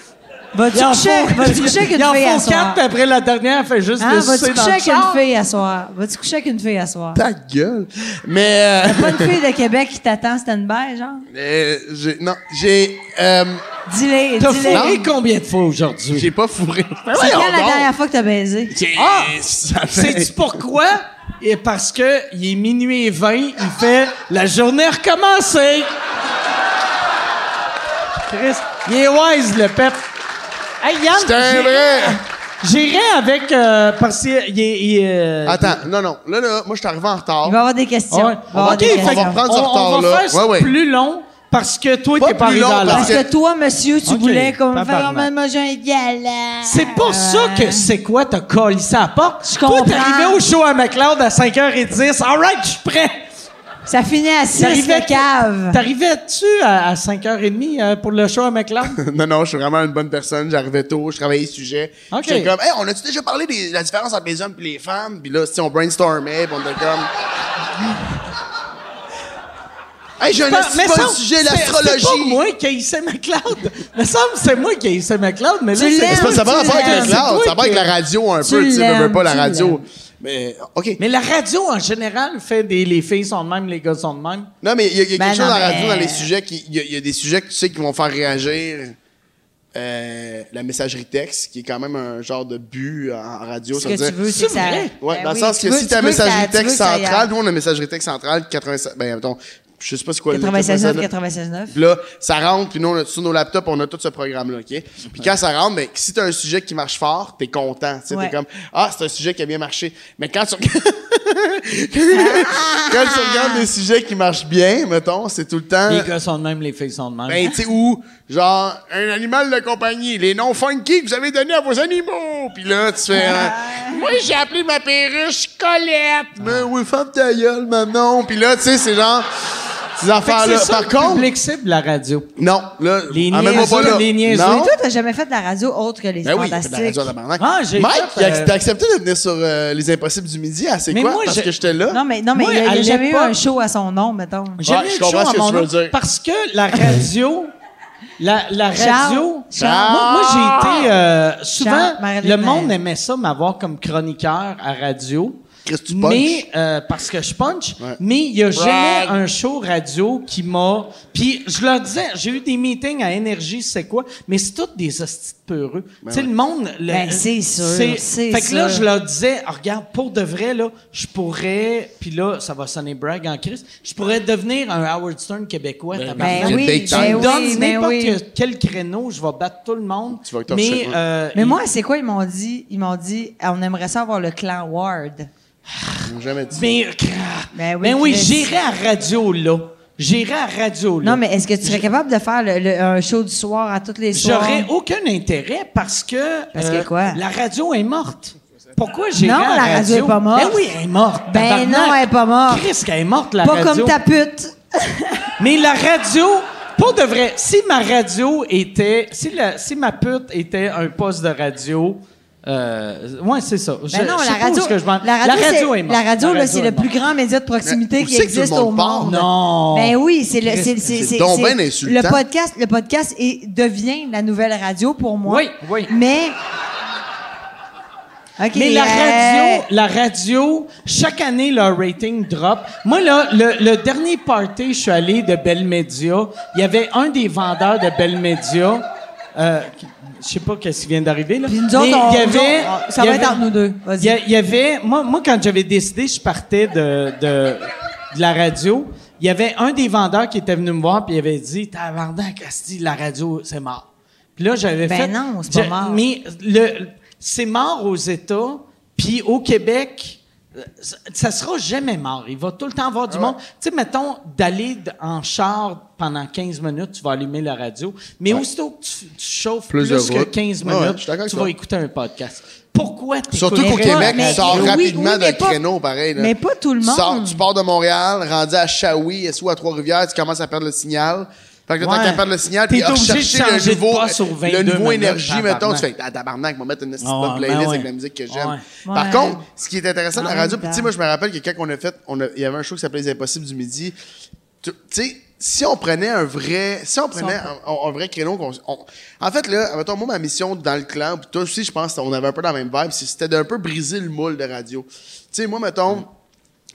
Speaker 5: Vas-tu
Speaker 7: Il en
Speaker 5: coucher?
Speaker 7: faut-
Speaker 5: Vas-tu coucher avec une
Speaker 7: Il en
Speaker 5: fille à
Speaker 7: faut
Speaker 5: soir?
Speaker 7: quatre, puis après la dernière, elle fait juste
Speaker 5: Hein,
Speaker 7: le
Speaker 5: vas-tu
Speaker 7: sucer dans
Speaker 5: coucher
Speaker 7: le
Speaker 5: avec
Speaker 7: char.
Speaker 5: une fille à soir? Vas-tu coucher avec une fille à soir?
Speaker 8: Ta gueule. Mais, euh,
Speaker 5: Pas une fille de Québec qui t'attend stand-by, genre?
Speaker 8: euh, j'ai- non, j'ai, euh,
Speaker 5: Dis-les,
Speaker 7: T'as
Speaker 5: dis-les.
Speaker 7: fourré combien de fois aujourd'hui?
Speaker 8: j'ai pas fourré.
Speaker 7: Ben
Speaker 5: C'est quand
Speaker 8: Voyons
Speaker 5: la
Speaker 8: donc.
Speaker 5: dernière fois que t'as baisé?
Speaker 8: J'ai-
Speaker 7: Ah!
Speaker 8: ça fait-
Speaker 7: Sais-tu pourquoi? Et parce que il est minuit et 20, il fait la journée a recommencé. Chris, il est wise le pep. Hey Yann,
Speaker 8: C'est un
Speaker 7: j'irai-
Speaker 8: vrai.
Speaker 7: J'irai avec euh, parce qu'il est- il est- il est- euh,
Speaker 8: Attends, non, non. Là, là, moi, je suis arrivé en retard.
Speaker 5: Il va y avoir des questions.
Speaker 7: Ah Ouais.
Speaker 5: Il va y avoir
Speaker 7: Ok,
Speaker 5: des
Speaker 7: fait
Speaker 5: questions.
Speaker 8: On va reprendre ce
Speaker 7: on- on
Speaker 8: retard-là.
Speaker 7: va faire ça
Speaker 8: Ouais, ouais.
Speaker 7: plus long parce que toi
Speaker 8: Pas
Speaker 7: t'es pas arrivé
Speaker 8: plus long,
Speaker 7: à l'heure.
Speaker 5: Parce que toi, monsieur, tu
Speaker 7: Ok,
Speaker 5: voulais comme
Speaker 7: tabarnak.
Speaker 5: faire moi j'ai un gala.
Speaker 7: C'est pour ça que c'est quoi t'as collé ça à la porte.
Speaker 5: Je
Speaker 7: Toi t'es
Speaker 5: comprends.
Speaker 7: arrivé au show à McLeod à 5h10. Alright, je suis prêt.
Speaker 5: Ça finit à 6
Speaker 7: T'arrivais-
Speaker 5: le cave.
Speaker 7: T'arrivais-tu à, à 5h30 euh, pour le show à McLeod?
Speaker 8: Non, non, je suis vraiment une bonne personne. J'arrivais tôt, je travaillais les sujets.
Speaker 7: Ok.
Speaker 8: J'étais comme, hey, on a-tu déjà parlé de la différence entre les hommes et les femmes? Puis là, si on brainstormait, puis on était comme. hey, j'ai un esti de bon
Speaker 7: semble-
Speaker 8: sujet,
Speaker 7: c'est-
Speaker 8: l'astrologie.
Speaker 7: C'est pas moi qui haïssais McLeod. Me semble que c'est moi qui haïssais McLeod, mais là,
Speaker 5: Tu
Speaker 8: C'est
Speaker 5: l'aimes.
Speaker 8: pas- ça va
Speaker 5: Tu
Speaker 8: rapport avec
Speaker 5: l'aimes.
Speaker 8: le cloud,
Speaker 7: C'est
Speaker 8: ça va
Speaker 7: toi
Speaker 8: avec
Speaker 7: qui-
Speaker 8: la radio un
Speaker 5: Tu
Speaker 8: peu, tu sais, je veux
Speaker 5: l'aimes,
Speaker 8: pas la
Speaker 5: tu
Speaker 8: radio.
Speaker 5: l'aimes.
Speaker 8: Mais, OK.
Speaker 7: Mais la radio, en général, fait des... Les filles sont de même, les gars sont de même.
Speaker 8: Non, mais il y a, il y a
Speaker 5: Ben
Speaker 8: quelque
Speaker 5: non,
Speaker 8: chose dans la
Speaker 5: mais-
Speaker 8: radio, dans les sujets, qui- il y, a- il y a des sujets que tu sais qui vont faire réagir. Euh, la messagerie texte, qui est quand même un genre de but en, en radio.
Speaker 5: Ce
Speaker 8: ça veut
Speaker 5: que tu
Speaker 8: dire-
Speaker 5: veux, c'est que ça...
Speaker 7: vrai?
Speaker 8: Ouais,
Speaker 5: Ben
Speaker 8: dans
Speaker 5: oui,
Speaker 8: le sens
Speaker 5: tu
Speaker 8: que
Speaker 5: veux-
Speaker 8: si
Speaker 5: tu
Speaker 8: ta
Speaker 5: veux que ça-
Speaker 8: messagerie
Speaker 5: tu veux
Speaker 8: texte
Speaker 5: que ça aille
Speaker 8: centrale, nous on a messagerie texte centrale 87 ben mettons, je sais pas c'est quoi le
Speaker 5: 96 9,
Speaker 8: 96.
Speaker 5: 96 9.
Speaker 8: Puis là, ça rentre, puis nous, on a, sur nos laptops, on a tout ce programme-là, OK? Puis quand ça rentre, ben, si t'as un sujet qui marche fort, t'es content. Tu sais,
Speaker 5: Ouais.
Speaker 8: T'es comme, ah, c'est un sujet qui a bien marché. Mais quand tu, regardes- quand tu regardes des sujets qui marchent bien, mettons, c'est tout le temps...
Speaker 7: Les gars sont de même, les filles sont de même.
Speaker 8: Ben, tu sais, ou, genre, un animal de compagnie, les noms funky que vous avez donnés à vos animaux. Puis là, tu fais, hein, moi, j'ai appelé ma perruche Colette. Ben oui, femme ta gueule, Manon. Puis là, tu sais, c'est genre, ces
Speaker 7: Fait que
Speaker 8: affaires-là.
Speaker 7: c'est ça
Speaker 8: Par
Speaker 7: le
Speaker 8: contre,
Speaker 7: public cible, la radio.
Speaker 8: non, là,
Speaker 7: Les
Speaker 8: ah, même
Speaker 7: niaiseux,
Speaker 8: pas là.
Speaker 7: les niaiseux.
Speaker 5: Mais
Speaker 8: Non?
Speaker 5: toi, t'as jamais fait de la radio autre que les
Speaker 8: Ben oui, c'est de la
Speaker 5: fantastiques.
Speaker 8: radio à tabarnak.
Speaker 7: Ah, j'ai
Speaker 8: Mike,
Speaker 7: fait, euh,
Speaker 8: il a- t'as accepté de venir sur euh, Les Impossibles du Midi, ah, c'est
Speaker 7: Mais
Speaker 8: quoi?
Speaker 7: moi,
Speaker 8: Parce
Speaker 7: j'ai-
Speaker 8: que j'étais là.
Speaker 5: non, mais, non, mais
Speaker 7: Moi,
Speaker 5: il y a, il y a
Speaker 7: à
Speaker 5: jamais eu
Speaker 7: l'époque-
Speaker 5: un show à son nom, mettons.
Speaker 7: J'ai
Speaker 8: Ouais,
Speaker 7: mis
Speaker 8: je
Speaker 7: le show
Speaker 8: comprends ce
Speaker 7: à
Speaker 8: que
Speaker 7: mon
Speaker 8: tu veux
Speaker 7: nom
Speaker 8: dire.
Speaker 7: Parce que la radio, la, la
Speaker 5: Charles,
Speaker 7: radio,
Speaker 5: Charles.
Speaker 7: moi, moi, j'ai été euh, souvent,
Speaker 5: Charles, Marilyn
Speaker 7: le monde
Speaker 5: Marais.
Speaker 7: aimait ça m'avoir comme chroniqueur à radio.
Speaker 8: Chris, tu punches.
Speaker 7: mais euh, parce que je punch,
Speaker 8: Ouais.
Speaker 7: mais il y a jamais
Speaker 8: Brag.
Speaker 7: un show radio qui m'a. Puis je leur disais, j'ai eu des meetings à énergie, c'est quoi Mais c'est toutes des hosties de peureux. tu sais le monde, le-
Speaker 5: Ben, c'est sûr, c'est
Speaker 7: Fait que là,
Speaker 5: sûr.
Speaker 7: je leur disais, Ah, regarde, pour de vrai là, je pourrais. Puis là, ça va sonner brag en crise. Je pourrais devenir un Howard Stern québécois. tabarnak.
Speaker 5: Ben
Speaker 8: le
Speaker 5: oui,
Speaker 8: big
Speaker 5: ben
Speaker 8: time.
Speaker 7: Tu me donnes
Speaker 5: oui, ben
Speaker 7: n'importe
Speaker 5: oui.
Speaker 7: que- quel créneau, je vais battre tout le monde.
Speaker 8: Tu vas être
Speaker 7: mais
Speaker 8: torché, ouais.
Speaker 7: euh,
Speaker 5: Mais
Speaker 7: il-
Speaker 5: moi, c'est quoi? Ils m'ont dit, ils m'ont dit, Ah, on aimerait ça avoir le clan Ward.
Speaker 8: Ils m'ont jamais dit.
Speaker 7: mais,
Speaker 5: Ben oui,
Speaker 7: Ben oui,
Speaker 5: Chris.
Speaker 7: j'irai à radio là. J'irai à radio là.
Speaker 5: Non, mais est-ce que tu serais capable de faire le- le- un show du soir à toutes les soirs?
Speaker 7: J'aurais aucun intérêt parce que. euh,
Speaker 5: Parce que quoi?
Speaker 7: La radio est morte. Pourquoi j'ai
Speaker 5: Non,
Speaker 7: à
Speaker 5: la radio est pas morte.
Speaker 7: Ben oui, elle est morte.
Speaker 5: Ben
Speaker 7: tabarnak.
Speaker 5: non, elle est pas morte.
Speaker 7: Chris, qu'elle est morte, la
Speaker 5: Pas comme
Speaker 7: radio.
Speaker 5: ta pute.
Speaker 7: Mais la radio, pour de vrai, si ma radio était. Si, la- si ma pute était un poste de radio. Euh, ouais, c'est ça. Je-
Speaker 5: Ben non,
Speaker 7: je sais
Speaker 5: la
Speaker 7: pas où
Speaker 5: radio,
Speaker 7: est-ce que je m'en-
Speaker 5: la radio, c'est-
Speaker 7: est morte.
Speaker 5: la radio, là, c'est
Speaker 7: est
Speaker 5: le
Speaker 7: morte.
Speaker 5: plus grand média de proximité
Speaker 8: Mais où
Speaker 5: qui
Speaker 8: c'est que tout le
Speaker 5: existe
Speaker 8: monde
Speaker 5: au monde.
Speaker 8: parle?
Speaker 7: Non.
Speaker 5: Ben oui, c'est le, c'est, c'est,
Speaker 8: C'est donc bien
Speaker 5: le
Speaker 8: insultant.
Speaker 5: podcast, le podcast est- devient la nouvelle radio pour moi.
Speaker 7: Oui, oui.
Speaker 5: Mais. OK.
Speaker 7: Mais la radio,
Speaker 5: euh,
Speaker 7: la radio, chaque année, leur rating drop. Moi, là, le, le dernier party, je suis allé de Bell Media. Il y avait un des vendeurs de Bell Media. euh, Je sais pas qu'est-ce qui vient d'arriver, là.
Speaker 5: Puis nous autres,
Speaker 7: Mais
Speaker 5: on-
Speaker 7: il y
Speaker 5: nous
Speaker 7: avait-
Speaker 5: autres, on- ça
Speaker 7: il y
Speaker 5: va
Speaker 7: avait-
Speaker 5: être entre nous deux. Vas-y.
Speaker 7: Il y a- il y avait... Moi, moi quand j'avais décidé, je partais de, de, de la radio. Il y avait un des vendeurs qui était venu me voir, puis il avait dit, « Tabarnak, asti, la radio, c'est mort. » Puis là, j'avais
Speaker 5: Ben
Speaker 7: fait...
Speaker 5: non, c'est pas
Speaker 7: je-
Speaker 5: mort.
Speaker 7: Mais le, c'est mort aux États, puis au Québec... euh, ça- Ça sera jamais mort. Il va tout le temps avoir
Speaker 8: Ah
Speaker 7: du monde. Tu sais, mettons, d'aller d- en char pendant 15 minutes, tu vas allumer la radio. Mais aussitôt que tu, tu chauffes
Speaker 8: Plus
Speaker 7: plus,
Speaker 8: de
Speaker 7: que
Speaker 8: route.
Speaker 7: 15
Speaker 8: Ah ouais,
Speaker 7: minutes,
Speaker 8: je suis d'accord avec
Speaker 7: tu
Speaker 8: toi.
Speaker 7: vas écouter un podcast. Pourquoi tu
Speaker 8: Surtout qu'au
Speaker 5: Mais
Speaker 8: Québec,
Speaker 5: mais-
Speaker 8: tu sors
Speaker 5: oui,
Speaker 8: rapidement
Speaker 5: oui, mais
Speaker 8: d'un
Speaker 5: pas-
Speaker 8: créneau, pareil. là.
Speaker 5: mais pas tout le
Speaker 8: Tu
Speaker 5: monde.
Speaker 8: sors- tu pars de Montréal, rendu à Shawi, SO à Trois-Rivières, tu commences à perdre le signal. Fait que là,
Speaker 7: Ouais.
Speaker 8: t'as qu'à perdre le signal,
Speaker 7: T'es
Speaker 8: puis à
Speaker 7: obligé de
Speaker 8: rechercher
Speaker 7: changer
Speaker 8: le
Speaker 7: de
Speaker 8: nouveau,
Speaker 7: poste aux 22
Speaker 8: le nouveau
Speaker 7: minutes,
Speaker 8: énergie,
Speaker 7: tabarnak.
Speaker 8: mettons. Tu fais, ah, tabarnak, on va mettre une petite
Speaker 7: Ah ouais,
Speaker 8: bonne playlist
Speaker 7: ben ouais.
Speaker 8: avec la musique que j'aime.
Speaker 7: Ouais.
Speaker 8: Par
Speaker 5: Ouais.
Speaker 8: contre, ce qui est intéressant de
Speaker 5: En
Speaker 8: la radio,
Speaker 5: même
Speaker 8: puis tu sais,
Speaker 5: temps.
Speaker 8: moi, je me rappelle que quand on a fait, on a- il y avait un show qui s'appelait Les Impossibles du Midi. Tu tu sais, si on prenait un vrai, si on prenait un, un- un vrai créneau, qu'on- on- en fait là, mettons moi ma mission dans le clan, puis toi aussi je pense qu'on avait un peu la même vibe, c'est- c'était d'un peu briser le moule de radio. Tu sais moi mettons,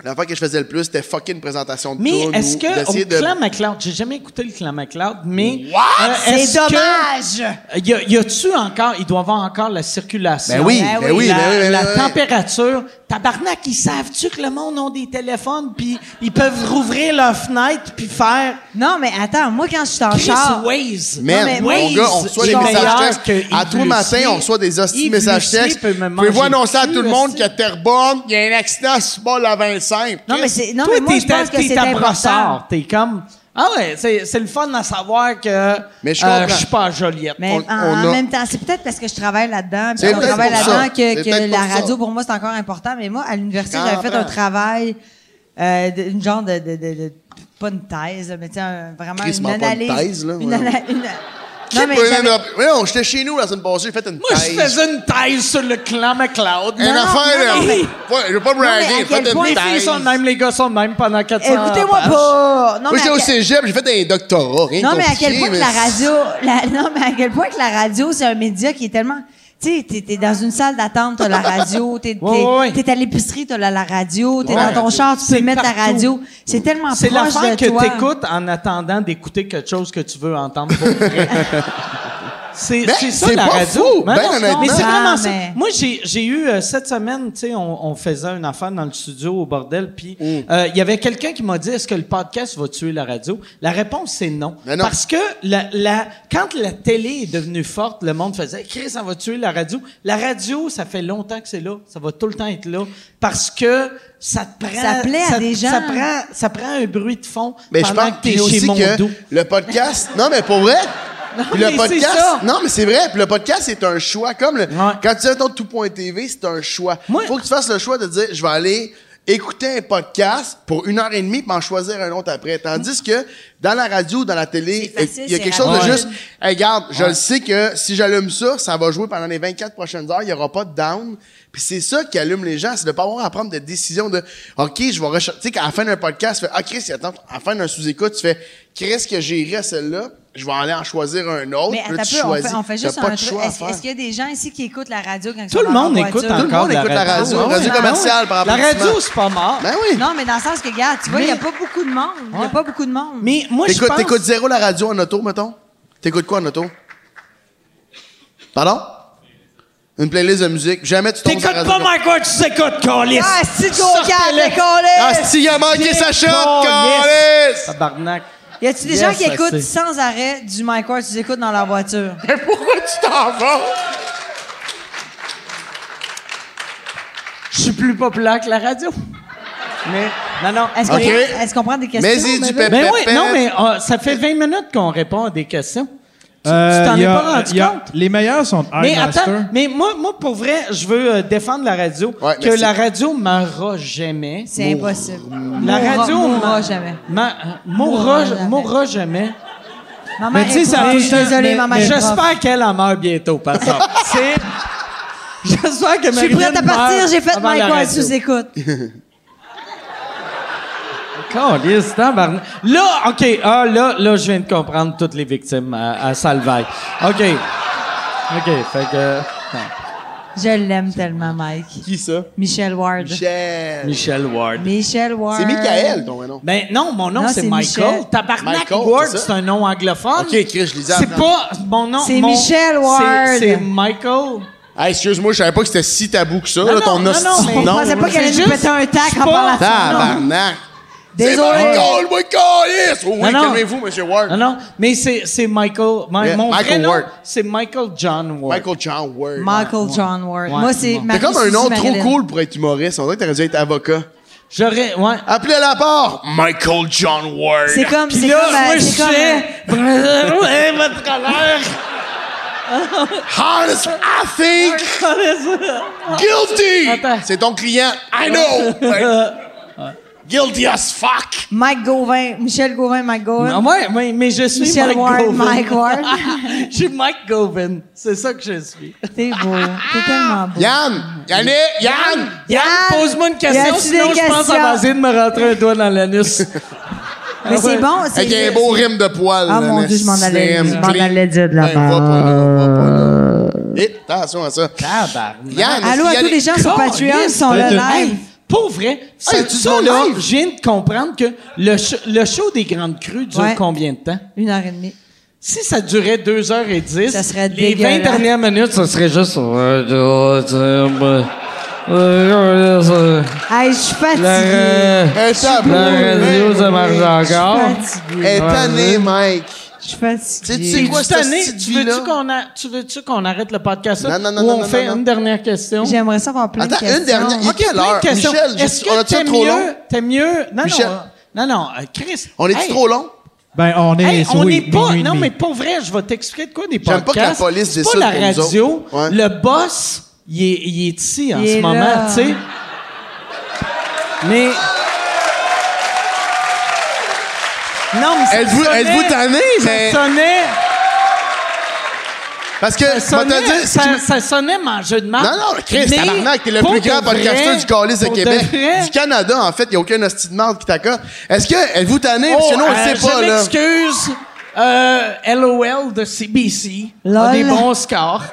Speaker 8: l'affaire que je faisais le plus c'était fucker une présentation de
Speaker 7: Mm. Mais
Speaker 8: tourne
Speaker 7: est-ce
Speaker 8: ou
Speaker 7: que
Speaker 8: d'essayer
Speaker 7: au
Speaker 8: de
Speaker 7: Clan MacLeod, j'ai jamais écouté le Clan MacLeod, mais euh,
Speaker 5: C'est
Speaker 7: est-ce que-
Speaker 5: dommage!
Speaker 7: Y a- y a-tu encore, il doit avoir encore la circulation.
Speaker 8: Ben oui,
Speaker 5: Ben
Speaker 8: ben
Speaker 5: oui,
Speaker 8: oui,
Speaker 7: la,
Speaker 8: ben oui, ben
Speaker 7: la
Speaker 8: oui.
Speaker 7: température. Tabarnak, ils savent-tu que le monde a des téléphones, puis ils peuvent rouvrir leur fenêtre, puis faire
Speaker 5: Non, mais attends, moi, quand je suis en
Speaker 7: Chris
Speaker 5: char...
Speaker 7: Waze.
Speaker 8: Merde,
Speaker 5: Non, mais
Speaker 8: mon
Speaker 5: Waze
Speaker 8: gars, on reçoit
Speaker 5: est
Speaker 8: des
Speaker 7: meilleur
Speaker 8: messages textes.
Speaker 7: que
Speaker 8: À
Speaker 7: Yves
Speaker 8: tous les matins,
Speaker 7: Lucier.
Speaker 8: on reçoit des hosties
Speaker 7: Yves
Speaker 8: de messages
Speaker 7: Lucier
Speaker 8: textes.
Speaker 7: peut me
Speaker 8: Vous pouvez
Speaker 7: manger
Speaker 8: annoncer à
Speaker 7: le
Speaker 8: tout le
Speaker 7: cul,
Speaker 8: monde
Speaker 7: hostie.
Speaker 8: qu'à Terrebonne, il y a un accident sur le bord de la 25.
Speaker 5: Non, mais c'est... Non,
Speaker 7: Toi,
Speaker 5: mais moi,
Speaker 7: t'es
Speaker 5: je pense
Speaker 7: ta-
Speaker 5: que
Speaker 7: t'es
Speaker 5: c'est
Speaker 7: ta
Speaker 5: important.
Speaker 7: brossard. T'es comme... Ah ouais, c'est c'est le fun à savoir que
Speaker 8: Mais je
Speaker 7: euh,
Speaker 8: comprends.
Speaker 7: je suis pas à Joliette.
Speaker 5: Mais
Speaker 8: On-
Speaker 5: en,
Speaker 8: on
Speaker 5: en
Speaker 8: a-
Speaker 5: même temps, c'est peut-être parce que je travaille là-dedans. puis
Speaker 8: C'est
Speaker 5: on
Speaker 8: peut-être
Speaker 5: travaille
Speaker 8: pour ça.
Speaker 5: là-dedans
Speaker 8: C'est
Speaker 5: que, que
Speaker 8: peut-être
Speaker 5: la
Speaker 8: pour ça.
Speaker 5: radio, pour moi, c'est encore important. Mais moi, à l'université,
Speaker 8: Je
Speaker 5: j'avais fait un
Speaker 8: comprends.
Speaker 5: travail, euh, de- une genre de, de- de- de- Pas une thèse, mais tu sais, un- vraiment une
Speaker 8: Crissement pas une
Speaker 5: analyse.
Speaker 8: thèse, là,
Speaker 5: Une
Speaker 8: ouais.
Speaker 5: ana- une-
Speaker 8: Qui
Speaker 5: Non, mais
Speaker 8: peut
Speaker 5: j'avais-
Speaker 8: même- Ouais, non, j'étais chez nous la semaine passée, j'ai fait une
Speaker 7: Moi, je
Speaker 8: thèse.
Speaker 7: faisais une thèse sur le clan McLeod.
Speaker 8: Une
Speaker 5: Non,
Speaker 8: affaire,
Speaker 5: non,
Speaker 8: là.
Speaker 5: non, mais-
Speaker 8: Ouais, je vais pas braguer,
Speaker 5: mais à
Speaker 8: j'ai
Speaker 5: quel
Speaker 8: fait
Speaker 5: point
Speaker 8: une
Speaker 7: Les filles
Speaker 8: thèse.
Speaker 7: sont de même, les gars sont de même pendant 400
Speaker 5: Écoutez-moi
Speaker 7: pages.
Speaker 5: pas! Non,
Speaker 8: Moi,
Speaker 5: mais
Speaker 8: j'étais
Speaker 5: à
Speaker 8: au
Speaker 5: quel-
Speaker 8: cégep, j'ai fait un doctorat, rien de
Speaker 5: Non, mais à quel
Speaker 8: compliqué,
Speaker 5: point que
Speaker 8: mais-
Speaker 5: la radio, la- non, mais à quel point que la radio, c'est un média qui est tellement, tu sais, t'es, t'es dans une salle d'attente, t'as la radio, t'es, t'es,
Speaker 7: Ouais, ouais, ouais.
Speaker 5: t'es à l'épicerie, t'as la, la radio, t'es
Speaker 7: Ouais.
Speaker 5: dans ton char, tu
Speaker 7: C'est
Speaker 5: peux mettre
Speaker 7: partout.
Speaker 5: la radio. C'est tellement
Speaker 7: C'est
Speaker 5: proche de
Speaker 7: l'affaire que
Speaker 5: toi.
Speaker 7: t'écoutes en attendant d'écouter quelque chose que tu veux entendre. pour vrai. C'est
Speaker 8: Mais
Speaker 7: c'est ça
Speaker 8: c'est
Speaker 7: la
Speaker 8: pas
Speaker 7: radio.
Speaker 8: fou,
Speaker 7: Mais
Speaker 8: ben
Speaker 7: non,
Speaker 8: honnêtement.
Speaker 7: mais c'est vraiment
Speaker 5: Ah,
Speaker 7: ça.
Speaker 5: mais-
Speaker 7: Moi, j'ai j'ai eu euh, cette semaine, tu sais, on, on faisait une affaire dans le studio au bordel, puis
Speaker 8: Mm.
Speaker 7: euh, il y avait quelqu'un qui m'a dit est-ce que le podcast va tuer la radio La réponse c'est non,
Speaker 8: Mais non.
Speaker 7: parce que la, la- quand la télé est devenue forte, le monde faisait Chris, ça va tuer la radio. La radio, ça fait longtemps que c'est là, ça va tout le temps être là, parce que ça te prend,
Speaker 5: Ça plaît à des gens.
Speaker 7: ça prend ça prend un bruit de fond
Speaker 8: Mais je
Speaker 7: pendant
Speaker 8: pense
Speaker 7: que
Speaker 8: que
Speaker 7: t'es chez
Speaker 8: aussi que
Speaker 7: Mondou.
Speaker 8: le podcast. Non, mais pour vrai. Puis
Speaker 7: mais
Speaker 8: le
Speaker 7: c'est
Speaker 8: podcast,
Speaker 7: ça.
Speaker 8: non mais c'est vrai, puis le podcast c'est un choix comme le, quand tu dis ton tout.tv, c'est un choix.
Speaker 7: Moi-
Speaker 8: Faut que tu fasses le choix de dire je vais aller écouter un podcast pour une heure et demie puis en choisir un autre après. Tandis que dans la radio, ou dans la télé,
Speaker 5: C'est facile,
Speaker 8: il y a
Speaker 5: c'est
Speaker 8: quelque chose de
Speaker 5: rapide.
Speaker 8: juste Hey, regarde, je le sais que si j'allume ça, ça va jouer pendant les 24 prochaines heures, il n'y aura pas de down. Puis c'est ça qui allume les gens, c'est de pas avoir à prendre de décision de OK, je vais rechercher. Tu sais, qu'à la fin d'un podcast, tu fais Ah, Chris, attends, à la fin d'un sous-écoute, tu fais Chris, que j'irai à celle-là, je vais aller en choisir un autre.
Speaker 5: Mais
Speaker 8: Puis
Speaker 5: attends
Speaker 8: là,
Speaker 5: un
Speaker 8: tu
Speaker 5: peu, on
Speaker 8: choisis.
Speaker 5: fait, on fait
Speaker 8: T'as
Speaker 5: juste
Speaker 8: pas
Speaker 5: un
Speaker 8: de
Speaker 5: truc.
Speaker 8: choix à
Speaker 5: Est-ce,
Speaker 8: faire.
Speaker 5: est-ce qu'il y a des gens ici qui écoutent la radio quand ils
Speaker 7: Tout
Speaker 5: sont
Speaker 7: le
Speaker 5: dans leur
Speaker 7: monde écoute
Speaker 5: voiture?
Speaker 7: encore
Speaker 8: Tout le monde
Speaker 7: de la
Speaker 8: écoute la radio.
Speaker 7: Ah ouais.
Speaker 8: Radio
Speaker 7: Ah ouais.
Speaker 8: commerciale, par
Speaker 7: La
Speaker 8: applaudissement.
Speaker 7: radio, c'est pas mort.
Speaker 8: Ben oui.
Speaker 5: Non, mais dans le sens que, regarde, tu vois, il n'y a
Speaker 7: Mais-
Speaker 5: pas beaucoup de monde. Il n'y a
Speaker 7: Ouais.
Speaker 5: pas beaucoup de monde.
Speaker 7: Mais moi, je
Speaker 8: T'écoutes,
Speaker 7: pense...
Speaker 8: t'écoutes zéro la radio en auto, mettons? T'écoutes quoi en auto? Pardon? Une playlist de musique. Jamais tu tombes sur la
Speaker 7: T'écoutes
Speaker 8: radio.
Speaker 7: pas Mike Ward, tu t'écoutes, Callis.
Speaker 5: Ah, si tu
Speaker 7: Sortez-le.
Speaker 8: Ah, si, il a manqué sa shot, Carlis!
Speaker 7: Tabarnak.
Speaker 5: Y a-tu des
Speaker 7: Yes,
Speaker 5: gens qui
Speaker 7: ça, c'est-
Speaker 5: écoutent sans arrêt du Mike Ward, tu écoutes dans leur voiture?
Speaker 8: Mais pourquoi tu t'en vas?
Speaker 7: Je suis plus populaire que la radio. Mais, non, non.
Speaker 5: Est-ce qu'on,
Speaker 8: Ok.
Speaker 5: est-ce qu'on prend des questions?
Speaker 8: Mais-y
Speaker 5: mais
Speaker 8: du
Speaker 5: là?
Speaker 8: pep-
Speaker 7: Ben oui,
Speaker 8: Pépette.
Speaker 7: non, mais euh, ça fait 20 minutes qu'on répond à des questions. Tu tu
Speaker 4: Euh,
Speaker 7: t'en
Speaker 4: y
Speaker 7: es
Speaker 4: a-
Speaker 7: pas rendu
Speaker 4: y a-
Speaker 7: compte?
Speaker 4: Les meilleurs sont
Speaker 7: Mais
Speaker 4: Iron Master.
Speaker 7: attends, mais moi, moi, pour vrai, je veux euh, défendre la radio.
Speaker 8: Ouais,
Speaker 7: que
Speaker 8: merci.
Speaker 7: la radio m'aura jamais.
Speaker 5: C'est impossible.
Speaker 7: La
Speaker 5: Mourra-
Speaker 7: radio
Speaker 5: mourra
Speaker 7: m'a-
Speaker 5: jamais.
Speaker 7: m'a- euh, Mourra
Speaker 5: Mourra jamais.
Speaker 7: mourra jamais.
Speaker 5: Maman
Speaker 4: Mais tu sais,
Speaker 5: est
Speaker 4: ça
Speaker 5: prof.
Speaker 4: a tout le
Speaker 5: Ben, Je suis
Speaker 4: temps-
Speaker 5: désolée,
Speaker 4: mais-
Speaker 5: maman
Speaker 4: mais
Speaker 5: est prof.
Speaker 7: J'espère qu'elle en meurt bientôt, par exemple. C'est. J'espère que
Speaker 5: Je suis prête à partir, j'ai fait Mike Ward,
Speaker 7: Wise
Speaker 5: tu écoutes.
Speaker 7: Câlisse, tabarnak. Là, OK, ah, là, là, je viens de comprendre toutes les victimes à, à Salvaille. OK. OK, fait que...
Speaker 5: Je l'aime tellement, Mike.
Speaker 8: Qui ça?
Speaker 5: Michel Ward.
Speaker 8: Michel.
Speaker 1: Michel Ward.
Speaker 5: Michel Ward.
Speaker 8: C'est Michael, ton vrai nom.
Speaker 1: Ben non, mon nom
Speaker 5: Non,
Speaker 1: c'est
Speaker 5: c'est
Speaker 1: Michael.
Speaker 5: Michel.
Speaker 1: Tabarnak
Speaker 8: Michael,
Speaker 1: Ward,
Speaker 8: c'est ça?
Speaker 1: c'est un nom anglophone.
Speaker 8: Ok, Chris, je lisais
Speaker 1: C'est
Speaker 8: avant.
Speaker 1: pas mon nom.
Speaker 5: C'est
Speaker 1: mon-
Speaker 5: Michel Ward.
Speaker 1: c'est- C'est Michael.
Speaker 8: Hey, excuse-moi, je savais pas que c'était si tabou que ça, là, ton
Speaker 1: non,
Speaker 8: hostie
Speaker 1: non, mais
Speaker 8: de
Speaker 5: Je
Speaker 8: nom.
Speaker 5: pensais pas qu'elle allait
Speaker 1: C'est
Speaker 5: nous
Speaker 1: juste-
Speaker 5: péter un tac
Speaker 1: je
Speaker 5: en
Speaker 1: pense-
Speaker 5: parlant de son nom.
Speaker 8: Tabarnak! C'est
Speaker 5: Désolé.
Speaker 8: Michael, Michael, Oh oui,
Speaker 1: Non, non.
Speaker 8: calmez-vous, monsieur Ward.
Speaker 1: Non, non, mais c'est c'est Michael. Mon,
Speaker 8: Yeah,
Speaker 1: mon vrai
Speaker 8: Michael
Speaker 1: nom,
Speaker 8: Ward.
Speaker 1: c'est Michael John Ward.
Speaker 8: Michael John Ward.
Speaker 5: Michael John Ward.
Speaker 1: Ouais,
Speaker 5: Moi, c'est
Speaker 1: bon.
Speaker 5: Marie
Speaker 8: T'as comme un
Speaker 5: Suzy
Speaker 8: nom trop
Speaker 5: Marilyn.
Speaker 8: cool pour être humoriste. On dirait que t'aurais dû être avocat.
Speaker 1: J'aurais, ouais.
Speaker 8: Appelez à la part! Michael John Ward.
Speaker 5: C'est comme,
Speaker 1: Puis
Speaker 5: Ah, c'est
Speaker 1: là,
Speaker 5: comme,
Speaker 1: moi,
Speaker 5: euh,
Speaker 1: je
Speaker 5: c'est comme, euh,
Speaker 1: fais. Brûlez votre colère.
Speaker 8: Hard as I think! Guilty!
Speaker 1: Attends.
Speaker 8: C'est ton client. I know! Like, Guilty as fuck!
Speaker 5: Mike Gauvin, Michel Gauvin, Mike Gauvin.
Speaker 1: Non, ouais, mais, mais je suis
Speaker 5: Michel
Speaker 1: Mike
Speaker 5: Ward,
Speaker 1: Govan.
Speaker 5: Mike Ward.
Speaker 1: je suis Mike
Speaker 8: Ben.
Speaker 1: Govan. C'est ça que je suis.
Speaker 5: T'es beau. T'es tellement beau.
Speaker 8: Yann! Yannick! Yann!
Speaker 1: Yann, pose-moi une
Speaker 5: y
Speaker 1: question,
Speaker 5: a-tu
Speaker 1: sinon
Speaker 5: des
Speaker 1: je pense
Speaker 5: questions?
Speaker 1: à essayer de me rentrer un doigt dans l'anus. Ah
Speaker 5: Mais c'est bon. c'est-
Speaker 8: Avec un beau rime de poil.
Speaker 5: Ah
Speaker 8: là,
Speaker 5: mon
Speaker 8: mais
Speaker 5: Dieu, je m'en allais,
Speaker 8: slim,
Speaker 5: je m'en
Speaker 8: clean.
Speaker 5: allais dire de la
Speaker 8: Ben, va pas
Speaker 5: part.
Speaker 8: là, va pas là. Hé, attention à ça.
Speaker 1: Tabarnak.
Speaker 8: Yann,
Speaker 5: Allô à tous les gens sur Patreon qui sont là live.
Speaker 1: Pour vrai, c'est
Speaker 8: tu
Speaker 1: ça,
Speaker 8: vas
Speaker 1: là,
Speaker 8: live?
Speaker 1: je viens de comprendre que le, sh- le show des Grandes Crues dure
Speaker 5: Ouais.
Speaker 1: combien de temps?
Speaker 5: Une heure et demie.
Speaker 1: Si ça durait 2h10,
Speaker 5: Ça serait
Speaker 1: les 20
Speaker 5: dégueulasse.
Speaker 1: dernières minutes, ça serait juste... euh,
Speaker 5: Hey, je suis fatiguée.
Speaker 1: Euh,
Speaker 8: Un tabou.
Speaker 1: ça marche
Speaker 5: Je suis fatiguée.
Speaker 8: Est tanné, Mike.
Speaker 5: Je suis fatiguée.
Speaker 8: Tu sais, tu sais quoi,
Speaker 1: Cette année,
Speaker 8: cette
Speaker 1: tu veux-tu
Speaker 8: vie-là?
Speaker 1: qu'on a- tu veux-tu qu'on arrête le podcast là,
Speaker 8: Non, non, non,
Speaker 1: ou
Speaker 8: non,
Speaker 1: on
Speaker 8: non,
Speaker 1: fait
Speaker 8: non, non.
Speaker 1: une dernière question?
Speaker 5: J'aimerais ça avoir plein de
Speaker 8: Attends,
Speaker 5: questions.
Speaker 8: une dernière. Il est quelle
Speaker 1: Plein de
Speaker 8: heure?
Speaker 1: questions.
Speaker 8: Michel,
Speaker 1: est-ce
Speaker 8: on a-tu
Speaker 1: que t'es
Speaker 8: trop long?
Speaker 1: mieux? T'es mieux? Non,
Speaker 8: Michel.
Speaker 1: non. euh, Non, non, euh, Chris.
Speaker 8: On est-tu
Speaker 1: hey,
Speaker 8: trop long?
Speaker 4: Ben, on est.
Speaker 1: hey, on
Speaker 4: oui,
Speaker 1: n'est pas.
Speaker 4: minuit et
Speaker 1: Non,
Speaker 4: demi.
Speaker 1: mais pas vrai, je vais t'expliquer de quoi des
Speaker 8: J'aime
Speaker 1: podcasts.
Speaker 8: pas que la police
Speaker 1: C'est
Speaker 8: décide
Speaker 1: pas
Speaker 8: pour
Speaker 1: la
Speaker 8: nous
Speaker 1: radio.
Speaker 8: autres. Ouais.
Speaker 1: Le boss, il est, il est ici en
Speaker 5: Il
Speaker 1: ce
Speaker 5: est
Speaker 1: moment,
Speaker 5: là.
Speaker 1: tu sais. Mais. Non, mais ça
Speaker 8: Êtes-vous-
Speaker 1: sonnait-
Speaker 8: êtes-vous tanné, mais-
Speaker 1: Ça sonnait,
Speaker 8: Parce que,
Speaker 1: ça
Speaker 8: moi, t'as
Speaker 1: sonnait,
Speaker 8: dit,
Speaker 1: ça, ça sonnait mangeux de marde.
Speaker 8: Non, non, Chris,
Speaker 1: Mais
Speaker 8: tabarnak, t'es le
Speaker 1: pour
Speaker 8: plus grand
Speaker 1: de vrai,
Speaker 8: podcasteur du calice de
Speaker 1: pour
Speaker 8: Québec.
Speaker 1: vrai,
Speaker 8: Du Canada, en fait, il n'y a aucun hostie de marde qui t'accorde. Est-ce que, êtes-vous tanné?
Speaker 1: Oh,
Speaker 8: Parce que nous, on
Speaker 1: euh,
Speaker 8: le sait pas,
Speaker 1: je
Speaker 8: là.
Speaker 1: m'excuse. Euh, LOL de CBC a
Speaker 5: Lol.
Speaker 1: des bons scores.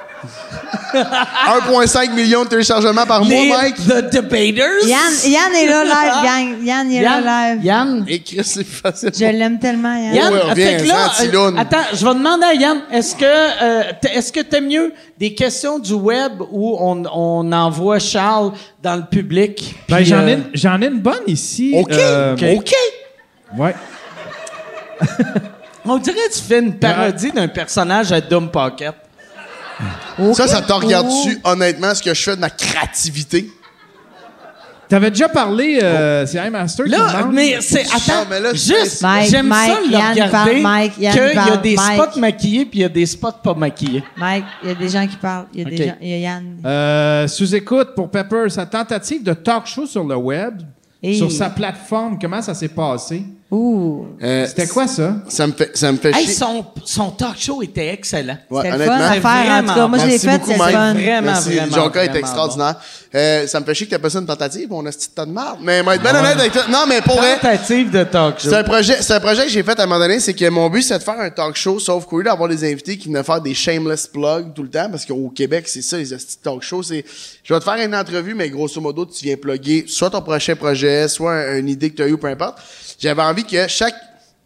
Speaker 8: 1,5 million de téléchargements par
Speaker 1: Ah. Les-
Speaker 8: mois, Mike.
Speaker 1: The Debaters.
Speaker 5: Yann, Yann est là live, gang. Yann est
Speaker 1: Yann,
Speaker 5: là live.
Speaker 1: Yann.
Speaker 8: Et Eh, Chris, c'est facile.
Speaker 5: Je l'aime tellement, Yann.
Speaker 1: Yann,
Speaker 8: Ouais, on revient,
Speaker 1: fait que là,
Speaker 8: sans
Speaker 1: euh,
Speaker 8: Tiloune.
Speaker 1: attends, je vais demander à Yann, est-ce que euh, t- est-ce que t'aimes mieux des questions du web où on, on envoie Charles dans le public?
Speaker 4: Ben,
Speaker 1: puis,
Speaker 4: j'en, ai,
Speaker 1: euh,
Speaker 4: une- j'en ai une bonne ici.
Speaker 8: OK,
Speaker 4: euh,
Speaker 8: OK.
Speaker 4: Ouais.
Speaker 1: On dirait que tu fais une parodie d'un personnage à Dumb Pocket.
Speaker 8: Ça, ça te regarde
Speaker 5: Oh.
Speaker 8: dessus, honnêtement, ce que je fais de ma créativité.
Speaker 4: T'avais déjà parlé, euh, c'est iMaster qui
Speaker 1: Là,
Speaker 4: demande.
Speaker 1: mais c'est. Attends,
Speaker 8: Non, mais là, c'est-
Speaker 1: juste,
Speaker 5: Mike,
Speaker 1: j'aime ça
Speaker 5: Mike,
Speaker 1: le
Speaker 5: Yann
Speaker 1: regarder
Speaker 5: parle, Mike,
Speaker 1: qu'il y
Speaker 5: Yann
Speaker 1: a
Speaker 5: parle,
Speaker 1: des
Speaker 5: Mike.
Speaker 1: spots maquillés puis il y a des spots pas maquillés.
Speaker 5: Mike, il y a des gens qui parlent. Il y a
Speaker 1: Ok.
Speaker 5: des gens. Il y a Yann.
Speaker 4: Euh, sous-écoute pour Pepper, sa tentative de talk show sur le web,
Speaker 5: Hey.
Speaker 4: sur sa plateforme, comment ça s'est passé?
Speaker 5: Ouh.
Speaker 8: Euh,
Speaker 4: C'était quoi ça?
Speaker 8: Ça me fait, ça me fait
Speaker 1: Hey,
Speaker 8: chier.
Speaker 1: son, son talk show était excellent.
Speaker 8: Ouais,
Speaker 5: C'était le fun à
Speaker 1: c'est
Speaker 5: faire, en tout
Speaker 1: vraiment
Speaker 5: cas. Moi, je l'ai
Speaker 8: Merci
Speaker 5: fait,
Speaker 8: beaucoup,
Speaker 5: c'est le
Speaker 8: Mike.
Speaker 5: fun.
Speaker 1: Vraiment,
Speaker 8: Merci.
Speaker 1: vraiment,
Speaker 8: Jonka est
Speaker 1: vraiment
Speaker 8: extraordinaire. Euh, ça me fait chier que t'appelles ça une tentative. On a ce petit tas de marde. Mais, mais être
Speaker 1: Ah
Speaker 8: ben honnête avec toi. Non, mais pour vrai,
Speaker 1: Tentative de talk show.
Speaker 8: c'est un projet, c'est un projet que j'ai fait à un moment donné. C'est que mon but, c'est de faire un talk show, sauf qu'au lieu d'avoir des invités qui venaient faire des shameless plugs tout le temps, parce qu'au Québec, c'est ça, les hosties de talk shows. C'est, je vais te faire une entrevue, mais grosso modo, tu viens plugger soit ton prochain projet, soit un- une idée que tu as eu, peu importe. J'avais envie que chaque,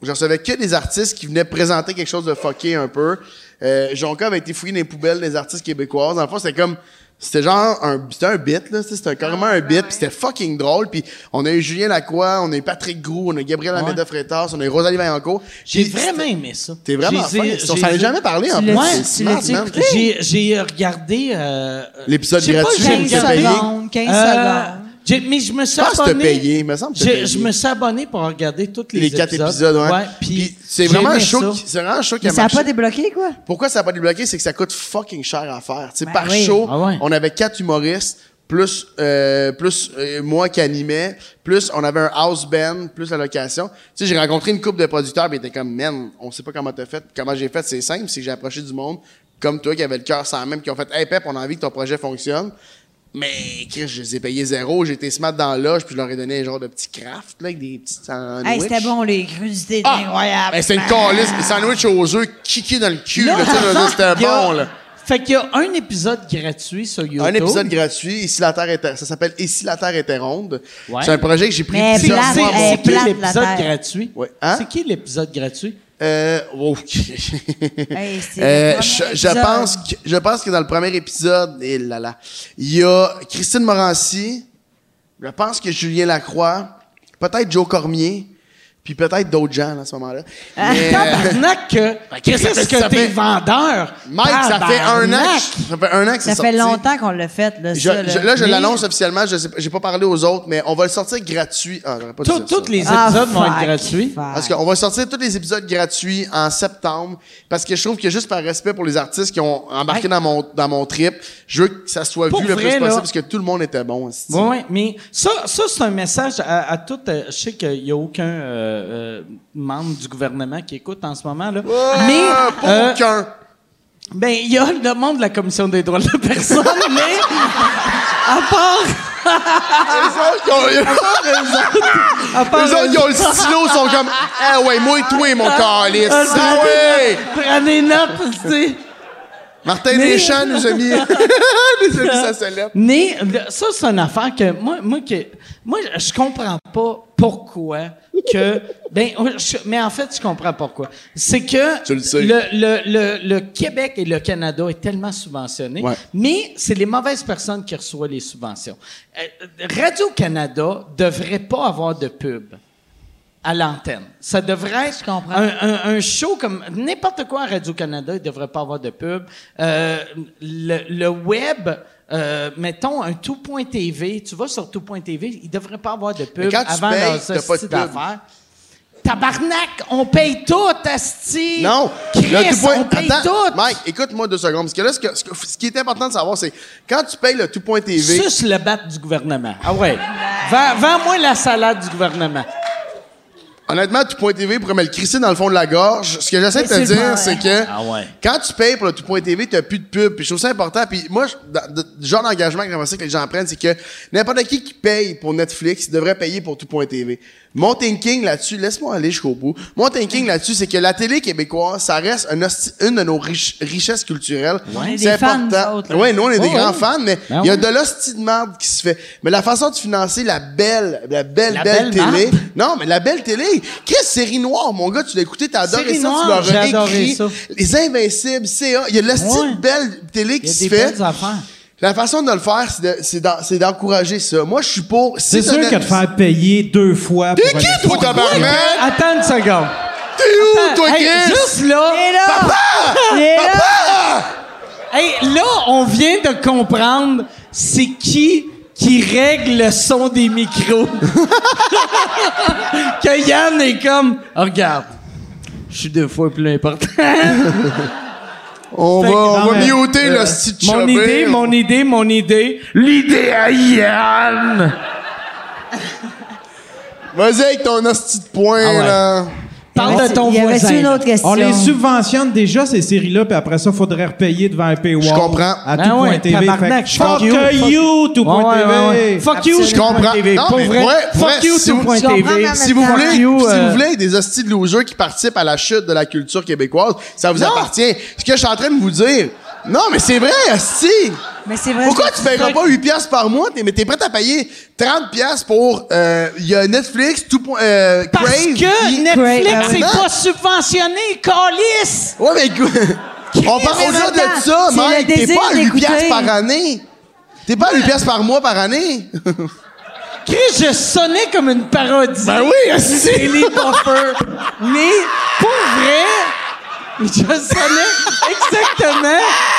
Speaker 8: je recevais que des artistes qui venaient présenter quelque chose de fucké un peu. Euh, Jonca avait été fouillé dans les poubelles des artistes québécoises. Dans le fond, c'était comme... C'était genre un... C'était un bit, là. C'était c'était carrément un bit. Puis c'était fucking drôle. Puis on a eu Julien Lacroix, on a eu Patrick Groux, on a eu Gabriel Ameda Freitas, on a eu Rosalie Vaillancourt.
Speaker 1: J'ai
Speaker 8: Puis
Speaker 1: vraiment
Speaker 8: c'était-
Speaker 1: aimé ça.
Speaker 8: T'es vraiment
Speaker 1: J'ai-
Speaker 8: fin. On
Speaker 1: j'ai-
Speaker 8: s'en est
Speaker 1: j'ai-
Speaker 8: jamais parlé, en
Speaker 5: Tu
Speaker 8: plus.
Speaker 5: l'as-
Speaker 8: C'est
Speaker 5: tu
Speaker 8: smart,
Speaker 5: l'as-tu
Speaker 8: man.
Speaker 5: écouté?
Speaker 1: J'ai, j'ai regardé. euh,
Speaker 8: L'épisode
Speaker 1: je sais pas,
Speaker 8: gratuit,
Speaker 1: j'ai
Speaker 5: 15
Speaker 8: il s'est
Speaker 1: regardé-
Speaker 8: payé.
Speaker 5: secondes. 15
Speaker 1: Euh,
Speaker 5: secondes.
Speaker 1: j'ai- mais je me suis
Speaker 8: Je pense que t'as
Speaker 1: abonné.
Speaker 8: payé, il me semble que t'as
Speaker 1: J'ai-
Speaker 8: payé.
Speaker 1: Je me suis abonné pour regarder tous les,
Speaker 8: Les quatre épisodes, ouais.
Speaker 1: puis
Speaker 8: Puis c'est
Speaker 1: j'ai
Speaker 8: vraiment un
Speaker 1: aimé
Speaker 8: show
Speaker 1: ça.
Speaker 8: qui- c'est vraiment un show qui
Speaker 5: Mais
Speaker 8: a
Speaker 5: ça n'a
Speaker 8: marché.
Speaker 5: pas débloqué, quoi?
Speaker 8: Pourquoi ça n'a pas débloqué? C'est que ça coûte fucking cher à faire. Tu sais, par
Speaker 5: Ben oui.
Speaker 8: show,
Speaker 1: Ah ouais.
Speaker 8: on avait quatre humoristes, plus, euh, plus euh, moi qui animais, plus on avait un house band, plus la location. Tu sais, j'ai rencontré une couple de producteurs, puis ils étaient comme, man, on sait pas comment t'as fait. Comment j'ai fait, c'est simple, c'est que j'ai approché du monde comme toi qui avait le cœur sans même, qui ont fait, hey Pep, on a envie que ton projet fonctionne. Mais Chris, je les ai payés zéro, j'ai été smart dans l'âge, puis je leur ai donné un genre de petit craft, là, avec des petits sandwichs.
Speaker 5: Hey, c'était bon, les crudités.
Speaker 8: Ah!
Speaker 5: incroyables. incroyable.
Speaker 8: Ben, c'est une calice, des sandwichs aux œufs kickés dans le cul, là,
Speaker 1: Là,
Speaker 8: tu sais, là,
Speaker 1: attends,
Speaker 8: c'était
Speaker 1: il y a-
Speaker 8: bon, là.
Speaker 7: Fait qu'il y a un épisode gratuit sur YouTube.
Speaker 8: Un épisode gratuit, Ici la Terre est... Ça s'appelle Ici la Terre était ronde.
Speaker 7: Ouais.
Speaker 8: C'est un projet que j'ai pris
Speaker 5: Mais
Speaker 8: plusieurs
Speaker 5: plate,
Speaker 7: C'est
Speaker 8: fois. à
Speaker 5: eh,
Speaker 8: monter.
Speaker 7: c'est qui
Speaker 5: plate, la
Speaker 7: l'épisode
Speaker 5: Terre.
Speaker 7: gratuit?
Speaker 8: Ouais. Hein?
Speaker 7: C'est qui l'épisode gratuit?
Speaker 8: Euh, ok.
Speaker 5: Hey, c'est le
Speaker 8: Euh,
Speaker 5: premier
Speaker 8: je, je
Speaker 5: épisode.
Speaker 8: pense que, je pense que dans le premier épisode, eh là là, il y a Christine Morancy, je pense que Julien Lacroix, peut-être Joe Cormier, puis peut-être d'autres gens là, à ce moment-là. Mais,
Speaker 7: Tabarnak que... Qu'est-ce
Speaker 8: ça fait-
Speaker 7: que
Speaker 8: ça
Speaker 7: t'es
Speaker 8: fait-
Speaker 7: vendeur?
Speaker 8: Mike, ça fait un an,
Speaker 7: Tabarnak!
Speaker 8: que- ça fait un an que
Speaker 5: Ça
Speaker 8: c'est
Speaker 5: fait
Speaker 8: sorti.
Speaker 5: longtemps qu'on l'a fait. Là,
Speaker 8: Je-
Speaker 5: ça,
Speaker 8: je- là, je l'annonce officiellement. Je sais pas- j'ai pas parlé aux autres, mais on va le sortir gratuit. Ah, j'aurais pas dû
Speaker 7: Tout-
Speaker 8: dire ça.
Speaker 7: Toutes les
Speaker 5: Ah,
Speaker 7: épisodes vont être
Speaker 5: fuck,
Speaker 7: gratuits.
Speaker 5: fuck.
Speaker 8: Parce qu'on va sortir tous les épisodes gratuits en septembre. Parce que je trouve que juste par respect pour les artistes qui ont embarqué
Speaker 7: Hey.
Speaker 8: dans mon dans mon trip, je veux que ça soit
Speaker 7: Pour
Speaker 8: vu le
Speaker 7: vrai,
Speaker 8: plus possible
Speaker 7: là.
Speaker 8: parce que tout le monde était bon. esti.
Speaker 7: Oui, ouais, mais ça, ça c'est un message à, à tout. euh, je sais qu'il n'y a aucun euh, euh, membre du gouvernement qui écoute en ce moment. Là.
Speaker 8: Ah,
Speaker 7: mais
Speaker 8: pour
Speaker 7: euh,
Speaker 8: aucun.
Speaker 7: ben, il y a le monde de la Commission des droits de la personne, mais à part,
Speaker 8: Les autres, ils ont,
Speaker 7: à part
Speaker 8: les autres,
Speaker 7: eux
Speaker 8: ils ont le stylo, ils sont comme Ah ouais, moi et toi, mon calice.
Speaker 7: Ah,
Speaker 8: Ah ouais!
Speaker 7: Prenez note, tu sais.
Speaker 8: Martin
Speaker 7: Mais-
Speaker 8: Deschamps nous a mis, nous a mis sa sellette.
Speaker 7: Mais le- ça, c'est une affaire que moi, moi, que, moi je comprends pas pourquoi que. Ben, je- mais en fait, je comprends pourquoi. C'est que
Speaker 8: Tu le sais.
Speaker 7: le- le- le Québec et le Canada est tellement subventionné,
Speaker 8: Ouais.
Speaker 7: mais c'est les mauvaises personnes qui reçoivent les subventions. Euh, Radio-Canada devrait pas avoir de pub à l'antenne. Ça devrait être
Speaker 5: comprends.
Speaker 7: Un, un- un show comme n'importe quoi à Radio-Canada, il ne devrait pas avoir de pub. Euh, le, le web, euh, mettons un tout.tv, tu vas sur tout.tv, il ne devrait pas avoir de pub
Speaker 8: Mais quand tu
Speaker 7: avant
Speaker 8: payes,
Speaker 7: leurs
Speaker 8: t'as pas de
Speaker 7: hosties
Speaker 8: pub.
Speaker 7: d'affaires. Tabarnak, on paye tout, Asti!
Speaker 8: Non,
Speaker 7: Chris,
Speaker 8: le tout point-
Speaker 7: on paye
Speaker 8: Attends,
Speaker 7: tout!
Speaker 8: Mike, écoute-moi deux secondes. Parce que là, ce, que- ce que- ce qui est important de savoir, c'est quand tu payes le tout.tv,
Speaker 7: Suce le bat du gouvernement. Ah ouais. Vends- Vends-moi la salade du gouvernement.
Speaker 8: Honnêtement, tout.tv pourrait me le crisser dans le fond de la gorge. Ce que j'essaie de te
Speaker 5: Mais c'est vrai.
Speaker 8: dire, c'est que
Speaker 7: Ah ouais.
Speaker 8: quand tu payes pour le tout.tv, t'as plus de pub. Puis je trouve ça important. Puis moi, je- dans- de- le genre d'engagement que j'aimerais ça que les gens prennent, c'est que n'importe qui qui paye pour Netflix devrait payer pour tout.tv. Mon thinking là-dessus, laisse-moi aller jusqu'au bout. Mon thinking là-dessus, c'est que la télé québécoise, ça reste un hosti- une de nos riche- richesses culturelles.
Speaker 5: On est
Speaker 8: C'est
Speaker 5: des fans, nous
Speaker 8: important.
Speaker 5: autres, là.
Speaker 8: Ouais, nous, on est des
Speaker 7: Oh,
Speaker 8: grands
Speaker 7: oui.
Speaker 8: fans, mais il
Speaker 7: Ben
Speaker 8: y a
Speaker 7: oui.
Speaker 8: de l'hostie de merde qui se fait. Mais la façon de financer la belle, la belle,
Speaker 7: La
Speaker 8: belle,
Speaker 7: belle
Speaker 8: télé,
Speaker 7: marde.
Speaker 8: non, mais la belle télé. Chris, série noire, mon gars, tu l'as écouté, t'as adoré
Speaker 7: Série
Speaker 8: ça,
Speaker 7: noire,
Speaker 8: tu
Speaker 7: j'ai
Speaker 8: l'as
Speaker 7: adoré
Speaker 8: réécrit.
Speaker 7: ça.
Speaker 8: Les Invincibles, CA, il y a de la
Speaker 7: Ouais.
Speaker 8: petite belle télé
Speaker 7: Il y
Speaker 8: qui
Speaker 7: a
Speaker 8: se
Speaker 7: des
Speaker 8: fait.
Speaker 7: belles affaires.
Speaker 8: La façon de le faire, c'est de- c'est d'en- c'est d'encourager ça. Moi, je suis pour... si
Speaker 4: C'est
Speaker 8: t'as
Speaker 4: sûr
Speaker 8: de-
Speaker 4: que de faire payer deux fois pour.
Speaker 8: T'es qui,
Speaker 4: aller-
Speaker 8: toi, tabarnak?
Speaker 7: Attends une seconde.
Speaker 8: T'es où, toi,
Speaker 7: Hey,
Speaker 8: Chris? Ah!
Speaker 7: juste là.
Speaker 5: Et là! Et là!
Speaker 7: Hey, là, on vient de comprendre c'est qui qui règle le son des micros. que Yann est comme, Oh, regarde, je suis deux fois plus important.
Speaker 8: On va, on
Speaker 4: non,
Speaker 8: va
Speaker 4: mais,
Speaker 8: muter le style
Speaker 7: Euh, mon idée, mon idée, mon idée. L'idée à Yann.
Speaker 8: Vas-y avec ton hostie de poing,
Speaker 7: Ah ouais.
Speaker 8: là.
Speaker 7: Parle de ton
Speaker 5: Il y avait-tu
Speaker 7: voisin.
Speaker 5: une
Speaker 7: là.
Speaker 5: autre question?
Speaker 4: On les subventionne déjà, ces séries-là, puis après ça, faudrait repayer devant un paywall.
Speaker 8: Je comprends.
Speaker 4: À
Speaker 7: Ben
Speaker 4: tout
Speaker 7: ouais,
Speaker 4: point TV.
Speaker 7: tabarnak,
Speaker 4: Fait que
Speaker 7: fuck
Speaker 4: fuck
Speaker 7: you, fuck-
Speaker 4: you, tout
Speaker 7: Ouais,
Speaker 4: point
Speaker 7: ouais, ouais.
Speaker 4: TV.
Speaker 7: Fuck you,
Speaker 8: Je comprends.
Speaker 7: TV.
Speaker 8: Non,
Speaker 7: Pour
Speaker 8: mais
Speaker 7: vrai,
Speaker 8: ouais, ouais,
Speaker 7: fuck you,
Speaker 8: si vous-
Speaker 5: Je comprends, mais en
Speaker 7: TV.
Speaker 5: même
Speaker 8: Si vous
Speaker 5: temps,
Speaker 8: voulez,
Speaker 7: you,
Speaker 8: si
Speaker 7: euh,
Speaker 8: vous voulez des hosties de losers qui participent à la chute de la culture québécoise, ça vous appartient. Ce que je suis en train de vous dire. Non, mais c'est vrai, hostie.
Speaker 5: Mais c'est vrai.
Speaker 8: Pourquoi
Speaker 5: que-
Speaker 8: tu paieras pas 8 piastres par mois, t'es- mais t'es prêt à payer 30 piastres pour euh, il y a Netflix, tout point- euh,
Speaker 7: Parce
Speaker 8: Crave,
Speaker 7: que
Speaker 8: il-
Speaker 7: Netflix
Speaker 5: Crave,
Speaker 7: n'est
Speaker 8: ah ouais.
Speaker 7: pas subventionné, calice!
Speaker 8: Ouais, mais écoute, on part
Speaker 5: mais en
Speaker 8: au-delà
Speaker 5: même temps,
Speaker 8: de ça,
Speaker 5: c'est
Speaker 8: Mike,
Speaker 5: le
Speaker 8: t'es
Speaker 5: désir
Speaker 8: pas à 8
Speaker 5: d'écouter.
Speaker 8: piastres par année. T'es pas à 8 piastres par mois par année.
Speaker 7: Chris, je sonnais comme une parodie.
Speaker 8: Ben oui, hostie.
Speaker 7: C'est les buffers. Mais pour vrai, je sonnais exactement.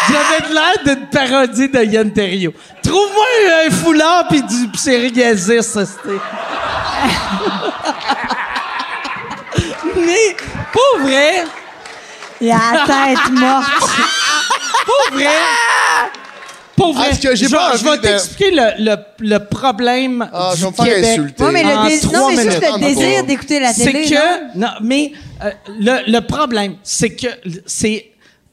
Speaker 7: J'avais de l'air d'une parodie de Yann Terriot. Trouve-moi un foulard pis du psériasis, ça c'était. Mais pour vrai,
Speaker 5: Il a la tête morte.
Speaker 7: pour vrai. Pour vrai,
Speaker 8: Est-ce que j'ai
Speaker 7: je-
Speaker 8: pas
Speaker 7: je vais
Speaker 8: envie de-
Speaker 7: t'expliquer le, le, le problème
Speaker 8: Ah, je
Speaker 7: du
Speaker 8: vais me faire
Speaker 7: Québec.
Speaker 8: insulter.
Speaker 5: Non, mais
Speaker 7: En
Speaker 5: le, dés- non,
Speaker 7: trois
Speaker 5: mais juste
Speaker 8: minutes.
Speaker 5: le désir d'écouter la
Speaker 7: C'est
Speaker 5: télé. non?
Speaker 7: que. Non, mais euh, le, le problème, c'est que l- c'est.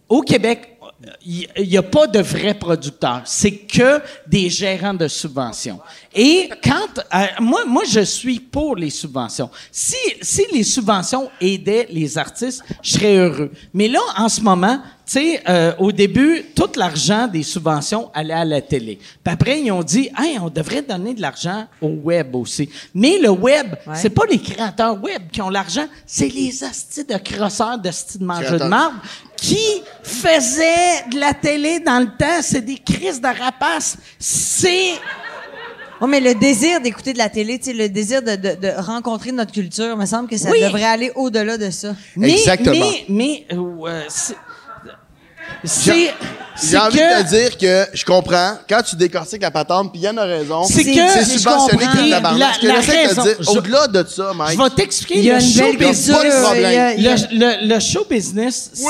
Speaker 7: Au Québec, il n'y a pas de vrais producteurs. C'est que des gérants de subventions.
Speaker 1: Et quand euh, moi, moi, je suis pour les subventions. Si, si les subventions aidaient les artistes, je serais heureux. Mais là, en ce moment, tu sais, euh, au début, tout l'argent des subventions allait à la télé. Puis après, ils ont dit, hey, on devrait donner de l'argent au web aussi. Mais le web,
Speaker 5: Ouais.
Speaker 1: c'est pas les créateurs web qui ont l'argent, c'est les astis de crosseurs de sti de mangeux de
Speaker 8: Créateurs.
Speaker 1: marbre qui faisaient de la télé dans le temps. C'est des crises de rapaces. C'est
Speaker 5: Oh, mais le désir d'écouter de la télé, tu sais, le désir de, de- de rencontrer notre culture, me semble que ça
Speaker 1: Oui.
Speaker 5: devrait aller au-delà de ça.
Speaker 1: Mais-
Speaker 8: Exactement.
Speaker 1: Mais, mais euh, ouais, c'est- c'est.
Speaker 8: J'ai
Speaker 1: c'est
Speaker 8: envie
Speaker 1: que-
Speaker 8: de te dire que je comprends. Quand tu décortiques la patente, puis Yann a raison.
Speaker 1: C'est que-
Speaker 8: c'est
Speaker 1: je
Speaker 8: subventionné
Speaker 1: comprends.
Speaker 8: comme la barre.
Speaker 1: La-
Speaker 8: Ce que
Speaker 1: la
Speaker 8: j'essaie de te
Speaker 1: raison-
Speaker 8: dire,
Speaker 1: je-
Speaker 8: au-delà de ça, Mike.
Speaker 1: Je vais t'expliquer.
Speaker 5: Il y a
Speaker 1: le
Speaker 5: une
Speaker 1: show
Speaker 5: belle
Speaker 1: business-
Speaker 5: culture.
Speaker 8: pas de
Speaker 5: il y a- il y a-
Speaker 1: Le, le- le show business, c'est.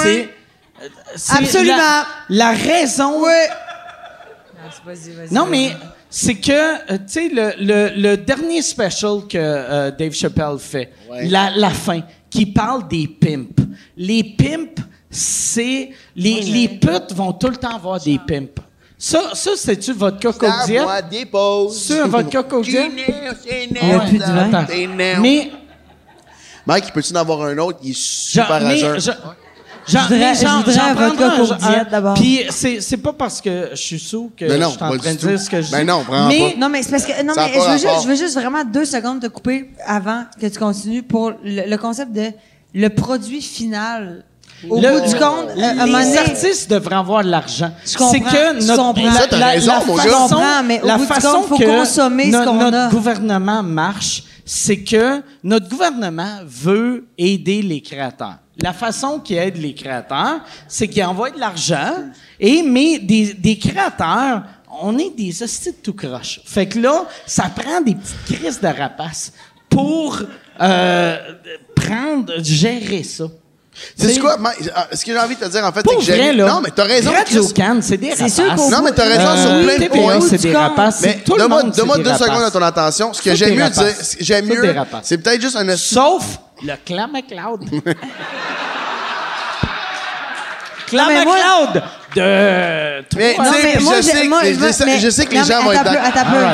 Speaker 1: euh, c'est
Speaker 5: Absolument.
Speaker 1: La, la raison.
Speaker 5: Vas-y, vas-y,
Speaker 1: Non,
Speaker 5: vas-y.
Speaker 1: mais c'est que, euh, tu sais, le, le- le dernier special que euh, Dave Chappelle fait,
Speaker 8: Ouais.
Speaker 1: la, la fin, qui parle des pimps. Les pimps, c'est. Les, les putes vont tout le temps avoir des pimps. Ça, ça c'est-tu votre coco diète?
Speaker 8: moi des pauses.
Speaker 1: C'est votre coco diète?
Speaker 5: Il y a plus de vin.
Speaker 1: Attends. Mais
Speaker 8: Mike, peux-tu en avoir un autre? Il est
Speaker 1: J'en-
Speaker 8: super
Speaker 1: mais
Speaker 8: agent.
Speaker 1: je- j'en-
Speaker 5: Je voudrais-
Speaker 1: mais j'en-
Speaker 5: je voudrais
Speaker 1: j'en
Speaker 5: un
Speaker 1: prendrai
Speaker 5: vodka
Speaker 1: un-
Speaker 5: coke
Speaker 1: un-
Speaker 5: diète d'abord.
Speaker 1: Puis c'est c'est pas parce que je suis sous que
Speaker 8: Ben non,
Speaker 1: je suis en
Speaker 8: pas
Speaker 1: train de
Speaker 8: du tout.
Speaker 1: dire ce que je
Speaker 8: Ben
Speaker 1: dis.
Speaker 8: non, vraiment
Speaker 1: Mais-
Speaker 5: Non, mais c'est parce que. Non,
Speaker 8: Ça a
Speaker 5: mais
Speaker 8: pas
Speaker 5: je veux,
Speaker 8: rapport.
Speaker 5: juste, je veux juste vraiment deux secondes te couper avant que tu continues pour le, le concept de le produit final. Au
Speaker 1: Le-
Speaker 5: bout du compte, à un moment
Speaker 1: les
Speaker 5: donné-
Speaker 1: artistes devraient avoir de l'argent.
Speaker 5: Je comprends,
Speaker 1: C'est que
Speaker 5: je
Speaker 1: notre
Speaker 5: comprends. Ça,
Speaker 8: t'as raison, mon gars.
Speaker 5: Je comprends, mais au
Speaker 1: la
Speaker 5: bout du
Speaker 1: façon
Speaker 5: compte, faut
Speaker 1: que
Speaker 5: consommer ce
Speaker 1: no-
Speaker 5: qu'on
Speaker 1: notre
Speaker 5: a.
Speaker 1: gouvernement marche, c'est que notre gouvernement veut aider les créateurs. La façon qu'il aide les créateurs, c'est qu'il envoie de l'argent, et mais des, des créateurs, on est des hosties de tout croche. Fait que là, ça prend des petites crises de rapaces pour euh, prendre, gérer ça.
Speaker 8: C'est
Speaker 1: C'est-
Speaker 8: quoi, Mike? Ah, Ce que j'ai envie de te dire, en fait, c'est
Speaker 1: Pour
Speaker 8: que j'ai.
Speaker 1: vrai, là.
Speaker 8: Non, mais t'as raison.
Speaker 1: Radio
Speaker 8: Chris.
Speaker 1: Cannes, c'est des rapaces.
Speaker 5: sûr qu'au Euh,
Speaker 8: Non, mais t'as raison sur plein de
Speaker 1: TVA,
Speaker 8: points.
Speaker 1: c'est des rapaces.
Speaker 8: Mais
Speaker 1: tout le
Speaker 8: donne-moi
Speaker 1: monde,
Speaker 8: donne-moi
Speaker 1: c'est des
Speaker 8: deux
Speaker 1: rapaces.
Speaker 8: secondes à ton attention. Ce que
Speaker 1: Tout
Speaker 8: j'aime
Speaker 1: est
Speaker 8: mieux
Speaker 1: rapace.
Speaker 8: dire, ce que j'aime
Speaker 1: Tout est
Speaker 8: mieux,
Speaker 1: rapace.
Speaker 8: c'est peut-être juste un esti-
Speaker 1: Sauf le clan McLeod. clan
Speaker 5: Non, mais moi-
Speaker 1: McLeod de...
Speaker 8: Mais
Speaker 5: Non,
Speaker 8: tu sais,
Speaker 5: mais moi,
Speaker 8: je
Speaker 5: je-
Speaker 8: sais
Speaker 5: moi,
Speaker 8: que-
Speaker 5: moi,
Speaker 8: je sais-
Speaker 5: mais-
Speaker 8: je sais que
Speaker 5: non,
Speaker 8: les gens
Speaker 5: mais
Speaker 8: vont être
Speaker 5: attends
Speaker 8: d'accord.
Speaker 5: peu, attends peu.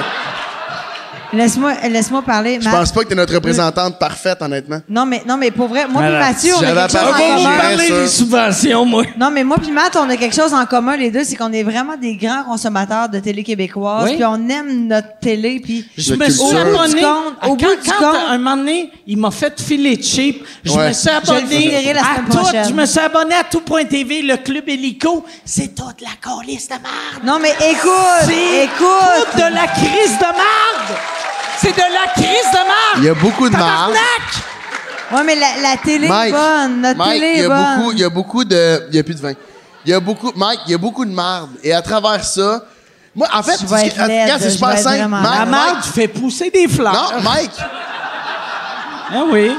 Speaker 5: Laisse-moi laisse parler.
Speaker 8: Je pense pas que t'es notre représentante parfaite, honnêtement.
Speaker 5: Non, mais, non, mais pour vrai, moi et
Speaker 1: Malade.
Speaker 5: Mathieu, on
Speaker 8: Si
Speaker 5: a
Speaker 8: j'avais
Speaker 5: quelque chose en commun.
Speaker 8: parlé, j'irais.
Speaker 3: Parler
Speaker 8: sûr.
Speaker 3: des subventions, moi.
Speaker 5: Non, mais moi puis Matt, on a quelque chose en commun, les deux, c'est qu'on est vraiment des grands consommateurs de télé québécoise,
Speaker 1: Oui.
Speaker 5: puis on aime notre télé, puis...
Speaker 1: Je
Speaker 8: De
Speaker 1: me suis
Speaker 8: culture.
Speaker 1: abonné.
Speaker 5: Au bout du compte,
Speaker 1: à-
Speaker 5: au
Speaker 1: quand,
Speaker 5: bout du
Speaker 1: quand,
Speaker 5: compte-
Speaker 1: un moment donné, il m'a fait filer cheap. Je
Speaker 8: Ouais.
Speaker 1: me suis
Speaker 5: Je le
Speaker 1: abonné
Speaker 5: filerai la
Speaker 1: à
Speaker 5: semaine
Speaker 1: tout.
Speaker 5: prochaine.
Speaker 1: Je me suis abonné à tout.tv, le club hélico. C'est toute la colisse de merde.
Speaker 5: Non, mais écoute,
Speaker 1: C'est
Speaker 5: écoute!
Speaker 1: toute de la crise de merde. C'est de la crise de merde.
Speaker 8: Il y a beaucoup de marge.
Speaker 1: Tabarnak!
Speaker 5: Ouais, mais la, la télé est
Speaker 8: Mike,
Speaker 5: bonne, notre
Speaker 8: Mike,
Speaker 5: télé
Speaker 8: il y
Speaker 5: est
Speaker 8: a
Speaker 5: bonne.
Speaker 8: beaucoup, il y a beaucoup de, il y a plus de vin. Il y a beaucoup, Mike, il y a beaucoup de marde. Et à travers ça, moi, en fait,
Speaker 5: Je vais être
Speaker 8: ce que-
Speaker 5: laide,
Speaker 8: regarde, c'est
Speaker 5: je
Speaker 8: super
Speaker 5: vais être
Speaker 8: simple.
Speaker 5: vraiment
Speaker 8: Mike,
Speaker 1: La
Speaker 5: laide.
Speaker 8: Mike-
Speaker 1: marde fait pousser des fleurs.
Speaker 8: non, Mike,
Speaker 1: Ah oui.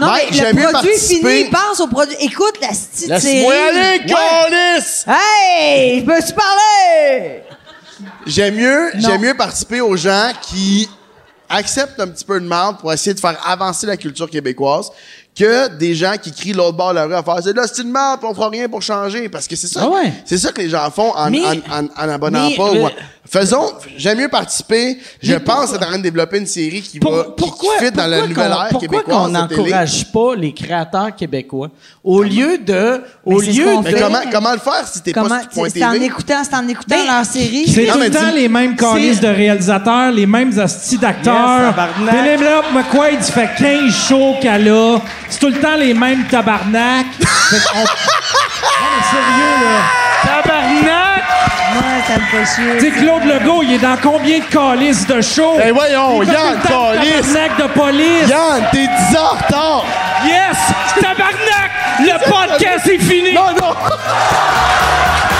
Speaker 5: Non,
Speaker 8: Mike,
Speaker 5: mais
Speaker 8: j'aime mieux
Speaker 5: le produit
Speaker 8: participer.
Speaker 5: fini, pense au produit. Écoute la petite série.
Speaker 8: laisse-moi aller, câlisse!
Speaker 5: Hey, je peux-tu parler?
Speaker 8: J'aime mieux, j'aime mieux participer aux gens qui acceptent un petit peu de marde pour essayer de faire avancer la culture québécoise que des gens qui crient l'autre bord de la rue à faire c'est de la style de marde, puis on fera rien pour changer parce que c'est ça
Speaker 1: Ah ouais.
Speaker 8: c'est ça que les gens font en
Speaker 1: Mais-
Speaker 8: en, en, en abonnant
Speaker 1: mais,
Speaker 8: pas
Speaker 1: euh,
Speaker 8: ou en- faisons j'aime mieux participer je pense être en train de développer une série qui
Speaker 1: Pour-
Speaker 8: va qui-
Speaker 1: pourquoi
Speaker 8: qui fit dans la
Speaker 1: pourquoi
Speaker 8: nouvelle
Speaker 1: qu'on-
Speaker 8: ère
Speaker 1: pourquoi
Speaker 8: québécoise
Speaker 1: qu'on
Speaker 8: de télé.
Speaker 1: n'encourage pas les créateurs québécois au lieu de au
Speaker 5: Mais c'est ce
Speaker 1: lieu
Speaker 5: qu'on
Speaker 1: de
Speaker 8: mais
Speaker 5: fait.
Speaker 8: comment comment le faire si t'es pas
Speaker 5: Comment?
Speaker 8: sur
Speaker 5: C'est
Speaker 8: point
Speaker 5: c'est en
Speaker 8: TV
Speaker 5: écoutant, c'est en écoutant
Speaker 1: Ben,
Speaker 5: leur série.
Speaker 4: C'est
Speaker 8: Non,
Speaker 4: tout
Speaker 8: mais
Speaker 4: le temps
Speaker 8: dis-
Speaker 4: les mêmes calices de réalisateurs, les mêmes astis d'acteurs.
Speaker 1: Yes, tabarnak.
Speaker 4: Philippe Lop, McQuaid, il fait 15 shows qu'elle a. C'est tout le temps les mêmes tabarnak. Fait qu'on- Non, mais sérieux, là. Tabarnak!
Speaker 5: Moi, ça me fait chier.
Speaker 4: Tu sais, Claude Legault, il est dans combien de calices de shows?
Speaker 8: Ben voyons,
Speaker 4: Il fait tout
Speaker 8: Yann,
Speaker 4: le temps le
Speaker 8: calice.
Speaker 4: Tabarnak de police!
Speaker 8: Yann t'es 10 ans en retard
Speaker 4: Yes! Tabarnak! Le podcast est fini!
Speaker 8: non non